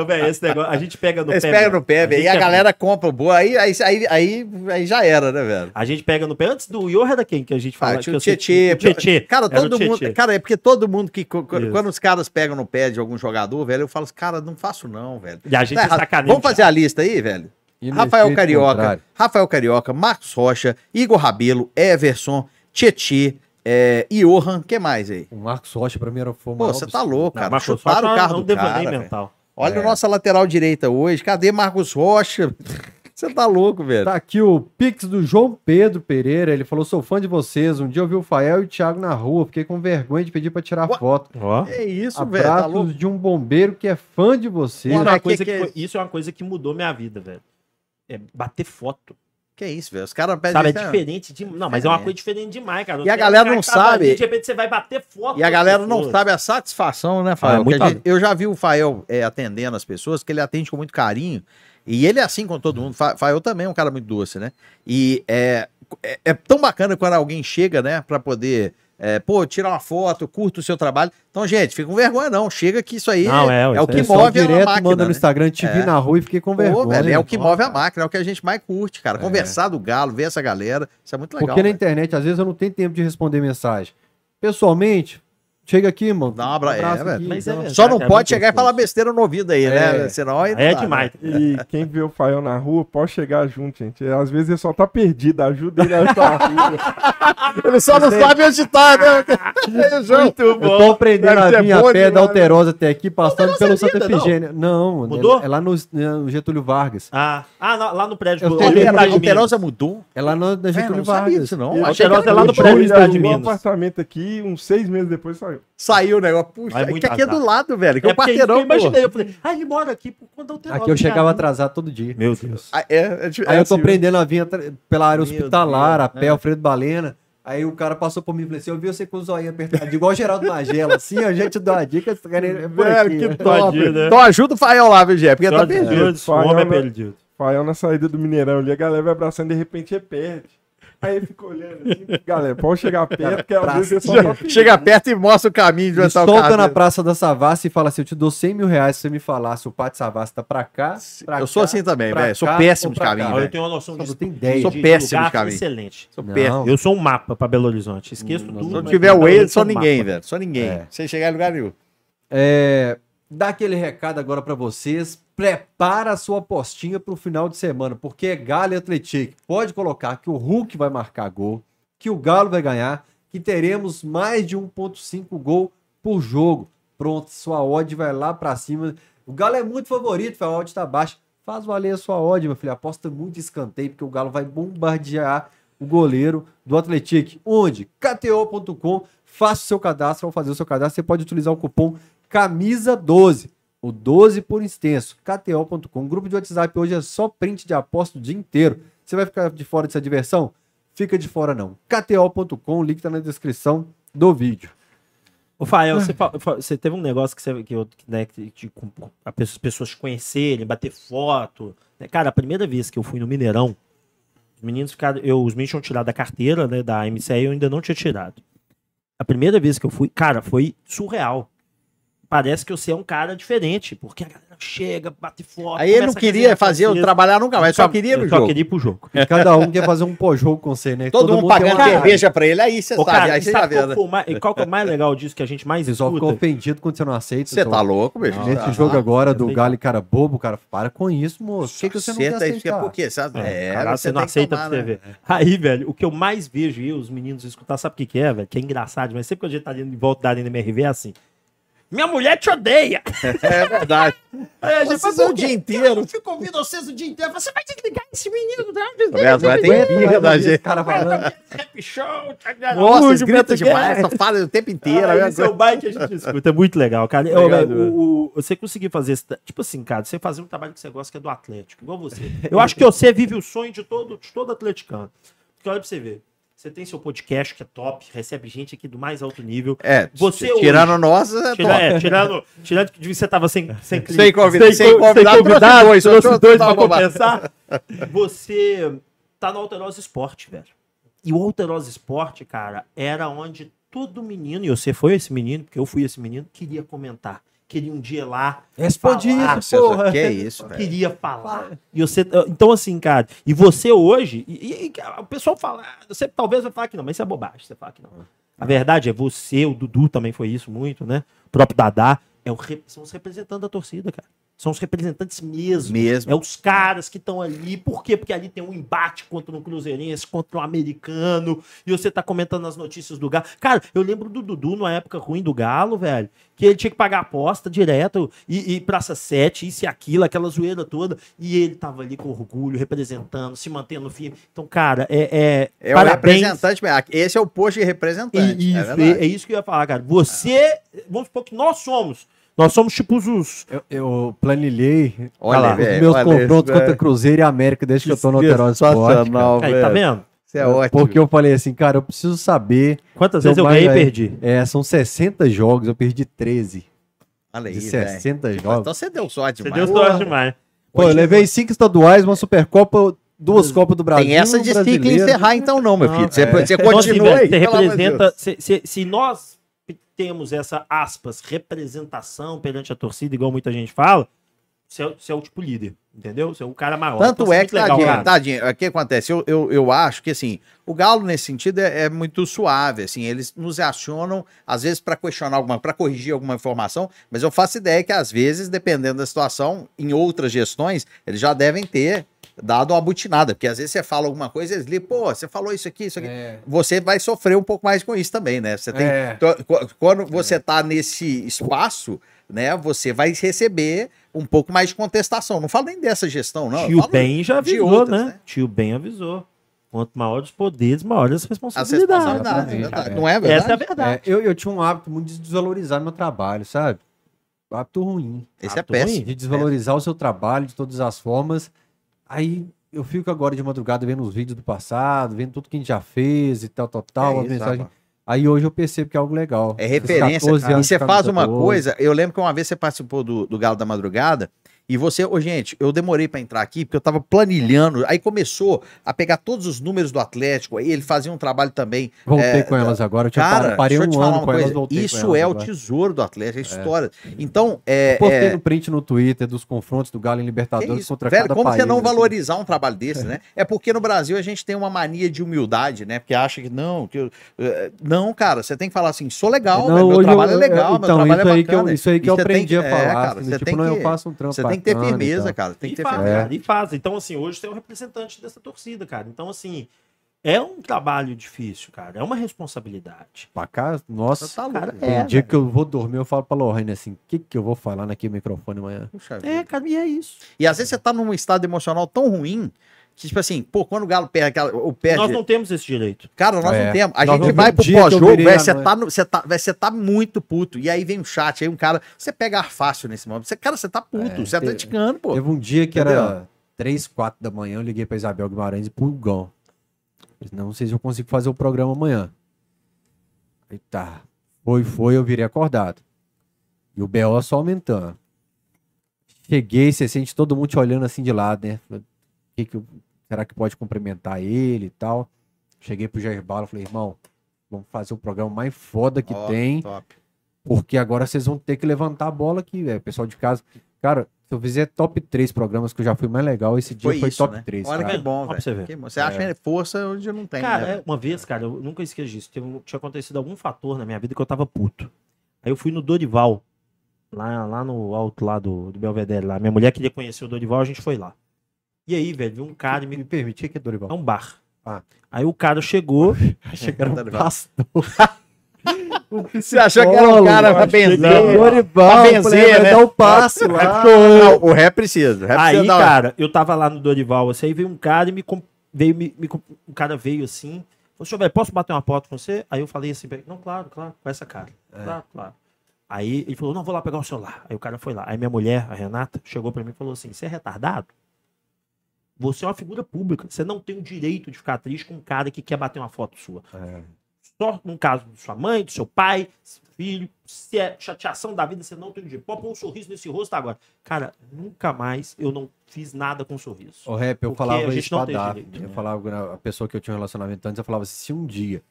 S3: Ô, véi, esse negócio, a gente pega no
S2: Eles
S3: pé.
S2: pegam
S3: mesmo.
S2: no pé, velho. E
S3: gente
S2: a
S3: é-
S2: galera compra o boa. Aí, aí, aí, aí, aí já era, né, velho?
S3: A gente pega no pé. Antes do Iorra era quem que a gente
S2: Ah,
S3: fala?
S2: tinha o
S3: Que eu sei-
S2: Tietê.
S3: o Tietê.
S2: Cara,
S3: Era o
S2: todo mundo.
S3: Tietê.
S2: Cara, é porque todo mundo que. co- co-
S3: Isso.
S2: Quando os caras pegam no pé de algum jogador, velho, eu falo, assim, cara, não faço não, velho.
S3: E a gente
S2: Tá
S3: é
S2: errado.
S3: sacaneio.
S2: Vamos fazer a lista aí, velho?
S1: E no
S2: Rafael
S1: efeito
S2: Carioca,
S1: contrário.
S2: Rafael Carioca, Marcos Rocha, Igor Rabelo, Everson, Tietê, é, Johan, que mais aí?
S1: O Marcos Rocha, pra mim, era o
S2: Pô,
S1: formal.
S2: você tá louco,
S3: Não,
S2: cara.
S3: mas foi só
S2: Chutaram o
S3: pra-
S2: carro
S3: não
S2: do
S3: devaneio
S2: cara. velho.
S3: mental.
S2: Olha a nossa lateral direita hoje. Cadê Marcos Rocha? Você tá louco, velho.
S1: Tá aqui o Pix do João Pedro Pereira. Ele falou: sou fã de vocês. Um dia eu vi o Fael e o Thiago na rua. Fiquei com vergonha de pedir pra tirar
S2: Ué?
S1: foto.
S3: Ó.
S2: É isso, velho. Tá
S1: Abraços
S2: louco.
S1: de um bombeiro que é fã de vocês.
S3: Isso é,
S2: Olha,
S3: uma
S2: que
S3: coisa
S2: que
S3: que
S2: é
S3: foi- isso é uma coisa que mudou minha vida, velho. É bater foto.
S2: Que isso, velho. Os caras pedem.
S3: Sabe, é
S2: isso, né?
S3: diferente demais. Não, mas é uma
S2: É.
S3: coisa diferente demais, cara.
S2: E a galera não
S3: Cada
S2: sabe.
S3: dia, De repente você vai bater foto.
S2: E a
S3: com
S2: galera
S3: as
S2: não
S3: pessoas.
S2: sabe a satisfação, né, Fael?
S3: Ah, é muito
S2: Que a gente- eu já vi o Fael é, atendendo as pessoas, que ele atende com muito carinho. E ele é assim com todo mundo. Fa- Fael também é um cara muito doce, né? E é, é, é tão bacana quando alguém chega, né, pra poder. é, pô, tirar uma foto, curto o seu trabalho. Então, gente, fica com vergonha, não. Chega que isso aí
S3: Não, é,
S2: é,
S3: isso
S2: o que
S3: aí
S1: Pessoal
S2: move a
S1: direto
S2: máquina.
S1: manda no
S2: né?
S1: Instagram, te vi
S2: É.
S1: na rua e fiquei com vergonha.
S2: Pô, velho, é o que
S1: Nossa.
S2: move a máquina, é o que a gente mais curte, cara. Conversar do galo, ver essa galera, isso é muito legal.
S1: Porque na
S2: velho.
S1: internet, às vezes, eu não tenho tempo de responder mensagem. Pessoalmente, chega aqui, mano.
S2: Dá um abra- é, velho.
S3: Mas
S1: dá uma-
S3: é
S2: Só não
S3: Cara, é muito
S2: pode chegar e
S3: gostoso.
S2: falar besteira no ouvido aí, né?
S1: É.
S2: Senão aí não
S3: Aí é
S2: dá, né?
S3: demais.
S4: E quem vê o Fael na rua pode chegar junto, gente. Às vezes ele só tá perdido, ajuda ele a achar a rua.
S2: Ele só não sabe onde tá, né?
S3: Muito
S1: Eu tô
S3: bom.
S1: aprendendo
S4: Deve
S2: é
S1: a
S4: ser
S1: minha
S4: bom
S1: pé da
S4: demais,
S1: Alterosa até aqui, passando pelo Santa
S3: vida, não?
S1: Efigênia. Não,
S3: Mudou?
S1: É, é lá no, no Getúlio Vargas.
S3: Ah, ah, não, lá no prédio.
S1: Eu
S3: do-
S1: sei
S3: lá no
S1: que
S3: prédio
S1: era-
S3: de Minas.
S2: Alterosa mudou.
S1: É lá no, na
S2: É,
S1: Getúlio
S2: não sabia
S1: Vargas.
S2: disso, não.
S4: Eu
S2: Achei que
S3: Alterosa
S2: era
S3: é lá no
S2: no
S4: Ele
S3: prédio
S2: João.
S4: alugou
S3: de Cidade de
S4: um
S3: Minas.
S4: apartamento aqui, uns seis meses depois saiu.
S2: Saiu o negócio. Puxa,
S3: Vai
S2: é
S3: muito
S2: que aqui é do
S3: azar.
S2: lado, velho. Que é o
S3: porque isso
S2: quarteirão,
S3: eu imaginei.
S2: pô.
S3: Eu falei, ah, ele mora aqui por conta do Alterosa.
S1: Aqui eu chegava
S3: cara.
S1: atrasado todo dia.
S3: Meu Deus.
S2: Ah, É, é, de-
S1: Aí
S2: é
S1: eu tô
S2: assim,
S1: aprendendo a vir atra- pela área
S2: Meu
S1: hospitalar,
S2: Deus, né?
S1: a pé, Alfredo Balena. Aí o cara passou por mim e falou assim: Eu vi você com o zoinho apertado, igual o Geraldo Magela. Assim, a gente dá uma dica. esse cara é por
S2: Velho,
S1: aqui.
S2: que top.
S3: Tadinho, né?
S2: Então ajuda o Fael lá, viu, Gé? Porque tá
S3: Jorge
S2: perdido.
S3: Jorge, o homem é perdido.
S4: Fael na saída do Mineirão ali, a galera vai abraçando de repente ele perde. Aí ele fica olhando assim, galera, pode chegar perto, porque às vezes ele só tá perdido.
S2: Chega perto e mostra o caminho de
S1: Me
S2: onde tá o
S1: solta na
S2: carro.
S1: Praça da Savassi e fala assim: eu te dou 100 mil reais se você me falar se o Pátio Savassi tá pra cá. pra
S2: Eu sou
S1: cá,
S2: assim também,
S1: pra
S2: velho. Sou
S1: cá
S2: péssimo
S1: ou
S2: de
S1: pra
S2: caminho,
S1: cá.
S3: Ah,
S2: velho.
S3: eu tenho uma noção
S1: Só
S3: disso.
S1: tem 10.
S2: Sou péssimo de
S3: lugar
S2: caminho.
S3: Excelente.
S2: Sou
S1: Não.
S2: péssimo.
S3: Eu sou um mapa pra Belo Horizonte. Esqueço
S1: Não,
S3: tudo.
S2: Se
S1: não
S2: não
S3: mas
S2: tiver
S3: Belo
S2: o Waze,
S3: Horizonte é
S2: só
S3: um
S2: ninguém,
S3: mapa.
S2: velho. Só
S1: É.
S2: ninguém. Sem chegar em lugar nenhum.
S1: É, dá aquele recado agora pra vocês. Prepara a sua apostinha pro final de semana, porque é Galo e Atlético. Pode colocar que o Hulk vai marcar gol, que o Galo vai ganhar, que teremos mais de 1.5 gol por jogo. Pronto, sua odd vai lá pra cima. O Galo é muito favorito, Fel, a odd tá baixa. Faz valer a sua odd, meu filho. Aposta muito escanteio, porque o Galo vai bombardear o goleiro do Atletic. Onde? KTO.com. Faça o seu cadastro. Ao fazer o seu cadastro, você pode utilizar o cupom CAMISA12. O 12 por extenso. KTO.com. Grupo de WhatsApp hoje é só print de aposta o dia inteiro. Você vai ficar de fora dessa diversão? Fica de fora não. KTO.com. O link tá na descrição do vídeo.
S3: Ô, Fael, você, fa- fa- você teve um negócio que, você, que, eu, que, né, que de- com- com- a pe- as pessoas te conhecerem, bater foto. né? Cara, a primeira vez que eu fui no Mineirão, Os meninos ficaram. Eu, os meninos tinham tirado da carteira, né? Da MCE, eu ainda não tinha tirado. A primeira vez que eu fui, cara, foi surreal. Parece que você é um cara diferente, porque a galera chega, bate foto.
S2: Aí ele não
S3: começa a
S2: queria
S3: resenhar com
S2: fazer
S3: vocês.
S2: eu trabalhar nunca mais, só
S3: Nunca-
S2: queria
S3: eu
S2: no
S3: só
S2: jogo.
S3: queria ir pro jogo.
S1: E cada um quer fazer um pós-jogo com você, né?
S2: Todo, mundo
S1: tem
S2: pagando
S1: uma-
S2: cerveja pra ele, aí você
S3: Ô,
S2: sabe,
S3: cara,
S2: aí
S3: e
S2: você
S3: sabe
S2: tá
S3: qual,
S2: vendo.
S3: foi o mais, qual que é o mais legal disso que a gente mais
S1: O pessoal ficou
S3: escuta?
S1: ofendido quando você não aceita.
S2: Você
S1: então.
S2: tá louco, bicho?
S1: Nesse
S2: Tá
S1: jogo
S2: lá.
S1: agora do
S3: Aceita.
S1: Galo e cara bobo, cara, para com isso, moço. Por que, que você não quer
S2: Senta aí, fica,
S1: aceitar?
S2: Por quê? Sabe?
S3: É,
S2: É,
S3: caralho, você não
S2: tem que
S3: aceita
S2: tomar,
S3: pra você
S2: né?
S3: ver. Aí, velho, o que eu mais vejo e os meninos escutar, sabe o que, que é, velho? Que é engraçado, mas sempre que a gente tá ali em volta da Arena MRV é assim. Minha mulher te odeia!
S2: É verdade.
S3: Aí a
S2: Vocês
S3: "Mas
S2: vão
S3: por
S2: o
S3: quê?
S2: dia inteiro.
S3: Eu fico ouvindo vocês o dia inteiro. Você vai desligar esse menino, né?
S2: Tá vendo? Vai ter birra da
S1: Esse
S2: né, gente.
S1: cara falando.
S3: Rap show, tá ligado?
S2: Nossa, eles
S3: Muito
S2: gritam
S3: Beto Guerra.
S2: demais, só falam o tempo inteiro.
S3: Cara,
S2: é
S3: esse é o baile que a gente escuta. É muito legal, cara. Eu,
S2: Obrigado,
S3: velho, o- o- você conseguir fazer esse. tra- Tipo assim, cara, você fazer um trabalho que você gosta, que é do Atlético, igual você. Eu acho que você vive o sonho de todo, de todo atleticano. Porque olha pra você ver. Você tem seu podcast que é top, recebe gente aqui do mais alto nível.
S2: É,
S3: Você
S2: t-
S3: hoje-
S2: tirando nós, é
S3: Tira-
S2: top.
S3: é, tirando, tirando que você tava sem sem, cliente,
S2: Sem convidado, sem
S3: co-
S2: convidado,
S3: sem
S2: trouxe dois,
S3: trouxe
S2: trouxe
S3: dois
S2: tá
S3: pra
S2: bobado.
S3: compensar. Você tá no Alterosa Esporte, velho. E o Alterosa Esporte, cara, era onde todo menino, e você foi esse menino, porque eu fui esse menino, queria comentar. Queria um dia ir lá,
S1: Responde
S3: Falar,
S1: isso,
S2: Seu-
S1: porra.
S2: Que é isso, velho.
S3: queria falar. E você, então, assim, cara, e você hoje, e, e- e o pessoal fala, ah, você talvez vai falar que não, mas isso é bobagem, você fala que não. A verdade é você, o Dudu também foi isso muito, né? O próprio Dadá, é o, re- são os representantes da torcida, cara. São os representantes mesmo.
S2: Mesmo.
S3: É os caras que estão ali. Por quê? Porque ali tem um embate contra um cruzeirense, contra um americano. E você tá comentando as notícias do Galo. Cara, eu lembro do Dudu numa época ruim do Galo, velho. Que ele tinha que pagar aposta direto. E, e Praça 7, isso e aquilo, aquela zoeira toda. E ele tava ali com orgulho, representando, se mantendo firme. Então, cara, é. é
S2: É o representante mesmo. Esse é o posto de representante.
S3: E-
S2: é
S3: isso,
S2: verdade.
S3: é, é isso que eu ia falar, cara. Você, vamos supor que nós somos. Nós somos tipo os- os.
S1: Eu, eu planilhei
S2: Olha,
S1: olha lá,
S2: velho,
S1: os meus
S2: olha
S1: confrontos
S2: isso,
S1: contra
S2: velho.
S1: Cruzeiro e América desde que eu tô no Alterosa Esporte. cara.
S2: Sensacional,
S3: Aí, tá
S2: velho.
S3: vendo?
S2: Isso é ótimo.
S1: Porque eu falei assim, cara, eu preciso saber.
S3: Quantas
S1: Então,
S3: vezes eu
S1: mas,
S3: ganhei e
S1: velho,
S3: perdi?
S1: é, são 60 jogos, eu perdi 13.
S2: Olha aí,
S1: De
S2: É velho.
S1: 60
S2: Mas
S1: jogos.
S2: Então você deu sorte,
S3: Você
S2: demais.
S3: deu sorte demais.
S1: Pô, eu levei cinco estaduais, uma Supercopa, duas Copas do Brasil.
S2: Tem essa de
S1: um
S2: ciclo
S1: brasileiro.
S2: encerrar, então, não, meu
S3: Não,
S2: filho. Você, você
S3: Então, assim,
S2: continua
S3: velho,
S2: aí.
S3: Você
S2: pelo amor de Deus.
S3: representa. Se, se- se nós temos essa, aspas, representação perante a torcida, igual muita gente fala, você é, o- você é o tipo líder, entendeu? Você é o cara maior.
S2: Tanto
S3: Então,
S2: é
S3: muito
S2: que, tadinho,
S3: cara.
S2: tadinho, o que acontece? Eu, eu, eu acho que, assim, o Galo, nesse sentido, é, é muito suave, assim, eles nos acionam, às vezes, para questionar alguma, para corrigir alguma informação, mas eu faço ideia que, às vezes, dependendo da situação, em outras gestões, eles já devem ter dado uma butinada, porque às vezes você fala alguma coisa, eles ligam, pô, você falou isso aqui, isso aqui.
S1: É,
S2: Você vai sofrer um pouco mais com isso também, né? Você tem
S1: é.
S2: então, qu- Quando você está nesse espaço, né, você vai receber um pouco mais de contestação. Não falo nem dessa gestão, não. Eu
S3: Tio
S2: falo
S3: Ben já
S2: de
S3: avisou,
S2: outras,
S3: né?
S2: né?
S3: Tio Ben avisou. Quanto maiores os poderes, maiores as
S2: as
S3: responsabilidades.
S2: responsabilidades.
S1: Exatamente,
S2: verdade.
S1: é.
S2: Não é
S3: Essa é a
S2: verdade?
S3: verdade.
S1: É, eu, eu tinha um hábito muito de desvalorizar meu trabalho, sabe? Hábito ruim.
S2: Esse é
S3: Ah, tô ruim.
S2: péssimo.
S1: De desvalorizar o seu trabalho de todas as formas. Aí eu fico agora de madrugada vendo os vídeos do passado, vendo tudo que a gente já fez e tal, tal, tal.
S2: É
S1: as
S2: isso,
S1: mensagens.
S2: rapaz.
S1: Aí hoje eu percebo que é algo legal.
S2: É
S1: Esses
S2: referência.
S1: 14
S2: cara. E
S1: anos
S2: você
S1: de
S2: faz uma
S1: camisa
S2: coisa. Eu lembro que uma vez você participou do, do Galo da Madrugada. E você, ô gente, eu demorei pra entrar aqui porque eu tava planilhando. Aí começou a pegar todos os números do Atlético. Aí ele fazia um trabalho também
S1: Voltei
S2: É,
S1: com elas agora. Eu tinha
S2: Cara,
S1: cara, parei
S2: deixa eu te
S1: um
S2: falar
S1: ano
S2: uma
S1: com elas,
S2: coisa.
S1: voltei com
S2: Isso
S1: elas
S2: é o
S1: agora.
S2: tesouro do Atlético, é a história. Então, é.
S1: Postei
S2: é-
S1: no print no Twitter dos confrontos do Galo em
S2: que
S1: Libertadores
S2: isso,
S1: contra
S2: velho,
S1: cada
S2: como
S1: país.
S2: você não
S1: assim.
S2: valorizar um trabalho desse, né? É porque no Brasil a gente tem uma mania de humildade, né? Porque acha que não, que eu- eh, não, cara, você tem que falar assim, sou legal,
S1: Não,
S2: velho,
S1: hoje
S2: meu
S1: eu-
S2: trabalho é
S1: eu-
S2: legal, meu
S1: então, isso
S2: trabalho é
S1: aí que eu-
S2: bacana.
S1: isso aí que
S2: E
S1: eu
S2: você tem é,
S1: aprendi a falar,
S2: cara,
S1: assim,
S2: você
S1: do tipo,
S2: tem
S1: não, eu
S2: que-
S1: faço um trampo
S2: Você tem que ter
S1: bacana e
S2: firmeza,
S1: tal.
S2: cara, tem que
S3: e
S2: ter
S3: faz,
S2: firmeza.
S1: É.
S3: cara, e faz. Então, assim, hoje tem um representante dessa torcida, cara. Então, assim, é um trabalho difícil, cara. É uma responsabilidade.
S1: Pra cá, nossa.
S2: Você tá louco,
S3: Cara,
S1: Tem
S2: velho.
S3: é.
S1: dia que eu vou dormir, eu falo pra Lorraine assim: o que, que eu vou falar naquele microfone amanhã?
S2: Puxa vida.
S3: É, cara, e é isso.
S2: E às vezes você tá num estado emocional tão ruim que, tipo assim, pô, quando o Galo perde aquela. O perde
S3: Nós não temos esse direito.
S2: Cara, nós
S1: É.
S2: não temos. A
S1: Nós
S2: gente
S1: não
S2: vai
S1: temos
S2: pro
S1: dia que eu
S2: pós-jogo,
S1: virei
S2: velho,
S1: à
S2: você
S1: noite.
S2: tá, no- você, tá, velho, você tá muito puto. E aí vem um chat, aí um cara. Você pega ar fácil nesse momento. Você, cara, você tá puto,
S1: É,
S2: você é
S1: te-
S2: atleticano, pô.
S1: Teve um dia que era 3, 4 da manhã, eu liguei pra Isabel Guimarães e pulgão. Falei, Não sei se eu consigo fazer o programa amanhã. Aí tá. Foi, foi, eu virei acordado. E o BO só aumentando. Cheguei, você sente todo mundo te olhando assim de lado, né? Falei, "Que que eu- Será que pode cumprimentar ele e tal? Cheguei pro Jair Bala e falei, irmão, vamos fazer o programa mais foda que
S2: Ó,
S1: tem,
S2: Top.
S1: porque agora vocês vão ter que levantar a bola aqui, velho. Pessoal de casa. Cara, se eu fizer top 3 programas que eu já fui mais legal, esse dia foi,
S2: isso,
S1: top
S2: né?
S1: 3.
S2: Olha
S1: cara.
S2: que bom,
S3: Ó, pra
S2: velho.
S3: você ver.
S2: Que bom. Você acha que é força onde não tem,
S3: Cara,
S2: né?
S3: é, uma vez, cara, eu nunca esqueci disso. Teve um- tinha acontecido algum fator na minha vida que eu tava puto. Aí eu fui no Dorival, lá, lá no alto lá do, do Belvedere, lá. Minha mulher queria conhecer o Dorival, a gente foi lá. E aí, velho, viu um cara e me.
S1: Me permitia que é
S3: É
S1: Dorival.
S3: um bar.
S1: Ah.
S3: Aí o cara chegou.
S1: Achei que era um
S2: Dorival.
S1: pastor.
S3: é.
S2: Você achou que era um cara pra
S1: Achei que
S2: benzer?
S1: era
S2: Não,
S1: Dorival,
S2: Pra benzer,
S1: falei, vai
S2: né?
S1: dar um passo lá.
S2: o ré precisa. O ré
S3: aí,
S2: precisa dar uma-
S3: cara, eu tava lá no Dorival, assim, aí veio um cara e me. com- Veio, me, me com- um cara veio assim. Falou, senhor, velho, posso bater uma foto com você? Aí eu falei assim, pra ele, não, claro, claro, com essa cara.
S2: É.
S3: Claro, claro. Aí ele falou, não, vou lá pegar o celular. Aí o cara foi lá. Aí minha mulher, a Renata, chegou pra mim e falou assim: você é retardado? Você é uma figura pública. Você não tem o direito de ficar triste com um cara que quer bater uma foto sua. Só no caso de sua mãe, do seu pai, seu filho, se é chateação da vida, você não tem o direito. Pode pôr um sorriso nesse rosto agora. Cara, nunca mais eu não fiz nada com um sorriso.
S1: O rap, eu
S3: Porque a
S1: falava
S3: gente
S1: isso
S3: não
S1: pra
S3: tem
S1: Daphne.
S3: direito,
S1: Eu
S3: né?
S1: falava, com a pessoa que eu tinha um relacionamento antes, eu falava, se um dia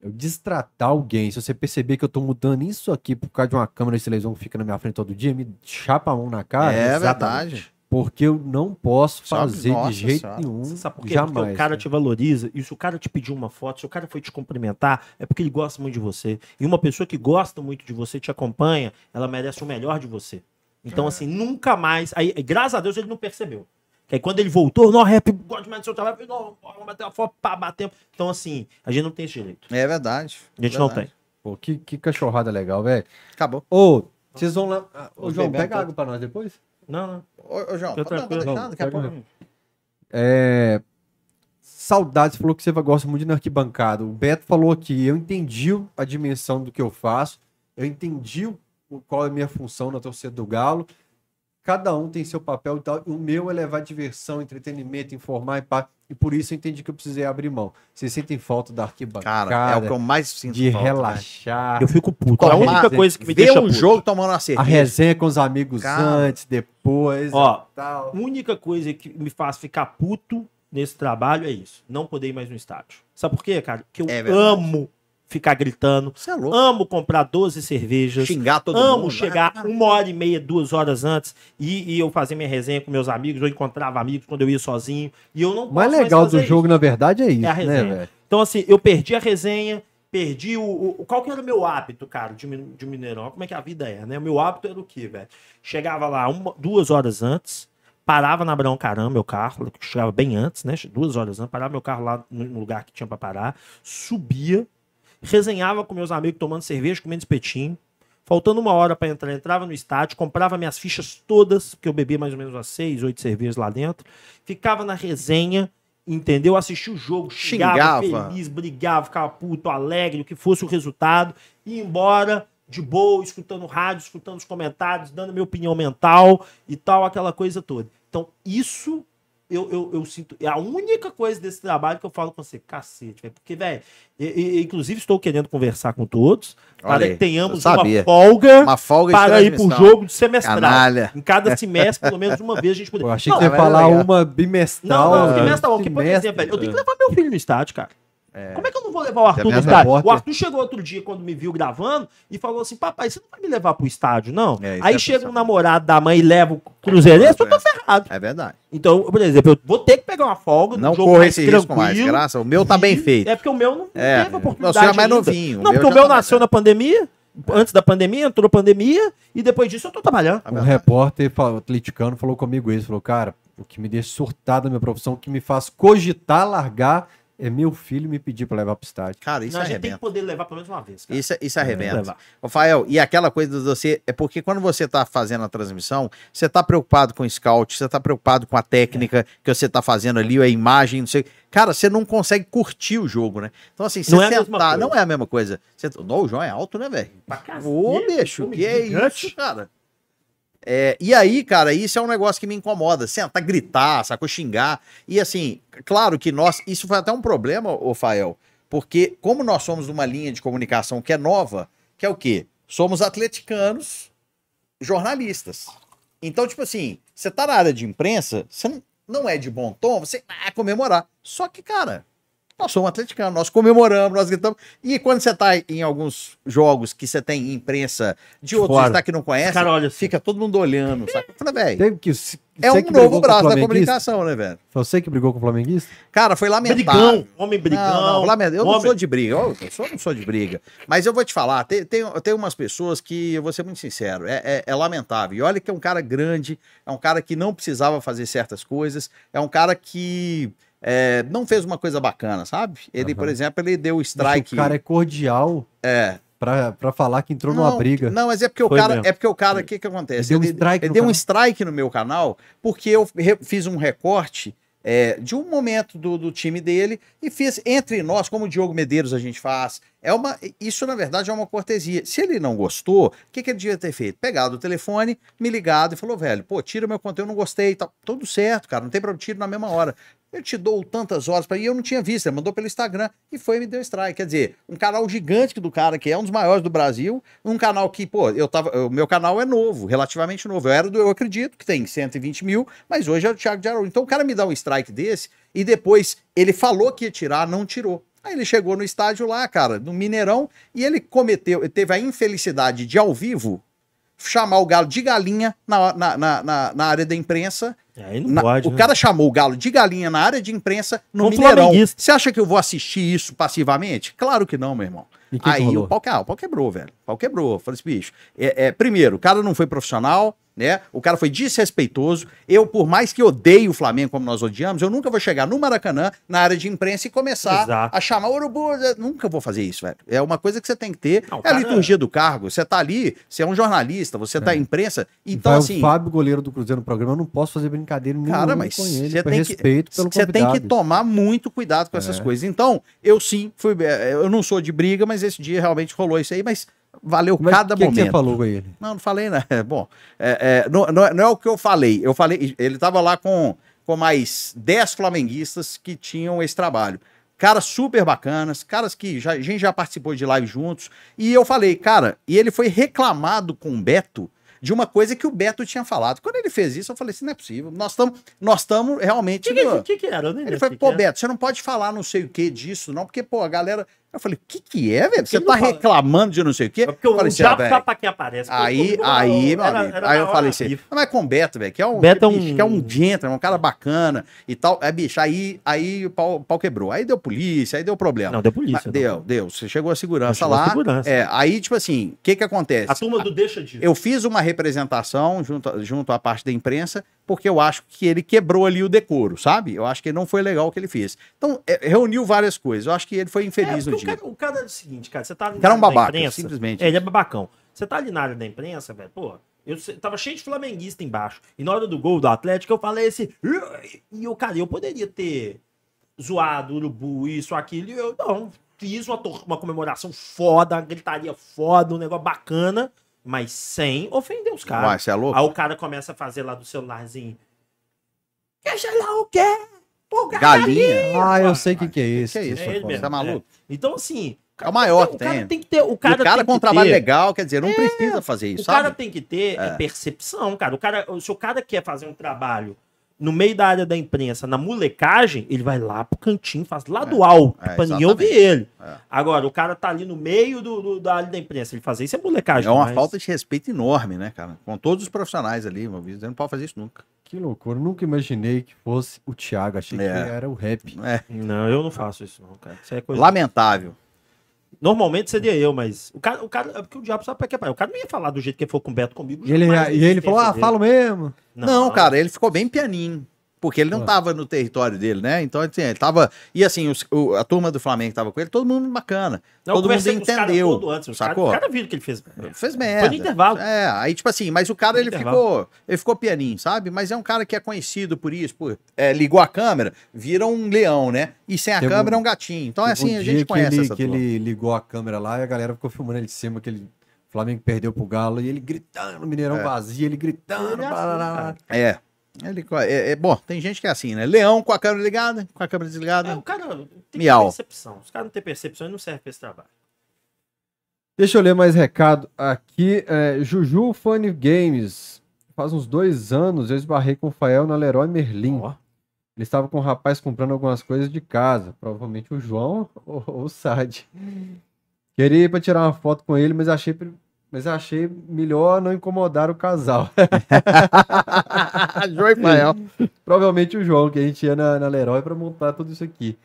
S1: eu destratar alguém, se você perceber que eu tô mudando isso aqui por causa de uma câmera de televisão que fica na minha frente todo dia, me chapa a mão na cara.
S2: é
S1: exatamente.
S2: verdade.
S1: Porque eu não posso
S2: Sabe?
S1: fazer
S2: Nossa
S1: de jeito
S2: Senhora.
S1: nenhum,
S3: Você sabe por quê?
S1: jamais.
S3: porque o cara
S1: né?
S3: te valoriza e se o cara te pediu uma foto, se o cara foi te cumprimentar, é porque ele gosta muito de você. E uma pessoa que gosta muito de você, te acompanha, ela merece o melhor de você.
S2: É.
S3: Então, assim, nunca mais. Aí, graças a Deus, ele não percebeu. Que aí quando ele voltou, não, rap, gosto demais do seu trabalho, não, vamos bater uma foto, pá, batemos. Então, assim, a gente não tem esse direito.
S2: É verdade.
S3: A gente não
S2: Verdade.
S3: tem.
S1: Pô, que, que cachorrada legal, velho.
S2: Acabou.
S1: Ô, vocês vão lá... Ah, Ô,
S2: Vou
S1: João,
S2: beber um
S1: pega
S2: pouco.
S1: água pra nós depois?
S3: Não, não.
S2: Ô, ô, João,
S3: Tô
S2: pode dar-
S3: tranquilo.
S2: pode deixar, daqui a
S1: Pega
S2: pouco.
S1: Saudades, falou que você gosta muito de arquibancada. O Beto falou aqui, eu entendi a dimensão do que eu faço, eu entendi o- qual é a minha função na torcida do Galo. Cada um tem seu papel e tal. O meu é levar diversão, entretenimento, informar e pá. E por isso eu entendi que eu precisei abrir mão. Vocês sentem falta da arquibancada,
S2: Cara, é o que eu mais sinto.
S1: de
S2: falta, né? velho.
S1: relaxar,
S3: Eu fico puto.
S2: Tomar-
S3: a única coisa que me
S2: Ver
S3: deixa
S2: um
S3: puto.
S2: jogo tomando uma
S1: a
S2: cerveja.
S1: resenha com os amigos
S2: Cara.
S1: antes, depois
S3: Ó,
S1: e tal.
S3: A única coisa que me faz ficar puto nesse trabalho é isso. Não poder ir mais no estádio. Sabe por quê, cara? Porque eu
S2: É verdade.
S3: amo ficar gritando,
S2: Você é louco.
S3: amo comprar 12 cervejas,
S2: Xingar todo mundo.
S3: amo chegar
S2: Ah,
S3: uma hora e meia, duas horas antes e, e eu fazer minha resenha com meus amigos. Eu encontrava amigos quando eu ia sozinho. E eu não
S1: O mais
S3: posso
S1: legal
S3: fazer
S1: do jogo, na verdade, é isso,
S3: É a
S1: né,
S3: resenha.
S1: velho?
S3: então, assim, eu perdi a resenha, perdi o. o- qual que era o meu hábito, cara, de, Min- de Mineirão? Como é que a vida é, né? O meu hábito era o quê, velho? Chegava lá uma- duas horas antes, parava na Abraão Caramba, meu carro, que chegava bem antes, né? Duas horas antes, parava meu carro lá no no lugar que tinha pra parar, subia, resenhava com meus amigos tomando cerveja, comendo espetinho. Faltando uma hora pra entrar, entrava no estádio, comprava minhas fichas todas, que eu bebia mais ou menos umas seis, oito cervejas lá dentro. Ficava na resenha, entendeu? Assistia o jogo, xingava,
S2: Xingava.
S3: feliz, brigava, ficava puto, alegre, o que fosse o resultado. Ia embora, de boa, escutando rádio, escutando os comentários, dando minha opinião mental e tal, aquela coisa toda. Então, isso eu, eu, eu sinto. É a única coisa desse trabalho que eu falo com você, cacete, velho. Porque, velho, e- e- inclusive estou querendo conversar com todos
S2: Olha
S3: para
S2: aí,
S3: que tenhamos
S2: eu
S3: uma
S2: sabia.
S3: folga
S2: Uma folga
S3: para ir pro
S2: transmissão.
S3: jogo de semestral.
S2: Canalha.
S3: Em cada semestre, pelo menos uma vez a gente poder.
S1: Eu achei
S3: não,
S1: que você ia
S2: mas era
S1: falar
S2: legal.
S1: uma
S3: não,
S2: é,
S1: bimestral.
S3: não,
S1: né? é.
S3: semestral, porque, por
S1: Trimestre.
S3: exemplo, velho, eu tenho que levar meu filho no estádio, cara. Como é que eu não vou levar o Arthur no
S2: Semestre
S3: estádio?
S1: repórter.
S3: O Arthur chegou outro dia, quando me viu gravando, e falou assim: papai, você não vai me levar pro estádio, não?
S2: É, isso é
S3: Aí chega
S2: pensar.
S3: um namorado da mãe e leva o Cruzeirense, eu tô ferrado.
S2: É verdade.
S3: Então, por exemplo, eu vou ter que pegar uma folga
S2: Não
S3: num jogo
S2: corra
S3: mais
S2: esse risco mais.
S3: tranquilo.
S2: Graça, o meu tá bem
S3: E-
S2: feito.
S3: É porque o meu não
S2: É,
S3: teve
S2: é.
S3: oportunidade.
S2: O seu é mais
S3: ainda.
S2: novinho, o
S3: Não,
S2: meu
S3: porque o
S2: já
S3: meu
S2: tá
S3: nasceu
S2: mais
S3: na pandemia, antes da pandemia, entrou pandemia, e depois disso eu tô
S2: Ah,
S3: trabalhando.
S1: Um repórter falou- atleticano falou comigo isso. Falou, cara, o que me deixa surtado na minha profissão, o que me faz cogitar largar, é meu filho me pedir pra levar pro estádio.
S2: Cara, isso
S3: Não, a gente tem que É,
S2: arrebenta.
S3: poder levar pelo menos uma vez. cara.
S2: Isso, isso
S3: Tem que
S2: arrebenta.
S3: levar.
S2: Rafael, e aquela coisa de você. É porque quando você tá fazendo a transmissão, você tá preocupado com o scout, você tá preocupado com a técnica que você tá fazendo ali, a imagem, não sei. Cara, você não consegue curtir o jogo, né? Então, assim, você
S3: Não é a mesma coisa.
S2: não é a mesma coisa. Você... Não, o João é alto, né, velho?
S3: Pra cacete,
S2: Ô, bicho,
S3: homem
S2: que é
S3: gigante.
S2: isso, cara? É, e aí, cara, isso é um negócio que me incomoda. Sentar, gritar, sacou? Xingar. E assim, claro que nós. Isso foi até um problema, ô Fael, porque como nós somos uma linha de comunicação que é nova, que é o quê? Somos atleticanos jornalistas. Então, tipo assim, você tá na área de imprensa, você não. não é de bom tom você ah, comemorar. Só que, cara, nós somos atleticano, nós comemoramos, nós gritamos. E quando você tá em alguns jogos que você tem imprensa de outros
S1: Fora.
S2: estados que não conhece,
S3: Cara, olha,
S2: fica todo mundo olhando, sabe? Eu falei, velho,
S1: Teve que, se-
S2: é
S1: você
S2: um
S1: que brigou com
S2: novo
S1: o
S2: braço da
S1: flamenguista?
S2: comunicação, né, velho?
S1: Foi você que brigou com o flamenguista?
S2: Cara, foi lamentável.
S3: brigão, homem brigão.
S2: Não, não, lamento, eu não
S3: homem-
S2: sou de briga, eu, eu sou- não sou de briga. Mas eu vou te falar, tem, tem, tem umas pessoas que, eu vou ser muito sincero, é, é- é lamentável. E olha que é um cara grande, é um cara que não precisava fazer certas coisas, é um cara que é, não fez uma coisa bacana, sabe? Ele,
S1: Aham.
S2: por exemplo, ele deu o
S1: Mas
S2: strike.
S1: O cara é cordial
S2: É.
S1: pra, pra falar que entrou numa
S2: Não,
S1: briga.
S2: Não, mas é porque o
S3: Foi
S2: cara,
S3: mesmo.
S2: é porque o cara, o que que acontece?
S1: Ele deu um strike
S2: ele
S1: no
S2: deu um
S1: canal.
S2: strike no meu canal porque eu re- fiz um recorte é, de um momento do, do time dele e fiz entre nós, como o Diogo Medeiros a gente faz. É uma, isso na verdade é uma cortesia. Se ele não gostou, o que, que ele devia ter feito? Pegado o telefone, me ligado e falou, velho, pô, tira meu conteúdo, não gostei, tá tudo certo, cara, não tem problema, tiro na mesma hora. Eu te dou tantas horas para e eu não tinha visto, ele mandou pelo Instagram e foi e me deu strike. Quer dizer, um canal gigante do cara que é um dos maiores do Brasil, um canal que, pô, eu tava, o meu canal é novo, relativamente novo. Eu era do eu acredito que tem 120 mil, mas hoje é o Thiago de Araújo. Então o cara me dá um strike desse e depois ele falou que ia tirar, não tirou. Aí ele chegou no estádio lá, cara, no Mineirão, e ele cometeu, ele teve a infelicidade de ao vivo chamar o galo de galinha na- na- na- na, na área da imprensa
S3: Aí não
S2: na-
S3: pode.
S2: o
S3: né?
S2: cara chamou o Galo de galinha na área de imprensa no
S3: Como
S2: Mineirão.
S3: flamenguista.
S2: Você acha que eu vou assistir isso passivamente? Claro que não, meu irmão.
S1: E quem que
S2: Aí
S1: rolou?
S2: o pau, que- ah, o pau quebrou, velho. O pau quebrou. Eu Falei assim, bicho. É, é, primeiro, o cara não foi profissional, né? O cara foi desrespeitoso. Eu, por mais que odeie o Flamengo como nós odiamos, eu nunca vou chegar no Maracanã, na área de imprensa, e começar
S3: Exato.
S2: a chamar o Urubu. Eu Nunca vou fazer isso, velho. É uma coisa que você tem que ter.
S3: Não,
S2: é a
S3: cara- É.
S2: liturgia do cargo. Você tá ali, você é um jornalista, você tá em imprensa. Então,
S1: Vai
S2: assim.
S1: o Fábio, goleiro do Cruzeiro, no programa. Eu não posso fazer brincadeira nenhuma
S2: Cara, mas
S1: com ele.
S2: você
S1: por
S2: tem que-
S1: respeito pelo
S2: Você tem que
S1: convidado.
S2: tomar muito cuidado com essas
S1: É.
S2: coisas. Então, eu sim, fui, é, eu não sou de briga, mas esse dia realmente rolou isso aí, mas valeu
S1: Como é-
S2: cada
S1: o que, que
S2: momento.
S1: você falou com ele?
S2: Não, não falei, né? Bom, é, é, não, não é- não é o que eu falei. Eu falei, ele tava lá com, com mais 10 flamenguistas que tinham esse trabalho. Caras super bacanas, caras que já- a gente já participou de live juntos. E eu falei, cara, e ele foi reclamado com o Beto de uma coisa que o Beto tinha falado. Quando ele fez isso, eu falei assim: não é possível. Nós estamos nós estamos realmente.
S3: Que que-
S2: no-
S3: que que era? Eu nem
S2: ele
S3: lembro
S2: falou,
S3: que é?"
S2: pô,
S3: que era.
S2: Beto, você não pode falar não sei o que disso, não, porque, pô, a galera. Eu falei, o que que é, velho? Você
S3: que
S2: tá
S3: não fala?
S2: reclamando de não sei o quê?
S3: É porque
S2: Eu
S3: o,
S2: falei
S3: o
S2: assim, ah,
S3: diabo
S2: velho,
S3: tá pra quem aparece.
S2: Aí,
S3: Porque o-
S2: aí, meu
S3: era-
S2: amigo,
S3: era
S2: aí
S3: na
S2: eu
S3: hora
S2: falei assim,
S3: viva.
S2: mas com o Beto, velho, que é um
S3: Beto é
S2: bicho,
S3: um-
S2: que é um gentleman, um cara bacana e tal. É, bicho, aí, aí o pau, o pau quebrou. Aí deu polícia, aí deu problema.
S3: Não, deu polícia. não.
S2: deu, deu. Você chegou a segurança
S3: Chegou a
S2: lá.
S3: segurança.
S2: É, aí, tipo assim, o que que acontece?
S3: A turma do deixa disso.
S2: Eu fiz uma representação junto, a- junto à parte da imprensa, porque eu acho que ele quebrou ali o decoro, sabe? Eu acho que não foi legal o que ele fez. Então, é, reuniu várias coisas. Eu acho que ele foi infeliz
S3: É,
S2: no
S3: porque
S2: dia.
S3: O cara, o cara é o seguinte, cara, você tá ali
S2: O cara é um
S3: na área da
S2: babaca,
S3: imprensa,
S2: simplesmente.
S3: É, ele é babacão. Você tá ali na área da imprensa, velho, pô. Eu se- tava cheio de flamenguista embaixo. E na hora do gol do Atlético, eu falei esse. E eu, cara, eu poderia ter zoado, urubu, isso, aquilo. E eu não. Fiz uma, tor- uma comemoração foda, uma gritaria foda, um negócio bacana, mas sem ofender os caras.
S2: Uai, você é louco?
S3: Aí o cara começa a fazer lá do celularzinho. Quer sei lá o é tá quê? Pô,
S2: Galinha.
S1: Ah, eu
S3: mano.
S1: sei o que, que é isso.
S2: Que é isso,
S3: É ele
S2: pô?
S3: mesmo,
S2: Você é maluco?
S3: Então, assim.
S2: É o maior que
S3: o cara
S2: tem.
S3: tem que ter. O
S2: E O
S3: cara,
S2: cara,
S3: tem
S2: com um
S3: que
S2: trabalho
S3: ter-
S2: legal, quer dizer, não precisa fazer isso,
S3: É, O cara
S2: sabe?
S3: tem que ter é, percepção, cara. O cara. Se o cara quer fazer um trabalho no meio da área da imprensa, na molecagem, ele vai lá pro cantinho, faz lá do alto,
S2: é,
S3: pra ninguém ouvir
S2: exatamente.
S3: ele.
S2: É.
S3: Agora, o cara tá ali no meio do, do- da área da imprensa, ele fazer isso é molecagem.
S2: É uma
S3: mas-
S2: falta de respeito enorme, né, cara? Com todos os profissionais ali, meu amigo, você não pode fazer isso nunca.
S1: Que loucura. Nunca imaginei que fosse o Thiago. Achei
S2: É.
S1: que era o rap.
S2: É,
S3: Não, eu não faço isso, não, cara. Isso é coisa.
S2: lamentável.
S3: Normalmente seria eu, mas. O cara, o cara. É porque o diabo sabe pra que é pra. O cara não ia falar do jeito que ele foi com o Beto comigo.
S1: E ele,
S3: jamais na
S1: e ele
S3: existência
S1: falou, ah, um-"
S3: dele.
S1: falo mesmo.
S2: Não, cara, ele ficou bem pianinho. Porque ele não
S1: Ah.
S2: tava no território dele, né? Então, assim, ele tava. E assim, os- o- a turma do Flamengo que tava com ele, todo mundo bacana.
S3: Não,
S2: todo
S3: eu
S2: mundo
S3: conversei com os caras
S2: entendeu.
S3: tudo antes, os
S2: sacou? É,
S3: Cara, o cara viu o que ele fez.
S2: Fez merda.
S3: no intervalo.
S2: É, aí tipo assim, mas o cara
S3: Foi no
S2: ele
S3: intervalo.
S2: ficou, ele ficou pianinho, sabe? Mas é um cara que é conhecido por isso, por é, ligou a câmera, vira um leão, né? E sem a
S1: Teve um-
S2: câmera é um gatinho. Então é
S1: Teve um
S2: assim, a
S1: dia
S2: gente conhece
S1: que ele,
S2: essa
S1: que
S2: turma.
S1: ele ligou a câmera lá e a galera ficou filmando ele de cima, que ele... o Flamengo perdeu pro Galo e ele gritando, Mineirão
S2: É.
S1: vazio, ele gritando.
S3: Ele é assim,
S1: blá, blá, blá.
S3: cara.
S2: É. Ele co- é, é- bom, tem gente que é assim, né? Leão com a câmera ligada, com a câmera desligada.
S3: É, o cara tem que ter
S2: Miau.
S3: percepção. Os caras não têm percepção e não servem pra esse trabalho.
S1: Deixa eu ler mais recado aqui. É, Juju Funny Games. Faz uns dois anos eu esbarrei com o Fael na Leroy Merlin.
S3: Ó,
S1: Ele estava com o rapaz comprando algumas coisas de casa, provavelmente o João ou, ou o Sad. Queria ir para tirar uma foto com ele, mas achei, pri- mas achei melhor não incomodar o casal.
S2: João Pael.
S1: provavelmente o João, que a gente ia na, na Leroy para montar tudo isso aqui.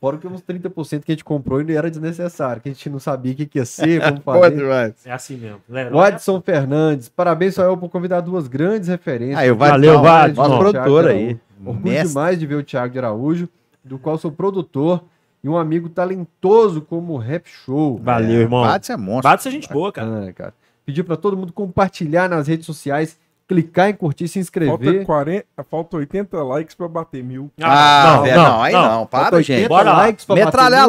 S1: Fora que uns 30% que a gente comprou e era desnecessário, que a gente não sabia o que, que ia ser, como
S2: Pô,
S1: fazer.
S2: demais.
S3: É assim mesmo. Leroy.
S1: O Adson Fernandes, parabéns, Soel, por convidar duas grandes referências.
S2: Aí, o é um
S3: Valeu,
S2: Valeu,
S3: Vadson.
S2: Nosso produtor aí.
S1: Orgulho
S2: Mestre.
S1: demais de ver o Thiago de Araújo, do qual sou produtor e um amigo talentoso como o Rap Show.
S3: Valeu, irmão. Bate,
S2: Vadson é monstro.
S3: se a gente boa, cara.
S1: Bacana, cara. Pediu pra todo mundo compartilhar nas redes sociais, clicar em curtir, se
S4: Falta,
S1: inscrever.
S4: 40, falta 80 likes pra bater mil.
S2: Ah, velho, não, aí não.
S1: Falta
S2: Para,
S1: 80
S2: gente.
S3: Bora lá.
S1: likes pra
S2: Metralhar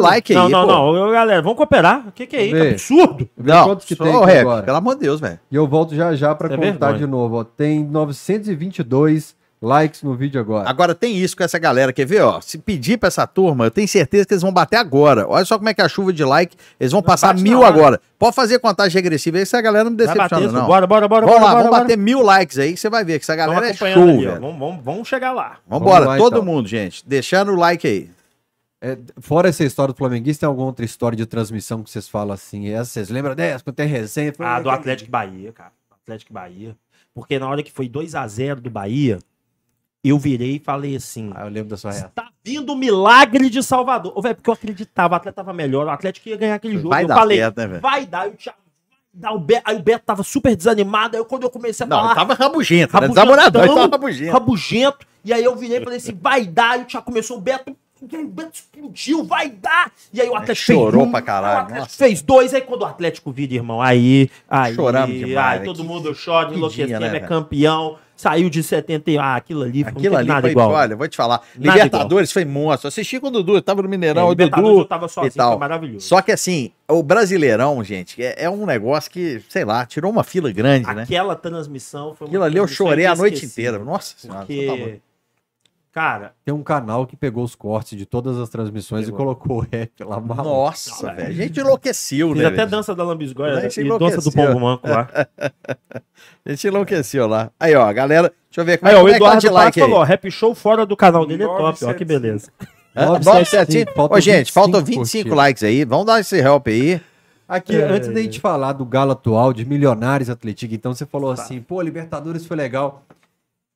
S1: bater mil.
S2: like aí,
S3: não, não,
S2: pô.
S3: não. Ô, galera, vamos cooperar. O que, que é isso?
S1: Vê.
S3: Que absurdo.
S1: Vê
S2: Não,
S1: quantos que
S2: só
S1: tem
S2: o
S1: aqui
S2: rap,
S1: agora.
S2: pelo amor de Deus, velho.
S1: E eu volto já já pra
S3: Isso é
S1: contar
S3: vergonha.
S1: de novo. ó. Tem 922 likes no vídeo agora.
S2: Agora tem isso com essa galera, quer ver, ó? Se pedir pra essa turma, eu tenho certeza que eles vão bater agora. Olha só como é que é a chuva de like, eles vão passar
S3: bate
S2: mil
S3: na hora.
S2: agora. Pode fazer contagem regressiva aí, se a galera não me
S3: Vai bater,
S2: decepciona,
S3: isso.
S2: não.
S3: bora, bora, bora.
S2: vamos
S3: bora,
S2: lá,
S3: bora,
S2: vamos
S3: bora.
S2: bater mil likes aí, que você vai ver que essa
S3: Tamo
S2: galera é
S3: acompanhando
S2: show,
S3: ali, ó.
S2: velho.
S3: Vamos, vamos, vamos chegar lá.
S2: Vambora,
S1: Vamos lá,
S2: todo
S1: então.
S2: mundo, gente. Deixando o like aí.
S1: É, fora essa história do Flamenguista, tem alguma outra história de transmissão que vocês falam assim? Essa, vocês lembram dessa? Quando tem resenha?
S3: Ah, do Atlético e Bahia, cara. Atlético e Bahia. Porque na hora que foi 2x0 do Bahia, eu virei e falei assim:
S1: Ah, eu lembro da sua
S2: é.
S1: reação.
S3: tá vindo o milagre de Salvador. Ô, velho, porque eu acreditava, o Atlético tava melhor, o Atlético ia ganhar aquele jogo.
S2: Vai
S3: eu
S2: dar
S3: falei,
S2: certo, né, velho?
S3: vai dar, e o Thiago, vai dar. O Be- Aí o Beto tava super desanimado. Aí quando eu comecei a
S2: Não,
S3: falar,
S2: ele tava rabugento, né?
S3: Rabugentão.
S2: Desamoradão, ele tava rabugento.
S3: rabugento. E aí eu virei e falei assim: vai dar. E o Thiago começou, o Beto. O Beto explodiu, vai dar! E aí o Atlético
S2: É, chorou
S3: fez um,
S2: pra caralho,
S3: O Atlético
S2: nossa.
S3: fez dois, aí quando o Atlético vira, irmão, aí, aí,
S2: Choramos demais,
S3: aí
S2: né? Que-
S3: todo mundo chora,
S2: que
S3: enlouquecemos,
S2: dia, né,
S3: é
S2: velho?
S3: campeão, saiu de 71, ah, aquilo ali, não
S2: Aquilo
S3: teve
S2: ali foi, olha, vou te falar.
S3: Nada
S2: Libertadores foi monstro. Assisti com o Dudu, eu tava no Mineirão,
S3: É,
S2: o
S3: Libertadores
S2: Dudu.
S3: eu tava sozinho,
S2: e tal.
S3: foi maravilhoso.
S2: Só que assim, o Brasileirão, gente, é, é um negócio que, sei lá, tirou uma fila grande, né?
S3: Aquela transmissão foi uma
S2: Aquilo ali eu
S3: transmissão
S2: chorei a noite
S3: inesquecível,
S2: inteira. Nossa senhora, você tá louco.
S3: Porque, cara,
S1: Tem um canal que pegou os cortes de todas as transmissões e
S3: Pegou.
S1: colocou o rap lá. maluco.
S2: Nossa,
S3: Não,
S2: velho. A gente enlouqueceu,
S3: fiz
S2: né?
S3: até
S2: velho?
S3: dança da lambisgoia
S2: Daí
S3: né,
S2: você
S3: e dança do
S2: enlouqueceu.
S3: pombo manco lá.
S2: A gente enlouqueceu lá. Aí, ó, galera, deixa eu ver como
S3: Aí,
S2: é,
S3: ó,
S2: como é
S3: o
S2: que tá
S3: Eduardo
S2: de
S3: Pato
S2: like aí.
S3: falou, ó, rap show fora do canal dele é top, ó,
S4: 975.
S3: que beleza.
S2: Hã?
S1: 975,
S2: 975.
S1: faltam
S2: Ô, gente, faltam
S1: 25
S2: 25
S1: curtidas.
S2: likes aí. Vamos dar esse help aí.
S1: Aqui,
S3: É.
S1: antes da gente falar do Galo atual, de Milionários Atlético, então você falou
S2: Tá.
S1: assim, pô, Libertadores foi legal.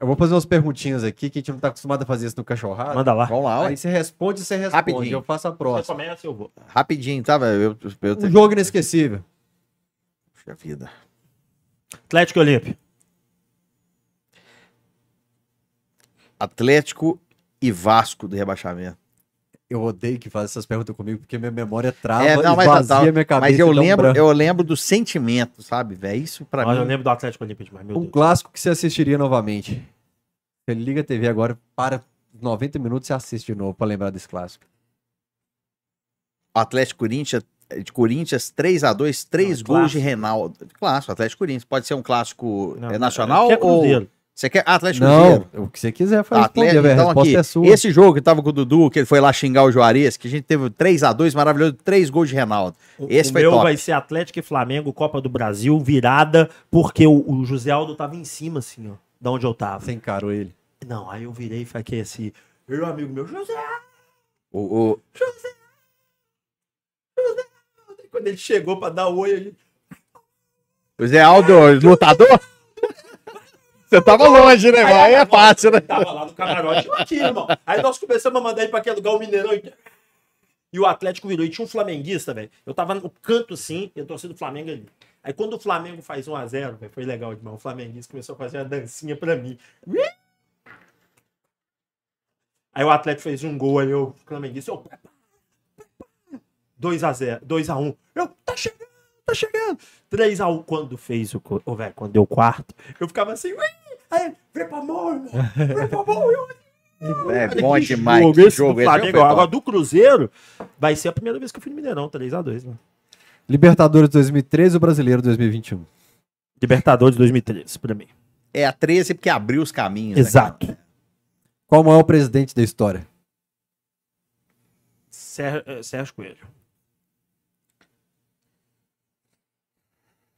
S1: Eu vou fazer umas perguntinhas aqui, que a gente não tá acostumado a fazer isso no cachorrado.
S3: Manda lá.
S2: Vamos lá, ó.
S1: Aí você responde, você responde,
S2: Rapidinho.
S1: eu faço a
S3: Você
S1: próxima.
S3: começa, eu vou.
S2: Rapidinho, tá, velho? Eu, eu,
S1: Um jogo inesquecível.
S2: Puxa vida.
S3: Atlético e Olímpio.
S2: Atlético e Vasco do rebaixamento.
S1: Eu odeio que faz essas perguntas comigo, porque minha memória trava
S2: É, não,
S1: e
S2: mas, tá,
S1: Ah, vazia
S2: tá.
S1: minha cabeça.
S2: mas
S1: e
S2: eu
S1: dá um
S2: lembro,
S1: branco.
S2: eu lembro do sentimento, sabe, velho? Isso pra
S3: Olha, né? eu
S2: mim.
S3: lembro do Atlético e Olímpio demais, meu
S1: Um
S3: Deus.
S1: clássico que você assistiria novamente. Você liga a TV agora, para 90 minutos e assiste de novo pra lembrar desse clássico.
S2: Atlético Corinthians de Corinthians 3 a 2
S3: Não,
S2: três
S3: é
S2: gols de
S3: clássico.
S2: Reinaldo. Clássico, Atlético Corinthians. Pode ser um clássico
S3: Não,
S2: eh, nacional
S3: aqui é
S2: ou.
S3: Cruzeiro.
S2: Você quer ah, Atlético Cruzeiro?
S1: Não, o que você quiser foi responder,
S2: Atlético,
S1: velho. A
S2: então
S1: resposta
S2: aqui.
S1: é sua.
S2: Esse jogo que tava com o Dudu, que ele foi lá xingar o Juarez, que a gente teve 3 a 2 maravilhoso, três gols de Reinaldo.
S3: O,
S2: Esse
S3: o
S2: foi
S3: meu
S2: top.
S3: vai ser Atlético e Flamengo, Copa do Brasil, virada, porque o, o José Aldo tava em cima, assim, ó, da onde eu tava.
S1: Você encarou ele.
S3: Não, aí eu virei e fiquei assim, meu amigo meu, José Aldo.
S2: O, o-
S3: E Quando ele chegou pra dar oi, ele...
S2: o Zé É Aldo, lutador? Você tava longe, né, irmão? Aí é fácil, né?
S3: Tava lá no camarote, eu aqui, irmão. Aí nós começamos a mandar ele pra aquele lugar, o Mineirão. E, e o Atlético virou. E tinha um flamenguista, velho. Eu tava no canto assim, eu torci do Flamengo ali. Aí quando o Flamengo faz 1x0, velho, foi legal demais. O flamenguista começou a fazer uma dancinha pra mim. Aí o Atlético fez um gol, aí eu, flamenguista, eu... 2x0, 2x1. Eu, tá chegando, tá chegando. 3x1 quando fez o... co- Ô, velho, quando deu o quarto, eu ficava assim... "Ui!" Aí, ele, vem pra mão, irmão. Vem pra mão, eu...
S2: É
S3: Olha
S2: bom
S3: que
S2: demais.
S3: Jogo,
S2: que jogo,
S3: esse do
S2: esse jogo
S3: Flamengo.
S2: foi top.
S3: Agora, do Cruzeiro, vai ser a primeira vez que eu fui no Mineirão, 3x2, né?
S1: Libertadores 2013 e um. o Brasileiro 2021.
S3: Libertadores 2013, pra mim.
S2: É a 13 porque abriu os caminhos. né,
S3: Exato.
S2: cara?
S1: Qual o maior presidente da história?
S3: Sér- eh, Sérgio Coelho.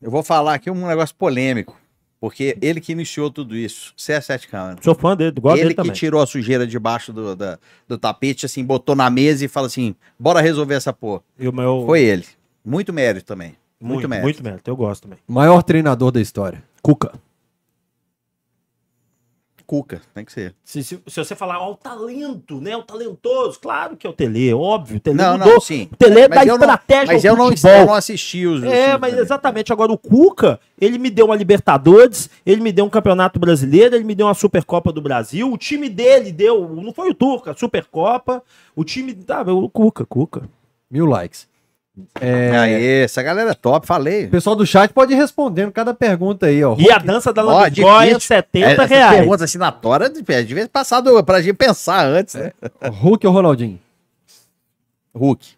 S2: Eu vou falar aqui um negócio polêmico. Porque ele que iniciou tudo isso, CR7 Câmara.
S3: Sou fã dele, gosto
S2: Ele
S3: dele
S2: que
S3: também.
S2: tirou a sujeira debaixo do, da- do tapete, assim, botou na mesa e fala assim: bora resolver essa porra.
S3: E o meu...
S2: Foi ele. Muito mérito também. Muito, mérito.
S3: Muito mérito, eu gosto também.
S1: Maior treinador da história.
S3: Cuca.
S2: Cuca, tem que ser.
S3: Se, se- se você falar, ó, o talento, né? O talentoso, claro que é o Tele, óbvio. O Tele
S2: Não,
S3: mudou.
S2: não, sim.
S3: O Tele é
S2: Mas
S3: da
S2: eu não-
S3: estratégia
S2: Mas
S3: do
S2: eu não,
S3: futebol.
S2: eu não assisti os. os
S3: É,
S2: times
S3: mas
S2: dele.
S3: exatamente. Agora, o Cuca, ele me deu uma Libertadores, ele me deu um Campeonato Brasileiro, ele me deu uma Supercopa do Brasil. O time dele deu, não foi o Turca, a Supercopa. O time, tá, o Cuca, Cuca.
S1: Mil likes.
S2: Aê, essa galera é top, falei.
S1: O pessoal do chat pode ir respondendo cada pergunta aí, ó.
S3: E a dança da
S2: Ó,
S3: Lama de
S2: difícil. É,
S3: Joia, 70
S2: Essas
S3: reais.
S2: Perguntas assinatórias, é, devia passar do, pra gente pensar antes, né?
S1: Hulk ou Ronaldinho?
S2: Hulk.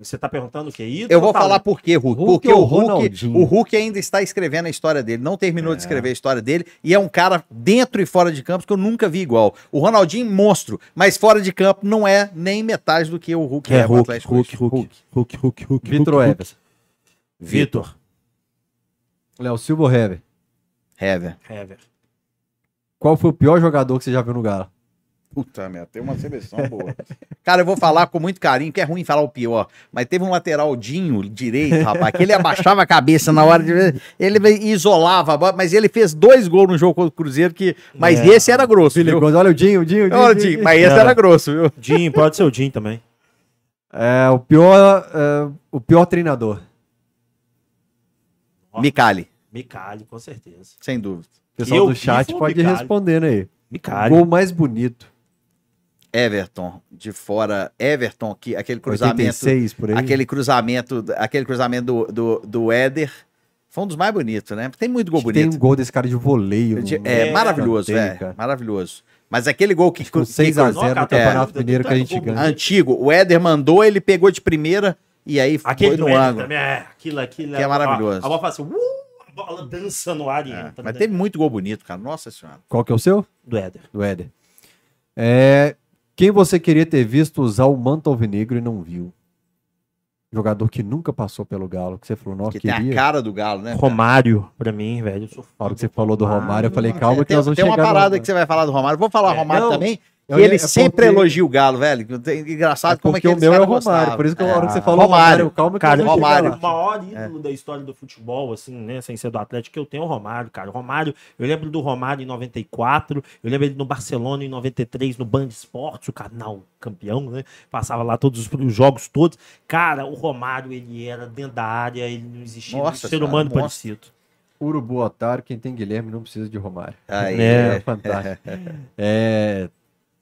S3: Você tá perguntando o que é isso?
S2: Eu vou
S3: Tá,
S2: falar por quê, Hulk.
S1: Hulk
S2: Porque
S1: ou
S2: o Hulk,
S1: Ronaldinho?
S2: o Hulk ainda está escrevendo a história dele, não terminou
S3: É.
S2: de escrever a história dele, e é um cara dentro e fora de campo que eu nunca vi igual. O Ronaldinho, monstro, mas fora de campo não é nem metade do que o Hulk
S3: É,
S2: é, pro
S3: Hulk, Hulk,
S2: Atlético
S3: Hulk,
S2: Mineiro.
S3: Hulk, Hulk, Hulk, Hulk,
S1: Vitor
S3: Hulk,
S1: Evers.
S3: Vitor.
S1: Léo Silva ou Hever?
S2: Hever.
S3: Hever.
S1: Qual foi o pior jogador que você já viu no Galo?
S2: Puta merda, tem uma seleção boa. Cara, eu vou falar com muito carinho, que é ruim falar o pior, mas teve um lateraldinho direito, rapaz, que ele abaixava a cabeça na hora de. Ele isolava, a bola, mas ele fez dois gols no jogo contra o Cruzeiro, que... mas
S3: É.
S2: esse era grosso.
S1: Billy
S2: viu?
S1: Gomes, olha o Dinho, o Dinho, o Dinho,
S2: Olha,
S1: o
S2: Dinho,
S1: Dinho.
S2: mas esse
S3: É.
S2: era grosso, viu?
S3: Jim, pode ser o Jim também.
S1: É, o pior, é, o pior treinador.
S3: Ó.
S2: Micali,
S3: Micali, com certeza.
S2: sem dúvida.
S1: O pessoal
S3: Eu
S1: do
S3: vi,
S1: chat
S3: foi o
S1: pode ir
S3: Bicalho.
S1: respondendo aí.
S3: Micali.
S1: Gol mais bonito.
S2: Everton, de fora. Everton, que, aquele cruzamento.
S1: 86 por aí.
S2: Aquele cruzamento, aquele cruzamento do, do, do Éder. Foi um dos mais bonitos, né? Tem muito gol
S1: Acho que Tem
S2: bonito.
S1: um gol desse cara de voleio.
S2: De-
S1: no-
S2: é,
S3: É,
S2: maravilhoso,
S1: cara,
S2: é.
S1: cara.
S2: Maravilhoso. Mas aquele gol que,
S1: Com
S2: que-
S1: 6 a
S2: que-
S1: 0 no
S3: Nossa,
S1: Campeonato
S3: cara,
S1: Mineiro que a
S2: Então é
S1: gente
S2: um
S3: tanto gol
S1: ganha.
S2: antigo. O Éder mandou, ele pegou de primeira e aí foi
S3: Aquele
S2: no
S3: duelo
S2: ângulo.
S3: também, é. Aquilo, aquilo.
S2: Que é
S3: ó,
S2: maravilhoso.
S3: A bola fala assim, uh, a bola dança no ar e
S2: É,
S3: entra.
S2: mas
S3: né?
S2: teve muito gol bonito, cara. Nossa senhora.
S1: Qual que é o seu?
S3: Do Éder.
S1: Do Éder. É, quem você queria ter visto usar o manto alvinegro e não viu? Jogador que nunca passou pelo Galo, que você falou, nossa,
S2: Que tem a
S1: queria.
S2: cara do Galo, né? cara?
S3: Romário, pra mim, velho. Eu sou
S1: Na
S3: fã.
S1: hora que você falou do Romário, eu falei, calma
S2: É,
S1: que nós vamos
S2: tem uma
S1: chegar no-
S2: parada que você vai falar do Romário. Vou falar
S3: É,
S2: Romário
S1: não,
S2: também.
S1: eu
S2: que
S1: ia-
S2: ele
S1: é
S2: sempre
S1: porque-
S2: elogia o Galo, velho. que tem- Engraçado
S1: É
S2: como é
S1: porque
S2: que
S1: o
S2: eles
S1: meu é o
S2: caras
S1: Romário,
S2: gostavam.
S1: por isso que na
S2: É.
S1: hora que você falou
S2: Romário.
S1: Romário, calma que
S3: Cara,
S1: nós vamos chegar
S2: Romário.
S1: lá.
S3: O maior
S2: É.
S3: ídolo da história do futebol, assim, né? Sem ser do Atlético, eu tenho o Romário, cara. O Romário, eu lembro do Romário em 94, eu lembro ele no Barcelona em 93, no Band Esportes, o canal campeão, né? Passava lá todos os, os jogos todos. Cara, o Romário, ele era dentro da área, ele não existia
S2: Nossa
S3: um ser
S2: senhora,
S3: humano
S2: monstro.
S3: parecido.
S1: Urubu otário, quem tem Guilherme não precisa de Romário.
S2: Aí,
S1: É, fantástico. É,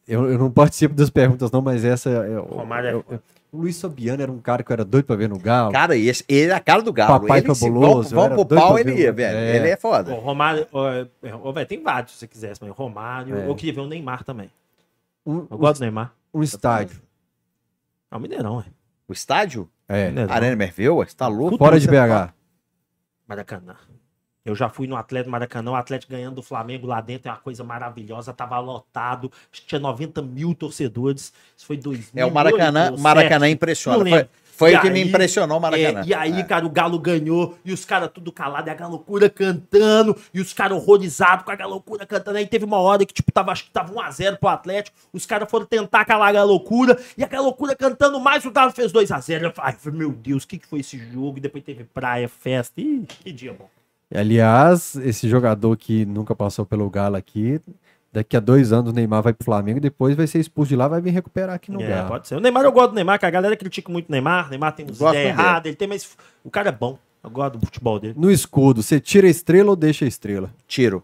S1: eu, eu não participo das perguntas não, mas essa... é- Eu,
S3: Romário é
S1: eu- eu- o Luiz Sobiano era um cara que eu era doido pra ver no Galo.
S2: Cara, esse, ele é a cara do Galo.
S1: Papai
S2: ele, se
S1: Fabuloso, eu
S2: vão,
S1: era
S2: vão pro
S1: doido
S2: pau,
S1: pra
S2: ele
S1: ver
S2: ia,
S1: o-
S2: velho.
S1: É.
S2: Ele é
S3: Ó,
S2: foda.
S3: O Romário, ó, é, é, ó, velho, tem vários, se você quiser, mas o Romário,
S2: É.
S3: eu queria ver o Neymar também.
S1: Um,
S3: Eu gosto do Neymar.
S1: um estádio.
S3: É o Mineirão, é.
S2: O estádio?
S1: É,
S3: Mineirão.
S2: Arena Merveu? Você tá louco?
S1: fora de
S2: Você-
S1: BH.
S3: Maracanã. Eu já fui no Atlético Maracanã, o Atlético ganhando do Flamengo lá dentro, é uma coisa maravilhosa, tava lotado, acho que tinha 90 mil torcedores, isso foi 2000.
S2: É o Maracanã. Maracanã impressiona.
S3: Não
S2: Foi,
S3: lembro.
S2: foi
S3: E
S2: o que me
S3: aí- é,
S2: impressionou o Maracanã.
S3: e aí, cara, o Galo ganhou, e os caras tudo calado, e a galocura cantando, e os caras horrorizados com a galocura cantando. Aí teve uma hora que, tipo, tava, acho que tava 1x0 pro Atlético, os caras foram tentar calar a galocura, e a galocura cantando mais, o Galo fez 2x0. Eu falei, ai, meu Deus, o que, que foi esse jogo? E depois teve praia, festa, e que dia bom.
S1: Aliás, esse jogador que nunca passou pelo Galo aqui, daqui a dois anos o Neymar vai pro Flamengo, depois vai ser expulso de lá, vai vir recuperar aqui no
S3: É,
S1: Galo.
S3: pode ser. O Neymar, eu gosto do Neymar, que a galera critica muito o Neymar. O Neymar tem uns
S2: Gosto
S3: ideias
S2: dele.
S3: erradas, ele tem, mas o cara é bom. Eu gosto do futebol dele.
S1: No escudo, você tira a estrela ou deixa a estrela?
S2: Tiro.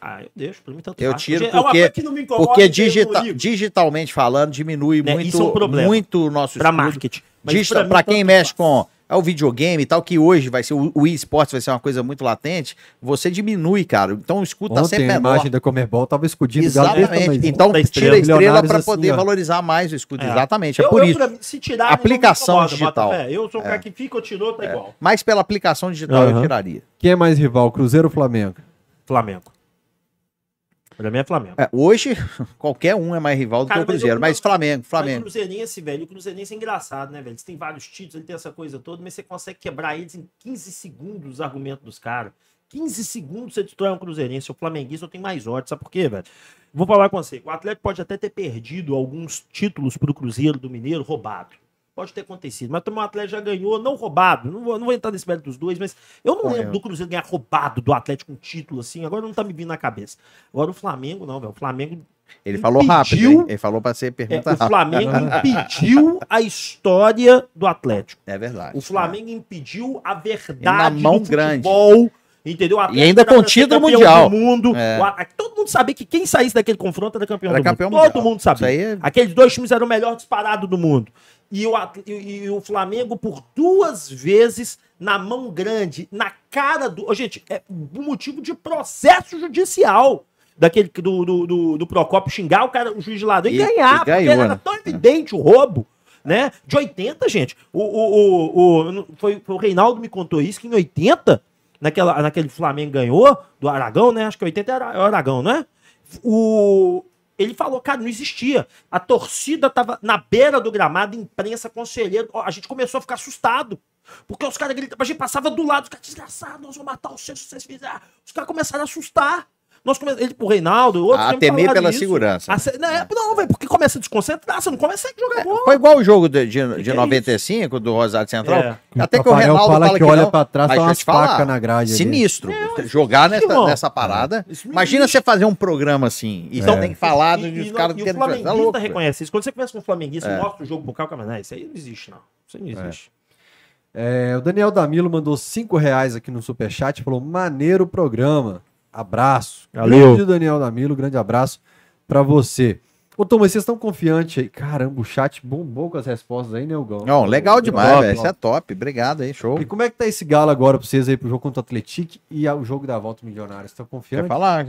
S3: Ah, eu deixo, pra mim tanto
S2: Eu
S3: faz.
S2: tiro
S3: É uma
S2: porque-
S3: coisa que não me incomoda,
S2: Porque
S3: que eu não
S2: digita-
S3: ligo.
S2: digitalmente falando, diminui
S3: Né, isso é um
S2: muito,
S3: problema.
S2: muito o nosso
S3: Pra
S2: estudo.
S3: marketing. Mas
S2: Digital-
S3: mim,
S2: pra quem
S3: tanto
S2: mexe
S3: faz.
S2: com é, o videogame e tal, que hoje vai ser o, o esportes vai ser uma coisa muito latente, você diminui, cara. Então o escudo tá
S1: Ontem
S2: sempre
S1: a
S2: menor.
S1: imagem da Comerbol tava escudinho do Galo desse
S2: Exatamente.
S1: tamanhozinho.
S2: Então
S3: Da
S2: tira a
S1: estrela.
S2: estrela
S1: Milionários
S2: para
S1: assim,
S2: poder
S1: ó.
S2: valorizar mais o escudo.
S3: Tá É.
S2: Exatamente. É
S3: Eu,
S2: por
S3: eu,
S2: isso.
S3: pra mim, se tirar, não me
S2: Aplicação
S3: incomoda,
S2: digital. É.
S3: Bota, fé. eu sou o cara que fica ou tirou, tá igual.
S2: Mas pela aplicação digital eu
S3: Aham.
S2: tiraria.
S1: Quem é mais rival, Cruzeiro ou Flamengo?
S3: Flamengo. Pra mim é Flamengo.
S2: É, hoje, qualquer um é mais rival do
S3: Cara,
S2: que o
S3: mas eu-
S2: Cruzeiro. Mas Flamengo,
S3: Mas o
S2: Flamengo.
S3: Cruzeirense, velho, o Cruzeirense é engraçado, né, velho? Você tem vários títulos, ele tem essa coisa toda, mas você consegue quebrar eles em 15 segundos os argumentos dos caras. 15 segundos você destrói um Cruzeirense. O Flamenguista eu tenho mais ódio, sabe por quê, velho? Vou falar com você. O Atlético pode até ter perdido alguns títulos pro Cruzeiro do Mineiro roubado. Pode ter acontecido. Mas também o Atlético já ganhou, não roubado. Não vou, não vou entrar nesse mérito dos dois, mas eu não
S2: Olha.
S3: lembro do Cruzeiro ganhar roubado do Atlético um título assim. Agora não tá me vindo na cabeça. Agora o Flamengo, não, velho. O Flamengo
S2: Ele falou rápido,
S3: Impediu-
S2: hein? Ele falou pra ser
S3: É,
S2: pergunta
S3: o
S2: rápida.
S3: Flamengo impediu a história do Atlético.
S2: É verdade.
S3: O Flamengo impediu a verdade
S2: Na mão
S3: do
S2: grande.
S3: futebol. Entendeu? O Atlético
S2: ainda
S3: era
S2: com
S3: pra ser
S2: título
S3: campeão
S2: mundial.
S3: Do mundo.
S2: É.
S3: O a- Todo mundo sabia que quem saísse daquele confronto era campeão,
S2: Era
S3: do,
S2: campeão
S3: mundo. Todo
S2: mundial.
S3: mundo sabia.
S2: Isso aí é-
S3: Aqueles dois times eram o melhor disparado do mundo. E o, At- e- e o Flamengo, por duas vezes, na mão grande, na cara do. Ô, gente, é um motivo de processo judicial. Daquele que- do, do, do, do Procópio xingar o cara, o juiz de lado e,
S2: E-
S3: ganhar.
S2: e
S3: porque
S2: ganhou,
S3: era
S2: né?
S3: tão evidente o roubo, né? De 80, gente. O, o, o, o- foi, foi o Reinaldo me contou isso, que em 80, naquela, naquele Flamengo ganhou, do Aragão, né? Acho que 80 era é o Aragão, não é? O, ele falou, cara, não existia. A torcida tava na beira do gramado, imprensa, conselheiro. Ó, A gente começou a ficar assustado. Porque os caras gritavam, a gente passava do lado, os caras, desgraçado, nós vamos matar vocês se vocês fizerem. Os caras começaram a assustar. Nós come... Ele pro Reinaldo, outros
S2: A
S3: já me
S2: Ah, temer
S3: falaram
S2: pela segurança. né?
S3: A se- Não, é- não, velho, porque começa a desconcentrar, você não começa a jogar bola.
S2: É, Foi igual o jogo de, de,
S3: Que
S2: de
S3: que é
S2: 95 do Rosário Central.
S3: É.
S2: Até que o Reinaldo fala, que,
S1: olha
S2: não,
S1: pra trás,
S2: mas
S1: tá
S2: deixa eu
S1: umas
S2: te falar,
S1: facas na grade. ali.
S2: Sinistro. jogar nessa,
S3: irmão.
S2: nessa parada.
S3: Isso me
S2: Imagina você fazer um programa assim
S1: É.
S2: e
S3: Então,
S2: tem que falar
S3: E,
S2: dos
S3: e,
S2: dos
S3: não-
S2: caras
S3: e
S2: que
S3: o
S2: querem
S3: flamenguista
S2: é louco, velho. É.
S3: reconhece isso. Quando você conversa com um flamenguista, mostra o jogo pro cara, não, isso aí não existe, não. Isso aí não existe.
S1: É, o Daniel Damilo mandou 5 reais aqui no Superchat, falou, maneiro programa, abraço.
S3: Valeu.
S1: Grande Daniel Damilo, grande abraço pra você. Ô, Tom, mas vocês estão confiantes aí? Caramba, o chat bombou com as respostas aí, né, Hugão?
S2: Não, legal demais,
S1: Top,
S2: velho.
S1: top.
S2: Isso é top. Obrigado aí, show.
S1: E como é que tá esse galo agora pra vocês aí pro jogo contra o Atlético e ao jogo da volta Milionários? Estão
S2: Quer
S1: confiantes?
S2: falar?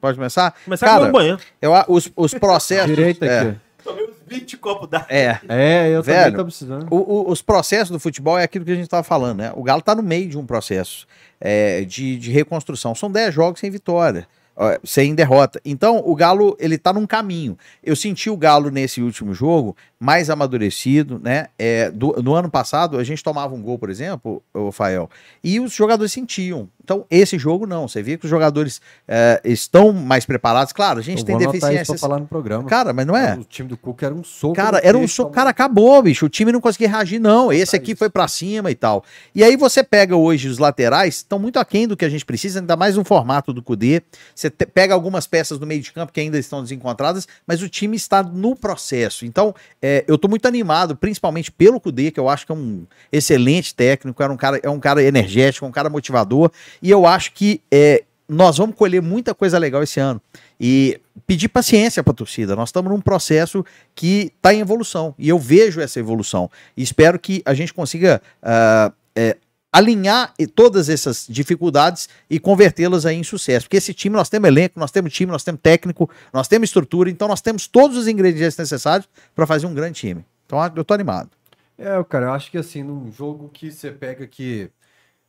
S2: Pode começar?
S3: Começar com o
S2: Cara,
S3: banheiro.
S2: eu, a- os, os processos.
S1: Direita
S2: é,
S1: aqui.
S3: Tomei uns 20 copos da.
S2: É.
S1: É, eu também
S2: Velho,
S1: tô precisando.
S2: O- o- os processos do futebol é aquilo que a gente estava falando, né? O Galo está no meio de um processo é, de, de reconstrução. São 10 jogos sem vitória, ó, sem derrota. Então, o Galo, ele tá num caminho. Eu senti o Galo nesse último jogo mais amadurecido, né? É, do- no ano passado, a gente tomava um gol, por exemplo, o Fael, e os jogadores sentiam. Então, esse jogo não. Você via que os jogadores é, estão mais preparados. Claro, a gente
S1: Eu
S2: tem
S1: vou anotar isso pra
S2: deficiências.
S1: falar no programa.
S2: Cara, mas não é?
S1: O time do Cuca era um soco.
S2: Cara,
S1: no tá
S2: era um
S1: peito,
S2: soco. Cara, acabou, bicho. O time não conseguia reagir, não. Esse aqui foi pra cima e tal. E aí você pega hoje os laterais, estão muito aquém do que a gente precisa, ainda mais no formato do Cudê. Você te- pega algumas peças do meio de campo que ainda estão desencontradas, mas o time está no processo. Então, é, eu tô muito animado, principalmente pelo Cudê, que eu acho que é um excelente técnico, era um cara, é um cara energético, um cara motivador. E eu acho que é, nós vamos colher muita coisa legal esse ano. E pedir paciência para a torcida. Nós estamos num processo que está em evolução. E eu vejo essa evolução. E espero que a gente consiga ah, é, alinhar e- todas essas dificuldades e convertê-las aí em sucesso. Porque esse time, nós temos elenco, nós temos time, nós temos técnico, nós temos estrutura. Então, nós temos todos os ingredientes necessários para fazer um grande time. Então, ah, eu tô animado.
S1: É, cara, eu acho que assim, num jogo que você pega que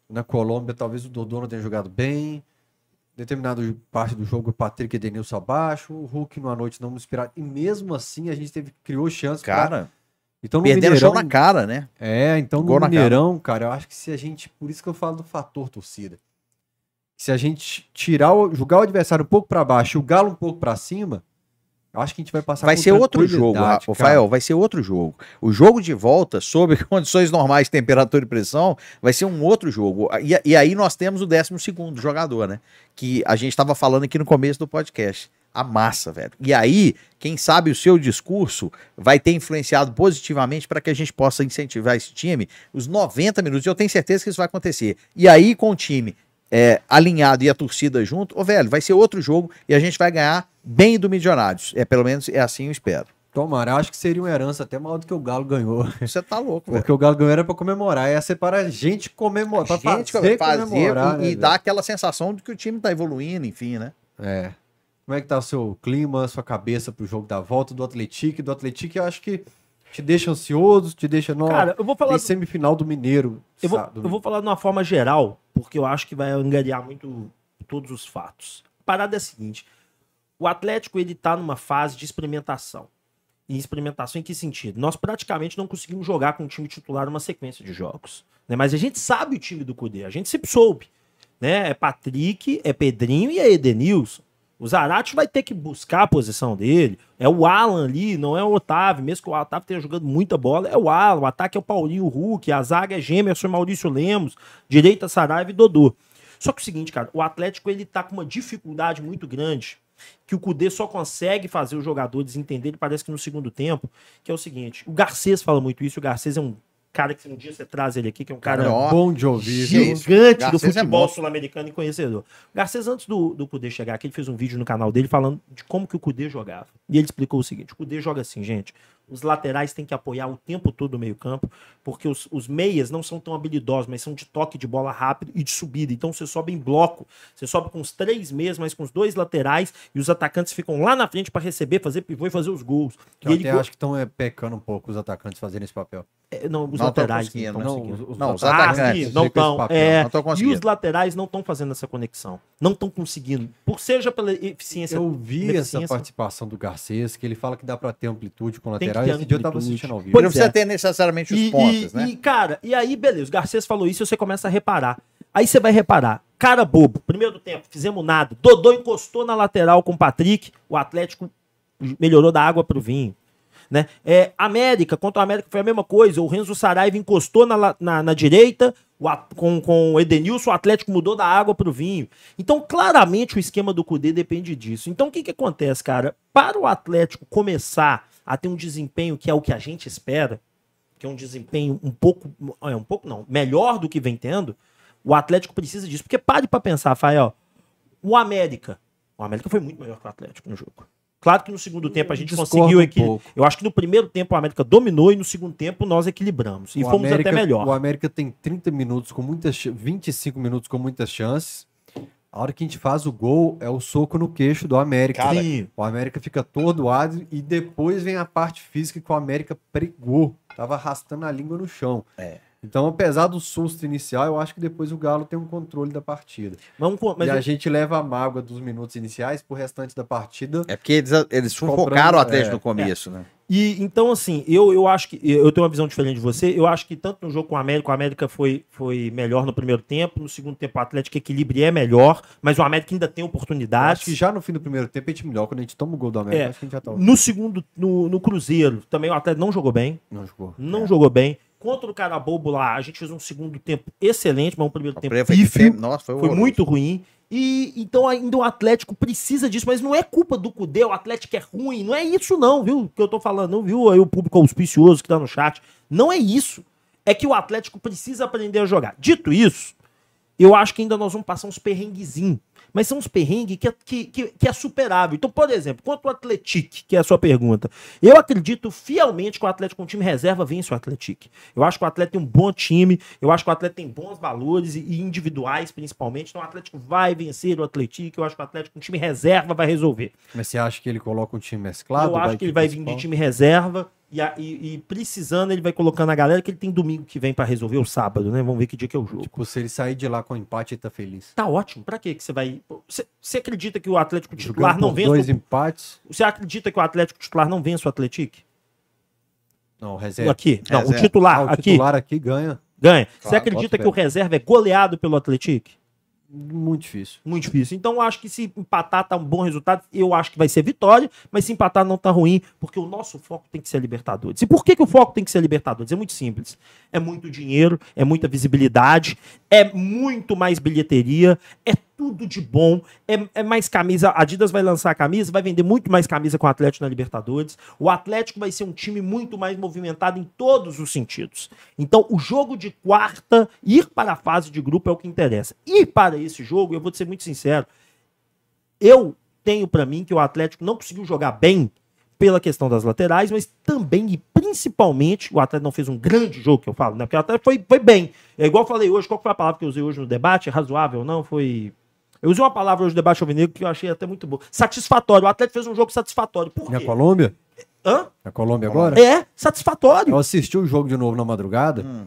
S1: na Colômbia talvez o Dodô não tenha jogado bem, determinada parte do jogo o Patrick e Denilson abaixo, o Hulk numa noite não inspirado, e mesmo assim a gente teve, criou chance pra-
S2: Cara,
S1: Então no
S2: perdendo o
S1: Mineirão,
S2: chão na cara, né?
S1: É, então no
S2: Gol na cara.
S1: Mineirão, cara, eu acho que se a gente, por isso que eu falo do fator torcida. Se a gente tirar, o, jogar o adversário um pouco pra baixo e o Galo um pouco pra cima, eu acho que a gente vai passar
S2: Vai
S1: com
S2: ser outro jogo,
S1: tranquilidade,
S2: Ra-
S1: cara.
S2: Rafael, vai ser outro jogo. O jogo de volta, sob condições normais, temperatura e pressão, vai ser um outro jogo. E, e aí nós temos o 12 segundo jogador, né? Que a gente estava falando aqui no começo do podcast. A massa, velho. E aí, quem sabe o seu discurso vai ter influenciado positivamente para que a gente possa incentivar esse time os 90 minutos. E eu tenho certeza que isso vai acontecer. E aí, com o time é, alinhado e a torcida junto, ô velho, vai ser outro jogo e a gente vai ganhar bem do Milionários. É pelo menos é assim eu espero.
S1: Tomara, eu acho que seria uma herança até maior do que o Galo ganhou.
S2: Você tá louco, velho.
S1: Porque o Galo ganhou era pra comemorar, ia ser para a gente comemorar, pra
S2: Gente,
S1: fazer,
S2: fazer,
S1: comemorar,
S2: e,
S1: né,
S2: e dar aquela sensação de que o time tá evoluindo, enfim, né?
S1: velho? É. Como é que tá o seu clima, sua cabeça pro jogo da volta do Atlético? Do Atlético eu acho que te deixa ansioso, te deixa... Não,
S3: Cara, eu vou falar
S1: tem semifinal do Mineiro.
S3: Eu vou,
S1: sábado.
S3: eu vou falar de uma forma geral, porque eu acho que vai angariar muito todos os fatos. A parada é a seguinte: o Atlético ele tá numa fase de experimentação. E experimentação em que sentido? Nós praticamente não conseguimos jogar com o time titular uma sequência de jogos. né? Mas a gente sabe o time do Cudê, a gente sempre soube. né? É Patrick, é Pedrinho e é Edenilson. O Zarate vai ter que buscar a posição dele. É o Alan ali, não é o Otávio. Mesmo que o Otávio tenha jogado muita bola, é o Alan. O ataque é o Paulinho o Hulk, a zaga é Gemerson e Maurício Lemos, direita Saraiva e Dodô. Só que é o seguinte, cara, o Atlético ele tá com uma dificuldade muito grande que o Cudê só consegue fazer os jogadores entenderem, parece que no segundo tempo, que é o seguinte, o Garcês fala muito isso, o Garcês é um cara que um dia você traz ele aqui, que é um cara
S2: Ó,
S1: Bom de ouvir. viu?
S2: Jesus.
S3: gigante do
S2: Garcês é
S3: futebol
S2: monstro.
S3: sul-americano e conhecedor. O Garcês, antes do, do Cudê chegar aqui, ele fez um vídeo no canal dele falando de como que o Cudê jogava. E ele explicou o seguinte, o Cudê joga assim, gente, os laterais têm que apoiar o tempo todo o meio campo, porque os, os meias não são tão habilidosos, mas são de toque de bola rápido e de subida. Então você sobe em bloco, você sobe com os três meias, mas com os dois laterais, e os atacantes ficam lá na frente para receber, fazer pivô e fazer os gols.
S1: Que é
S3: e
S1: eu
S3: ele
S1: até
S3: go-
S1: acho que estão pecando um pouco os atacantes fazerem esse papel.
S3: é, Não, os
S2: Não tão
S3: laterais
S2: conseguindo,
S3: tão
S2: né?
S3: conseguindo.
S2: Não, os
S3: Ah,
S2: atacantes.
S3: sim, não
S1: fica esse
S3: estão.
S1: papel,
S2: não tão
S3: e
S2: conseguindo.
S3: os laterais não estão fazendo essa conexão. Não estão conseguindo. Por seja pela eficiência.
S1: Eu vi essa
S3: deficiência.
S1: participação do Garcês, que ele fala que dá pra ter amplitude com o
S3: Tem que
S1: lateral.
S3: ter
S1: e Esse dia eu tava
S3: amplitude.
S1: assistindo ao vivo.
S2: Não
S3: Pois
S2: precisa
S3: é.
S2: ter necessariamente os
S3: E,
S2: pontos,
S3: e-
S2: né?
S3: e, cara, e aí, beleza, o Garcês falou isso e você começa a reparar. Aí você vai reparar. Cara bobo, primeiro do tempo, fizemos nada. Dodô encostou na lateral com o Patrick, o Atlético melhorou da água pro vinho. Né? É, América, contra o América foi a mesma coisa. O Renzo Saraiva encostou na, la- na, na direita, o at- com, com o Edenilson, o Atlético mudou da água pro vinho. Então, claramente, o esquema do Cudê depende disso. Então, o que, que acontece, cara? Para o Atlético começar a ter um desempenho que é o que a gente espera, que é um desempenho um pouco, é, um pouco não, melhor do que vem tendo, o Atlético precisa disso. Porque pare pra pensar, Rafael, o América, o América foi muito melhor que o Atlético no jogo. Claro que no segundo tempo a gente
S1: discordo
S3: conseguiu
S1: um
S3: equilibrar.
S1: pouco.
S3: Eu acho que no primeiro tempo o América dominou e no segundo tempo nós equilibramos. E
S1: O
S3: fomos
S1: América-
S3: até
S1: O
S3: melhor.
S1: América tem 30 minutos com muitas ch- 25 minutos com muitas chances. A hora que a gente faz o gol é o soco no queixo do América.
S2: Cara,
S1: Sim. O América fica atordoado e depois vem a parte física que o América pregou. Tava arrastando a língua no chão.
S2: É.
S1: Então, apesar do susto inicial, eu acho que depois o Galo tem um controle da partida.
S3: Vamos com- mas
S1: e
S3: eu-
S1: a gente leva a mágoa dos minutos iniciais pro restante da partida.
S2: É porque eles, eles
S1: Comprando,
S2: sufocaram o Atlético
S1: é.
S2: no começo, né?
S3: E então, assim, eu, eu acho que. Eu tenho uma visão diferente de você. Eu acho que tanto no jogo com o América, o América foi, foi melhor no primeiro tempo. No segundo tempo, o Atlético equilíbrio é melhor, mas o América ainda tem
S1: Eu Acho que
S3: oportunidade.
S1: já no fim do primeiro tempo a gente melhor. Quando a gente toma o gol do América,
S3: É.
S1: acho que a gente já tá.
S3: No segundo, no, no Cruzeiro, também o Atlético não jogou bem.
S1: Não jogou.
S3: Não jogou bem. Contra o Carabobo lá, a gente fez um segundo tempo excelente, mas um primeiro
S2: O
S3: tempo
S2: primeiro
S3: pífio.
S2: É. foi, nossa, foi,
S3: Foi
S2: horroroso.
S3: muito ruim. E então ainda o Atlético precisa disso, mas não é culpa do Cudê, o Atlético é ruim, não é isso não, viu? Que eu tô falando, não viu aí o público auspicioso que tá no chat. Não é isso. É que o Atlético precisa aprender a jogar. Dito isso, eu acho que ainda nós vamos passar uns perrenguezinhos. Mas são uns perrengues que é, que, que, que é superável. Então, por exemplo, quanto ao Atlético, que é a sua pergunta, eu acredito fielmente que o Atlético com um time reserva vence o Atlético. Eu acho que o Atlético tem um bom time, eu acho que o Atlético tem bons valores e, e individuais, principalmente. Então, o Atlético vai vencer o Atlético. Eu acho que o Atlético com um time reserva vai resolver.
S1: Mas você acha que ele coloca um time mesclado?
S3: eu acho que ele vai vir de
S1: principal?
S3: time reserva e, a- e- e precisando, ele vai colocando a galera que ele tem domingo que vem pra resolver, ou sábado, né? Vamos ver que dia que é o jogo.
S1: Tipo, se ele sair de lá com empate, ele tá feliz.
S3: Tá ótimo. Pra quê que você vai. Você- Você acredita que o Atlético titular
S1: Jogando
S3: não
S1: por
S3: vence?
S1: dois empates.
S3: Você acredita que o Atlético titular não vence o Atlético?
S1: Não, reserva.
S3: Aqui. Não, o
S2: Reserva.
S3: titular
S1: Ah, o
S3: aqui
S1: titular aqui ganha.
S3: ganha. você
S2: Claro,
S1: bota
S3: acredita que o reserva é goleado pelo Atlético?
S1: Muito difícil.
S3: Muito difícil. Então, eu acho que se empatar tá um bom resultado. Eu acho que vai ser vitória, mas se empatar não tá ruim, porque o nosso foco tem que ser Libertadores. E por que, que o foco tem que ser Libertadores? É muito simples. É muito dinheiro, é muita visibilidade, é muito mais bilheteria, é tudo de bom, é, é mais camisa. A Adidas vai lançar a camisa, vai vender muito mais camisa com o Atlético na Libertadores. O Atlético vai ser um time muito mais movimentado em todos os sentidos. Então, o jogo de quarta, ir para a fase de grupo é o que interessa. E para esse jogo, eu vou te ser muito sincero, eu tenho pra mim que o Atlético não conseguiu jogar bem pela questão das laterais, mas também e principalmente o Atlético não fez um grande jogo, que eu falo, né? Porque o Atlético foi, foi bem. É igual eu falei hoje, qual que foi a palavra que eu usei hoje no debate? É Razoável ou não? Foi. Eu usei uma palavra hoje no debate alvinegro que eu achei até muito boa. Satisfatório. O Atlético fez um jogo satisfatório. Por
S1: Na
S3: quê?
S1: Colômbia?
S3: Hã?
S1: Na Colômbia agora?
S3: É, satisfatório.
S1: Eu assisti o jogo de novo na madrugada
S2: Hum.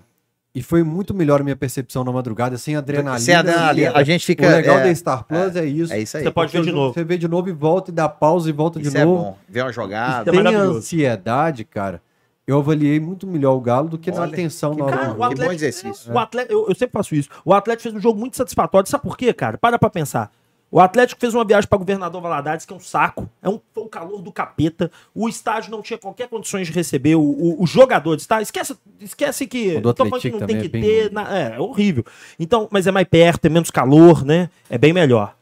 S1: e foi muito melhor a minha percepção na madrugada, sem adrenalina.
S2: Sem adrenalina, a gente fica.
S1: o legal
S2: é,
S1: da Star Plus é, isso.
S2: é isso aí.
S3: Você pode ver de novo.
S1: Você vê de novo e volta e dá pausa e volta
S2: Isso
S1: de
S2: é
S1: novo.
S2: bom. Ver uma
S1: E
S2: jogada.
S3: é
S1: tem
S3: maravilhoso.
S1: ansiedade, cara. eu avaliei muito melhor o Galo do que na
S2: Olha,
S1: atenção na hora
S3: Cara,
S1: do
S3: o
S1: jogo.
S2: É bom
S3: Atlético,
S2: exercício.
S3: O Atlético, eu, eu sempre faço isso. O Atlético fez um jogo muito satisfatório. Sabe por quê, cara? Para pra pensar. O Atlético fez uma viagem para Governador Valadares, que é um saco. É um, foi um calor do capeta. O estádio não tinha qualquer condições de receber o, o, o jogador de estádio. Esquece, esquece que.
S1: O do
S3: tô falando que
S1: Atlético
S3: não
S1: também
S3: tem
S1: é
S3: que
S1: bem
S3: ter.
S1: ruim.
S3: na- é, é horrível. Então, mas é mais perto, é menos calor, né? É bem melhor.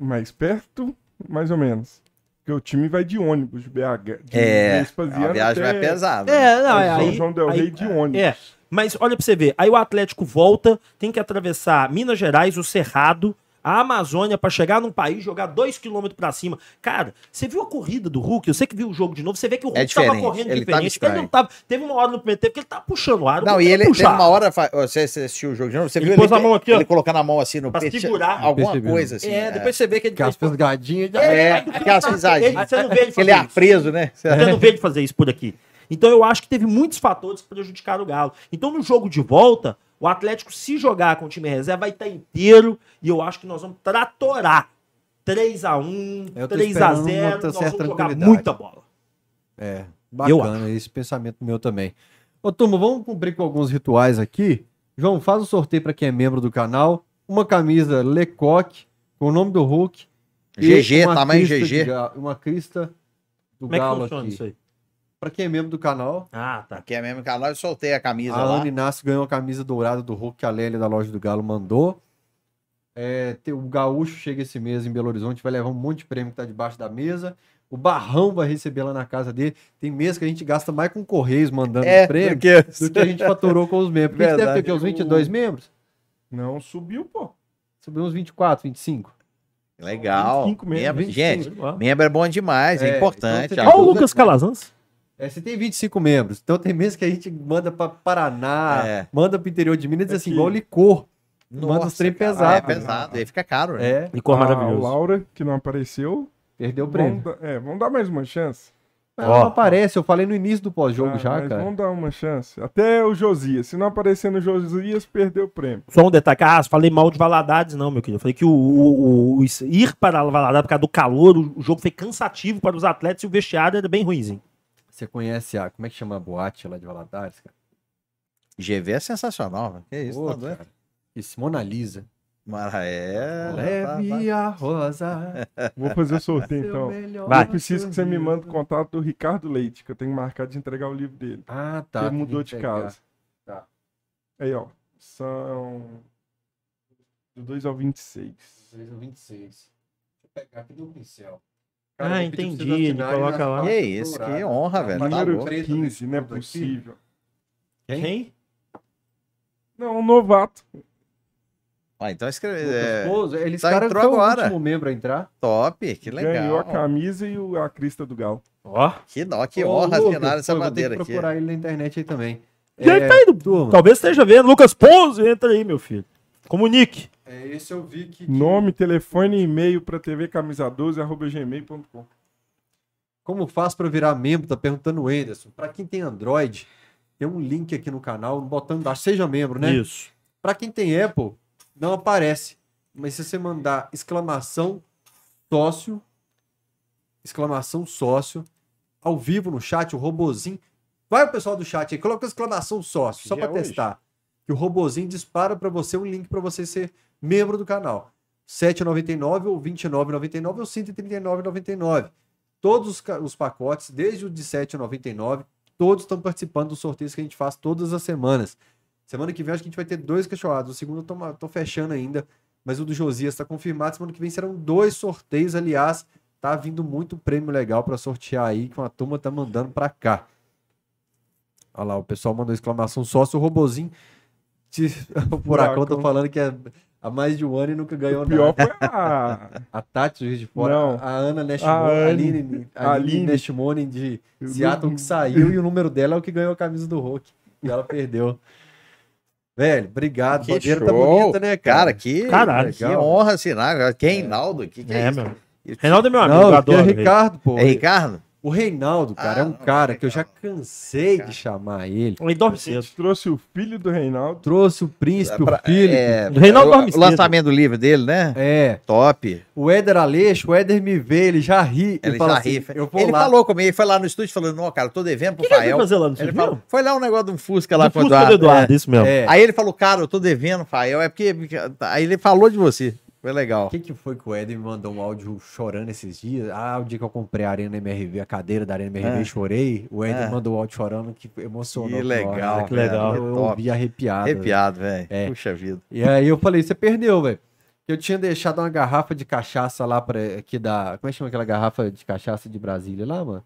S4: é Mais perto, mais ou menos. Porque o time vai de ônibus de BH. De
S2: É,
S4: Vespasiano
S2: a viagem vai
S4: até
S2: pesada. né?
S3: É, não, é,
S4: São
S3: aí,
S4: João Del Rey
S3: aí-
S4: de ônibus.
S3: É, mas olha pra você ver. Aí o Atlético volta, tem que atravessar Minas Gerais, o Cerrado, a Amazônia pra chegar num país, jogar dois quilômetros pra cima. Cara, você viu a corrida do Hulk? Você que viu o jogo de novo, você vê que o Hulk tava
S2: É diferente,
S3: correndo
S2: ele tava
S3: diferente.
S2: estranho.
S3: ele não tava. Teve uma hora no primeiro tempo que ele tava puxando o ar. o
S2: Não,
S3: Hulk
S2: e
S3: ia
S2: ele teve
S3: puxar.
S2: uma hora. fa- Você assistiu o jogo de novo? Você
S3: Ele
S2: viu
S3: pôs a mão aqui, ó.
S2: ele colocando a mão assim no
S3: Pra
S2: peito?
S3: segurar.
S2: Alguma
S1: Percebi,
S2: coisa assim.
S3: É, depois você vê que ele.
S1: Aquelas
S3: ele-
S1: pesgadinhas. já-
S2: É,
S3: aí do
S2: aquelas é
S3: cara tá-
S2: risadinhas.
S3: ele- Você não vê ele
S2: Aquele
S3: fazer
S2: ar
S3: isso. Tá
S2: preso, né?
S1: É.
S3: Você não vê ele fazer isso por aqui. Então eu acho que teve muitos fatores que prejudicaram o Galo. Então no jogo de volta, o Atlético, se jogar com o time reserva, vai estar inteiro e eu acho que nós vamos tratorar. 3x1,
S1: É, Eu tô
S3: 3x0,
S1: esperando uma
S3: nós vamos
S1: certa
S3: jogar
S1: tranquilidade.
S3: muita bola.
S1: É,
S3: Eu
S1: bacana esse pensamento meu também. Ô, turma, vamos cumprir com alguns rituais aqui. João, faz um sorteio para quem é membro do canal. Uma camisa Lecoque, com o nome do Hulk. e
S2: GG,
S1: uma
S2: tamanho
S1: crista de
S2: GG.
S1: ga- Uma crista do
S3: Como é que
S1: Galo
S3: funciona isso
S1: aqui.
S3: aí?
S1: Para quem é membro do canal,
S3: Ah, tá.
S2: Aqui é mesmo canal, eu soltei a camisa
S1: a
S2: lá.
S1: Ana Inácio ganhou a camisa dourada do Hulk que a Lélia da loja do Galo mandou. É, tem- o Gaúcho chega esse mês em Belo Horizonte, vai levar um monte de prêmio que tá debaixo da mesa. O Barrão vai receber lá na casa dele. Tem mês que a gente gasta mais com Correios mandando
S2: É,
S1: prêmio
S2: porque...
S1: do que a gente faturou com os membros. Porque a gente deve
S2: Verdade.
S1: ter aqui, uns 22 membros?
S4: Não subiu, pô.
S1: Subiu uns 24, 25.
S2: Legal.
S4: 25 mesmo,
S2: Membro-
S4: 25.
S2: Gente, membro é bom demais, é,
S1: É,
S2: importante.
S1: então você-
S3: Olha o
S2: ajuda.
S3: Lucas Calazans.
S1: É, você tem 25 membros. Então tem mês que a gente manda pra Paraná,
S2: É.
S1: manda pro interior de Minas,
S4: É
S1: assim,
S4: que-
S1: igual licor. manda os
S2: Nossa,
S1: trem
S2: cara,
S1: pesado. né?
S2: É pesado, aí fica caro, né?
S1: É,
S3: Licor
S4: A
S3: maravilhoso.
S4: Laura, que não apareceu.
S1: perdeu o prêmio.
S4: Vamos dar, é, vamos dar mais uma chance.
S1: Ela não aparece, eu falei no início do pós-jogo
S4: Ah,
S1: já,
S4: mas
S1: cara.
S4: Vamos dar uma chance. Até o Josias. Se não aparecer no Josias, perdeu o prêmio.
S3: Só um detalhe. Ah, falei mal de Valadares, não, meu querido. Eu falei que o, o- o- o- ir para Valadares por causa do calor, o, o jogo foi cansativo para os atletas e o vestiário era bem ruimzinho.
S1: Você conhece a. Como é que chama a boate lá de Valadares, cara?
S2: GV é sensacional, velho. Que isso,
S1: Pô,
S2: tá doido?
S1: cara. Isso, Mona Lisa.
S2: Mas é.
S1: Leve
S2: tá- tá-
S1: a rosa.
S4: Vou fazer o sorteio,
S1: seu
S4: então.
S1: melhor
S3: Vai.
S4: Eu preciso que você me mande o
S1: sorriso.
S4: contato do Ricardo Leite, que eu tenho marcado de entregar o livro dele.
S1: Ah, tá.
S4: Porque
S1: tem
S4: mudou
S1: que
S4: de
S1: pegar.
S4: casa.
S1: Tá.
S4: Aí, ó. São. Do 2 ao 26.
S1: um 26. Deixa eu pegar aqui no pincel.
S3: Ah,
S1: eu pedi pra
S3: entendi,
S1: vocês
S3: ele
S1: assinarem
S3: coloca
S1: nas
S3: lá.
S1: partes
S2: Que isso, que
S1: douradas.
S2: honra, velho. Tá
S1: Número
S2: louco.
S1: três desse
S4: 15, não é
S1: tudo aqui.
S4: possível.
S3: Quem?
S4: Não, um novato.
S2: Ó, então escreve.
S1: Lucas
S2: é,
S1: Pouso, eles
S2: Tá,
S1: cara
S2: entrou
S1: foi o
S2: agora.
S1: último membro a entrar.
S2: top, que legal.
S4: Ganhou a camisa e o- a crista do Galo.
S3: Ó.
S2: Que, nó, que
S1: Ô,
S2: honra
S1: Lucas,
S2: assinar essa
S1: pô, eu vou ter
S2: bandeira
S1: que
S2: aqui.
S1: procurar ele na internet aí também.
S3: E
S2: É.
S3: aí tá indo.
S1: turma.
S3: Talvez esteja vendo. Lucas Ponzo, entra aí, meu filho. Comunique.
S1: É, esse eu vi que.
S4: Nome, telefone e e-mail pra tvcamisa12 arroba gmail.com.
S1: Como faz pra virar membro? Tá perguntando o Anderson. Pra quem tem Android, tem um link aqui no canal, botando embaixo, seja membro, né?
S3: Isso.
S1: Pra quem tem Apple, não aparece. Mas se você mandar exclamação sócio, exclamação sócio, ao vivo no chat, o robozinho. Vai o pessoal do chat aí, coloca exclamação sócio, só
S4: Já
S1: pra
S4: hoje.
S1: testar. Que o robozinho dispara pra você um link pra você ser membro do canal. R$ 7,99 ou R$ 29,99 ou R$ 139,99. Todos os ca- os pacotes, desde o de R$ 7,99, todos estão participando dos sorteios que a gente faz todas as semanas. Semana que vem acho que a gente vai ter dois cachorrados. O segundo eu tô, ma- tô fechando ainda, mas o do Josias está confirmado. Semana que vem serão dois sorteios. Aliás, tá vindo muito prêmio legal para sortear aí, que uma turma tá mandando para cá. Olha lá, o pessoal mandou exclamação sócio, o robozinho. te- O furacão tá
S4: Furacão.
S1: falando que é há mais de um ano e nunca ganhou nada.
S4: Pior foi a.
S1: A Tati, Juiz de Fora,
S4: Não.
S1: a Ana
S4: A
S1: Neshimone, a Aline, a Aline
S4: Aline.
S1: Neshimone de Seattle que saiu e o número dela é o que ganhou a camisa do Hulk. E ela perdeu. Velho, obrigado.
S2: Que
S1: A bandeira tá
S2: show.
S1: bonita, né,
S2: Cara,
S1: cara?
S2: que,
S3: Caralho.
S2: que
S1: Legal.
S2: honra assinar. Quem, Naldo? Que que é,
S3: É,
S2: isso?
S3: meu.
S2: Isso-
S3: Reinaldo é meu amigo, eu
S1: Não, porque
S3: adoro.
S1: é
S3: ele.
S1: Ricardo, pô.
S2: É Ricardo?
S1: O Reinaldo, cara,
S2: Ah,
S1: é um
S2: não,
S1: cara que eu já
S2: legal.
S1: cansei
S2: Cara.
S1: de chamar ele.
S3: Ele dorme Um
S4: A
S3: cedo.
S4: gente trouxe o filho do Reinaldo.
S1: Trouxe o príncipe,
S2: Pra-
S1: o Felipe. É...
S2: é,
S3: O Reinaldo dorme
S2: o,
S3: cedo.
S2: lançamento do livro dele, né? Top.
S1: o Éder Aleixo, o Éder me vê, ele já ri.
S2: Ele
S1: e fala
S2: já
S1: assim,
S2: ri.
S1: Eu vou
S2: Ele
S1: lá.
S2: falou comigo, ele foi lá no estúdio falando, não, cara, eu tô devendo
S3: O
S2: pro
S3: que, que ele
S2: Fael.
S3: foi fazer lá no
S2: Ele
S3: Silvio?
S2: falou- foi lá um negócio de um Fusca lá
S3: Do
S2: com o
S3: Fusca
S2: Eduardo.
S3: do Eduardo, isso mesmo.
S1: É.
S2: é. Aí ele falou, cara, eu tô devendo, Fael. É porque. Aí ele falou de você. Foi legal.
S1: O que, que foi que o Éder me mandou um áudio chorando esses dias? Ah, o dia que eu comprei a Arena MRV, a cadeira da Arena MRV,
S2: Ah.
S1: e chorei. O Éder
S2: Ah.
S1: mandou um áudio chorando que emocionou.
S2: Que
S1: na hora,
S2: legal,
S1: né?
S3: que legal.
S1: Eu
S2: Que top.
S1: ouvi arrepiado.
S2: Arrepiado, velho.
S1: É.
S2: Puxa vida.
S1: E aí eu falei, você perdeu, velho. Eu tinha deixado uma garrafa de cachaça lá pra, aqui da. Como é que chama aquela garrafa de cachaça de Brasília lá, mano?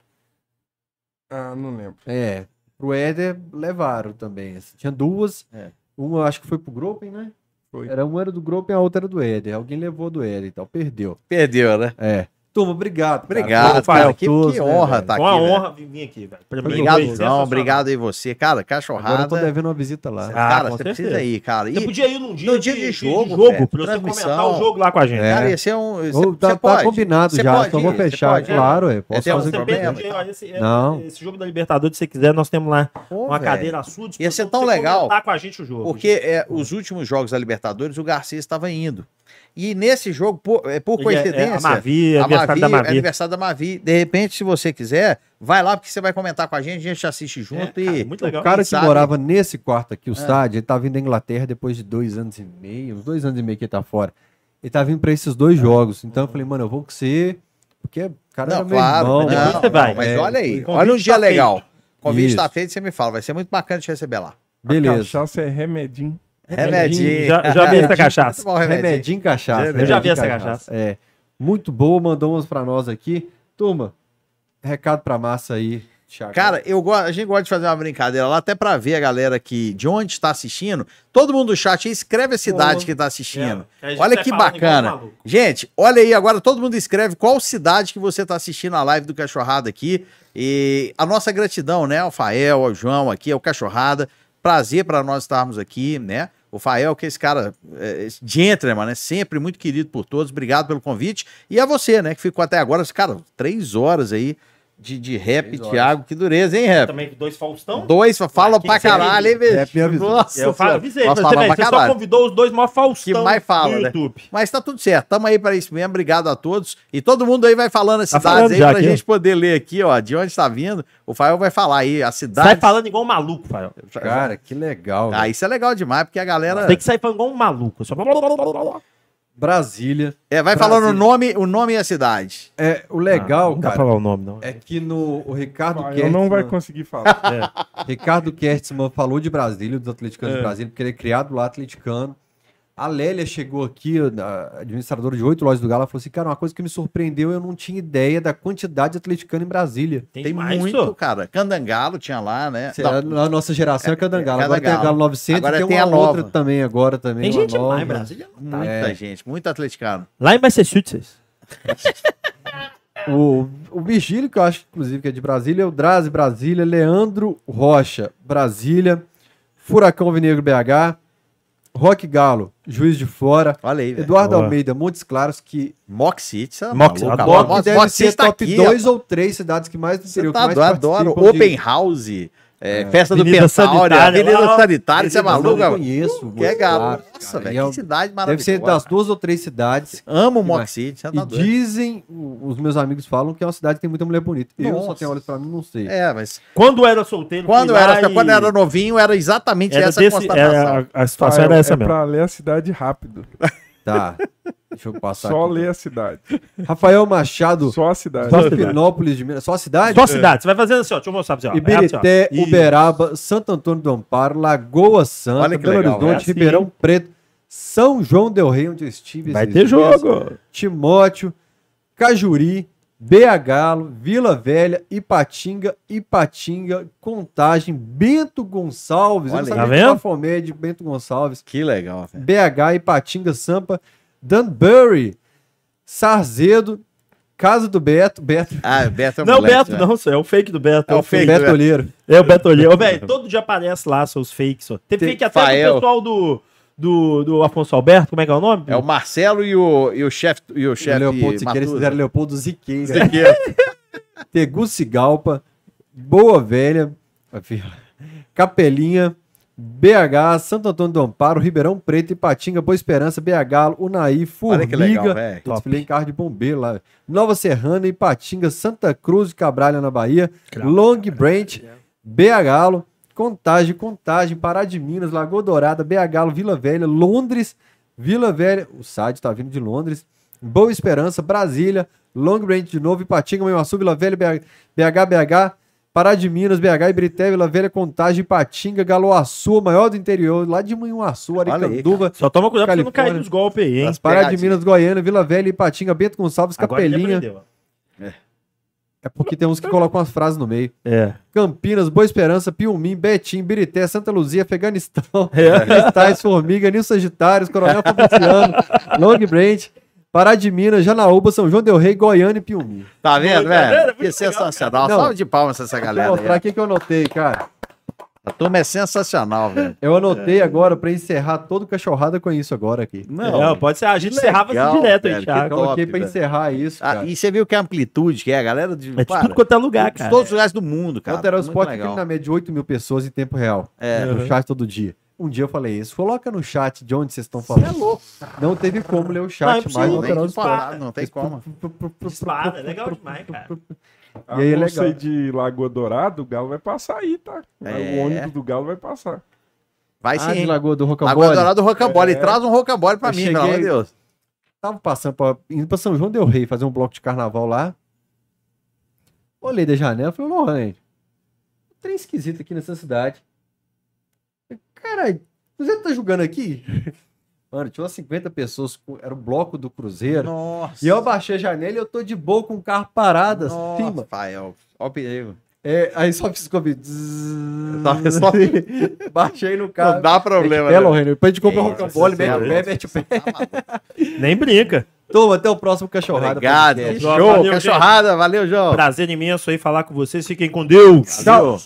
S4: Ah, não lembro.
S1: É. Pro Éder levaram também. assim. Tinha duas.
S2: É.
S1: Uma acho que foi pro Gropen, né?
S4: Foi.
S1: Era uma era do Gropen, a outra era do Éder. Alguém levou do Éder e tal. Perdeu.
S2: Perdeu, né?
S1: É. Turma, obrigado. cara.
S2: Obrigado,
S1: Foi
S2: cara. Que, que
S1: gostoso, né,
S2: honra
S1: velho?
S2: tá
S3: Foi
S2: aqui.
S3: uma
S2: velho.
S3: honra vir aqui, velho. Pra mim, foi
S2: Obrigadão,
S3: sensacional.
S2: obrigado aí você. Cara,
S1: Agora eu tô
S2: cachorrada.
S1: devendo uma visita lá.
S2: Cara,
S3: Ah, com
S2: você
S3: certeza.
S2: precisa ir, cara.
S3: Você
S2: E,
S3: podia ir num dia,
S2: No dia de jogo, velho.
S3: pra você
S2: Transmissão.
S3: comentar o jogo lá com a gente.
S1: É.
S2: cara, esse é um. Você,
S1: Ô, tá,
S2: você
S1: tá
S2: pode.
S1: combinado
S2: Você
S1: já.
S2: pode
S3: então
S1: só vou
S2: ir, você
S1: fechar,
S2: pode ir.
S1: claro. É. Posso
S2: tem
S1: fazer
S2: um
S1: o que eu
S2: problema.
S1: quiser.
S3: perde- olha, esse, é-
S1: Não.
S3: esse jogo da Libertadores, se você quiser, nós temos lá
S2: Pô,
S3: uma
S2: velho.
S3: cadeira sua.
S2: Ia ser
S3: disposição
S2: tão
S3: pra você
S2: legal.
S3: comentar com a gente o jogo.
S2: Porque é, os últimos jogos da Libertadores, o Garcia estava indo. E nesse jogo, por, é, por
S3: Ele é- é
S2: coincidência.
S3: a Mavi, é
S2: a
S3: aniversário da
S2: Mavi,
S3: Mavi.
S2: aniversário da Mavi. De repente, se você quiser, vai lá, porque você vai comentar com a gente, a gente assiste junto
S3: É,
S2: e.
S3: cara, muito legal.
S1: O cara que
S2: Sabe? Ah.
S1: morava nesse quarto aqui, o Sad, ele tá vindo da Inglaterra depois de dois anos e meio, uns dois anos e meio que ele tá fora. Ele tá vindo pra esses dois jogos. Então eu falei, mano, eu vou com você, porque o cara era
S2: Ah. Não,
S1: meu
S2: claro.
S1: irmão.
S2: não,
S3: depois
S2: não,
S3: você vai.
S2: Mas
S1: É,
S2: olha aí,
S3: o convite
S2: olha um dia
S3: tá
S2: legal. Convite
S1: Isso.
S2: está feito, você me fala. Vai ser muito bacana te receber lá.
S4: A
S1: Beleza.
S4: cachaça é remedinho.
S2: Remedinho.
S3: Já, já vi essa cachaça.
S2: Muito bom, remedinho.
S1: Remedinho cachaça.
S2: Eu
S3: já
S1: remedinho
S3: vi essa cachaça.
S1: É. Muito boa, mandou umas pra nós aqui. Turma, recado pra massa aí, Thiago.
S2: Cara, eu go- a gente gosta de fazer uma brincadeira lá, até pra ver a galera que de onde está assistindo. Todo mundo do chat aí, escreve a cidade
S3: Pô,
S2: que está assistindo.
S3: É, a gente
S2: Olha
S3: sai
S2: que
S3: falando igual
S2: bacana.
S3: maluco.
S2: Gente, olha aí agora, todo mundo escreve qual cidade que você está assistindo a live do Cachorrada aqui. E a nossa gratidão, né, ao Fael, ao João aqui, ao Cachorrada. Prazer para nós estarmos aqui, né? O Fael, que é esse cara, é, esse gentleman, né? Sempre muito querido por todos. Obrigado pelo convite. E a você, né, que ficou até agora, cara, três horas aí de, de rap,
S1: Três horas.
S2: Thiago. Que dureza, hein, rap?
S3: Também dois Faustão.
S2: Dois, fala
S3: Quem
S2: pra
S3: seria?
S2: caralho, hein,
S1: Rap me
S2: velho?
S1: avisou.
S2: Nossa,
S3: Eu falo,
S2: Senhora.
S3: avisei,
S2: nós
S3: falei,
S2: falamos
S3: "Véi,
S2: pra
S3: você só
S2: caralho.
S3: convidou os dois maiores Faustão
S2: Que mais fala,
S3: do
S2: né?
S3: YouTube.
S2: Mas tá tudo certo, tamo aí pra isso mesmo. Obrigado a todos. E todo mundo aí vai falando as
S3: Tá
S2: cidades
S3: falando
S2: aí
S3: já
S2: pra
S3: aqui,
S2: gente poder ler aqui, ó, de onde tá vindo. O Fael vai falar aí a cidade.
S3: Sai falando igual um maluco, Fael.
S1: Cara, que legal.
S2: Ah,
S1: velho.
S2: isso é legal demais, porque a galera
S3: Tem que sair falando igual um maluco. Só...
S1: Brasília.
S2: é, vai
S1: Brasil.
S2: falando o nome, o nome e a cidade.
S1: É, o legal,
S3: Ah, não dá pra
S1: cara,
S3: falar o nome, não.
S1: é que no o Ricardo
S4: Pai, eu
S1: Kertz,
S4: não vai
S1: né?
S4: conseguir falar.
S1: Ricardo Kertzmann falou de Brasília, dos atleticanos
S3: É.
S1: de Brasília, porque ele é criado lá atleticano. A Lélia chegou aqui, a administradora de oito lojas do Galo, ela falou assim, cara, uma coisa que me surpreendeu, eu não tinha ideia da quantidade de atleticano em Brasília.
S3: Tem,
S2: Tem
S3: mais,
S2: muito,
S3: só.
S2: cara. Candangalo tinha lá, né?
S1: Cê-
S2: Não,
S1: Na nossa geração é, Cadangalo,
S2: é
S1: agora tem a
S2: Cadangalo.
S1: Galo 900
S2: Agora
S1: e tem,
S2: tem a
S1: uma outra
S2: nova.
S1: também agora também.
S3: Tem
S1: uma
S3: gente
S1: nova.
S3: lá em Brasília.
S2: muita gente, muito atleticano.
S3: Lá em Massachusetts.
S1: O, o Vigílio, que eu acho, inclusive, que é de Brasília, o Draze Brasília, Leandro Rocha, Brasília, Furacão Vinegro BH, Rock Galo, Juiz de Fora,
S2: Olha aí, velho.
S1: Eduardo
S3: Boa.
S1: Almeida, Montes Claros, que,
S2: Mock City, você é
S3: Mock-
S2: maluco,
S3: adoro.
S2: cara.
S1: que
S2: Mock-
S1: deve
S2: Mock
S1: ser
S2: City tá
S1: top
S2: aqui,
S1: 2 ou 3 cidades que mais do
S2: Você
S1: interior,
S2: tá
S1: que
S2: adoro,
S1: mais
S2: adoro.
S1: participam de-
S2: Open House, é, festa do
S3: Avenida
S2: Pensauri,
S3: Sanitária,
S2: Avenida
S3: lá, ó.
S2: Sanitária, você é
S1: Mas eu
S2: maluco?
S1: não
S2: velho?
S1: conheço.
S2: Que é
S1: Montes
S2: galo.
S1: Claros,
S2: Nossa,
S1: cara, e
S2: velho,
S1: é
S2: que
S1: um-
S2: cidade
S1: Deve
S2: maravilhosa.
S1: ser das duas ou três cidades.
S2: Amo
S1: Mock
S2: Mock City, você
S1: E
S2: tá doido.
S1: dizem, o- os meus amigos falam que é uma cidade que tem muita mulher bonita. Eu só
S2: Nossa.
S1: tenho olhos pra mim, não sei.
S2: É, mas
S3: Quando eu era solteiro,
S2: quando eu
S3: fui lá
S2: era,
S3: e-
S2: quando eu era novinho, era exatamente
S3: era
S2: essa é a
S3: desse-
S2: constatação.
S3: era- a situação
S4: Pai,
S3: era essa
S4: é
S3: mesmo.
S4: pra ler a cidade rápido.
S1: Tá. Deixa eu passar
S4: Só
S1: aqui. tá
S4: ler a cidade.
S1: Rafael Machado,
S4: Só a cidade.
S3: Só-
S1: Finópolis de Minas. Só a cidade?
S3: Só a cidade. Você vai fazendo assim, ó. Deixa eu mostrar pra você. ó. É assim, ó.
S1: Ibirité,
S3: Isso.
S1: Uberaba, Santo Antônio do Amparo, Lagoa Santa,
S2: Olha que
S1: Belo
S2: legal, né?
S1: Horizonte,
S3: é assim.
S1: Ribeirão Preto, São João del Rei, onde eu estive.
S3: Vai
S1: esses
S3: ter
S1: dias,
S3: jogo.
S1: Timóteo, Cajuri, BH, Vila Velha, Ipatinga, Ipatinga, Contagem, Bento Gonçalves.
S2: Olha aí.
S3: Tá
S1: que
S3: vendo?
S1: era Fomed, Bento Gonçalves.
S2: Que legal, velho.
S1: BH, Ipatinga, Sampa, Danbury, Sarzedo, Casa do Beto, Beto,
S2: Ah, o Beto é um
S3: Não,
S2: moleque,
S3: Beto,
S2: velho.
S3: não, senhor. É o fake do Beto.
S2: É o fake.
S1: Beto
S2: Beto.
S1: Olheiro.
S3: É o Beto Olheiro. Ô, velho, todo dia aparece lá seus fakes. senhor. Teve
S1: Tem-
S3: fake até
S2: Fael.
S3: do pessoal do, do, do Afonso Alberto. Como é que é o nome?
S2: É o Marcelo e o, e o chefe. E o chefe
S1: Leopoldo Siqueira, eles
S2: Matuso.
S1: fizeram Leopoldo Ziqueira.
S2: Siqueira.
S1: Tegucigalpa, Boa Velha, a vila, Capelinha, BH, Santo Antônio do Amparo, Ribeirão Preto, Ipatinga, Boa Esperança, BH, Unaí, Formiga,
S2: Olha que legal, velho.
S1: eu desfilei em carro de bombeiro lá. Nova Serrana, Ipatinga, Santa Cruz de Cabralha, na Bahia. Long Branch, BH, Galo, Contagem, Contagem, Pará de Minas, Lagoa Dourada, BH, Galo, Vila Velha, Londres, Vila Velha, o site tá vindo de Londres. Boa Esperança, Brasília, Long Branch de novo, Ipatinga, Manhuaçu, Vila Velha, BH, BH, Pará de Minas, BH, Ibrité, Vila Velha, Contagem, Ipatinga, Galoaçu, a maior do interior, lá de Manhuaçu,
S2: aí,
S1: Aricanduva,
S3: Só toma cuidado pra você não
S1: Califórnia.
S3: cair nos golpes aí, hein?
S2: As
S1: Pará de
S2: pegadinhas.
S1: Minas, Goiânia, Vila Velha, Ipatinga, Bento Gonçalves,
S3: Agora ele
S1: Capelinha.
S3: aprendeu, ó.
S1: É porque tem uns que colocam as frases no meio.
S3: É.
S1: Campinas, Boa Esperança, Piumim, Betim, Birité, Santa Luzia, Afeganistão,
S3: É.
S1: Cristais, Formiga, Nil Sagitários, Coronel Fabriciano, Long Branch, Pará de Minas, Janaúba, São João Del Rei, Goiânia e Piumim.
S2: Tá vendo,
S3: Tá vendo?
S2: velho?
S3: Muito
S2: Que sensacional.
S1: Não.
S2: Salve de palmas pra essa galera. é.
S1: Vou mostrar
S2: aí.
S1: aqui que eu anotei, cara.
S2: A turma é sensacional, velho.
S1: Eu
S2: É.
S1: anotei agora pra encerrar todo cachorrada com isso agora aqui.
S3: É, pode ser. A gente encerrava
S2: legal,
S3: assim direto aí,
S2: velho,
S3: Thiago.
S2: Hum, top,
S1: Coloquei pra
S2: velho.
S1: encerrar isso,
S2: Ah,
S1: cara.
S2: e você viu que a amplitude que é, a galera de,
S3: É de
S2: para,
S3: tudo quanto é lugar,
S2: de
S3: cara.
S2: todos os lugares do mundo, cara.
S1: Alterar o
S2: Muito
S1: Spot tem
S2: legal.
S1: na média de 8 mil pessoas em tempo real. né?
S2: É.
S1: No chat todo dia. Um dia eu falei isso. Coloca no chat de onde vocês estão falando.
S3: é louco.
S1: Não teve como ler o
S3: Não, é
S1: chat, mas
S3: possível,
S1: no
S2: Não
S3: Alterar
S2: tem,
S1: Alterosa
S3: o
S2: que
S1: Spot.
S2: parar, não tem como.
S3: Dispara, é legal demais, cara.
S1: E aí é
S4: eu Ah, não sei
S1: legal.
S4: de Lagoa Dourada, o Galo vai passar aí, tá?
S2: É.
S4: O ônibus do Galo vai passar.
S2: Vai
S1: Ah, de
S2: sim.
S1: Lagoa do
S2: Agora
S1: Rocambole.
S2: dourado o rocambole.
S4: É.
S2: Traz um rocambole pra
S1: Eu
S2: mim, pelo amor de
S1: cheguei-
S2: Deus.
S1: Tava passando pra, indo pra São João Del Rei fazer um bloco de carnaval lá. Olhei da janela e falei, Lohane, um trem esquisito aqui nessa cidade. Cara, você tá julgando aqui? Mano, tinha umas 50 pessoas, com- era o bloco do Cruzeiro.
S2: Nossa.
S1: E eu abaixei a janela e eu tô de boa com o carro parado,
S2: Nossa,
S1: assim, mano.
S2: Rafael. Ó o perigo.
S1: É, aí só fiz convite.
S2: Só- só-
S1: Baixei no carro.
S2: Não dá problema,
S1: Mete o pé,
S2: né?
S1: Lohane. Depois a gente compra um
S2: Isso,
S1: rocambole,
S2: você é
S1: mete o pé,
S2: louco.
S1: mete o pé.
S2: Tá maluco.
S3: Nem brinca.
S1: Toma, até o próximo cachorrada.
S2: Obrigado. é
S1: podcast.
S2: Show,
S3: Valeu,
S2: cachorrada. Valeu, João.
S3: Prazer imenso aí falar com vocês. Fiquem com Deus.
S2: Valeu.